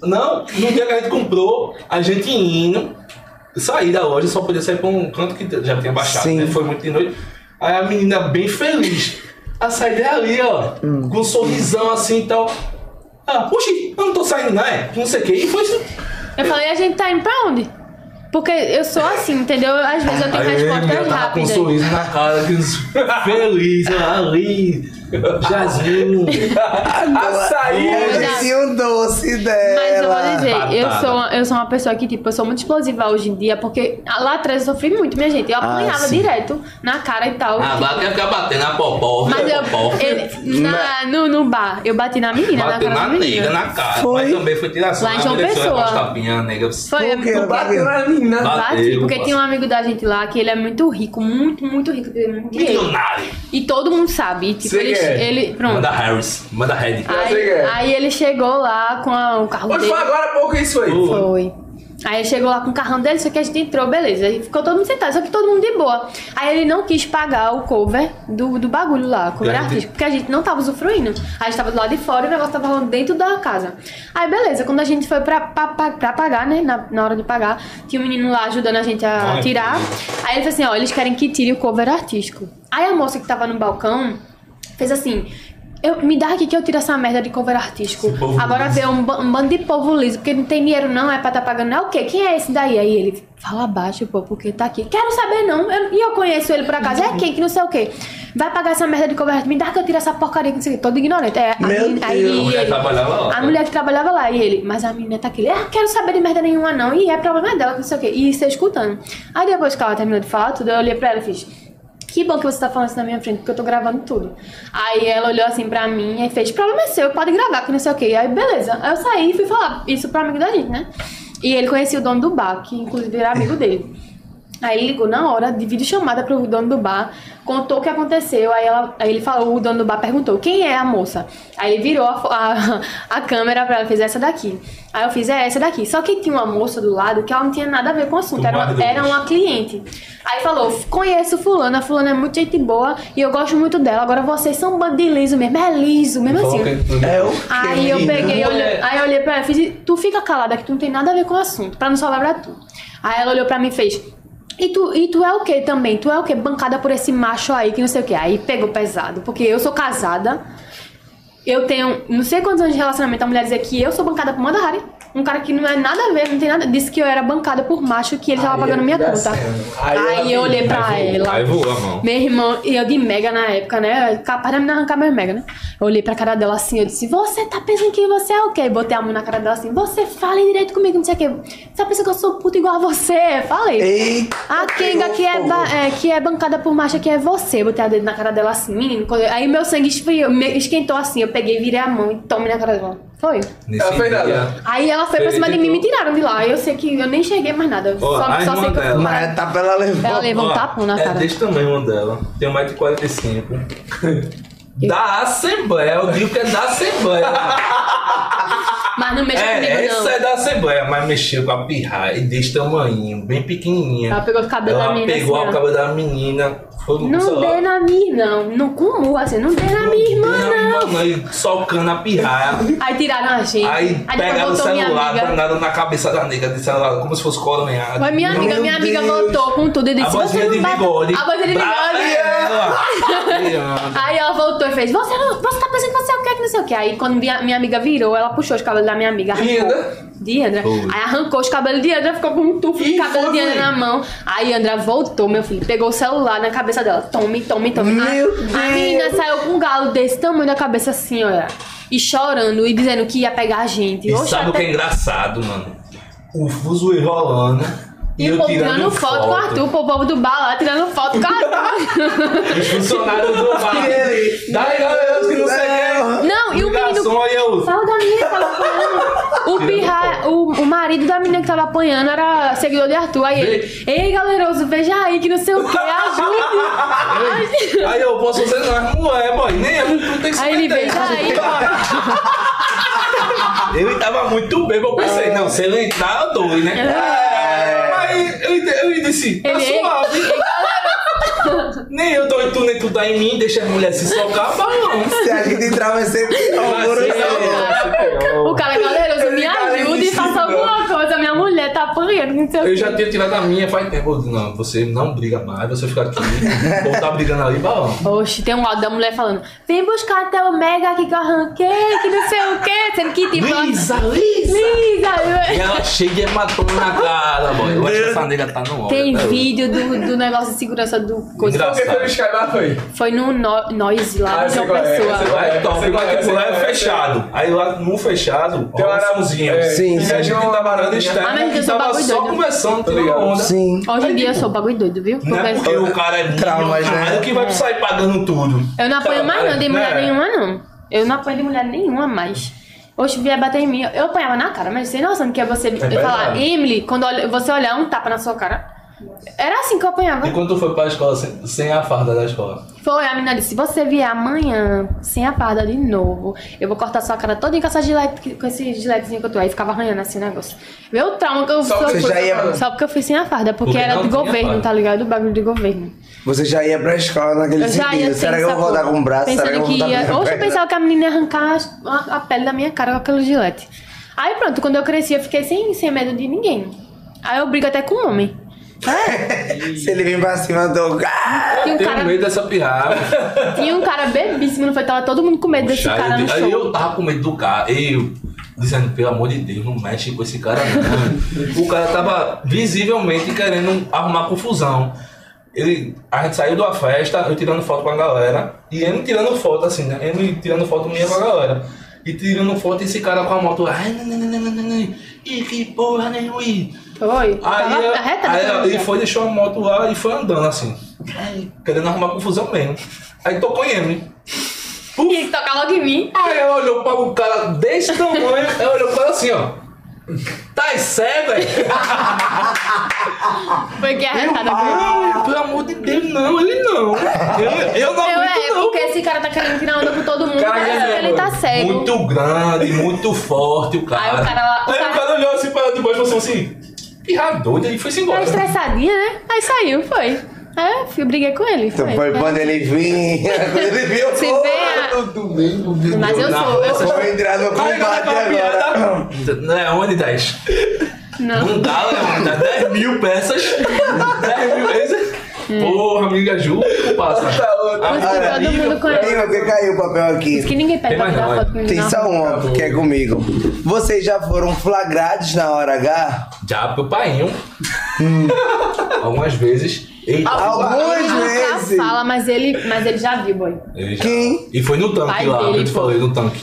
Speaker 4: Não, no dia que a gente comprou, a gente indo, sair da loja, só podia sair pra um canto que já tinha baixado,
Speaker 2: Sim.
Speaker 4: né? Foi muito de noite. Aí a menina bem feliz, a sair ali, ó, com um sorrisão assim e tal. Ah, oxi, eu não tô saindo, né? Não sei o quê. E foi isso.
Speaker 3: Eu falei, a gente tá indo pra onde? Porque eu sou assim, entendeu? Às vezes eu tenho
Speaker 4: Aí eu
Speaker 3: respostas
Speaker 4: tava com um
Speaker 3: rápidas.
Speaker 4: sorriso na cara, que feliz, ali, Jasmine.
Speaker 1: Açaí.
Speaker 2: Eu
Speaker 3: já-
Speaker 2: disse um doce
Speaker 3: Mas eu
Speaker 2: dela.
Speaker 3: vou dizer, eu
Speaker 4: Patada.
Speaker 3: sou, uma- eu sou uma pessoa que, tipo, eu sou muito explosiva hoje em dia, porque lá atrás eu sofri muito, minha gente. Eu apanhava
Speaker 2: sim.
Speaker 3: direto na cara e tal.
Speaker 4: Ah, lá quer ficar batendo na popó, né?
Speaker 3: Mas eu,
Speaker 4: popó.
Speaker 3: ele, na, no, no bar, eu bati na menina, na
Speaker 4: Bateu
Speaker 3: cara
Speaker 4: na
Speaker 3: da menina.
Speaker 4: nega, na cara.
Speaker 2: Foi.
Speaker 4: Mas também foi tiração.
Speaker 3: Lá em João
Speaker 4: a direção
Speaker 3: Pessoa.
Speaker 4: levou uns tapinha, a nega.
Speaker 3: Foi,
Speaker 2: Por quê?
Speaker 4: é,
Speaker 3: eu
Speaker 4: tá
Speaker 1: Bateu na menina.
Speaker 4: Bateu,
Speaker 3: bati, porque
Speaker 4: parceiro.
Speaker 3: tinha um amigo da gente lá que ele é muito rico, muito, muito rico, tem muito dinheiro.
Speaker 4: Milionário.
Speaker 3: E todo mundo sabe. E, tipo,
Speaker 1: Sei
Speaker 3: ele,
Speaker 1: que é.
Speaker 3: ele. Pronto. Ah,
Speaker 4: Manda Harris, manda Red.
Speaker 1: sei
Speaker 3: Aí,
Speaker 1: quem é.
Speaker 3: aí ele chegou lá com a- o carro
Speaker 1: Hoje
Speaker 3: dele.
Speaker 1: foi agora há pouco isso aí.
Speaker 4: Ô,
Speaker 3: Foi. Aí ele chegou lá com o carrão dele, só que a gente entrou, beleza. Aí ficou todo mundo sentado, só que todo mundo de boa. Aí ele não quis pagar o cover do, do bagulho lá, o cover
Speaker 4: E a gente-
Speaker 3: artístico, porque a gente não tava usufruindo. A gente tava do lado de fora e o negócio tava rolando dentro da casa. Aí beleza, quando a gente foi pra, pra, pra- pra pagar, né, na, na hora de pagar, tinha um menino lá ajudando a gente a
Speaker 4: Ai,
Speaker 3: tirar.
Speaker 4: meu
Speaker 3: Aí ele falou assim, ó, eles querem que tire o cover artístico. Aí a moça que tava no balcão fez assim... Eu, me dá aqui que eu tiro essa merda de cover artístico.
Speaker 4: Esse povo
Speaker 3: Agora
Speaker 4: liso.
Speaker 3: vê um, ba- um bando de povo liso, porque não tem dinheiro não, é pra tá pagando, não é o quê? Quem é esse daí? Aí ele, fala baixo, pô, porque tá aqui. Quero saber não, Eu- e eu conheço ele por acaso, é quem que não sei o quê. Vai pagar essa merda de cover me dá que eu tiro essa porcaria que não sei o quê, todo ignorante. É, a
Speaker 2: Meu
Speaker 3: menina- aí
Speaker 2: Deus.
Speaker 4: A mulher
Speaker 3: ele-
Speaker 4: trabalhava lá.
Speaker 3: a mulher que trabalhava lá, e ele, mas a menina tá aqui, ah, quero saber de merda nenhuma não, e é problema dela, que não sei o quê, e você escutando. Aí depois que ela terminou de falar tudo, eu olhei pra ela e fiz, que bom que você tá falando isso na minha frente, porque eu tô gravando tudo. Aí ela olhou assim pra mim e fez, problema é seu, pode gravar, que não sei o quê. Aí beleza, aí eu saí e fui falar isso pro amigo da gente, né? E ele conhecia o dono do bar, que inclusive era amigo dele. Aí ele ligou na hora de videochamada pro dono do bar, contou o que aconteceu, aí, ela, aí ele falou, o dono do bar perguntou, quem é a moça? Aí ele virou a, fo- a, a câmera pra ela, fez essa daqui. Aí eu fiz, é essa daqui. Só que tinha uma moça do lado que ela não tinha nada a ver com o assunto,
Speaker 4: Do
Speaker 3: era
Speaker 4: bar
Speaker 3: uma,
Speaker 4: do
Speaker 3: era
Speaker 4: moço.
Speaker 3: uma cliente. Aí falou, conheço fulana, fulana é muito gente boa e eu gosto muito dela, agora vocês são um bando de liso mesmo, é liso mesmo assim.
Speaker 2: É o
Speaker 3: Aí eu
Speaker 2: quê?
Speaker 3: peguei, eu olhei-
Speaker 4: Mulher.
Speaker 3: aí eu olhei pra ela e fiz, tu fica calada que tu não tem nada a ver com o assunto, pra não sobrar pra tu. Aí ela olhou pra mim e fez, e tu, e tu é o que também? Tu é o que? Bancada por esse macho aí que não sei o que. Aí pegou pesado, porque eu sou casada, eu tenho não sei quantos anos de relacionamento, a mulher dizer que eu sou bancada por Mandahari, um cara que não é nada a ver, não tem nada, disse que eu era bancada por macho que ele tava
Speaker 1: Aí
Speaker 3: pagando
Speaker 1: é
Speaker 3: minha conta.
Speaker 1: engraçado. Aí é
Speaker 3: Aí,
Speaker 1: ela-
Speaker 3: eu olhei pra ela.
Speaker 4: Aí voou a mão.
Speaker 3: Meu irmão, e eu de mega na época, né? Eu Capaz de me arrancar meu mega, né? Eu olhei pra cara dela assim, eu disse, você tá pensando que você é o quê? Botei a mão na cara dela assim, você fala direito comigo, não sei o quê. Você tá pensando que eu sou puta igual a você? Falei.
Speaker 2: Eita,
Speaker 3: A Kenga
Speaker 2: pegou
Speaker 3: que é,
Speaker 2: fogo.
Speaker 3: ba- é, que é bancada por macho que é você. Botei a dedo na cara dela assim, menino. quando eu- Aí meu sangue esfriou, me- esquentou assim, eu peguei, virei a mão e tomei na cara dela. Foi.
Speaker 4: Nesse
Speaker 1: Ela fez nada.
Speaker 4: dia-
Speaker 3: Aí ela foi pra
Speaker 4: Ele
Speaker 3: cima de mim e me
Speaker 4: tentou.
Speaker 3: tiraram de lá. Eu sei que eu nem cheguei mais nada. eu
Speaker 4: Ó,
Speaker 3: só
Speaker 4: a
Speaker 3: só
Speaker 4: irmã
Speaker 3: sei que eu
Speaker 4: dela.
Speaker 3: fui
Speaker 2: Mas
Speaker 3: parada.
Speaker 2: tá pra ela levar.
Speaker 3: Ela levou um
Speaker 4: Ó,
Speaker 3: tapão na cara.
Speaker 4: É desse tamanho uma dela. Tem 1,45m. Da Assembleia, eu digo que é da Assembleia.
Speaker 3: Mas não mexe comigo,
Speaker 4: é,
Speaker 3: não.
Speaker 4: essa é da Assembleia, mas mexeu com a pirra e desse tamanhinho, bem pequenininha.
Speaker 3: Ela pegou o cabelo
Speaker 4: Ela
Speaker 3: da menina,
Speaker 4: pegou
Speaker 3: assim, ó.
Speaker 4: o cabelo da menina. Foi no
Speaker 3: Não
Speaker 4: celular.
Speaker 3: dê na minha, não. Não como assim, não dê na minha irmã,
Speaker 4: Não,
Speaker 3: não.
Speaker 4: não, E socando a pirraia.
Speaker 3: Aí tiraram a gente.
Speaker 4: Aí
Speaker 3: depois
Speaker 4: pegaram o
Speaker 3: botou minha
Speaker 4: celular,
Speaker 3: amiga.
Speaker 4: danado na cabeça da nega de celular, como se fosse coronhado.
Speaker 3: Mas minha amiga,
Speaker 2: Meu
Speaker 3: minha amiga
Speaker 2: Deus.
Speaker 3: voltou com tudo e
Speaker 4: A
Speaker 3: disse: Você
Speaker 4: vozinha
Speaker 3: não
Speaker 4: de
Speaker 3: vai.
Speaker 4: bigode.
Speaker 3: A vozinha de bigode.
Speaker 4: bigode.
Speaker 3: Aí ela voltou e fez: Você, não, você tá pensando que você é o que, que não sei o que. Aí quando minha, minha amiga virou, ela puxou os cabelos da minha amiga. arrancou.
Speaker 1: E Andra?
Speaker 3: De Andra.
Speaker 4: Foi.
Speaker 3: Aí arrancou os cabelos de Andra, ficou com um tufo de
Speaker 1: Ih,
Speaker 3: cabelo
Speaker 1: foi,
Speaker 3: de Andra
Speaker 1: foi.
Speaker 3: na mão. Aí Andra voltou, meu filho, pegou o celular na cabeça dela. Tome, tome, tome.
Speaker 2: Meu
Speaker 3: a,
Speaker 2: Deus.
Speaker 3: a menina saiu com um galo desse tamanho da cabeça assim, olha. E chorando e dizendo que ia pegar a gente.
Speaker 4: E
Speaker 3: Oxe,
Speaker 4: sabe o que
Speaker 3: até-
Speaker 4: é engraçado, mano? O fuso enrolando. E,
Speaker 3: E o
Speaker 4: eu
Speaker 3: povo
Speaker 4: tirando
Speaker 3: tirando foto com o Arthur, o povo do bar lá tirando foto com o Arthur.
Speaker 4: Os funcionários do
Speaker 2: E
Speaker 4: bar.
Speaker 2: ele?
Speaker 4: Daí, galera, que não sei
Speaker 3: É,
Speaker 4: quem.
Speaker 3: Não, e o menino.
Speaker 4: Garçom, aí é eu...
Speaker 3: Fala da menina que tava apanhando. O, pirra, o, o marido da menina que tava apanhando era seguidor de Arthur. Aí ele, ei galeroso, veja aí que não sei o que, ajude.
Speaker 4: Aí eu posso ser não, não é, boy. Nem eu, não tem que se
Speaker 3: Aí ele
Speaker 4: meter.
Speaker 3: veja aí,
Speaker 4: tá
Speaker 3: ó.
Speaker 4: Ele tava muito bêbado, eu pensei, não, se ele entrar, eu dou, né? É. Aí eu, ent- eu disse, tá
Speaker 3: Ele, ei,
Speaker 4: suave. Nem eu dou em tu, nem tu dá em mim, deixa a mulher se socar, balão.
Speaker 2: Você acha que tem travesseiro?
Speaker 4: Tá
Speaker 3: é. O cara galeroso, me
Speaker 1: Ele tá
Speaker 3: ajude e faça
Speaker 1: resistindo.
Speaker 3: alguma coisa. Minha mulher tá apanhando, não sei o
Speaker 4: Eu
Speaker 3: que.
Speaker 4: já tinha tirado a minha faz tempo. Eu disse, Não, você não briga mais, você fica aqui. Ou tá brigando ali, balão.
Speaker 3: Oxe, tem um áudio da mulher falando: vem buscar até o mega aqui que eu arranquei, que não sei o que, sendo que tipo. ela-
Speaker 4: Lisa, Lisa!
Speaker 3: Lisa,
Speaker 4: E ela chega e matou na cara, boy. Eu acho que essa nega tá no ódio.
Speaker 3: Tem
Speaker 4: até hoje.
Speaker 3: vídeo do, do negócio de segurança do coisa.
Speaker 1: Por que foi no Sky lá, foi?
Speaker 3: Foi no no Noise lá
Speaker 1: Ah,
Speaker 3: de João
Speaker 1: sei qual é,
Speaker 3: Pessoa.
Speaker 1: sei qual
Speaker 4: Lá é top,
Speaker 1: Você
Speaker 4: lá,
Speaker 1: conhece,
Speaker 4: tipo, lá
Speaker 1: né?
Speaker 4: é fechado. Aí lá no fechado, tem
Speaker 1: Tem
Speaker 4: um
Speaker 1: uma
Speaker 4: aramuzinho.
Speaker 1: é,
Speaker 2: sim,
Speaker 4: E a gente tá
Speaker 1: sim.
Speaker 4: na varanda externa
Speaker 3: Ah, mas
Speaker 4: né, que
Speaker 3: eu sou
Speaker 4: tava
Speaker 3: bagulho
Speaker 4: só
Speaker 3: doido.
Speaker 4: conversando,
Speaker 1: Tô
Speaker 4: tirando
Speaker 1: ligado.
Speaker 4: onda.
Speaker 2: Sim.
Speaker 3: Hoje em dia eu sou um bagulho doido, viu?
Speaker 4: Não é porque o cara é
Speaker 2: Traumas, né?
Speaker 4: milionário que vai sair pagando tudo.
Speaker 3: eu não apanho mais não de mulher
Speaker 4: Né?
Speaker 3: nenhuma, não. Eu não apanho de mulher nenhuma mais. Oxe, vier bater em mim. Eu apanhava na cara, mas sem noção do que é você
Speaker 1: verdade.
Speaker 3: falar, Emily, quando olha- você olhar um tapa na sua cara. Era assim que eu apanhava.
Speaker 4: E quando tu foi pra escola sem, sem a farda da escola?
Speaker 3: Foi, a menina disse, se você vier amanhã sem a parda de novo, eu vou cortar sua cara toda com essa gilete, com esse giletezinho que eu tô. Aí ficava arranhando assim o negócio. Meu trauma que eu
Speaker 1: Só
Speaker 3: sofri-
Speaker 1: porque você já
Speaker 2: ia-
Speaker 3: Só porque eu fui sem a farda, porque,
Speaker 4: Porque
Speaker 3: era
Speaker 4: não
Speaker 3: de
Speaker 4: tinha
Speaker 3: governo,
Speaker 4: farda.
Speaker 3: tá ligado? O bagulho de governo.
Speaker 2: Você já ia pra escola naquele
Speaker 3: Eu já ia
Speaker 2: sentido. Será que eu vou
Speaker 3: voltar
Speaker 2: voltar com o braço?
Speaker 3: Pensando
Speaker 2: Será que eu vou
Speaker 3: que
Speaker 2: voltar
Speaker 3: ia...
Speaker 2: com a
Speaker 3: Hoje eu
Speaker 2: perna?
Speaker 3: pensava que a menina ia arrancar as- a, a pele da minha cara com aquele gilete. Aí pronto, quando eu cresci, eu fiquei sem, sem medo de ninguém. Aí eu brigo até com um homem.
Speaker 2: Se ele vir pra cima, eu tô... Ah!
Speaker 3: Tinha um
Speaker 4: Tenho
Speaker 3: cara,
Speaker 4: medo dessa pirrada.
Speaker 3: tinha um cara bebíssimo, não foi? Tava todo mundo com medo É desse
Speaker 4: Puxa,
Speaker 3: cara
Speaker 4: eu,
Speaker 3: no
Speaker 4: di- aí eu
Speaker 3: show.
Speaker 4: tava com medo do cara. Eu dizendo, pelo amor de Deus, não mexe com esse cara não. o cara tava visivelmente querendo arrumar confusão. Ele, a gente saiu da festa, eu tirando foto com a galera, e ele tirando foto assim, né? Ele tirando foto minha com a galera. E tirando foto esse cara com a moto. Ai, não, não, não, não, não, não. Ih, que porra nenhuma. ih."
Speaker 3: Foi. Tava
Speaker 4: Aí,
Speaker 3: arretada.
Speaker 4: aí
Speaker 3: aquela
Speaker 4: ele
Speaker 3: mulher.
Speaker 4: foi, deixou a moto lá e foi andando assim. Ai, Querendo arrumar confusão mesmo. Aí tocou em mim.
Speaker 3: E ele tocar logo em mim.
Speaker 4: Aí ela olhou pra um cara desse tamanho, ela olhou pra ela assim, ó. Tá cego, velho?
Speaker 3: Foi que arretada. viu?
Speaker 4: Ai, Pelo amor de Deus, não, ele não. Eu, eu não
Speaker 3: Eu
Speaker 4: aguento,
Speaker 3: é,
Speaker 4: não.
Speaker 3: porque esse cara tá querendo tirar onda com todo mundo, mas
Speaker 4: grande,
Speaker 3: ele tá cego.
Speaker 4: é Muito grande, muito forte o cara.
Speaker 3: Aí o cara lá- o
Speaker 4: Aí
Speaker 3: cara-
Speaker 4: o cara olhou assim pra ela de baixo e falou assim, pirra doida, e foi-se
Speaker 3: Tava
Speaker 4: embora.
Speaker 3: Tá estressadinha, né? Aí saiu, foi. Aí eu fui- briguei com ele.
Speaker 2: Então foi quando ele vinha, quando ele viu,
Speaker 3: Se
Speaker 2: pô,
Speaker 3: vê a-
Speaker 2: tudo bem, meu Deus.
Speaker 3: Mas eu
Speaker 4: Não,
Speaker 3: sou, eu
Speaker 4: essa
Speaker 3: sou.
Speaker 2: Vou entrar no
Speaker 4: Aí ela
Speaker 2: combate
Speaker 4: tava
Speaker 2: agora.
Speaker 4: piada. é Leônidas.
Speaker 3: Não.
Speaker 4: Não dá, Leônidas. Dá 10 mil peças. 10 mil peças.
Speaker 3: Hum.
Speaker 4: Porra, amiga Ju, passa.
Speaker 3: Mas
Speaker 4: Ah,
Speaker 3: todo
Speaker 4: aí,
Speaker 3: mundo conhece.
Speaker 2: Tem porque caiu o papel
Speaker 3: Diz que
Speaker 2: aqui.
Speaker 3: ninguém pede
Speaker 4: Tem
Speaker 3: pra
Speaker 4: mais
Speaker 3: tirar
Speaker 4: não,
Speaker 3: foto comigo.
Speaker 2: Tem
Speaker 3: é não.
Speaker 2: só uma que é comigo. Vocês já foram flagrados na hora H?
Speaker 4: Já pro painho. Algumas vezes. Eita,
Speaker 1: Ah,
Speaker 2: Algumas
Speaker 3: Ele nunca
Speaker 2: vezes.
Speaker 3: fala, mas ele, é mas ele já viu, boy.
Speaker 4: ele já-
Speaker 2: Quem?
Speaker 4: E foi no tanque
Speaker 3: Pai
Speaker 4: lá, que eu
Speaker 3: dele,
Speaker 4: te
Speaker 3: pô.
Speaker 4: falei, no tanque.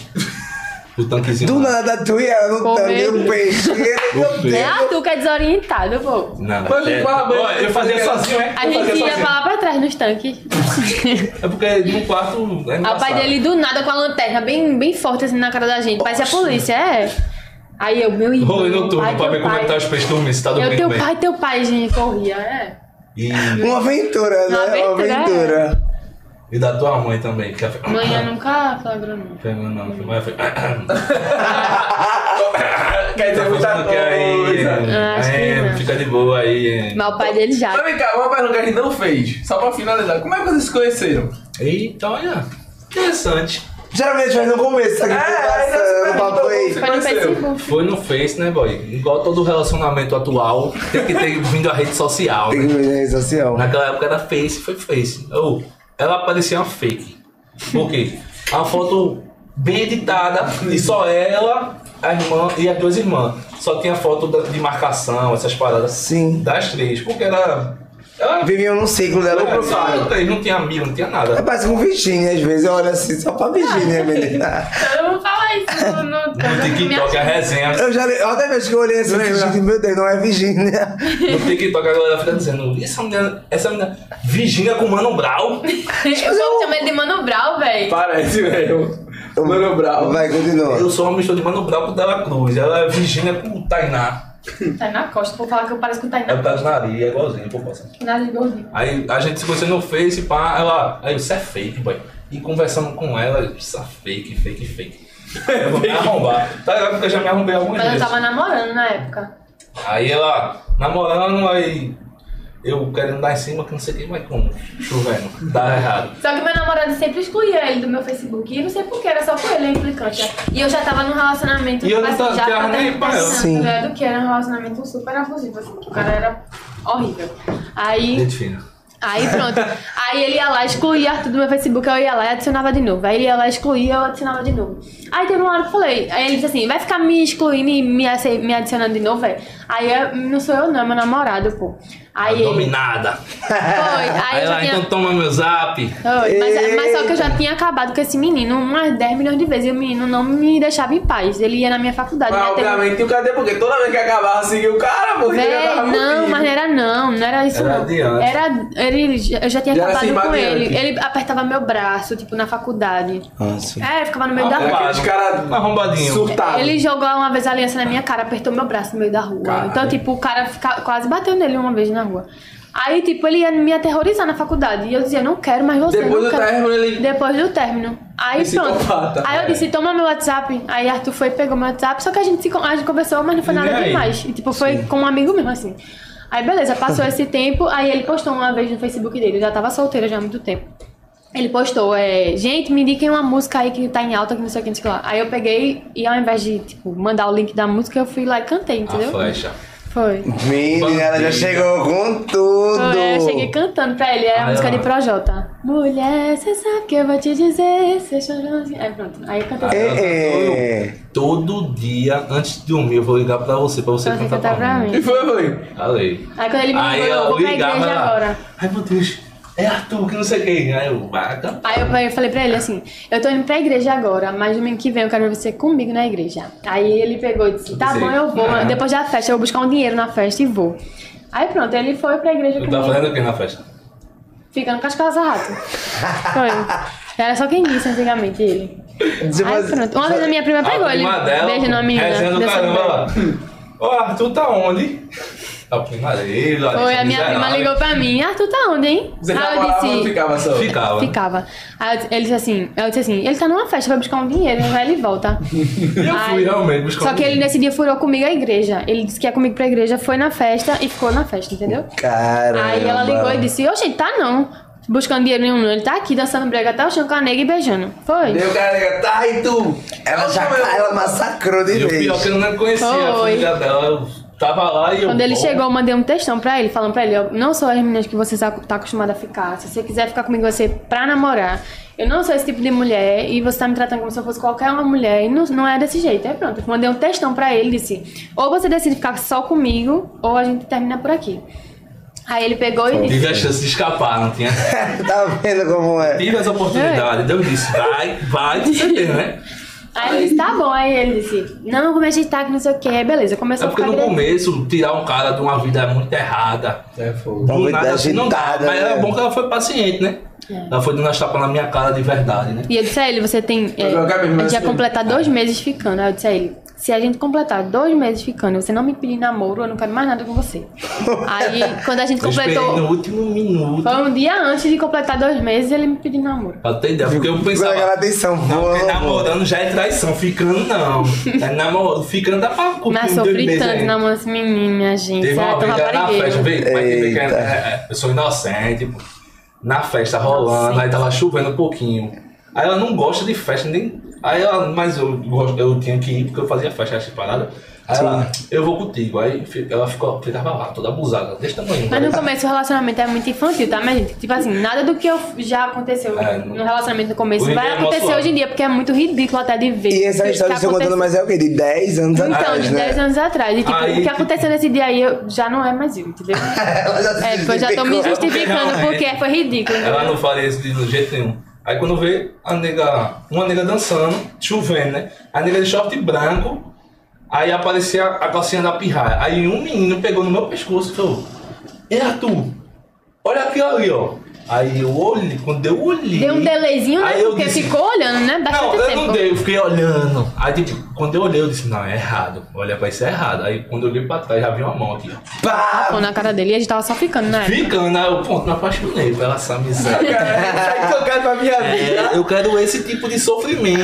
Speaker 4: No tanquezinho.
Speaker 2: Do
Speaker 4: lá.
Speaker 2: nada, tu e ela no
Speaker 3: Comeu.
Speaker 2: tanque, o peixe. Meu
Speaker 4: peixe.
Speaker 2: Deus.
Speaker 3: Ah, tu que é desorientado, pô.
Speaker 4: Não, não.
Speaker 1: Mas
Speaker 4: É,
Speaker 1: fala bem,
Speaker 4: ó, eu fazia sozinho, é?
Speaker 3: A
Speaker 4: Eu fazia
Speaker 3: gente ia
Speaker 4: sozinho.
Speaker 3: pra lá pra trás nos tanques.
Speaker 4: É porque no quarto. É
Speaker 3: Aí o pai
Speaker 4: engraçado.
Speaker 3: dele do nada com a lanterna bem, bem forte assim na cara da gente. Parecia a polícia, é. Aí eu, meu irmão.
Speaker 4: Rolei no
Speaker 3: ai,
Speaker 4: turno pra
Speaker 3: teu
Speaker 4: ver como é que tá
Speaker 3: pai.
Speaker 4: os peixes se tá
Speaker 3: Eu,
Speaker 4: dormindo
Speaker 3: teu
Speaker 4: bem.
Speaker 3: pai, teu pai, gente, corria, é.
Speaker 4: E,
Speaker 2: Uma aventura,
Speaker 3: Uma
Speaker 2: né? Uma
Speaker 3: aventura, é.
Speaker 2: aventura.
Speaker 4: e da tua mãe também. Que ela-
Speaker 3: Mãe, eu nunca flagrou, não.
Speaker 4: Foi, Não, não, foi, mas foi.
Speaker 1: Quer dizer, muita
Speaker 4: Tá
Speaker 1: coisa.
Speaker 3: Ah, acho que
Speaker 4: É,
Speaker 3: não.
Speaker 4: fica de boa aí. é.
Speaker 3: Mas o pai dele já.
Speaker 1: Mas vem cá, uma pergunta que a gente não fez, só pra finalizar. Como é que vocês se conheceram?
Speaker 4: Eita, olha. Interessante.
Speaker 2: Geralmente faz no começo, só que
Speaker 1: É, aí já se
Speaker 2: passa no
Speaker 1: perguntou
Speaker 2: papo aí.
Speaker 1: como
Speaker 3: Foi no
Speaker 1: Conheceu.
Speaker 3: Facebook.
Speaker 4: Foi no Face, né, boy? Igual todo relacionamento atual, tem que ter vindo a rede social.
Speaker 2: Tem
Speaker 4: né?
Speaker 2: que ver na rede social.
Speaker 4: Naquela época era Face, foi Face. Ou, ela parecia uma fake. Por quê? A foto bem editada e só ela, a irmã e as duas irmãs. Só tinha foto da- de marcação, essas paradas.
Speaker 2: Sim.
Speaker 4: Das três, porque era. Ela
Speaker 2: Viviam num um ciclo dela
Speaker 4: era só
Speaker 2: próprio.
Speaker 4: ela três, não tinha amigo, não tinha nada.
Speaker 2: É parece com Virginia, às vezes eu olho assim, só pra Virginia,
Speaker 4: Ah.
Speaker 2: menina.
Speaker 7: Eu vou falar isso no, no,
Speaker 4: No TikTok, é. a resenha.
Speaker 2: Eu já li, outra vez que eu olhei assim, eu disse, meu Deus, não é Virginia.
Speaker 4: No TikTok a galera fica dizendo, essa menina, essa menina, Virgínia com Mano
Speaker 7: Eu
Speaker 4: Brau.
Speaker 7: vou chamar ele de Mano Brau, véi.
Speaker 1: Parece mesmo. Mano Brau.
Speaker 2: Vai, continua.
Speaker 4: Eu sou uma mistura de Mano Brau com Dela Cruz. Ela é Virgínia com Tainá.
Speaker 7: Tá na costa, vou falar que eu pareço
Speaker 3: tá
Speaker 7: com o
Speaker 4: É
Speaker 7: Tainá.
Speaker 4: por causa do nariz, é igualzinho, por causa.
Speaker 7: Nada de gordinho.
Speaker 4: Aí a gente se conheceu no Face, pá, ela, aí você é fake, boy. E conversando com ela, eu disse, "Ah, fake, fake, fake. Eu vou me arrombar. Tá ligado? Porque eu já me arrombei algumas
Speaker 7: Mas eu
Speaker 4: vezes.
Speaker 7: tava namorando na época.
Speaker 4: Aí ela, namorando, aí eu querendo dar em cima, que não sei o que, mas como? Chovendo, dá errado.
Speaker 7: Só que meu namorado sempre excluía ele do meu Facebook. E não sei porquê, era só com ele a implicante. E eu já tava num relacionamento.
Speaker 4: E eu não
Speaker 7: assim,
Speaker 4: tava-
Speaker 7: já
Speaker 4: tava nem pra ela.
Speaker 2: Sim.
Speaker 3: né,
Speaker 7: Sim. que era um relacionamento super abusivo, assim. Que o cara era horrível. Aí.
Speaker 4: Gente fina.
Speaker 3: Aí pronto. Aí ele ia lá, excluía Arthur do meu Facebook, eu ia lá e adicionava de novo. Aí ele ia lá, excluía, eu adicionava de novo. Aí teve uma hora que eu falei, aí ele disse assim, vai ficar me excluindo e me, ace- me adicionando de novo, velho? Aí eu, não sou eu não, é meu namorado, pô. Aí ele...
Speaker 4: Dominada.
Speaker 3: Foi, aí
Speaker 4: Aí
Speaker 3: eu já
Speaker 4: ela,
Speaker 3: tinha...
Speaker 4: então toma meu zap.
Speaker 3: Foi, Mas, mas só que eu já tinha acabado com esse menino umas 10 milhões de vezes e o menino não me deixava em paz. Ele ia na minha faculdade.
Speaker 1: Mas
Speaker 3: né, teve-
Speaker 1: obviamente o cadê? Porque toda vez que acabava seguia o cara, porque ele já
Speaker 3: Véi,
Speaker 1: tava
Speaker 3: não,
Speaker 1: contigo.
Speaker 3: mas é não era não, não era isso
Speaker 4: Era
Speaker 3: não.
Speaker 4: adiante.
Speaker 3: Era, ele, eu já tinha
Speaker 1: Já era
Speaker 3: acabado
Speaker 1: acima
Speaker 3: com
Speaker 1: adiante.
Speaker 3: ele. Ele apertava meu braço, tipo, na faculdade.
Speaker 4: Ah,
Speaker 2: Nossa.
Speaker 3: É, ficava no meio da
Speaker 1: Arrombado.
Speaker 3: rua.
Speaker 1: Aqueles caras
Speaker 4: Arrombadinho.
Speaker 1: surtados.
Speaker 3: Ele jogou uma vez a aliança na minha cara, apertou meu braço no meio da rua.
Speaker 1: Cara.
Speaker 3: Então, tipo, o cara fica- quase bateu nele uma vez na rua. Aí, tipo, ele ia me aterrorizar na faculdade. E eu dizia, não quero mais você.
Speaker 1: Depois do
Speaker 3: não quero.
Speaker 1: término, ele-
Speaker 3: Depois do término. Aí
Speaker 1: Ele
Speaker 3: pronto.
Speaker 1: psicopata,
Speaker 3: Aí eu
Speaker 1: cara.
Speaker 3: disse, toma meu WhatsApp. Aí Arthur foi e pegou meu WhatsApp. Só que a gente, se con- a gente conversou, mas não foi nada
Speaker 4: E aí?
Speaker 3: demais. E, tipo, foi com um amigo mesmo, assim. Aí, beleza, passou esse tempo. Aí ele postou uma vez no Facebook dele. Eu já tava solteira já há muito tempo. Ele postou, é, gente, me indiquem uma música aí que tá em alta, que não sei o que, não sei o que lá. Aí eu peguei e ao invés de, tipo, mandar o link da música, eu fui lá e cantei, entendeu?
Speaker 4: A flecha.
Speaker 3: Foi.
Speaker 2: Menina, ela já
Speaker 4: Bandido.
Speaker 2: chegou com tudo.
Speaker 3: Eu cheguei cantando pra ele, era a
Speaker 4: Ai,
Speaker 3: música
Speaker 4: ó.
Speaker 3: de Projota. Mulher, cê sabe que eu vou te dizer, cê chorou. assim." Aí pronto, aí eu cantei.
Speaker 2: É, é.
Speaker 4: Todo dia, antes de dormir, eu vou ligar pra você, pra você
Speaker 3: Pra você
Speaker 4: cantar
Speaker 3: cantar pra mim.
Speaker 1: E foi, foi.
Speaker 4: Falei.
Speaker 3: Aí quando ele me
Speaker 4: Aí
Speaker 3: ligou, eu
Speaker 4: eu
Speaker 3: vou pra igreja
Speaker 4: ligava lá.
Speaker 3: agora.
Speaker 4: Ai, meu Deus, é Arthur, que não sei quem. Aí eu, vai cantar.
Speaker 3: Aí eu falei- eu falei pra ele assim, eu tô indo pra igreja agora, mas domingo que vem eu quero você comigo na igreja. Aí ele pegou e disse, tá
Speaker 4: Sim.
Speaker 3: bom, eu vou,
Speaker 4: Ah.
Speaker 3: depois da festa, eu vou buscar um dinheiro na festa e vou. Aí pronto, ele foi pra igreja
Speaker 4: Eu tava
Speaker 3: comigo,
Speaker 4: fazendo o que na festa?
Speaker 3: ficando com as calças a rato. Foi. Era só quem disse antigamente ele.
Speaker 2: Tipo
Speaker 3: Aí
Speaker 2: assim,
Speaker 3: pronto, uma vez a minha prima pegou
Speaker 4: a
Speaker 3: ele,
Speaker 4: prima dela,
Speaker 3: beijo na menina.
Speaker 4: Rezando
Speaker 3: dançando com ele.
Speaker 4: caramba. Ó, Arthur tá onde? Tá A prima dele,
Speaker 3: Foi, a minha prima ligou pra mim, ah, tu tá onde, hein?
Speaker 1: Você
Speaker 3: aí
Speaker 1: tava lá,
Speaker 3: eu
Speaker 1: não
Speaker 3: disse.
Speaker 1: ficava só.
Speaker 4: Ficava.
Speaker 3: Ficava. Aí eu disse- ele disse assim, eu disse assim, ele tá numa festa, vai buscar um dinheiro, vai ele volta.
Speaker 4: E eu fui
Speaker 3: Aí-
Speaker 4: realmente buscar
Speaker 3: Só
Speaker 4: um
Speaker 3: que ele
Speaker 4: dinheiro.
Speaker 3: nesse dia furou comigo a igreja. Ele disse que ia comigo pra igreja, foi na festa e ficou na festa, entendeu?
Speaker 2: Caramba.
Speaker 3: Aí ela ligou e disse, ô gente, tá não. Buscando dinheiro nenhum, não. Ele tá aqui dançando brega até o chão com a nega e beijando. Foi.
Speaker 1: Deu o cara liga, tá, e tu?
Speaker 2: Ela já
Speaker 1: Como eu-
Speaker 2: ela massacrou de
Speaker 4: E o pior é que
Speaker 2: vez.
Speaker 4: eu não conhecia a
Speaker 3: Foi.
Speaker 4: família dela. Eu tava lá e eu.
Speaker 3: Quando ele
Speaker 4: Bom,
Speaker 3: chegou, eu mandei um textão pra ele, falando pra ele, eu não sou as meninas que você tá tá acostumada a ficar. Se você quiser ficar comigo, vai ser pra namorar. Eu não sou esse tipo de mulher e você tá me tratando como se eu fosse qualquer uma mulher e não, não é desse jeito. Aí pronto, eu mandei um textão pra ele, disse, ou você decide ficar só comigo, ou a gente termina por aqui. Aí ele pegou e disse,
Speaker 4: Tive a chance de escapar, não tinha.
Speaker 2: tá vendo como é?
Speaker 4: Tive essa oportunidade.
Speaker 3: É.
Speaker 4: Deus disse, vai, vai, com certeza, né?
Speaker 3: aí ele disse, tá bom. Aí ele disse, não, como a gente tá, que não sei o que, Aí, beleza.
Speaker 4: É
Speaker 3: Começou a
Speaker 4: porque
Speaker 3: ficar
Speaker 4: no
Speaker 3: agressivo.
Speaker 4: começo, tirar um cara de uma vida muito errada.
Speaker 1: É, foi.
Speaker 4: Do
Speaker 2: Uma
Speaker 4: nada
Speaker 2: vida
Speaker 4: assim não dá.
Speaker 2: agitada,
Speaker 4: Mas era
Speaker 2: né?
Speaker 4: bom que ela foi paciente, né?
Speaker 3: É.
Speaker 4: Ela foi dando umas tapas na minha cara de verdade, né?
Speaker 3: E eu disse a ele, você tem. É,
Speaker 1: Jogar mesmo,
Speaker 3: a
Speaker 1: mas
Speaker 3: gente ia
Speaker 1: assim.
Speaker 3: completar
Speaker 4: Ah.
Speaker 3: dois meses ficando. Aí eu disse a ele, se a gente completar dois meses ficando, e você não me pedir namoro, eu não quero mais nada com você. Aí, quando a gente
Speaker 4: Eu esperei no
Speaker 3: completou.
Speaker 4: último minuto.
Speaker 3: Foi um dia antes de completar dois meses ele me pediu namoro.
Speaker 4: Pra ter ideia, porque eu
Speaker 2: Ficou aquela
Speaker 4: pensava.
Speaker 2: atenção,
Speaker 4: Não,
Speaker 2: boa.
Speaker 4: porque namorando já é traição, ficando não. É namorando, ficando dá pra curtir
Speaker 3: Mas
Speaker 4: uns um dois
Speaker 3: sofri
Speaker 4: meses
Speaker 3: tanto
Speaker 4: ainda.
Speaker 3: namorando esse menino, minha gente.
Speaker 4: Teve
Speaker 3: Era
Speaker 4: uma
Speaker 3: tão
Speaker 4: briga na
Speaker 3: raparigueiro.
Speaker 4: festa, veio, mas teve que-
Speaker 2: Eita.
Speaker 4: é, é, eu sou inocente, pô. Na festa rolando,
Speaker 3: Inocente.
Speaker 4: aí tava chovendo um pouquinho. Aí ela não gosta de festa, nem. Aí ela, mas eu, gosto- eu tinha que ir porque eu fazia festa essa parada. Aí ela, eu vou contigo. Aí fi- ela ficou, ficava lá, toda abusada, desse tamanho.
Speaker 3: Mas no começo o relacionamento é muito infantil, tá, minha gente? Tipo assim, nada do que eu- já aconteceu
Speaker 4: É, não-
Speaker 3: no relacionamento no começo
Speaker 4: Hoje em
Speaker 3: vai
Speaker 4: dia é
Speaker 3: acontecer
Speaker 4: emocional.
Speaker 3: hoje em dia, porque é muito ridículo até de ver.
Speaker 2: E essa
Speaker 3: que
Speaker 2: história
Speaker 3: tá
Speaker 2: que eu tô
Speaker 3: aconteceu.
Speaker 2: contando, mas é o quê? De 10 anos
Speaker 3: Então,
Speaker 2: atrás,
Speaker 3: de
Speaker 2: né?
Speaker 3: 10 anos atrás. E tipo,
Speaker 4: Ah, é. Aí,
Speaker 3: o que
Speaker 4: tipo-
Speaker 3: aconteceu nesse dia aí eu, já não é mais eu, entendeu?
Speaker 2: Ela já se
Speaker 3: é, tipo, eu já tô me
Speaker 2: justificou.
Speaker 3: justificando
Speaker 4: Não, é.
Speaker 3: porque foi ridículo.
Speaker 4: Ela
Speaker 3: entendeu?
Speaker 4: não faria isso de jeito nenhum. Aí quando vê a nega, uma nega dançando, chovendo, né? A nega de short branco, aí aparecia a calcinha da pirraia. Aí um menino pegou no meu pescoço e falou: Ei, Arthur, olha aqui ali, ó. Aí eu olhei, quando eu olhei.
Speaker 3: Deu um delayzinho, né?
Speaker 4: aí eu
Speaker 3: Porque
Speaker 4: disse,
Speaker 3: ficou olhando, né?
Speaker 4: Não,
Speaker 3: Bastante
Speaker 4: eu
Speaker 3: tempo.
Speaker 4: não dei, eu fiquei olhando. Aí tipo, quando eu olhei, eu disse, não, é errado. Olha pra isso é errado. Aí quando eu olhei pra trás, já vi uma mão aqui, ó.
Speaker 2: Pá!
Speaker 3: Pô, na cara dele e a gente tava só ficando, né?
Speaker 4: Ficando, aí eu, ponto, me apaixonei pela essa amizade.
Speaker 1: Sai tocando tá pra minha vida.
Speaker 4: É, eu quero esse tipo de sofrimento.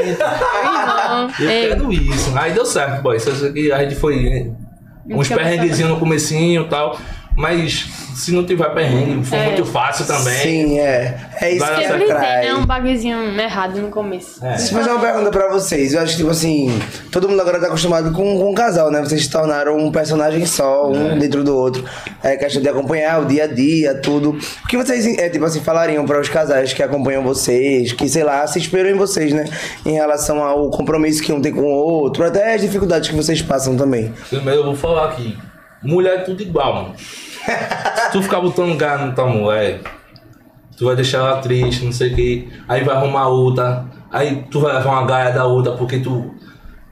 Speaker 3: Irmão.
Speaker 4: Eu
Speaker 3: Ei,
Speaker 4: quero isso. Aí deu certo, boy. Só que a gente foi né, uns
Speaker 3: Fica
Speaker 4: perrenguezinhos no comecinho e tal. Mas se não tiver perrengue, foi
Speaker 3: É.
Speaker 4: muito fácil também.
Speaker 2: Sim, é. É isso que
Speaker 4: Vai lá,
Speaker 3: Sempre
Speaker 2: ela
Speaker 3: tem,
Speaker 2: traz.
Speaker 3: né? Um bagulhozinho errado no começo.
Speaker 4: É.
Speaker 2: Deixa eu fazer uma pergunta pra vocês. Eu acho que, tipo assim, todo mundo agora tá acostumado com, com um casal, né? Vocês se tornaram um personagem só, um dentro do outro. É questão de acompanhar o dia a dia, tudo. O que vocês, é, tipo assim, falariam para os casais que acompanham vocês, que, sei lá, se esperam em vocês, né? Em relação ao compromisso que um tem com o outro, até as dificuldades que vocês passam também.
Speaker 4: Primeiro eu vou falar aqui. Mulher é tudo igual, mano. Se tu ficar botando um gás na tua mulher, tu vai deixar ela triste, não sei o quê. Aí vai arrumar outra. Aí tu vai levar uma gaia da outra porque tu.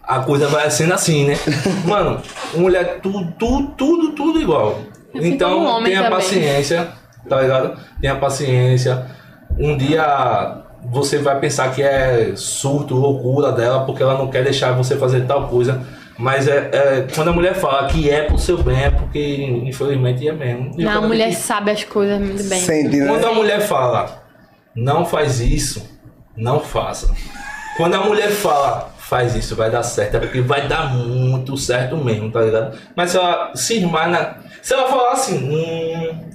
Speaker 4: A coisa vai sendo assim, né? Mano, mulher é tudo, tudo, tudo, tudo igual.
Speaker 3: É assim como
Speaker 4: Então
Speaker 3: homem
Speaker 4: tenha
Speaker 3: também.
Speaker 4: paciência, tá ligado? Tenha paciência. Um dia você vai pensar que é surto, loucura dela, porque ela não quer deixar você fazer tal coisa. Mas é, é, quando a mulher fala que é pro seu bem, é porque infelizmente é mesmo. E
Speaker 3: Não,
Speaker 4: quando
Speaker 3: a mulher
Speaker 4: gente-
Speaker 3: sabe as coisas muito bem.
Speaker 2: Sente,
Speaker 4: Quando
Speaker 3: É.
Speaker 2: né?
Speaker 4: a mulher fala, não faz isso, não faça. Quando a mulher fala, faz isso, vai dar certo, é porque vai dar muito certo mesmo, tá ligado? Mas se ela cismar na. Se ela falar assim, hum.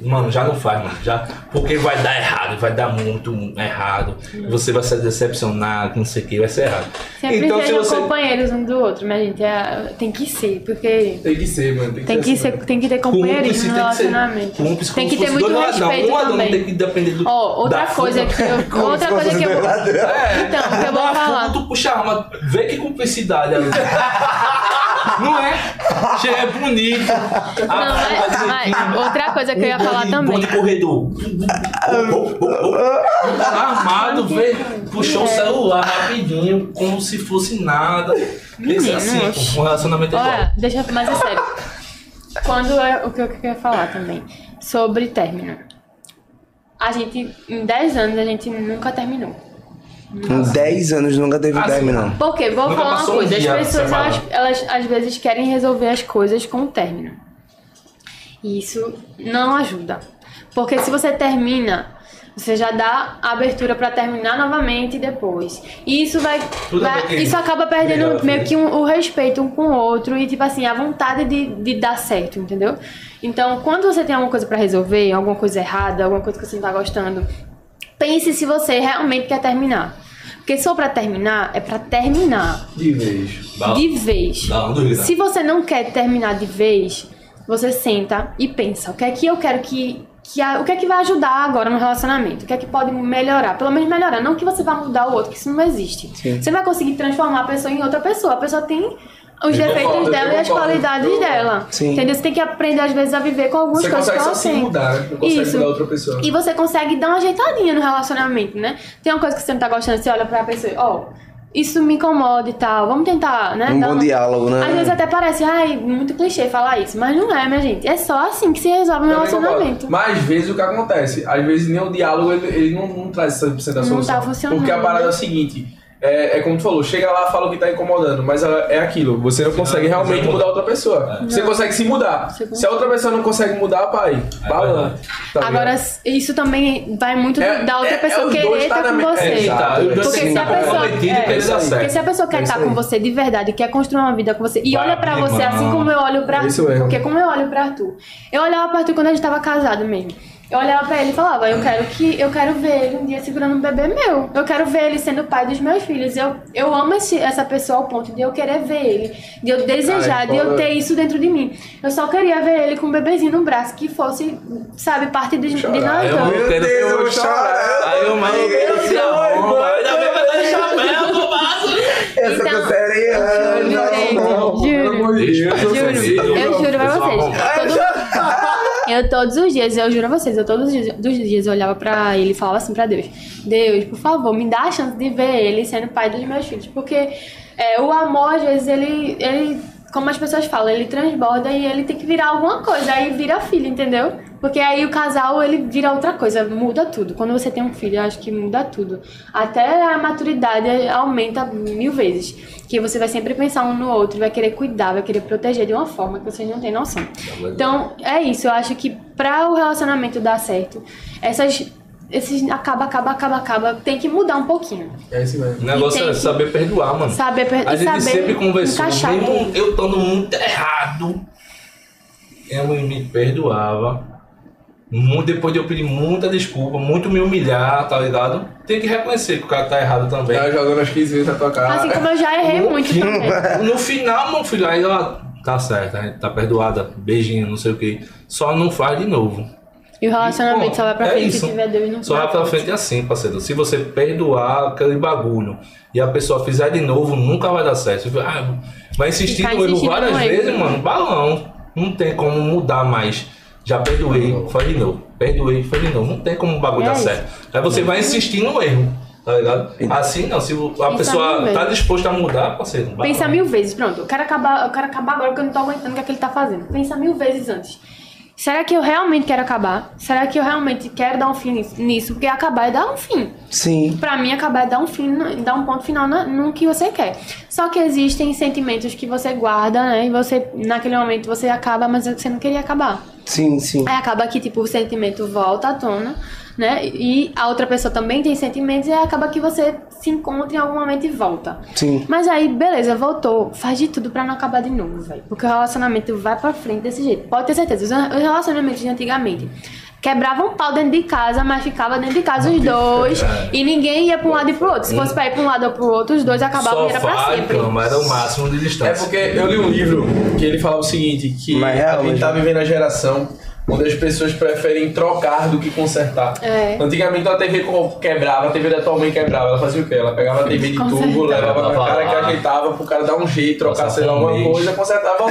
Speaker 4: Mano, já não faz, mano. Já, porque vai dar errado, vai dar muito errado. Você vai se decepcionar, que não sei o que, vai ser errado.
Speaker 3: Sempre
Speaker 4: então, se
Speaker 3: sejam
Speaker 4: você.
Speaker 3: companheiros um do outro, mas gente, é- tem que ser, porque
Speaker 1: Tem que ser, mano.
Speaker 3: tem que,
Speaker 1: assim,
Speaker 3: ser, tem que ter
Speaker 4: Cúmplice,
Speaker 3: companheirismo no
Speaker 4: um tem que ser-
Speaker 3: relacionamento.
Speaker 4: cúmplice,
Speaker 3: Tem que
Speaker 4: como
Speaker 3: ter
Speaker 4: se fosse
Speaker 3: muito
Speaker 4: dois ladrão.
Speaker 3: respeito
Speaker 4: Um ladrão tem
Speaker 3: também.
Speaker 4: que depender do.
Speaker 3: Ó, outra
Speaker 4: da
Speaker 3: coisa
Speaker 4: fuga.
Speaker 3: que eu.
Speaker 2: Como se
Speaker 3: Outra coisa
Speaker 2: fosse
Speaker 3: que eu.
Speaker 2: dois ladrões.
Speaker 3: Então, que eu vou
Speaker 4: Dá uma fuga,
Speaker 3: falar.
Speaker 4: Tu puxa a arma, vê que cumplicidade ali. Não é? Chega, é bonito. Ah, A
Speaker 3: Não, mas, mas outra coisa que eu ia falar
Speaker 4: Bom
Speaker 3: também.
Speaker 4: Um de corredor. Armado, vê, puxou o
Speaker 3: É.
Speaker 4: celular rapidinho, como se fosse nada. Pensa
Speaker 3: Menino,
Speaker 4: assim,
Speaker 3: oxe.
Speaker 4: com um relacionamento é igual.
Speaker 3: Olha, deixa eu. Mas é sério. Quando é o que eu queria falar também. Sobre término. A gente, em 10 anos, a gente nunca terminou.
Speaker 2: Com 10 anos nunca teve
Speaker 4: Ah, sim.
Speaker 2: término. não.
Speaker 3: Porque, vou
Speaker 4: Nunca
Speaker 3: falar uma
Speaker 4: passou um
Speaker 3: coisa,
Speaker 4: dia
Speaker 3: as pessoas
Speaker 4: separado.
Speaker 3: elas, elas, às vezes querem resolver as coisas com o término. E isso não ajuda. Porque se você termina, você já dá a abertura pra terminar novamente depois. E isso vai.
Speaker 4: Tudo
Speaker 3: vai-
Speaker 4: bem. né?
Speaker 3: isso acaba perdendo
Speaker 4: Obrigado,
Speaker 3: meio que
Speaker 4: Felipe.
Speaker 3: um- o respeito um com o outro e, tipo assim, a vontade de, de dar certo, entendeu? Então, quando você tem alguma coisa pra resolver, alguma coisa errada, alguma coisa que você não tá gostando, pense se você realmente quer terminar. Porque se for pra terminar, é pra terminar
Speaker 1: De vez.
Speaker 4: Dá-
Speaker 3: de vez.
Speaker 4: dá uma dúvida.
Speaker 3: Se você não quer terminar de vez, você senta e pensa, o que é que eu quero que, que a- o que é que vai ajudar agora no relacionamento? O que é que pode melhorar? Pelo menos melhorar, não que você vá mudar o outro, que isso não existe. Você vai conseguir transformar a pessoa em outra pessoa. A pessoa tem os
Speaker 1: Eu
Speaker 3: defeitos
Speaker 1: concordo, eu
Speaker 3: dela e as
Speaker 1: concordo.
Speaker 3: qualidades
Speaker 1: Eu-
Speaker 3: dela.
Speaker 2: Sim.
Speaker 3: Entendeu? Você tem que aprender às vezes a viver com algumas
Speaker 1: Você
Speaker 3: coisas
Speaker 1: consegue
Speaker 3: que
Speaker 1: só
Speaker 3: ela
Speaker 1: se
Speaker 3: tem.
Speaker 1: mudar, né? Não consegue
Speaker 3: Isso.
Speaker 1: mudar outra pessoa.
Speaker 3: E você consegue dar uma ajeitadinha no relacionamento, né? Tem uma coisa que você não tá gostando, você olha pra pessoa, e, ó, isso me incomoda e tal. Vamos tentar, né?
Speaker 2: Um
Speaker 3: dar
Speaker 2: bom
Speaker 3: uma-
Speaker 2: diálogo, né?
Speaker 3: Às vezes até parece, ai, muito clichê falar isso, mas não é, minha gente. É só assim que se resolve um
Speaker 1: Também
Speaker 3: relacionamento.
Speaker 1: concordo. Mas às vezes o que acontece? Às vezes nem o diálogo ele, ele não, não traz 100% da
Speaker 3: Não
Speaker 1: solução.
Speaker 3: tá funcionando,
Speaker 1: Porque a parada
Speaker 3: né?
Speaker 1: é o seguinte. É, é como tu falou, chega lá, fala o que tá incomodando, mas é é aquilo, você não consegue
Speaker 4: não
Speaker 1: realmente
Speaker 4: consegue
Speaker 1: mudar É. outra pessoa. Você consegue se mudar.
Speaker 3: Você
Speaker 1: Se a outra pessoa não consegue mudar, pai,
Speaker 4: É
Speaker 1: balão. Tá
Speaker 3: Agora,
Speaker 1: ligado?
Speaker 3: isso também vai muito
Speaker 1: É-
Speaker 3: da outra
Speaker 1: é- é
Speaker 3: pessoa
Speaker 1: os
Speaker 3: querer
Speaker 1: dois
Speaker 3: estar
Speaker 1: tá
Speaker 3: com
Speaker 1: na me-
Speaker 3: você.
Speaker 1: É, exato.
Speaker 3: Porque se a pessoa- é, Porque se a pessoa quer
Speaker 1: É isso
Speaker 3: estar
Speaker 1: aí.
Speaker 3: com você de verdade, quer construir uma vida com você e
Speaker 4: Vai,
Speaker 3: olha pra
Speaker 4: minha
Speaker 3: você
Speaker 4: irmã.
Speaker 3: assim como eu olho pra
Speaker 1: É isso
Speaker 3: Arthur.
Speaker 1: mesmo.
Speaker 3: Porque como eu olho pra Arthur. Eu olhava pra Arthur quando a gente tava casado mesmo. Eu olhava pra ele e falava, eu quero que eu quero ver ele um dia segurando um bebê meu. Eu quero ver ele sendo pai dos meus filhos. Eu, eu amo esse- essa pessoa ao ponto de eu querer ver ele, de eu desejar,
Speaker 1: Ai,
Speaker 3: de eu
Speaker 1: fora-
Speaker 3: ter isso dentro de mim. Eu só queria ver ele com um bebezinho no braço que fosse, sabe, parte de, de nós
Speaker 4: Aí eu-
Speaker 3: dois.
Speaker 4: eu quero-
Speaker 2: Deus, eu vou chorar.
Speaker 4: Aí o maluco se arruma, ainda bem que eu dei chapéu, bobaço.
Speaker 2: Essa
Speaker 3: Então,
Speaker 1: é
Speaker 2: canceriana.
Speaker 3: Juro,
Speaker 2: não, não.
Speaker 3: gente, juro.
Speaker 1: eu
Speaker 3: Juro, eu juro pra vocês. Todo- eu todos os dias, eu juro a vocês, eu todos os dias, dos dias eu olhava pra ele e falava assim pra Deus: Deus, por favor, me dá a chance de ver ele sendo pai dos meus filhos. Porque é, o amor, às vezes, ele, ele, como as pessoas falam, ele transborda e ele tem que virar alguma coisa. Aí vira filho, entendeu? Porque aí o casal, ele vira outra coisa, muda tudo. Quando você tem um filho, eu acho que muda tudo. Até a maturidade aumenta mil vezes. Que você vai sempre pensar um no outro, vai querer cuidar, vai querer proteger de uma forma que vocês não têm noção. Então, é isso. Eu acho que pra o relacionamento dar certo, essas. Esses acaba, acaba, acaba, acaba. Tem que mudar um pouquinho.
Speaker 1: É isso mesmo.
Speaker 4: O negócio
Speaker 3: tem
Speaker 4: é
Speaker 3: que-
Speaker 4: saber perdoar, mano.
Speaker 3: Saber per-
Speaker 4: A
Speaker 3: e
Speaker 4: gente
Speaker 3: saber
Speaker 4: sempre conversou,
Speaker 3: encaixar
Speaker 4: mesmo
Speaker 3: tudo.
Speaker 4: eu estando muito errado, eu me perdoava. Mu- Depois de eu pedir muita desculpa, muito me humilhar, tá ligado? Tem que reconhecer que o cara tá errado também.
Speaker 1: Tá jogando as 15 vezes na tua
Speaker 4: Ah,
Speaker 1: cara.
Speaker 3: Assim como eu
Speaker 4: é.
Speaker 3: já errei
Speaker 4: Uhum.
Speaker 3: muito também.
Speaker 4: No final, meu filho, aí ela tá certa, né? tá perdoada, beijinho, não sei o que. Só não faz de novo.
Speaker 3: E o relacionamento
Speaker 4: Bom,
Speaker 3: só vai pra
Speaker 4: é
Speaker 3: frente
Speaker 4: isso.
Speaker 3: se tiver Deus não
Speaker 4: Só vai pra frente assim, parceiro. Se você perdoar aquele bagulho e a pessoa fizer de novo, nunca vai dar certo. Ah, vai insistir
Speaker 3: Ficar
Speaker 4: no erro
Speaker 3: insistindo
Speaker 4: várias
Speaker 3: no erro.
Speaker 4: vezes, mano. Balão. Não tem como mudar mais. Já perdoei, faz de novo. Perdoei, faz de novo. Não tem como o bagulho
Speaker 3: É
Speaker 4: dar
Speaker 3: isso.
Speaker 4: certo. Aí você vai insistir no erro, tá ligado? Assim não, se a
Speaker 3: mil
Speaker 4: pessoa
Speaker 3: vezes.
Speaker 4: tá disposta a mudar, parceiro. balão.
Speaker 3: Pensa mil vezes, pronto. Eu quero acabar, eu quero acabar agora porque eu não tô aguentando o que, é que ele tá fazendo. Pensa mil vezes antes. será que eu realmente quero acabar? Será que eu realmente quero dar um fim nisso? nisso? Porque acabar é dar um fim.
Speaker 2: Sim.
Speaker 3: Pra mim, acabar é dar um fim, dar um ponto final na- no, que você quer. Só que existem sentimentos que você guarda, né? E você, naquele momento, você acaba, mas você não queria acabar.
Speaker 2: Sim, sim.
Speaker 3: Aí acaba que, tipo, o sentimento volta à tona, né? E a outra pessoa também tem sentimentos e acaba que você se encontra em algum momento e volta.
Speaker 2: Sim.
Speaker 3: Mas aí, beleza, voltou. Faz de tudo pra não acabar de novo, velho. Porque o relacionamento vai pra frente desse jeito. Pode ter certeza. Os os relacionamentos de antigamente quebravam um pau dentro de casa, mas ficava dentro de casa os dois. E ninguém ia pra um lado e pro outro. Se fosse pra ir pra um lado ou pro outro, os dois acabavam e era pra
Speaker 4: Sofá e
Speaker 3: sempre.
Speaker 4: cama, era o máximo de
Speaker 1: É
Speaker 4: distância.
Speaker 1: porque eu li um livro que ele falava o seguinte, que
Speaker 2: Mas é,
Speaker 1: a gente
Speaker 2: hoje-
Speaker 1: tá vivendo a geração onde as pessoas preferem trocar do que consertar.
Speaker 3: É.
Speaker 1: Antigamente a TV co- quebrava, a TV da tua mãe quebrava, ela fazia o quê? Ela pegava a TV de tubo, levava pra
Speaker 4: Levava
Speaker 1: cara
Speaker 4: lá.
Speaker 1: que ajeitava pro cara dar um jeito, trocar
Speaker 4: Passava
Speaker 1: sei lá
Speaker 4: um
Speaker 1: alguma
Speaker 4: mês.
Speaker 1: coisa, consertava.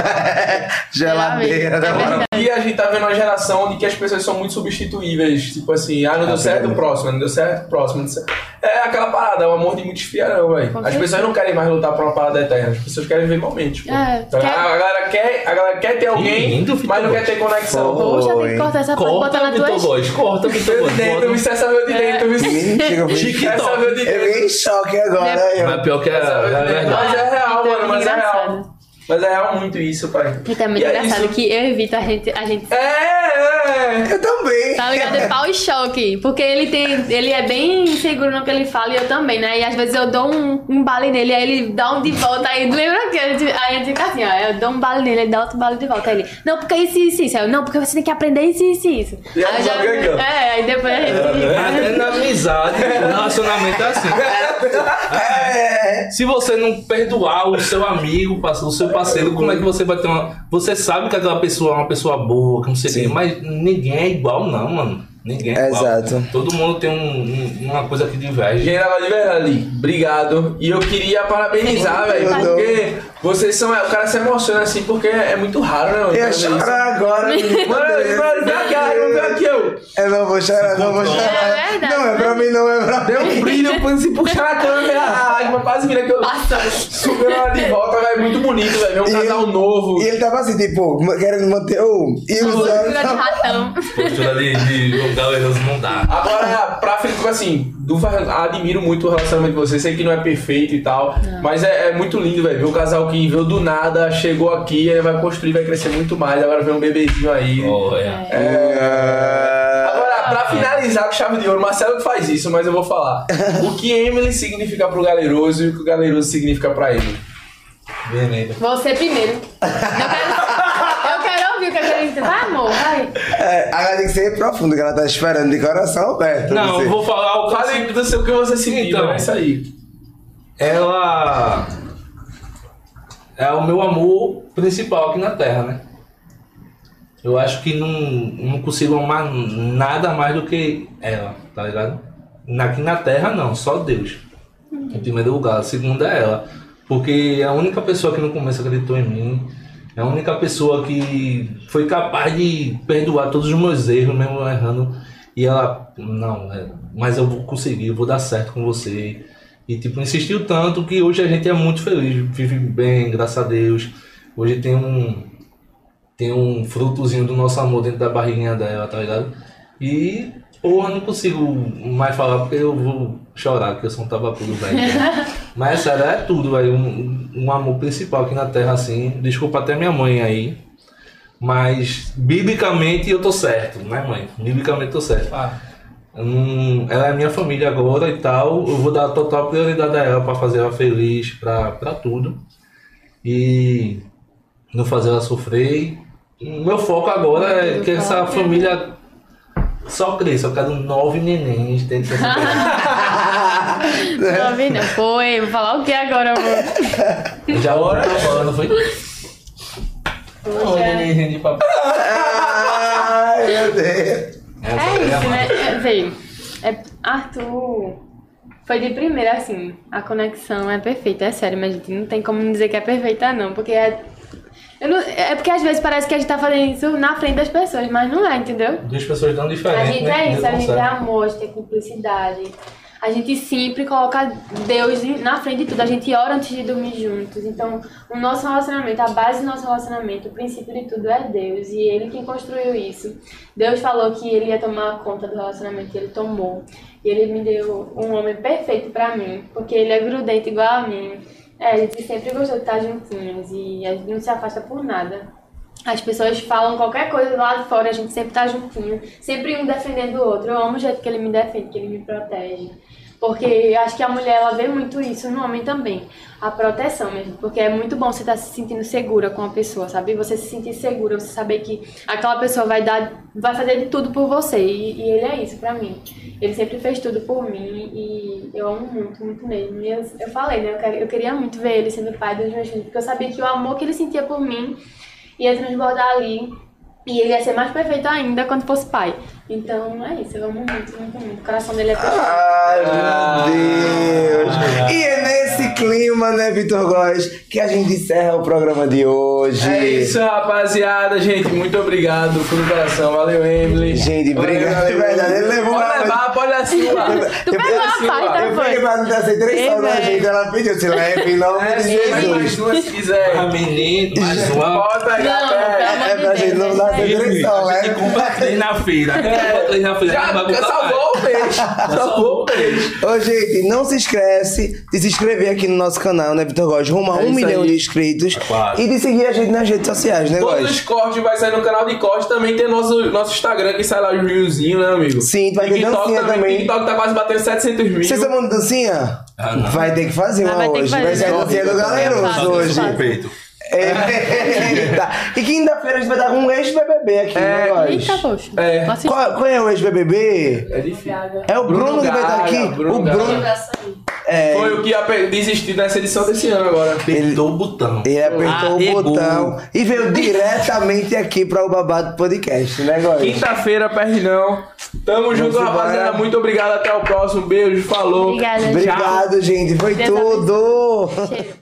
Speaker 2: Geladeira
Speaker 3: É
Speaker 2: da hora.
Speaker 1: E a gente tá vendo uma geração onde que as pessoas são muito substituíveis. Tipo assim, ah, não
Speaker 4: Tá
Speaker 1: deu certo, o próximo, não deu certo, o próximo. não deu certo. É aquela parada, é o amor de muitos fiarão, velho.
Speaker 3: Com
Speaker 1: As pessoas não querem mais lutar por uma parada eterna, as pessoas querem viver momentos. pô.
Speaker 3: É,
Speaker 1: Então,
Speaker 3: quer-
Speaker 1: a, galera quer, a galera quer ter
Speaker 4: Ih,
Speaker 1: alguém,
Speaker 4: lindo, Vitor
Speaker 1: mas não quer
Speaker 4: Gomes.
Speaker 1: ter conexão.
Speaker 3: Poxa, tem que cortar essa parte e botar
Speaker 4: Corta,
Speaker 3: na tua
Speaker 4: Vitor Góes, corta, Vitor
Speaker 1: Meu
Speaker 4: Góes.
Speaker 1: dentro, me
Speaker 4: bota.
Speaker 1: cessa meu
Speaker 3: É.
Speaker 1: direito, me
Speaker 2: Menino, chega, eu fiquei-
Speaker 1: cessa
Speaker 4: TikTok.
Speaker 1: meu
Speaker 2: eu
Speaker 1: direito.
Speaker 2: fiquei em choque agora.
Speaker 3: Né?
Speaker 4: Mas
Speaker 2: Eu...
Speaker 4: pior que é, é verdade.
Speaker 1: Mas é real,
Speaker 3: Então,
Speaker 1: mano, mas é real.
Speaker 3: engraçado.
Speaker 1: Mas é real muito isso, pai.
Speaker 3: Então é muito
Speaker 1: E é
Speaker 3: engraçado
Speaker 1: isso.
Speaker 3: que eu e Vitor, a gente, a gente
Speaker 1: É, é, é.
Speaker 2: eu também.
Speaker 3: Tá ligado? É pau e choque. Porque ele tem. Ele é bem seguro no que ele fala e eu também, né? E às vezes eu dou um, um bale nele, aí ele dá um de volta, aí lembra que ele, aí eu fica assim, ó, eu dou um bale nele, ele dá outro bale de volta. Aí ele, não, porque é isso, isso, isso. Aí eu, não, porque você tem que aprender isso, isso, isso.
Speaker 1: E aí
Speaker 3: aí eu
Speaker 1: já ganhou.
Speaker 3: É, aí depois a gente.
Speaker 4: Até É na amizade, no relacionamento é assim.
Speaker 2: É,
Speaker 4: Se você não perdoar o seu amigo, o seu parceiro, como é que você vai ter uma. Você sabe que aquela pessoa é uma pessoa boa, que não sei o quê, mas ninguém é igual, não, mano. Ninguém é igual.
Speaker 2: Exato.
Speaker 4: Todo mundo tem um- um- uma coisa que diverge.
Speaker 1: General de verdade, obrigado. E eu queria parabenizar, velho,
Speaker 2: Obrigado.
Speaker 1: porque vocês são. O cara se emociona assim, porque é muito raro, né? mano,
Speaker 2: Eu ia
Speaker 1: fazer isso.
Speaker 2: chorar agora. menino.
Speaker 1: Mano, mano, vem aqui, ah, não vem aqui, eu.
Speaker 2: Eu não vou chorar, não vou
Speaker 3: É
Speaker 2: chorar.
Speaker 3: verdade.
Speaker 2: Não, é pra mim, não é pra mim.
Speaker 1: Deu um brilho quando se puxar na câmera, a água quase vira que eu. Subiu na hora de volta, velho, muito bonito, velho. É um
Speaker 2: E
Speaker 1: casal
Speaker 2: ele-
Speaker 1: novo.
Speaker 2: E ele tava assim, tipo, querendo manter o. E o Zé
Speaker 3: Postura Tá de
Speaker 2: tava-
Speaker 3: ratão.
Speaker 4: Postura de, de galeroso não dá.
Speaker 1: Agora, pra frente, tipo assim, Duva, admiro muito o relacionamento de vocês. Sei que não é perfeito e tal, mas é, é muito lindo, velho. Ver o casal que veio do nada, chegou aqui, aí vai construir, vai crescer muito mais. Agora vem um bebezinho aí.
Speaker 4: Olha.
Speaker 2: É.
Speaker 1: Agora, pra finalizar com chave de ouro, Marcelo que faz isso, mas eu vou falar. O que Emily significa pro Galeroso e o que o Galeroso significa pra ele.
Speaker 4: Beleza.
Speaker 3: Você primeiro. Eu quero, eu quero ouvir o que ele diz. Vai, Ah, amor, vai.
Speaker 2: É, agora tem que ser profundo, que ela tá esperando de coração aberto.
Speaker 4: Não,
Speaker 2: você.
Speaker 4: eu vou falar o caso.
Speaker 1: Fale do seu que você sentiu,
Speaker 4: Então.
Speaker 1: é isso aí.
Speaker 4: Ela é o meu amor principal aqui na Terra, né? Eu acho que não, não consigo amar nada mais do que ela, tá ligado? Na- Aqui na Terra não, só Deus. Em primeiro lugar, a segunda é ela. Porque é a única pessoa que no começo acreditou em mim, é a única pessoa que foi capaz de perdoar todos os meus erros, mesmo eu errando. E ela, não, é, mas eu vou conseguir, eu vou dar certo com você. E tipo, insistiu tanto que hoje a gente é muito feliz, vive bem, graças a Deus. Hoje tem um, tem um frutozinho do nosso amor dentro da barriguinha dela, tá ligado? E, porra, não consigo mais falar porque eu vou chorar, porque eu sou um tabacudo, velho. Mas, sério, é tudo, velho. Um, um amor principal aqui na Terra, assim. Desculpa até minha mãe aí. Mas, biblicamente, eu tô certo, né, mãe? Biblicamente, eu tô certo. Hum, ela é minha família agora e tal. Eu vou dar total prioridade a ela pra fazer ela feliz, pra, pra tudo. E não fazer ela sofrer. E o Meu foco agora é que essa família só cresça. Eu quero nove nenéns dentro dessa família.
Speaker 3: Não ouvi, não. Foi, vou falar o que agora, amor?
Speaker 4: Já agora eu tô falando, foi?
Speaker 3: É.
Speaker 4: Nove nenenzinhos de papai.
Speaker 2: Ai, meu Deus.
Speaker 3: É isso, né? É, Vê, é, Arthur foi de primeira, assim. A conexão é perfeita, é sério, mas gente não tem como dizer que é perfeita, não, porque é. eu não- é porque às vezes parece que a gente tá fazendo isso na frente das pessoas, mas não é, entendeu?
Speaker 4: Duas pessoas tão
Speaker 3: A
Speaker 4: diferentes.
Speaker 3: gente
Speaker 4: né?
Speaker 3: é isso, a
Speaker 4: Deus
Speaker 3: gente é
Speaker 4: consegue.
Speaker 3: amor, a gente é cumplicidade. A gente sempre coloca Deus em- na frente de tudo. A gente ora antes de dormir juntos. Então, o nosso relacionamento, a base do nosso relacionamento, o princípio de tudo é Deus. E ele quem construiu isso. Deus falou que ele ia tomar conta do relacionamento e ele tomou. E ele me deu um homem perfeito pra mim, porque ele é grudento igual a mim. É, a gente sempre gostou de estar juntinhos e a gente não se afasta por nada. As pessoas falam qualquer coisa do lado de fora, a gente sempre tá juntinho, sempre um defendendo o outro. Eu amo o jeito que ele me defende, que ele me protege. Porque eu acho que a mulher ela vê muito isso no homem também, a proteção mesmo. Porque é muito bom você estar se sentindo segura com a pessoa, sabe? Você se sentir segura, você saber que aquela pessoa vai dar, vai fazer de tudo por você. E, e ele é isso pra mim. Ele sempre fez tudo por mim e eu amo muito, muito mesmo. E eu, eu falei, né? Eu, quero- eu queria muito ver ele sendo pai dos meus filhos, porque eu sabia que o amor que ele sentia por mim ia transbordar ali. E ele ia ser mais perfeito ainda quando fosse pai. Então é isso, eu amo muito, muito, muito. O coração dele é perfeito.
Speaker 1: Ah,
Speaker 2: Ai,
Speaker 4: Ah.
Speaker 2: meu Deus. E é nesse clima, né, Vitor Góes, que a gente encerra o programa de hoje.
Speaker 1: É isso, rapaziada, gente. Muito obrigado pelo coração. Valeu, Emily.
Speaker 2: Gente,
Speaker 1: Valeu,
Speaker 2: obrigado,
Speaker 1: valeu,
Speaker 2: de verdade. Ele levou
Speaker 1: Pode
Speaker 2: a-
Speaker 1: levar, pode assinar.
Speaker 8: Tu
Speaker 2: Eu-
Speaker 8: pegou
Speaker 1: assim,
Speaker 8: a
Speaker 1: ó,
Speaker 8: parte, tá?
Speaker 2: Eu fiquei
Speaker 8: foi?
Speaker 2: pra não ter três
Speaker 8: Ei,
Speaker 2: horas,
Speaker 8: velho.
Speaker 2: gente. Ela pediu se leve em nome
Speaker 1: É,
Speaker 2: de
Speaker 1: sim, mais
Speaker 2: Jesus.
Speaker 1: duas se
Speaker 3: um-
Speaker 1: quiser.
Speaker 4: A É menina, mais uma.
Speaker 1: Pode pegar,
Speaker 8: Não,
Speaker 1: pega.
Speaker 8: pelo amor
Speaker 2: É
Speaker 8: de
Speaker 2: pra
Speaker 8: Deus,
Speaker 2: gente não
Speaker 8: né?
Speaker 2: dar
Speaker 4: Emily,
Speaker 2: depressão,
Speaker 4: a
Speaker 2: né?
Speaker 4: gente compra três na feira. A gente compra três na feira.
Speaker 1: É. Já
Speaker 4: não vai comprar
Speaker 1: salvou o peixe. Salvou o peixe.
Speaker 2: Ô, gente, não se esquece de se inscrever aqui no nosso canal, né, Vitor Góes? Rumo a
Speaker 1: É
Speaker 2: um
Speaker 1: isso
Speaker 2: milhão
Speaker 1: aí.
Speaker 2: de inscritos.
Speaker 4: Tá quase.
Speaker 2: E de seguir a gente nas redes sociais, né,
Speaker 1: Todos os
Speaker 2: Góes?
Speaker 1: cortes vai sair no canal de corte. Também tem nosso, nosso Instagram que sai lá os reelzinho, né, amigo?
Speaker 2: Sim, vai ter
Speaker 1: TikTok
Speaker 2: dancinha também.
Speaker 1: TikTok tá quase batendo 700 mil.
Speaker 2: Vocês estão tá mandando dancinha?
Speaker 4: Ah, não.
Speaker 2: vai ter que fazer
Speaker 8: Ah,
Speaker 2: uma
Speaker 8: vai ter que
Speaker 2: hoje. Vai
Speaker 8: fazer.
Speaker 2: ser a dancinha do
Speaker 8: Eu
Speaker 2: Galeroso
Speaker 8: faço, eu
Speaker 2: hoje. É,
Speaker 8: faço.
Speaker 4: Respeito.
Speaker 2: Eita. E quinta-feira a gente vai dar um ex-BBB aqui, né, Góes?
Speaker 8: É, Eita, poxa.
Speaker 1: É.
Speaker 8: Nossa,
Speaker 2: Qual, qual é o ex-BBB?
Speaker 1: É difícil.
Speaker 2: É o Bruno,
Speaker 1: Bruno
Speaker 2: que vai estar
Speaker 1: Gaga,
Speaker 2: aqui.
Speaker 1: Bruno
Speaker 2: o
Speaker 1: Gaga.
Speaker 2: Bruno. É,
Speaker 1: Foi o que ape- desistiu nessa edição desse ano agora.
Speaker 4: Apertou o botão.
Speaker 2: Ele apertou o
Speaker 4: Arregou.
Speaker 2: botão e veio diretamente aqui para o Babado Podcast, né, Góis?
Speaker 1: Quinta-feira, perde não. Tamo junto,
Speaker 2: embora.
Speaker 1: rapaziada. Muito obrigado. Até o próximo. Beijo, falou.
Speaker 8: Obrigada.
Speaker 2: Obrigado, gente. Foi
Speaker 8: Deus
Speaker 2: tudo.
Speaker 8: Cheiro.